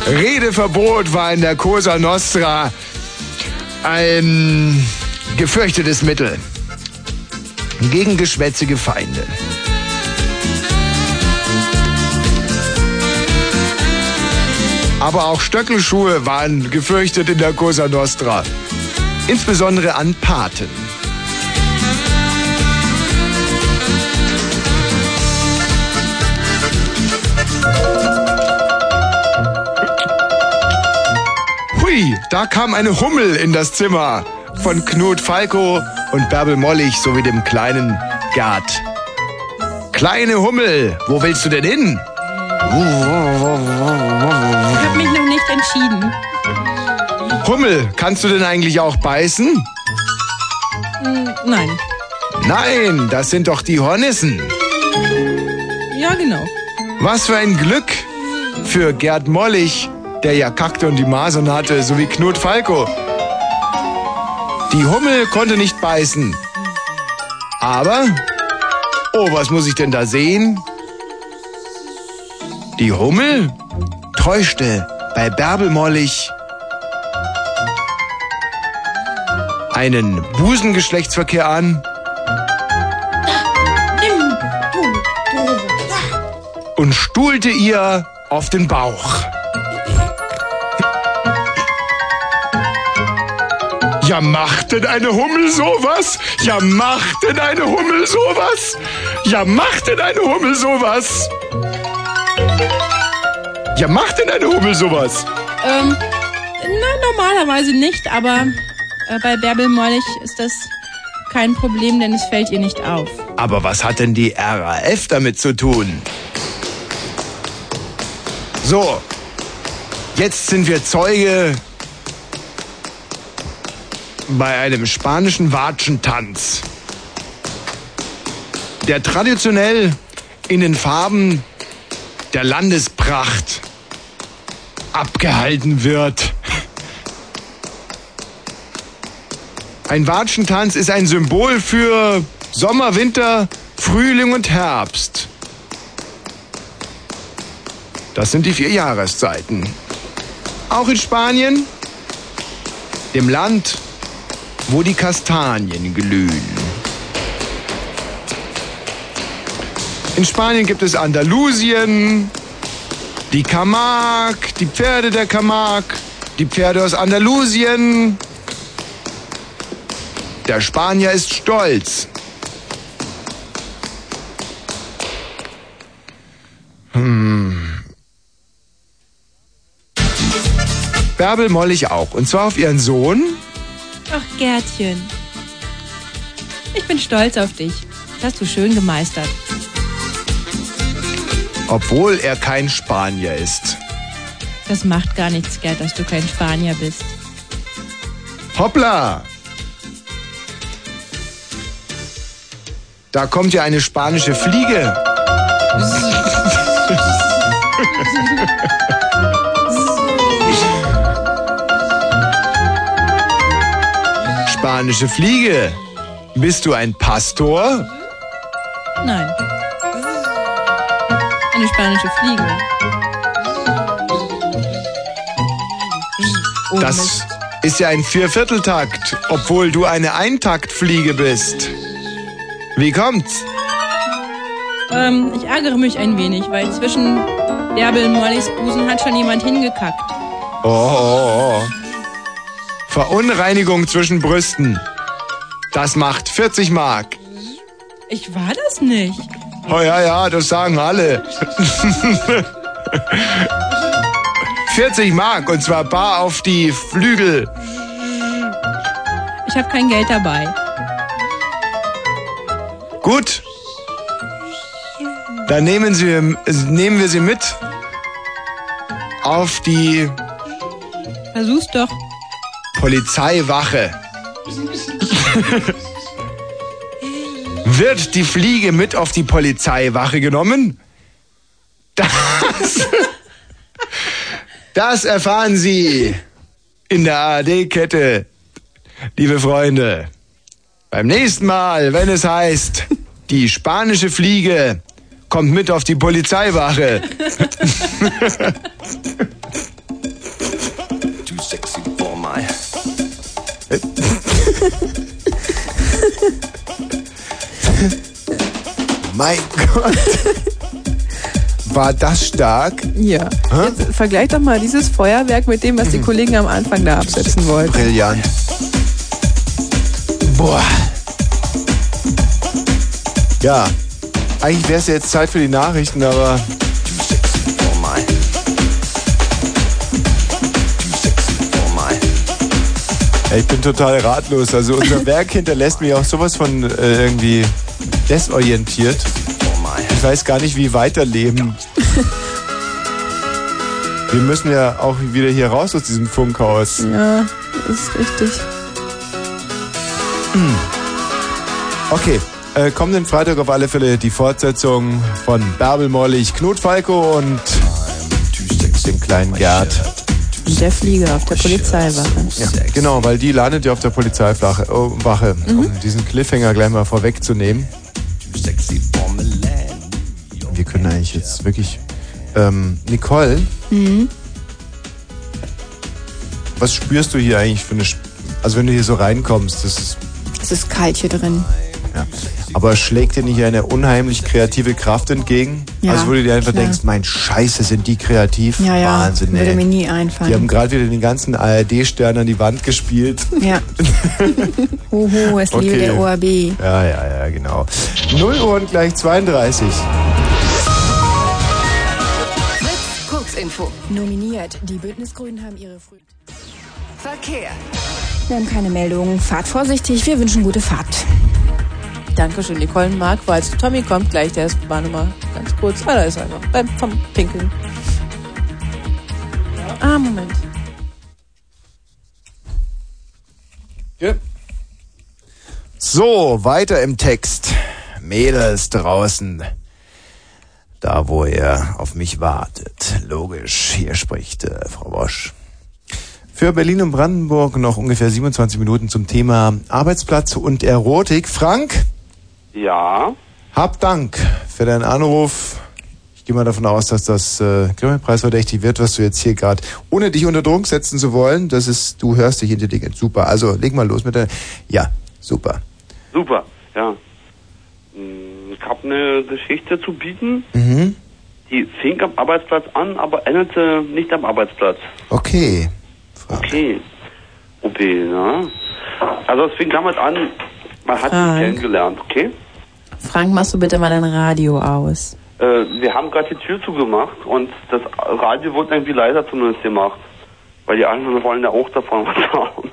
Speaker 1: Redeverbot war in der Cosa Nostra ein gefürchtetes Mittel gegen geschwätzige Feinde. Aber auch Stöckelschuhe waren gefürchtet in der Cosa Nostra, insbesondere an Paten. Hui, da kam eine Hummel in das Zimmer von Knut Falco und Bärbel Mollig sowie dem kleinen Gerd. Kleine Hummel, wo willst du denn hin?
Speaker 6: Ich habe mich noch nicht entschieden.
Speaker 1: Hummel, kannst du denn eigentlich auch beißen?
Speaker 6: Hm, Nein.
Speaker 1: Nein, das sind doch die Hornissen.
Speaker 6: Ja, genau.
Speaker 1: Was für ein Glück für Gerd Mollig, der ja kackte und die Masern hatte, sowie Knut Falco. Die Hummel konnte nicht beißen. Aber, oh, was muss ich denn da sehen? Die Hummel täuschte bei Bärbel Mollig einen Busengeschlechtsverkehr an und stuhlte ihr auf den Bauch. Ja, macht denn eine Hummel sowas? Ja, macht denn eine Hummel sowas? Ja, macht denn eine Hummel sowas? Ja, macht denn eine Hummel sowas?
Speaker 6: Ähm, na, normalerweise nicht, aber äh, bei Bärbel Mollig ist das kein Problem, denn es fällt ihr nicht auf.
Speaker 1: Aber was hat denn die RAF damit zu tun? So, jetzt sind wir Zeuge bei einem spanischen Watschentanz, der traditionell in den Farben der Landespracht abgehalten wird. Ein Watschentanz ist ein Symbol für Sommer, Winter, Frühling und Herbst. Das sind die vier Jahreszeiten. Auch in Spanien, dem Land, wo die Kastanien glühen. In Spanien gibt es Andalusien, die Camargue, die Pferde der Camargue, die Pferde aus Andalusien. Der Spanier ist stolz. Hm. Bärbel Mollig auch. Und zwar auf ihren Sohn.
Speaker 6: Ach, Gärtchen. Ich bin stolz auf dich. Das hast du schön gemeistert.
Speaker 1: obwohl er kein Spanier ist.
Speaker 6: Das macht gar nichts, Gerd, dass du kein Spanier bist.
Speaker 1: Hoppla! Da kommt ja eine spanische Fliege. Spanische Fliege. Bist du ein Pastor?
Speaker 6: Nein. Eine spanische Fliege. Oh,
Speaker 1: Das ist ja ein Viervierteltakt, obwohl du eine Eintaktfliege bist. Wie kommt's?
Speaker 6: Ähm, ich ärgere mich ein wenig, weil zwischen Bärbel und Mollys Busen hat schon jemand hingekackt.
Speaker 1: Oh, oh, oh. Verunreinigung zwischen Brüsten. Das macht 40 Mark.
Speaker 6: Ich war das nicht.
Speaker 1: Oh ja, ja, das sagen alle. 40 Mark und zwar bar auf die Flügel.
Speaker 6: Ich habe kein Geld dabei.
Speaker 1: Gut. Dann nehmen, Sie, nehmen wir sie mit auf die
Speaker 6: Versuch's doch.
Speaker 1: Polizeiwache. Wird die Fliege mit auf die Polizeiwache genommen? Das, das erfahren Sie in der ARD-Kette, liebe Freunde. Beim nächsten Mal, wenn es heißt, die spanische Fliege kommt mit auf die Polizeiwache.
Speaker 4: Too sexy for my.
Speaker 1: mein Gott. War das stark?
Speaker 2: Ja. Jetzt äh, vergleich doch mal dieses Feuerwerk mit dem, was die Kollegen am Anfang da absetzen wollten.
Speaker 1: Brillant. Boah. Ja, eigentlich wäre es jetzt Zeit für die Nachrichten, aber. Oh mein. Ja, Ich bin total ratlos. Also unser Werk hinterlässt mich auch sowas von äh, irgendwie desorientiert. Ich weiß gar nicht, wie weiterleben. Wir müssen ja auch wieder hier raus aus diesem Funkhaus.
Speaker 2: Ja, das ist richtig.
Speaker 1: Hm. Okay, äh, kommenden Freitag auf alle Fälle die Fortsetzung von Bärbel Mollig, Knut Falco und dem kleinen Gerd.
Speaker 2: Und der Flieger auf der Polizeiwache.
Speaker 1: Ja, genau, weil die landet ja auf der Polizeiwache, oh, Wache,
Speaker 2: Mhm.
Speaker 1: um diesen Cliffhanger gleich mal vorwegzunehmen. Wir können eigentlich jetzt wirklich... Ähm, Nicole,
Speaker 4: Mhm.
Speaker 1: was spürst du hier eigentlich für eine... Sp also wenn du hier so reinkommst, das ist
Speaker 8: Es ist kalt hier drin.
Speaker 1: Ja. Aber schlägt dir nicht eine unheimlich kreative Kraft entgegen?
Speaker 8: Ja,
Speaker 1: also wo du dir einfach
Speaker 8: klar.
Speaker 1: denkst, mein Scheiße, sind die kreativ?
Speaker 8: Ja, ja.
Speaker 1: Wahnsinn,
Speaker 8: Würde mir
Speaker 1: ey.
Speaker 8: nie
Speaker 1: Die haben
Speaker 8: einfallen.
Speaker 1: gerade wieder den ganzen ARD-Stern an die Wand gespielt.
Speaker 8: Ja. Hoho, Oh, es
Speaker 1: Okay.
Speaker 8: liebe der OAB.
Speaker 1: Ja, ja, ja, genau. 0 Uhr und gleich 32.
Speaker 8: Fritz, Kurzinfo. Nominiert. Die Bündnisgrünen haben ihre frühen. Verkehr. Wir haben keine Meldungen. Fahrt vorsichtig. Wir wünschen gute Fahrt.
Speaker 2: Dankeschön, Nicole und Marc, weil zu Tommy kommt gleich, der ist war nur mal ganz kurz. Ah, da ist er noch. Beim vom Pinkeln. Ah, Moment.
Speaker 1: So, weiter im Text. Mädels draußen. Da, wo er auf mich wartet. Logisch, hier spricht äh, Frau Bosch. Für Berlin und Brandenburg noch ungefähr 27 Minuten zum Thema Arbeitsplatz und Erotik. Frank?
Speaker 3: Ja.
Speaker 1: Hab Dank für deinen Anruf. Ich gehe mal davon aus, dass das äh, Grimme-Preisverdächtig wird, was du jetzt hier gerade, ohne dich unter Druck setzen zu wollen, das ist, du hörst dich intelligent. Super. Also leg mal los mit der. Ja, super.
Speaker 3: Super, ja. Hm, Ich habe eine Geschichte zu bieten,
Speaker 1: Mhm.
Speaker 3: die fing am Arbeitsplatz an, aber endete nicht am Arbeitsplatz.
Speaker 1: Okay.
Speaker 3: Okay. Okay, ne? Also es fing damit an, man hat
Speaker 2: Frank.
Speaker 3: sich kennengelernt, okay?
Speaker 2: Frank, machst du bitte mal dein Radio aus?
Speaker 3: Äh, wir haben gerade die Tür zugemacht und das Radio wurde irgendwie leiser zumindest gemacht. Weil die anderen wollen ja auch davon was haben.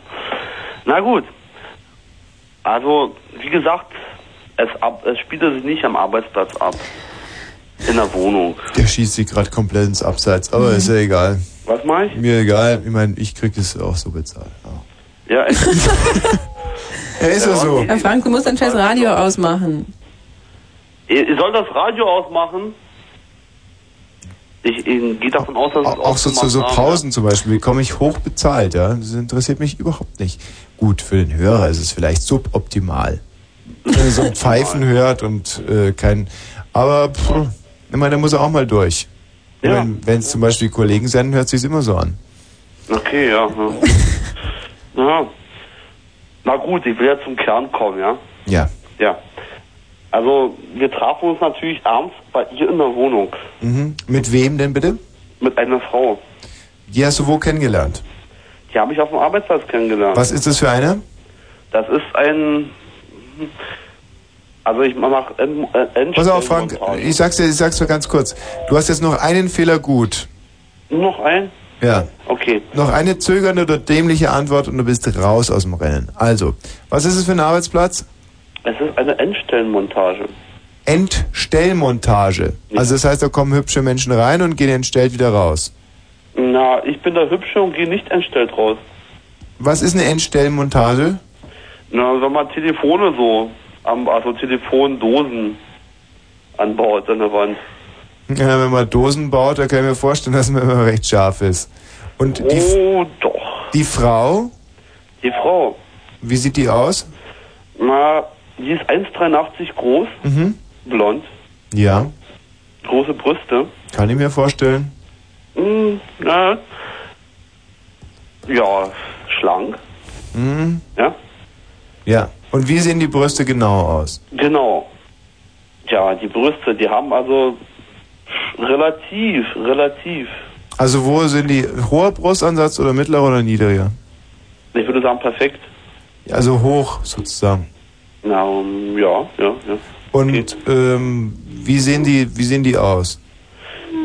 Speaker 3: Na gut. Also, wie gesagt, es, ab, es spielte sich nicht am Arbeitsplatz ab. In der Wohnung.
Speaker 1: Der schießt sie gerade komplett ins Abseits, aber ist ja egal.
Speaker 3: Mhm. Was mach ich?
Speaker 1: Mir egal. Ich meine, ich krieg das auch so bezahlt.
Speaker 3: Ja, es,
Speaker 1: Ja, ist ja so.
Speaker 2: Herr Frank, du musst dein scheiß Radio ausmachen.
Speaker 3: ihr, ihr sollt das Radio ausmachen. Ich, ich gehe davon aus, dass es
Speaker 1: Auch so zu so Pausen zum Beispiel bekomme ich hoch bezahlt, ja. Das interessiert mich überhaupt nicht. Gut, für den Hörer ist es vielleicht suboptimal. Wenn er so ein Pfeifen hört und äh, kein. Aber pff, ich meine, da muss er auch mal durch.
Speaker 3: Ja.
Speaker 1: Wenn es zum Beispiel Kollegen senden, hört sich immer so an.
Speaker 3: Okay, ja. Ja. ja. Na gut, ich will ja zum Kern kommen, ja.
Speaker 1: Ja.
Speaker 3: Ja. Also wir trafen uns natürlich abends bei ihr in der Wohnung
Speaker 1: Mhm. Mit wem denn bitte?
Speaker 3: mit einer Frau.
Speaker 1: Die hast du wo kennengelernt?
Speaker 3: Die habe ich auf dem Arbeitsplatz kennengelernt.
Speaker 1: Was ist das für eine?
Speaker 3: Das ist ein. Also ich mache Endspurt.
Speaker 1: Pass auf, Frank, ich sag's dir, ich sag's dir ganz kurz. Du hast jetzt noch einen Fehler gut.
Speaker 3: Noch ein?
Speaker 1: Ja.
Speaker 3: Okay.
Speaker 1: Noch eine zögernde oder dämliche Antwort und du bist raus aus dem Rennen. Also, was ist es für ein Arbeitsplatz?
Speaker 3: Es ist eine Endstellenmontage.
Speaker 1: Entstellmontage. Also das heißt, da kommen hübsche Menschen rein und gehen entstellt wieder raus.
Speaker 3: Na, ich bin der Hübsche und gehe nicht entstellt raus.
Speaker 1: Was ist eine Entstellmontage?
Speaker 3: Na, wenn man Telefone so, am, also Telefondosen anbaut an der Wand.
Speaker 1: Ja, wenn man Dosen baut, da kann ich mir vorstellen, dass man immer recht scharf ist. Und die,
Speaker 3: oh, doch.
Speaker 1: die Frau,
Speaker 3: Die Frau,
Speaker 1: wie sieht die aus?
Speaker 3: na, die ist 1,83 groß,
Speaker 1: Mhm.
Speaker 3: blond,
Speaker 1: Ja,
Speaker 3: große Brüste.
Speaker 1: kann ich mir vorstellen.
Speaker 3: Hm, na, ja, schlank,
Speaker 1: Mhm.
Speaker 3: ja,
Speaker 1: Ja. Und wie sehen die Brüste genau aus?
Speaker 3: genau. Ja, die Brüste, die haben also relativ, relativ,
Speaker 1: Also wo sind die? Hoher Brustansatz oder mittlerer oder niedriger?
Speaker 3: ich würde sagen perfekt.
Speaker 1: Also hoch sozusagen.
Speaker 3: Na, um, ja, ja, ja.
Speaker 1: Und ähm, wie sehen die, wie sehen die aus?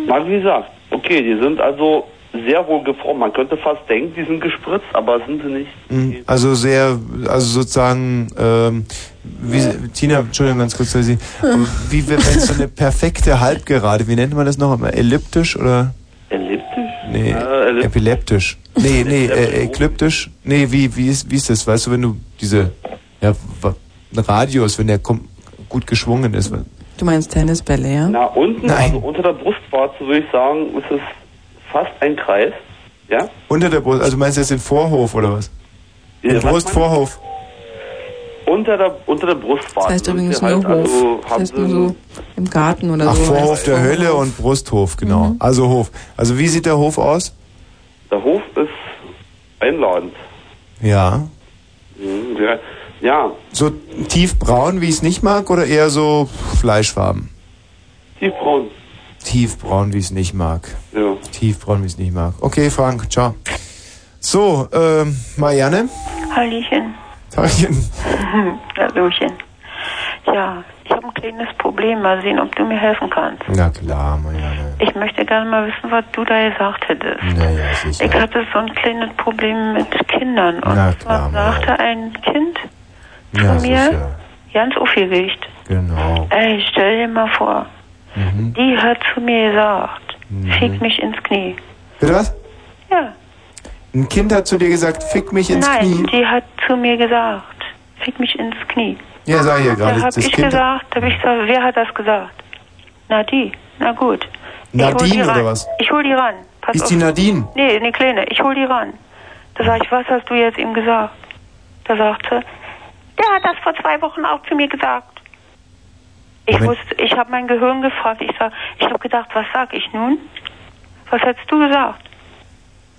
Speaker 3: Na, wie gesagt, okay, die sind also sehr wohl geformt. Man könnte fast denken, die sind gespritzt, aber sind sie nicht.
Speaker 1: Mhm. Also sehr, also sozusagen, ähm, wie, Tina, Entschuldigung, ganz kurz, weil Sie, aber wie wenn es so eine perfekte Halbgerade, wie nennt man das noch einmal? Elliptisch oder?
Speaker 3: Elliptisch?
Speaker 1: Nee, epileptisch. Nee, nee, äh, ekliptisch. Nee, wie, wie, ist, wie ist das? Weißt du, wenn du diese, ja, wa- ein Radius, wenn der kom- gut geschwungen ist,
Speaker 2: Du meinst Tennisbälle, ja?
Speaker 3: Na,
Speaker 1: Genau.
Speaker 3: unten, also unter der Brustwarze, würde ich sagen, ist es fast ein Kreis. Ja?
Speaker 1: Unter der Brust, also meinst du jetzt den Vorhof oder was? Den
Speaker 3: Ja, was
Speaker 1: Brustvorhof.
Speaker 3: Unter der, unter der Brustwarze.
Speaker 2: Das heißt
Speaker 3: sind
Speaker 2: übrigens
Speaker 3: sie halt,
Speaker 2: nur Hof.
Speaker 3: also,
Speaker 2: Das heißt nur so im Garten oder
Speaker 1: Ach,
Speaker 2: so.
Speaker 1: Vorhof der Hölle und Brusthof, genau. Also Hof. Also wie sieht der Hof aus?
Speaker 3: Der Hof ist einladend.
Speaker 1: Ja.
Speaker 3: Mhm, Ja, ja
Speaker 1: So tiefbraun, wie ich es nicht mag, oder eher so fleischfarben?
Speaker 3: tiefbraun.
Speaker 1: Tiefbraun, wie ich es nicht mag.
Speaker 3: Ja.
Speaker 1: Tiefbraun, wie ich es nicht mag. Okay, Frank, ciao. So, ähm, Marianne?
Speaker 7: Hallöchen,
Speaker 1: Tagchen.
Speaker 7: Hallöchen. Ja, ich habe ein kleines Problem. Mal sehen, ob du mir helfen kannst.
Speaker 1: Na klar, Marianne.
Speaker 7: Ich möchte gerne mal wissen, was du da gesagt hättest.
Speaker 1: Naja, sicher.
Speaker 7: Ich hatte so ein kleines Problem mit Kindern. Und
Speaker 1: Na
Speaker 7: zwar
Speaker 1: klar,
Speaker 7: sagte ein Kind zu
Speaker 1: Ja,
Speaker 7: mir,
Speaker 1: sicher.
Speaker 7: ganz aufgeregt,
Speaker 1: Genau. Mhm.
Speaker 7: ey, stell dir mal vor, die hat zu mir gesagt, fick mich ins Knie.
Speaker 1: Bitte was?
Speaker 7: Ja.
Speaker 1: Ein Kind hat zu dir gesagt, fick mich ins
Speaker 7: Nein,
Speaker 1: Knie.
Speaker 7: die hat zu mir gesagt, fick mich ins Knie.
Speaker 1: Ah, Ja, sag ich ja
Speaker 7: Da
Speaker 1: gerade.
Speaker 7: habe
Speaker 1: Das
Speaker 7: ich
Speaker 1: Kind
Speaker 7: gesagt, da habe ich gesagt, wer hat das gesagt? Na die, na gut. Ich hol die
Speaker 1: Nadine
Speaker 7: ran.
Speaker 1: oder was?
Speaker 7: Ich hol die ran. Pass
Speaker 1: Ist
Speaker 7: auf.
Speaker 1: die Nadine?
Speaker 7: Nee, nee, Kleine, ich hol die ran. Da sag ich, was hast du jetzt ihm gesagt? Da sagt sie, der hat das vor zwei Wochen auch zu mir gesagt. Ich wusste, ich habe mein Gehirn gefragt. Ich sag, ich habe gedacht, was sag ich nun? Was hättest du gesagt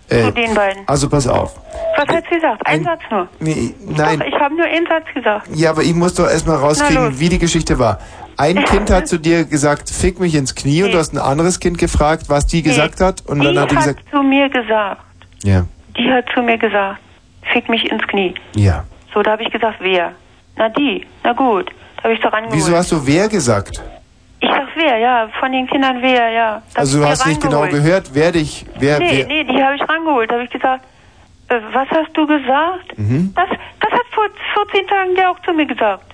Speaker 1: Äh,
Speaker 7: zu den beiden?
Speaker 1: also pass auf.
Speaker 7: Was hättest du gesagt? Ein Satz nur.
Speaker 1: Nee,
Speaker 7: Doch,
Speaker 1: nein.
Speaker 7: ich habe nur einen Satz gesagt.
Speaker 1: Ja, aber ich muss doch erstmal
Speaker 7: Na
Speaker 1: rauskriegen,
Speaker 7: los.
Speaker 1: wie die Geschichte war. Ein Kind hat zu dir gesagt, fick mich ins Knie und du hast ein anderes Kind gefragt, was die gesagt hat und dann
Speaker 7: die
Speaker 1: hat die
Speaker 7: hat
Speaker 1: gesagt,
Speaker 7: zu mir gesagt,
Speaker 1: ja,
Speaker 7: die hat zu mir gesagt, fick mich ins Knie.
Speaker 1: ja.
Speaker 7: So, da habe ich gesagt, wer? Na die, na gut. Da habe ich so rangeholt.
Speaker 1: Wieso hast du wer gesagt?
Speaker 7: Ich sag wer, ja, von den Kindern wer, ja. Da
Speaker 1: Also du
Speaker 7: hab ich
Speaker 1: hast
Speaker 7: die
Speaker 1: nicht genau
Speaker 7: rangeholt.
Speaker 1: gehört, wer dich, wer,
Speaker 7: nee,
Speaker 1: wer.
Speaker 7: nee, die habe ich rangeholt. Da habe ich gesagt, äh, was hast du gesagt?
Speaker 1: Mhm.
Speaker 7: Das, das hat vor 14 Tagen der auch zu mir gesagt.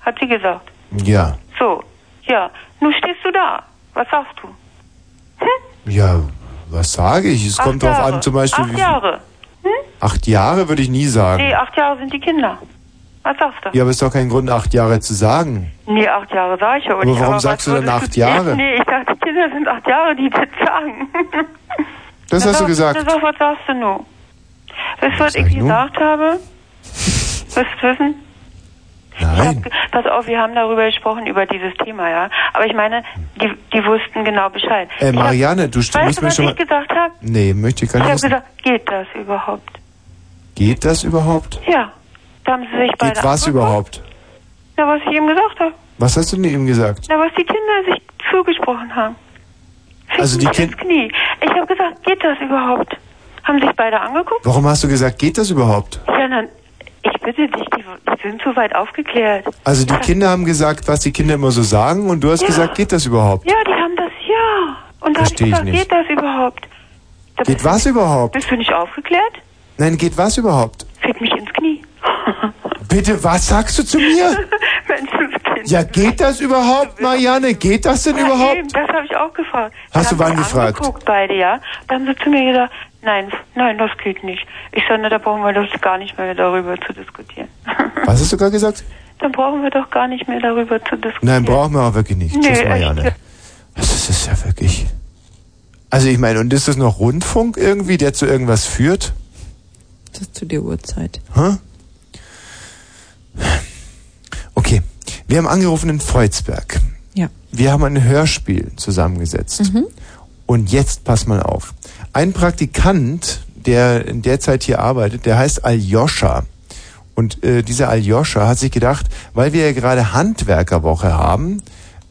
Speaker 7: Hat sie gesagt.
Speaker 1: Ja,
Speaker 7: So, ja, nun stehst du da. Was sagst du?
Speaker 1: ja, was sage ich? Es kommt darauf
Speaker 7: Jahre.
Speaker 1: an, zum Beispiel, wie
Speaker 7: Acht
Speaker 1: viel-
Speaker 7: Jahre.
Speaker 1: acht Jahre würde ich nie sagen.
Speaker 7: Nee, acht Jahre sind die Kinder. Was sagst du?
Speaker 1: Ja, aber ist doch kein Grund, acht Jahre zu sagen.
Speaker 7: Nee, acht Jahre sag ich aber
Speaker 1: Aber
Speaker 7: nicht.
Speaker 1: warum
Speaker 7: was
Speaker 1: sagst du dann
Speaker 7: würdest
Speaker 1: acht Jahre?
Speaker 7: Nee, ich dachte, die Kinder sind acht Jahre, die das sagen.
Speaker 1: Das
Speaker 7: Na
Speaker 1: hast du
Speaker 7: sag-
Speaker 1: gesagt.
Speaker 7: Na, sag, was sagst du nun? Weißt du, was
Speaker 1: sag
Speaker 7: ich
Speaker 1: ich nun?
Speaker 7: gesagt habe? Willst du wissen?
Speaker 1: Nein.
Speaker 7: Pass auf, wir haben darüber gesprochen, über dieses Thema, ja. Aber ich meine, die, die wussten genau Bescheid.
Speaker 1: Äh,
Speaker 7: Ich hab-
Speaker 1: Marianne, du st-
Speaker 7: Weißt
Speaker 1: musst
Speaker 7: du,
Speaker 1: mir
Speaker 7: was
Speaker 1: schon
Speaker 7: ich
Speaker 1: mal-
Speaker 7: gesagt habe?
Speaker 1: Nee, möchte ich
Speaker 7: Ich
Speaker 1: gar nicht
Speaker 7: habe
Speaker 1: wissen.
Speaker 7: gesagt, geht das überhaupt?
Speaker 1: Geht das überhaupt?
Speaker 7: Ja. Da haben sie sich beide
Speaker 1: Geht was
Speaker 7: angeguckt.
Speaker 1: überhaupt?
Speaker 7: Na, was ich ihm gesagt habe.
Speaker 1: Was hast du denn eben gesagt?
Speaker 7: Na, was die Kinder sich zugesprochen haben. Fick
Speaker 1: Also die
Speaker 7: mich
Speaker 1: Kind-
Speaker 7: ins Knie. Ich habe gesagt, geht das überhaupt? Haben sich beide angeguckt?
Speaker 1: Warum hast du gesagt, geht das überhaupt?
Speaker 7: Ja, dann, ich bitte dich, die, die sind zu weit aufgeklärt.
Speaker 1: Also die Kinder haben gesagt, was die Kinder immer so sagen und du hast
Speaker 7: Ja.
Speaker 1: gesagt, geht das überhaupt?
Speaker 7: Ja, die haben das, ja. Und da habe ich
Speaker 1: Versteh ich
Speaker 7: gesagt,
Speaker 1: nicht.
Speaker 7: geht das überhaupt?
Speaker 1: Geht was überhaupt?
Speaker 7: Bist du nicht aufgeklärt?
Speaker 1: Nein, geht was überhaupt?
Speaker 7: Fick mich ins Knie.
Speaker 1: Bitte, was sagst du zu mir? Ja, geht das überhaupt, Marianne? Geht das denn
Speaker 7: Ja,
Speaker 1: überhaupt?
Speaker 7: eben, das habe ich auch gefragt.
Speaker 1: Hast
Speaker 7: Dann
Speaker 1: du
Speaker 7: haben
Speaker 1: wann
Speaker 7: sie
Speaker 1: gefragt?
Speaker 7: Angeguckt, beide, ja. Dann haben sie zu mir gesagt, nein, nein, das geht nicht. Ich sage, na, da brauchen wir doch gar nicht mehr darüber zu diskutieren.
Speaker 1: Was hast du gerade gesagt?
Speaker 7: Dann brauchen wir doch gar nicht mehr darüber zu diskutieren.
Speaker 1: Nein, brauchen wir auch wirklich nicht.
Speaker 7: Nee,
Speaker 1: Tschüss,
Speaker 7: echt.
Speaker 1: Marianne. Also, Das ist ja wirklich. Also ich meine, und ist das noch Rundfunk irgendwie, der zu irgendwas führt?
Speaker 2: Das zu der Uhrzeit.
Speaker 1: Hä? Okay, wir haben angerufen in Freudsberg.
Speaker 2: Ja.
Speaker 1: Wir haben ein Hörspiel zusammengesetzt.
Speaker 2: Mhm.
Speaker 1: Und jetzt pass mal auf. Ein Praktikant, der in der Zeit hier arbeitet, der heißt Aljoscha. Und äh, dieser Aljoscha hat sich gedacht, weil wir ja gerade Handwerkerwoche haben,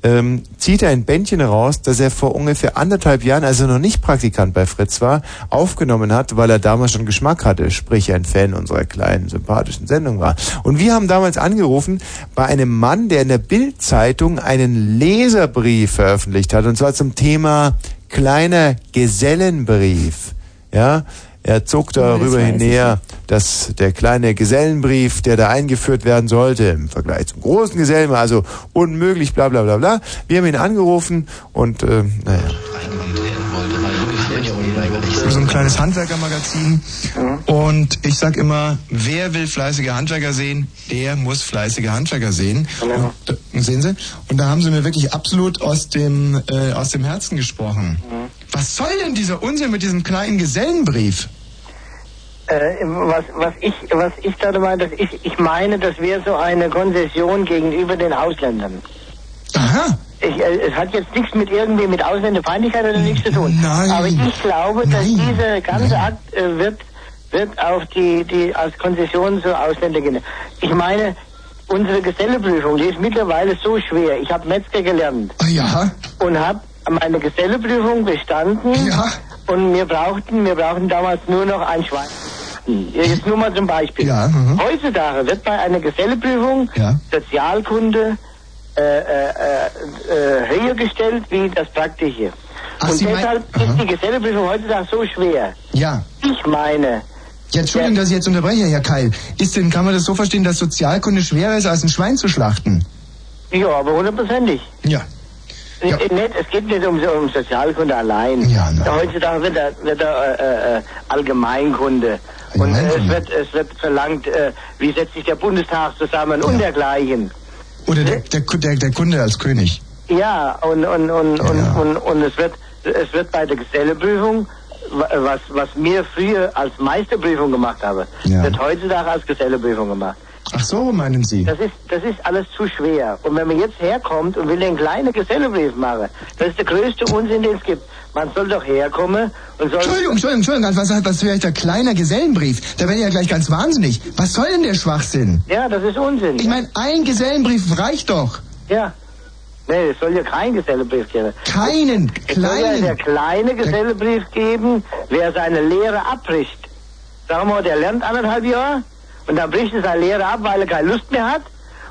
Speaker 1: ähm, zieht er ein Bändchen raus, das er vor ungefähr anderthalb Jahren, als er noch nicht Praktikant bei Fritz war, aufgenommen hat, weil er damals schon Geschmack hatte, sprich ein Fan unserer kleinen, sympathischen Sendung war. Und wir haben damals angerufen bei einem Mann, der in der Bild-Zeitung einen Leserbrief veröffentlicht hat, und zwar zum Thema kleiner Gesellenbrief. Ja, er zog darüber hinher, dass der kleine Gesellenbrief, der da eingeführt werden sollte, im Vergleich zum großen Gesellen, war also unmöglich, bla bla bla bla. Wir haben ihn angerufen und, äh, naja.
Speaker 22: Wir sind ein kleines Handwerkermagazin und ich sag immer, wer will fleißige Handwerker sehen, der muss fleißige Handwerker sehen. Und, da- sehen Sie? Und da haben Sie mir wirklich absolut aus dem äh, aus dem Herzen gesprochen. Was soll denn dieser Unsinn mit diesem kleinen Gesellenbrief?
Speaker 28: Äh, was, was, ich, was ich da meine, dass ich, ich meine, das wäre so eine Konzession gegenüber den Ausländern.
Speaker 22: Aha.
Speaker 28: Ich, äh, es hat jetzt nichts mit irgendwie mit Ausländerfeindlichkeit oder nichts zu tun. Nein. Aber ich glaube, dass dieser ganze Akt äh, wird, wird auf die, die als Konzession zu Ausländer gehen. Ich meine, unsere Geselleprüfung, die ist mittlerweile so schwer. Ich habe Metzger gelernt.
Speaker 22: Ah, Ja.
Speaker 28: Und habe meine Geselleprüfung bestanden.
Speaker 22: Ja.
Speaker 28: Und wir brauchten, wir brauchten damals nur noch ein Schwein. Jetzt nur mal zum Beispiel. Heutzutage wird bei einer Geselleprüfung Sozialkunde äh, äh, äh, äh, höher gestellt wie das Praktische.
Speaker 22: Ach,
Speaker 28: Und
Speaker 22: Sie meinen-
Speaker 28: deshalb ist die Geselleprüfung heutzutage so schwer.
Speaker 22: Ja.
Speaker 28: Ich meine.
Speaker 22: Ja, Entschuldigung, dass ich jetzt unterbreche, Herr Keil. Ist denn, kann man das so verstehen, dass Sozialkunde schwerer ist, als ein Schwein zu schlachten?
Speaker 28: Ja, aber hundertprozentig.
Speaker 22: Ja.
Speaker 28: Nicht, nicht, es geht nicht um, um Sozialkunde allein. Heutzutage wird da, wird da äh, äh, Allgemeinkunde. Und äh, es, wird, es wird verlangt, äh, wie setzt sich der Bundestag zusammen und dergleichen.
Speaker 22: Oder der, der, Ku- der, der Kunde als König.
Speaker 28: Ja, und, und, und, Und, und, und es, wird, es wird bei der Geselleprüfung, wa- was, was mir früher als Meisterprüfung gemacht habe,
Speaker 1: Ja.
Speaker 28: wird heutzutage als Geselleprüfung gemacht.
Speaker 1: Ach so, meinen Sie?
Speaker 28: Das ist, das ist alles zu schwer. Und wenn man jetzt herkommt und will den kleinen Gesellebrief machen, das ist der größte Unsinn, den es gibt. Man soll doch herkommen und soll...
Speaker 1: Entschuldigung, Entschuldigung, Entschuldigung, was, was, was wäre der kleiner Gesellenbrief? Da werde ich ja gleich ganz wahnsinnig. Was soll denn der Schwachsinn?
Speaker 28: Ja, das ist Unsinn.
Speaker 1: Ich meine, ein Gesellenbrief reicht doch.
Speaker 28: Ja. Nee, es soll ja kein Gesellebrief geben.
Speaker 1: Keinen,
Speaker 28: Es soll ja
Speaker 1: kleinen.
Speaker 28: der kleine Gesellebrief geben, wer seine Lehre abbricht. Sagen wir mal, der lernt anderthalb Jahre und dann bricht er seine Lehre ab, weil er keine Lust mehr hat.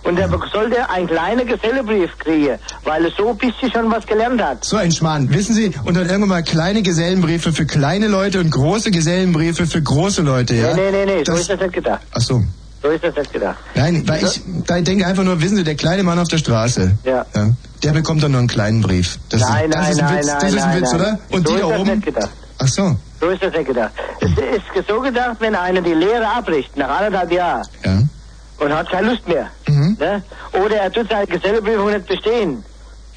Speaker 28: Und dann soll der einen kleinen Gesellebrief kriegen, weil er so ein bisschen schon was gelernt hat.
Speaker 1: So ein Schmarrn. Wissen Sie, und dann irgendwann mal kleine Gesellenbriefe für kleine Leute und große Gesellenbriefe für große Leute, ja?
Speaker 28: Nee, nee, nee, nee, so ist das nicht gedacht.
Speaker 1: Ach so.
Speaker 28: So ist das nicht gedacht.
Speaker 1: Nein, weil ich, da ich denke einfach nur, wissen Sie, der kleine Mann auf der Straße,
Speaker 28: ja.
Speaker 1: der bekommt dann nur einen kleinen Brief. Das
Speaker 28: nein,
Speaker 1: ist, das
Speaker 28: nein,
Speaker 1: ist ein
Speaker 28: nein,
Speaker 1: Witz,
Speaker 28: nein,
Speaker 1: das ist ein
Speaker 28: nein,
Speaker 1: Witz,
Speaker 28: nein.
Speaker 1: oder? Und
Speaker 28: so
Speaker 1: die
Speaker 28: ist
Speaker 1: da
Speaker 28: das
Speaker 1: oben.
Speaker 28: nicht gedacht.
Speaker 1: Ach so.
Speaker 28: So ist das nicht gedacht. Es ist so gedacht, wenn einer die Lehre abbricht, nach anderthalb Jahren, und hat keine Lust mehr.
Speaker 1: Mhm.
Speaker 28: Ne? Oder er tut seine Geselleprüfung nicht bestehen.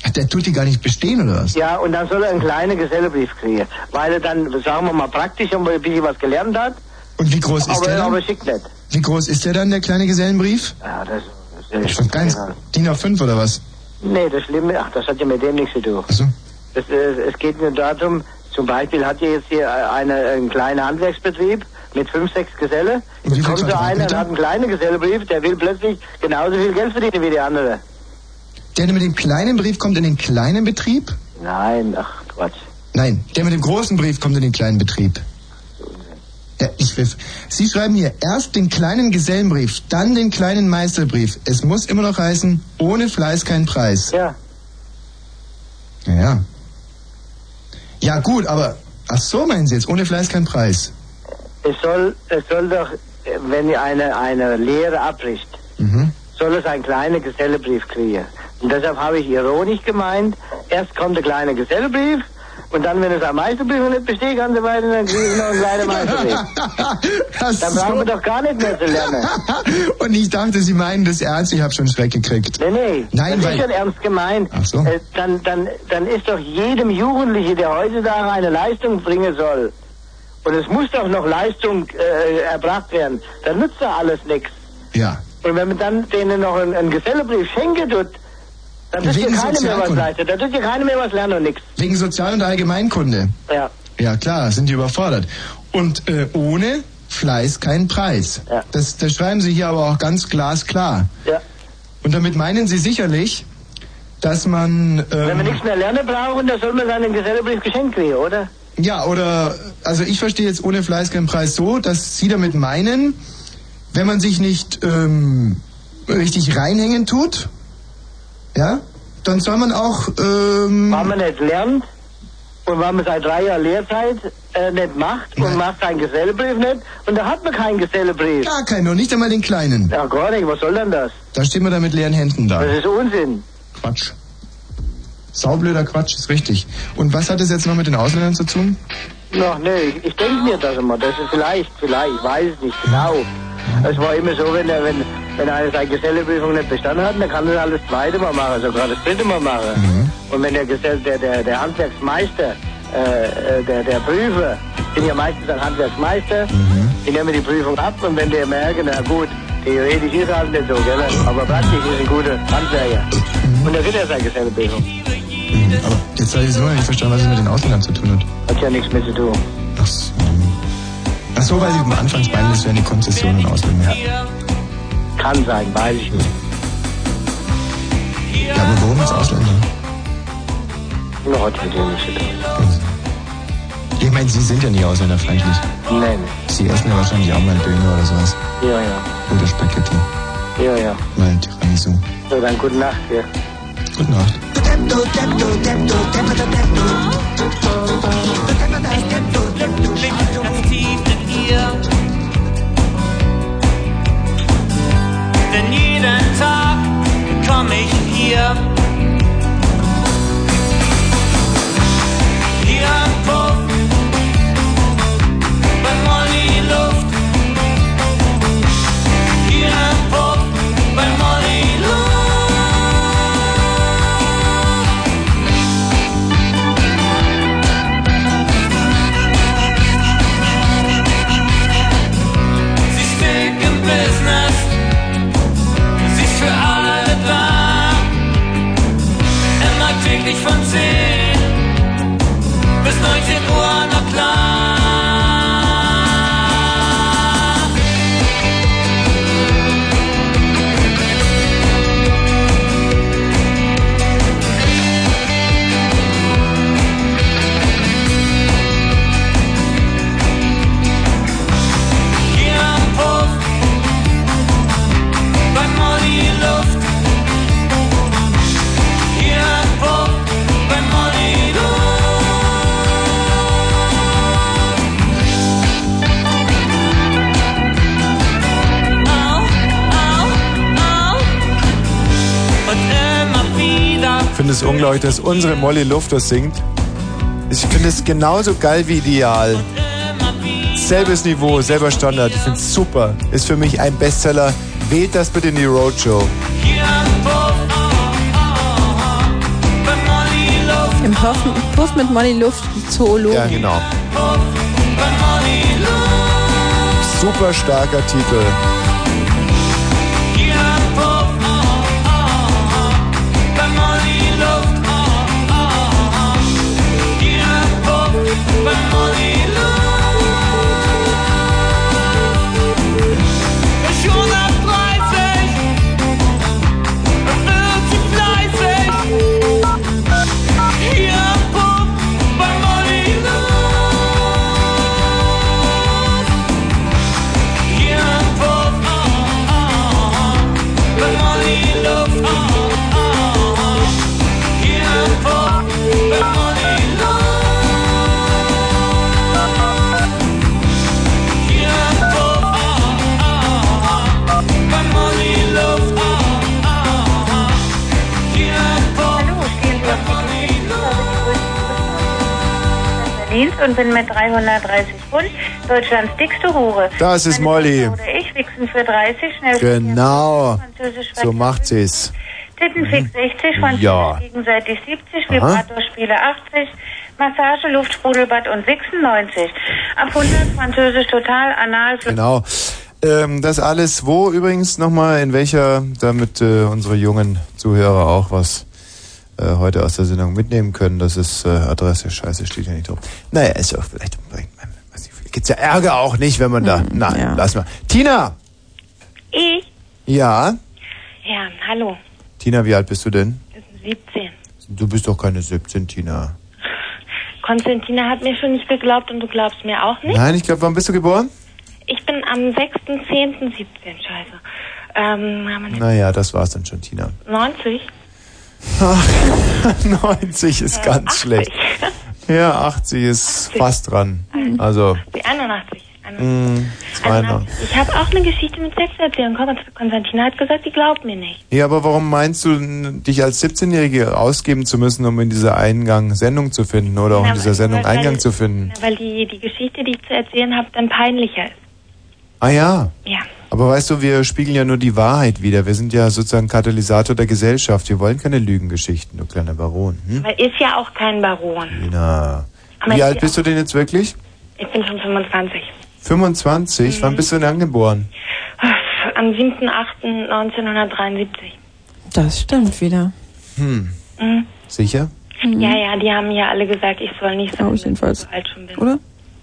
Speaker 1: Ach, Der tut die gar nicht bestehen, oder was?
Speaker 28: Ja, und dann soll er einen kleinen Gesellebrief kriegen. Weil er dann, sagen wir mal, praktisch und ein bisschen was gelernt hat.
Speaker 1: Und wie groß ist
Speaker 28: aber,
Speaker 1: der dann?
Speaker 28: Aber schickt nicht.
Speaker 1: Wie groß ist der dann, der kleine Gesellenbrief?
Speaker 28: Ja, das,
Speaker 1: Schon ganz, DIN A5 oder was?
Speaker 28: nee, das Schlimme, ach, das hat ja mit dem nichts zu tun.
Speaker 1: Also?
Speaker 28: Das, äh, es geht nur darum, zum Beispiel hat ja jetzt hier äh, eine, ein kleiner Handwerksbetrieb mit fünf, sechs Geselle. Jetzt kommt so einer und hat einen kleinen Gesellebrief, der will plötzlich genauso viel Geld verdienen wie der andere.
Speaker 1: Der mit dem kleinen Brief kommt in den kleinen Betrieb?
Speaker 28: Nein, ach Quatsch.
Speaker 1: Nein, der mit dem großen Brief kommt in den kleinen Betrieb. Ja, ich will. Sie schreiben hier erst den kleinen Gesellenbrief, dann den kleinen Meisterbrief. Es muss immer noch heißen, ohne Fleiß kein Preis.
Speaker 28: Ja.
Speaker 1: Naja. Ja, gut, aber. Ach so, meinen Sie jetzt, ohne Fleiß kein Preis.
Speaker 28: Es soll, es soll doch, äh, wenn ihr eine, eine Lehre abbricht, soll es ein kleiner Gesellebrief kriegen. Und deshalb habe ich ironisch gemeint, erst kommt der kleine Gesellebrief und dann, wenn es am Meisterbrief nicht besteht, kann sie weiter, dann kriegen wir noch einen kleinen Meisterbrief. dann brauchen wir doch gar nicht mehr zu lernen.
Speaker 1: Und ich dachte, Sie meinen das ernst, ich habe schon Schreck gekriegt.
Speaker 28: Nee, nee,
Speaker 1: Nein,
Speaker 28: das
Speaker 1: weil-
Speaker 28: ist schon ernst gemeint.
Speaker 1: Ach so.
Speaker 28: Äh, dann, dann, dann ist doch jedem Jugendlichen, der heutzutage eine Leistung bringen soll, und es muss doch noch Leistung äh, erbracht werden, dann nützt doch alles nichts.
Speaker 1: Ja.
Speaker 28: Und wenn man dann denen noch einen, einen Gesellebrief schenken tut, dann tut
Speaker 1: Wegen
Speaker 28: dir keiner mehr was
Speaker 1: Sozialkunde.
Speaker 28: leisten. Dann tut dir keiner mehr was lernen und nichts.
Speaker 1: Wegen Sozial- und Allgemeinkunde.
Speaker 28: Ja.
Speaker 1: Ja, klar, sind die überfordert. Und äh, ohne Fleiß kein Preis. Das, das schreiben Sie hier aber auch ganz glasklar.
Speaker 28: Ja.
Speaker 1: Und damit meinen Sie sicherlich, dass man. Ähm,
Speaker 28: Wenn wir nichts mehr lernen brauchen, dann soll man seinen Gesellebrief geschenkt kriegen, oder?
Speaker 1: Ja, oder, also ich verstehe jetzt ohne Fleiß keinen Preis so, dass Sie damit meinen, wenn man sich nicht ähm, richtig reinhängen tut, ja, dann soll man auch,
Speaker 28: Wenn
Speaker 1: ähm,
Speaker 28: man nicht lernt und wenn man seit drei Jahren Lehrzeit äh, nicht macht und macht seinen Gesellebrief nicht, und da hat man keinen Gesellebrief.
Speaker 1: gar keinen und nicht einmal den kleinen.
Speaker 28: Ja, gar nicht, was soll denn das?
Speaker 1: Da stehen wir dann mit leeren Händen da.
Speaker 28: Das ist Unsinn.
Speaker 1: Quatsch. Saublöder Quatsch, ist richtig. Und was hat es jetzt noch mit den Ausländern zu tun?
Speaker 28: Noch nee, ich, ich denke mir das immer. Das ist vielleicht, vielleicht, ich weiß es nicht genau. Es war immer so, wenn er, wenn, wenn einer seine Geselleprüfung nicht bestanden hat, dann kann er alles zweite Mal machen, sogar das dritte Mal machen. Und wenn der Gesell, der, der, der Handwerksmeister, äh, äh, der, der Prüfer, sind ja meistens ein Handwerksmeister, die nehmen die Prüfung ab und wenn der merken, na gut, theoretisch ist er halt nicht so, gell? aber praktisch ist ein guter Handwerker. Und dann wird er seine Geselleprüfung.
Speaker 1: Aber jetzt habe ich so nicht verstanden, was es mit den Ausländern zu tun hat.
Speaker 28: Hat ja nichts mehr zu tun.
Speaker 1: Ach so. Ach so, weil sie am Anfang meinen, das wären die Konzessionen und Ausländer. Ja.
Speaker 28: Kann sein, weiß ich nicht.
Speaker 1: Ja, aber warum jetzt Ausländer?
Speaker 28: Na, hat mit dem nichts zu tun.
Speaker 1: Ich meine, sie sind ja nie Ausländer, vielleicht nicht.
Speaker 28: Nein.
Speaker 1: Sie essen ja wahrscheinlich auch mal Döner oder sowas.
Speaker 28: Ja, ja.
Speaker 1: Oder Spaghetti.
Speaker 28: Ja, ja.
Speaker 1: Mal Tiramisu.
Speaker 28: So, dann gute Nacht, ja.
Speaker 1: Gute Nacht.
Speaker 5: Ganz tief in ihr. Denn jeden Tag komm ich hier. Hier am Puff, beim Molly Luft. Hier am Puff, beim Molly Luft.
Speaker 3: noite buona plan.
Speaker 5: Oh,
Speaker 3: Hier am Puff, beim Molly Luft. Hier am Puff, beim Molly Luft. Au, au, au. Und immer wieder.
Speaker 1: Ich finde es unglaublich, dass unsere Molly Luft das singt. Ich finde es genauso geil wie ideal. Selbes Niveau, selber Standard. Ich finde es super. Ist für mich ein Bestseller. Wählt das bitte in die Roadshow.
Speaker 2: Im Puff, Puff mit Molly Luft, Zoologen.
Speaker 1: Ja, genau. Super starker Titel.
Speaker 5: uh, uh, uh,
Speaker 10: Berlins und bin mit 330 Pfund Deutschlands dickste Hure.
Speaker 1: Das ist Molly.
Speaker 10: Oder ich wichsen für 30, schnell
Speaker 1: Genau.
Speaker 10: französisch
Speaker 1: So macht sie's.
Speaker 10: Tittenfix 60, Französisch
Speaker 1: Ja.
Speaker 10: gegenseitig 70,
Speaker 1: Aha.
Speaker 10: Vibratorspiele 80, Massage, Luftsprudelbad und Wichsen 90. Ab 100 Französisch total, anal,
Speaker 1: Genau. Ähm, das alles wo übrigens nochmal, in welcher, damit äh, unsere jungen Zuhörer auch was äh, heute aus der Sendung mitnehmen können. Das ist äh, Adresse, scheiße, steht ja nicht drauf. Naja, ist ja auch vielleicht, weiß nicht, vielleicht gibt's ja Ärger auch nicht, wenn man da, nein, lass mal. Tina!
Speaker 13: Ich?
Speaker 1: Ja?
Speaker 13: Ja, hallo.
Speaker 1: Tina, wie alt bist du denn?
Speaker 13: 17.
Speaker 1: Du bist doch keine 17, Tina.
Speaker 13: Konstantina hat mir schon nicht geglaubt und du glaubst mir auch nicht.
Speaker 1: Nein, ich glaube, wann bist du geboren?
Speaker 13: Ich bin am 6.10.17, scheiße. Ähm, haben wir nicht-
Speaker 1: Naja, das war's dann schon, Tina.
Speaker 13: 90?
Speaker 1: Ach, 90 ist ganz schlecht. Ja, 80 ist fast dran. Also,
Speaker 13: Die 81.
Speaker 1: mh,
Speaker 13: Also
Speaker 1: 92.
Speaker 13: Ich habe auch eine Geschichte mit Sex erzählen. Kon- Konstantina hat gesagt, die glaubt mir nicht.
Speaker 1: Ja, aber warum meinst du, n- dich als 17-Jährige ausgeben zu müssen, um in dieser Eingang Sendung zu finden oder um
Speaker 13: Na,
Speaker 1: in dieser
Speaker 13: weil-
Speaker 1: Sendung
Speaker 13: Genau, also weil-
Speaker 1: Eingang zu finden?
Speaker 13: Weil die, die Geschichte, die ich zu erzählen habe, dann peinlicher ist.
Speaker 1: Ah ja.
Speaker 13: Ja.
Speaker 1: Aber weißt du, wir spiegeln ja nur die Wahrheit wider. Wir sind ja sozusagen Katalysator der Gesellschaft. Wir wollen keine Lügengeschichten, du kleiner Baron. Hm?
Speaker 13: Weil ist ja auch kein Baron.
Speaker 1: Tina.
Speaker 13: Aber
Speaker 1: Wie
Speaker 13: ich-
Speaker 1: alt bist du denn jetzt wirklich?
Speaker 13: Ich bin schon 25.
Speaker 1: 25?
Speaker 13: Mhm.
Speaker 1: Wann bist du denn angeboren?
Speaker 13: Am 7.8.1973.
Speaker 2: Das stimmt wieder.
Speaker 1: Hm.
Speaker 13: Mhm.
Speaker 1: Sicher?
Speaker 13: Ja, ja, die haben ja alle gesagt, ich soll nicht
Speaker 1: Oh,
Speaker 13: sagen, dass ich so alt schon bin. Oder?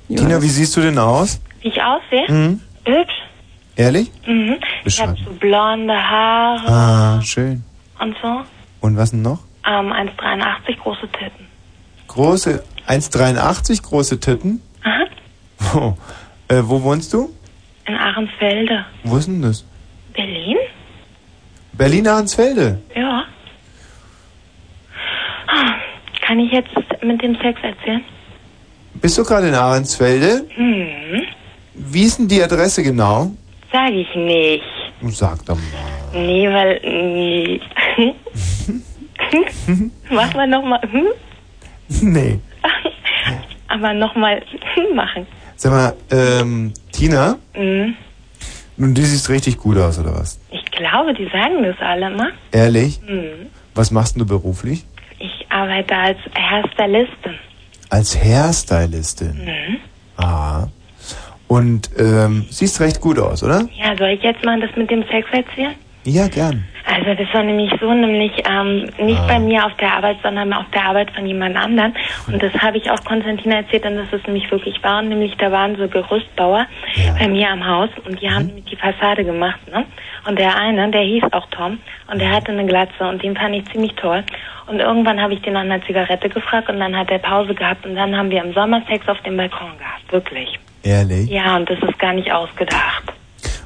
Speaker 1: Tina, wie siehst du denn aus?
Speaker 13: Wie ich aussehe?
Speaker 1: Mhm.
Speaker 13: Hübsch.
Speaker 1: Ehrlich?
Speaker 13: Mhm. Ich
Speaker 1: Beschreib.
Speaker 13: habe so blonde Haare
Speaker 1: Ah, schön.
Speaker 13: und so.
Speaker 1: Und was denn noch?
Speaker 13: Ähm, 1,83 große Titten.
Speaker 1: Große, 1,83 große Titten.
Speaker 13: Aha.
Speaker 1: Oh. Äh, wo wohnst du?
Speaker 13: In Ahrenfelde.
Speaker 1: Wo ist denn das?
Speaker 13: Berlin?
Speaker 1: Berlin-Arnsfelde.
Speaker 13: Ja. Ah, Kann ich jetzt mit dem Sex erzählen?
Speaker 1: Bist du gerade in Ahrensfelde?
Speaker 13: Hm,
Speaker 1: Wie ist denn die Adresse genau?
Speaker 13: sag ich nicht.
Speaker 1: Sag doch mal.
Speaker 13: Nee, weil, nee. Mach mal nochmal, hm?
Speaker 1: Nee.
Speaker 13: aber nochmal hm machen.
Speaker 1: Sag mal, ähm, Tina,
Speaker 13: Hm.
Speaker 1: nun, du siehst richtig gut aus, oder was?
Speaker 13: Ich glaube, die sagen das alle mal.
Speaker 1: Ehrlich?
Speaker 13: Hm.
Speaker 1: Was machst denn du beruflich?
Speaker 13: Ich arbeite als Hairstylistin.
Speaker 1: Als Hairstylistin.
Speaker 13: Hm.
Speaker 1: Ah. Und ähm, siehst recht gut aus, oder?
Speaker 13: Ja, soll ich jetzt mal das mit dem Sex erzählen?
Speaker 1: Ja, gern.
Speaker 13: Also das war nämlich so, nämlich ähm, nicht bei mir auf der Arbeit, sondern auf der Arbeit von jemand anderem. Und das habe ich auch Konstantina erzählt, und das ist nämlich wirklich wahr. Nämlich da waren so Gerüstbauer bei mir am Haus und die haben nämlich die Fassade gemacht. Ne? Und der eine, der hieß auch Tom und der hatte eine Glatze und den fand ich ziemlich toll. Und irgendwann habe ich den nach einer Zigarette gefragt und dann hat er Pause gehabt und dann haben wir im Sommer Sex auf dem Balkon gehabt, wirklich.
Speaker 1: Ehrlich?
Speaker 13: Ja, und das ist gar nicht ausgedacht.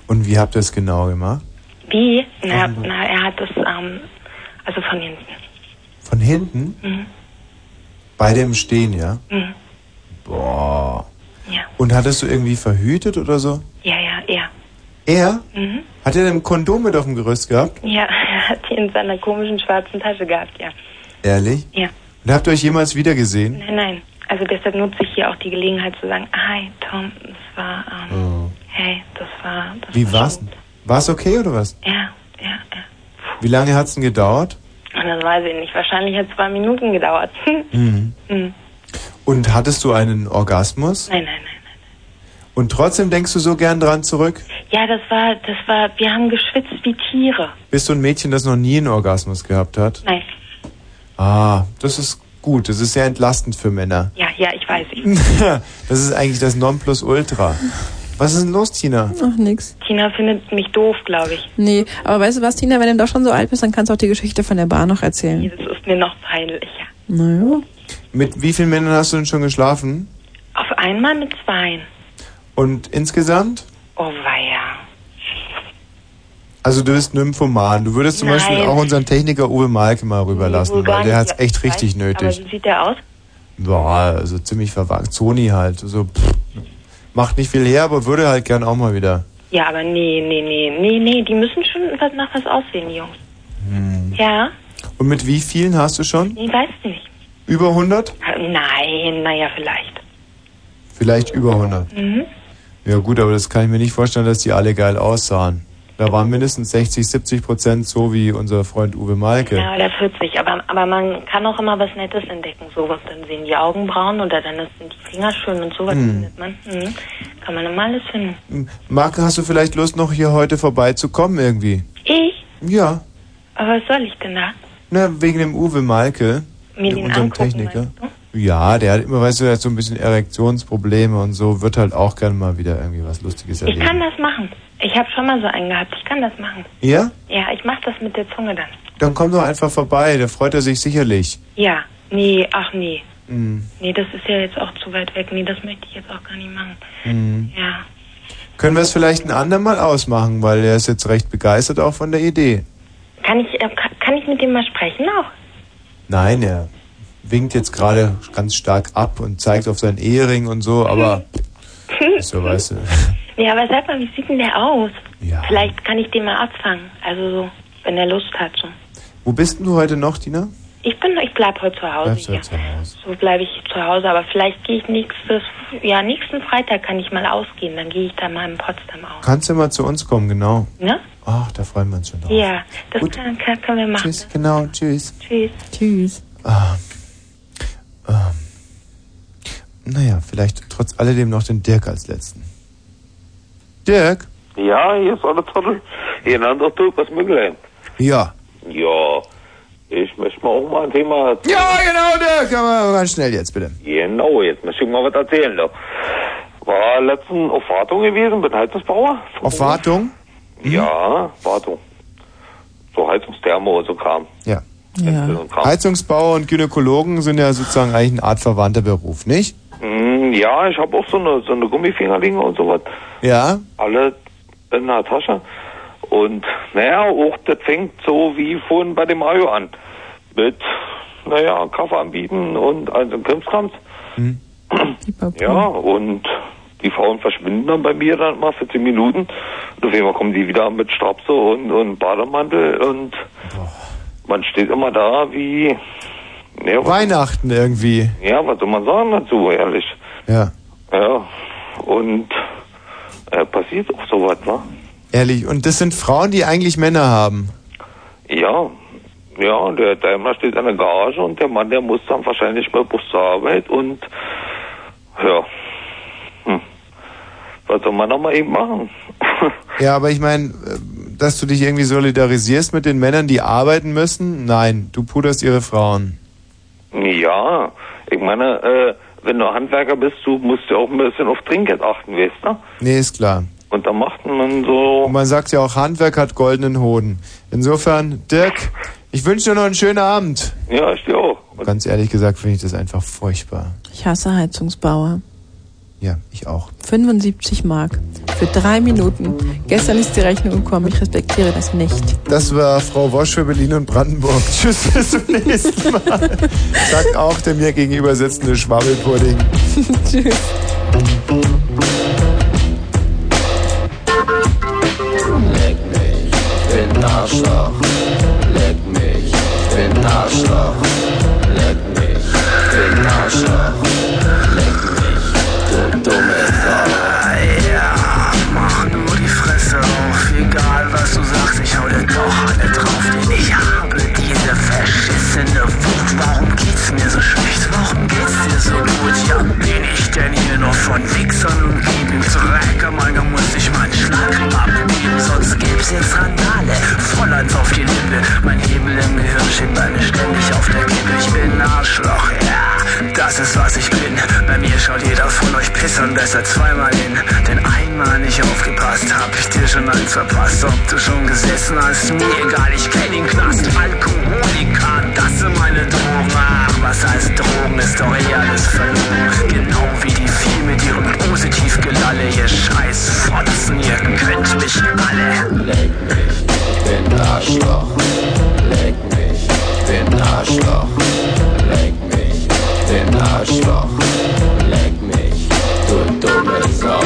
Speaker 1: Und wie habt ihr es genau gemacht?
Speaker 13: Wie? Na, na er hat das, ähm, also von hinten.
Speaker 1: Von hinten?
Speaker 13: Mhm.
Speaker 1: Beide im Stehen, ja?
Speaker 13: Mhm.
Speaker 1: Boah.
Speaker 13: Ja.
Speaker 1: Und hattest du irgendwie verhütet oder so?
Speaker 13: Ja, ja, er.
Speaker 1: Er?
Speaker 13: Mhm.
Speaker 1: Hat er ein Kondom mit auf dem Gerüst gehabt?
Speaker 13: Ja, er hat die in seiner komischen schwarzen Tasche gehabt, ja.
Speaker 1: Ehrlich?
Speaker 13: Ja.
Speaker 1: Und habt ihr euch jemals wieder gesehen?
Speaker 13: Nein, nein. Also deshalb nutze ich hier auch die Gelegenheit zu sagen, hi Tom, das war, ähm,
Speaker 1: Oh.
Speaker 13: hey, das war, das
Speaker 1: Wie war's? War's okay oder was?
Speaker 13: ja, ja, ja.
Speaker 1: Wie lange hat's denn gedauert?
Speaker 13: Und das weiß ich nicht, wahrscheinlich hat zwei Minuten gedauert. Hm.
Speaker 1: Mhm.
Speaker 13: Hm.
Speaker 1: Und hattest du einen Orgasmus?
Speaker 13: Nein, nein, nein.
Speaker 1: Und trotzdem denkst du so gern dran zurück?
Speaker 13: Ja, das war, das war, wir haben geschwitzt wie Tiere.
Speaker 1: Bist du ein Mädchen, das noch nie einen Orgasmus gehabt hat?
Speaker 13: Nein,
Speaker 1: Ah, das ist gut. Das ist sehr entlastend für Männer.
Speaker 13: ja, ja, ich weiß, ich
Speaker 1: das ist eigentlich das Nonplusultra. Was ist denn los, Tina?
Speaker 2: Ach, nix.
Speaker 13: Tina findet mich doof, glaube ich.
Speaker 2: Nee, aber weißt du was, Tina, wenn du doch schon so alt bist, dann kannst du auch die Geschichte von der Bar noch erzählen.
Speaker 13: Das ist mir noch peinlicher.
Speaker 2: Naja.
Speaker 1: Mit wie vielen Männern hast du denn schon geschlafen?
Speaker 13: Auf einmal mit zweien.
Speaker 1: Und insgesamt?
Speaker 13: Oh weia.
Speaker 1: Also du bist Nymphoman. Du würdest zum
Speaker 13: Nein.
Speaker 1: Beispiel auch unseren Techniker Uwe Malke mal
Speaker 13: Wohl
Speaker 1: rüberlassen,
Speaker 13: gar
Speaker 1: weil der
Speaker 13: nicht,
Speaker 1: hat's
Speaker 13: ja,
Speaker 1: echt
Speaker 13: ich weiß.
Speaker 1: richtig
Speaker 13: Aber
Speaker 1: nötig.
Speaker 13: wie sieht der aus?
Speaker 1: Boah, also ziemlich verwagt. Sony halt. So, pff, macht nicht viel her, aber würde halt gern auch mal wieder.
Speaker 13: Ja, aber nee, nee, nee, nee, nee, die müssen schon was- nach was aussehen, die Jungs.
Speaker 1: Hm.
Speaker 13: Ja?
Speaker 1: Und mit wie vielen hast du schon?
Speaker 13: Nee, weißt du nicht.
Speaker 1: Über 100?
Speaker 13: Ah, Nein, naja, vielleicht.
Speaker 1: Vielleicht über 100.
Speaker 13: Mhm.
Speaker 1: Ja gut, aber das kann ich mir nicht vorstellen, dass die alle geil aussahen. Da waren mindestens 60, 70 Prozent so wie unser Freund Uwe Malke.
Speaker 13: Ja, oder 40. Aber, aber man kann auch immer was Nettes entdecken. So, was dann sehen die Augenbrauen oder dann sind die Finger schön und sowas
Speaker 1: Hm.
Speaker 13: findet man. Mhm. Kann man immer alles finden.
Speaker 1: Marc, hast du vielleicht Lust, noch hier heute vorbeizukommen irgendwie?
Speaker 13: Ich?
Speaker 1: Ja.
Speaker 13: Aber was soll ich denn da?
Speaker 1: Na, wegen dem Uwe Malke,
Speaker 13: Mir den
Speaker 1: unserem
Speaker 13: angucken,
Speaker 1: Techniker. Ja, der hat immer, weißt du, der hat so ein bisschen Erektionsprobleme und so, wird halt auch gerne mal wieder irgendwie was Lustiges
Speaker 13: Ich
Speaker 1: erleben.
Speaker 13: kann das machen. Ich habe schon mal so einen gehabt. Ich kann das machen.
Speaker 1: ja?
Speaker 13: Ja, ich mache das mit der Zunge dann.
Speaker 1: Dann komm doch einfach vorbei, da freut er sich sicherlich.
Speaker 13: Ja, nee, ach nee.
Speaker 1: Mhm.
Speaker 13: Nee, das ist ja jetzt auch zu weit weg. Nee, das möchte ich jetzt auch gar nicht machen.
Speaker 1: Mhm.
Speaker 13: Ja.
Speaker 1: Können wir es vielleicht ein andermal ausmachen, weil er ist jetzt recht begeistert auch von der Idee.
Speaker 13: Kann ich, äh, ka- kann ich mit dem mal sprechen auch?
Speaker 1: Nein, er winkt jetzt gerade ganz stark ab und zeigt auf seinen Ehering und so, aber so weißt du.
Speaker 13: nee, aber sag mal, wie sieht denn der aus?
Speaker 1: Ja.
Speaker 13: Vielleicht kann ich den mal abfangen. Also so, wenn er Lust hat. So.
Speaker 1: Wo bist denn du heute noch, Tina?
Speaker 13: Ich bin, ich bleib heute zu Hause
Speaker 1: Bleibst du
Speaker 13: hier.
Speaker 1: zu Hause?
Speaker 13: So bleibe ich zu Hause, aber vielleicht gehe ich nächstes, ja, nächsten Freitag kann ich mal ausgehen. Dann gehe ich da mal in Potsdam aus.
Speaker 1: Kannst du mal zu uns kommen, genau.
Speaker 13: Ne?
Speaker 1: Ach, da freuen wir uns schon drauf.
Speaker 13: Ja, das kann, kann, können wir machen.
Speaker 1: Tschüss, genau, tschüss.
Speaker 13: Tschüss.
Speaker 2: Tschüss.
Speaker 1: Ah, ähm, naja, vielleicht trotz alledem noch den Dirk als letzten. Dirk?
Speaker 27: Ja, hier ist alles toll. Hier in Andorf, was Müggelheim.
Speaker 1: Ja.
Speaker 27: Ja, ich möchte mal auch mal ein Thema erzählen.
Speaker 1: Ja, genau, Dirk, aber ganz schnell jetzt bitte.
Speaker 27: Genau, jetzt muss ich mal was erzählen. Da. War letzten auf Wartung gewesen, bin Heizungsbauer.
Speaker 1: Auf Wartung? Mhm.
Speaker 27: Ja, Wartung. So Heizungsthermo und so Kram.
Speaker 1: Ja.
Speaker 27: Ja.
Speaker 1: Heizungsbauer und Gynäkologen sind ja sozusagen eigentlich eine Art verwandter Beruf, nicht?
Speaker 27: Hm, ja, ich habe auch so eine, so eine Gummifingerlinge und sowas.
Speaker 1: Ja.
Speaker 27: alle in der Tasche. Und naja, auch das fängt so wie vorhin bei dem Mario an. Mit, naja, Kaffee anbieten und also Krimskrams. Ja, und die Frauen verschwinden dann bei mir dann mal 14 Minuten. Und auf einmal kommen die wieder mit Strapse und, und Bademantel und man steht immer da wie, ja, was,
Speaker 1: Weihnachten irgendwie.
Speaker 27: ja, was soll man sagen dazu, ehrlich.
Speaker 1: Ja.
Speaker 27: Ja, und äh, passiert auch sowas, ne?
Speaker 1: Ehrlich. Und das sind Frauen, die eigentlich Männer haben.
Speaker 27: Ja, ja, der Daimler steht in der Garage und der Mann, der muss dann wahrscheinlich mal Bus zur Arbeit und ja. Hm. Was soll man noch mal eben machen?
Speaker 1: Ja, aber ich meine, äh, dass du dich irgendwie solidarisierst mit den Männern, die arbeiten müssen? Nein, du puderst ihre Frauen.
Speaker 27: Ja, ich meine, äh, wenn du Handwerker bist, du musst ja auch ein bisschen auf Trinkgeld achten, weißt du? ne?
Speaker 1: Nee, ist klar.
Speaker 27: Und da macht man so...
Speaker 1: Und man sagt ja auch, Handwerk hat goldenen Hoden. Insofern, Dirk, ich wünsche dir noch einen schönen Abend.
Speaker 27: Ja, ich dir auch.
Speaker 1: Ganz ehrlich gesagt finde ich das einfach furchtbar.
Speaker 2: Ich hasse Heizungsbauer.
Speaker 1: Ja, ich auch.
Speaker 2: 75 Mark für drei Minuten. Gestern ist die Rechnung gekommen. Ich respektiere das nicht.
Speaker 1: Das war Frau Wosch für Berlin und Brandenburg. Tschüss, bis zum nächsten Mal. Sagt auch der mir gegenüber sitzende Schwabbelpudding.
Speaker 2: Tschüss.
Speaker 6: Leck mich, bin Arschloch. Leck mich, bin Arschloch. Leck mich, bin Arschloch. Leck mich, du dumme Sau. Ja, mach nur die Fresse auf. Egal was du sagst, ich hau dir doch alle drauf, denn ich habe diese verschissene Wut. Warum geht's mir so schlecht? Warum geht's dir so gut? Ja, bin ich denn hier noch von Wichsern umgeben? Dreckermann, muss ich meinen Schlagring abgeben, sonst gibt's jetzt Randale. Vollends auf die Lippe, mein Hebel im Gehirn steht bei mir ständig auf der Kippe. Ich bin ein Arschloch, ja, das ist was ich bin. Bei mir schaut jeder von euch Pissern besser zweimal hin, denn einmal nicht aufgepasst, hab ich dir schon eins verpasst. Ob du schon gesessen hast, mir egal, ich kenn den Knast. Alkoholiker, das sind meine Drogen. Ach, was heißt Drogen, ist doch eh alles verloren. Genau wie die viel mit ihrem positiv Gelalle, ihr scheiß Fotzen, ihr könnt mich alle. Leck mich, bin Arschloch. Leck mich, bin Arschloch. Leck mich, bin Arschloch. Leck mich, du dumme Sau.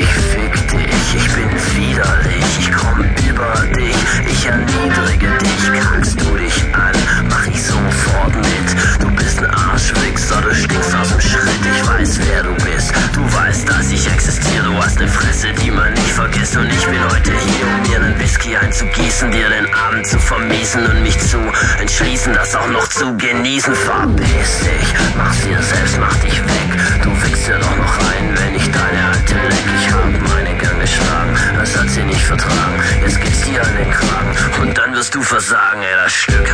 Speaker 6: Ich fick dich, ich bin widerlich, ich komm über dich, ich erniedrige dich, kackst du dich an, mach ich sofort mit. Du bist ein Arschwichser, du stinkst aus dem Schritt, ich weiß, wer du bist. Du weißt, dass ich existiere, du hast eine Fresse, die man nicht vergisst. Und ich bin heute hier, um mir einen Whisky einzugießen, dir den Abend zu vermiesen und mich zu entschließen, das auch noch zu genießen. Verpiss dich, mach's dir selbst, mach dich weg. Du wickst dir doch noch ein, wenn ich deine alte leck. Ich hab meine Gang geschlagen, das hat sie nicht vertragen. Jetzt geht's dir an den Kragen und dann wirst du versagen, ey, das Stück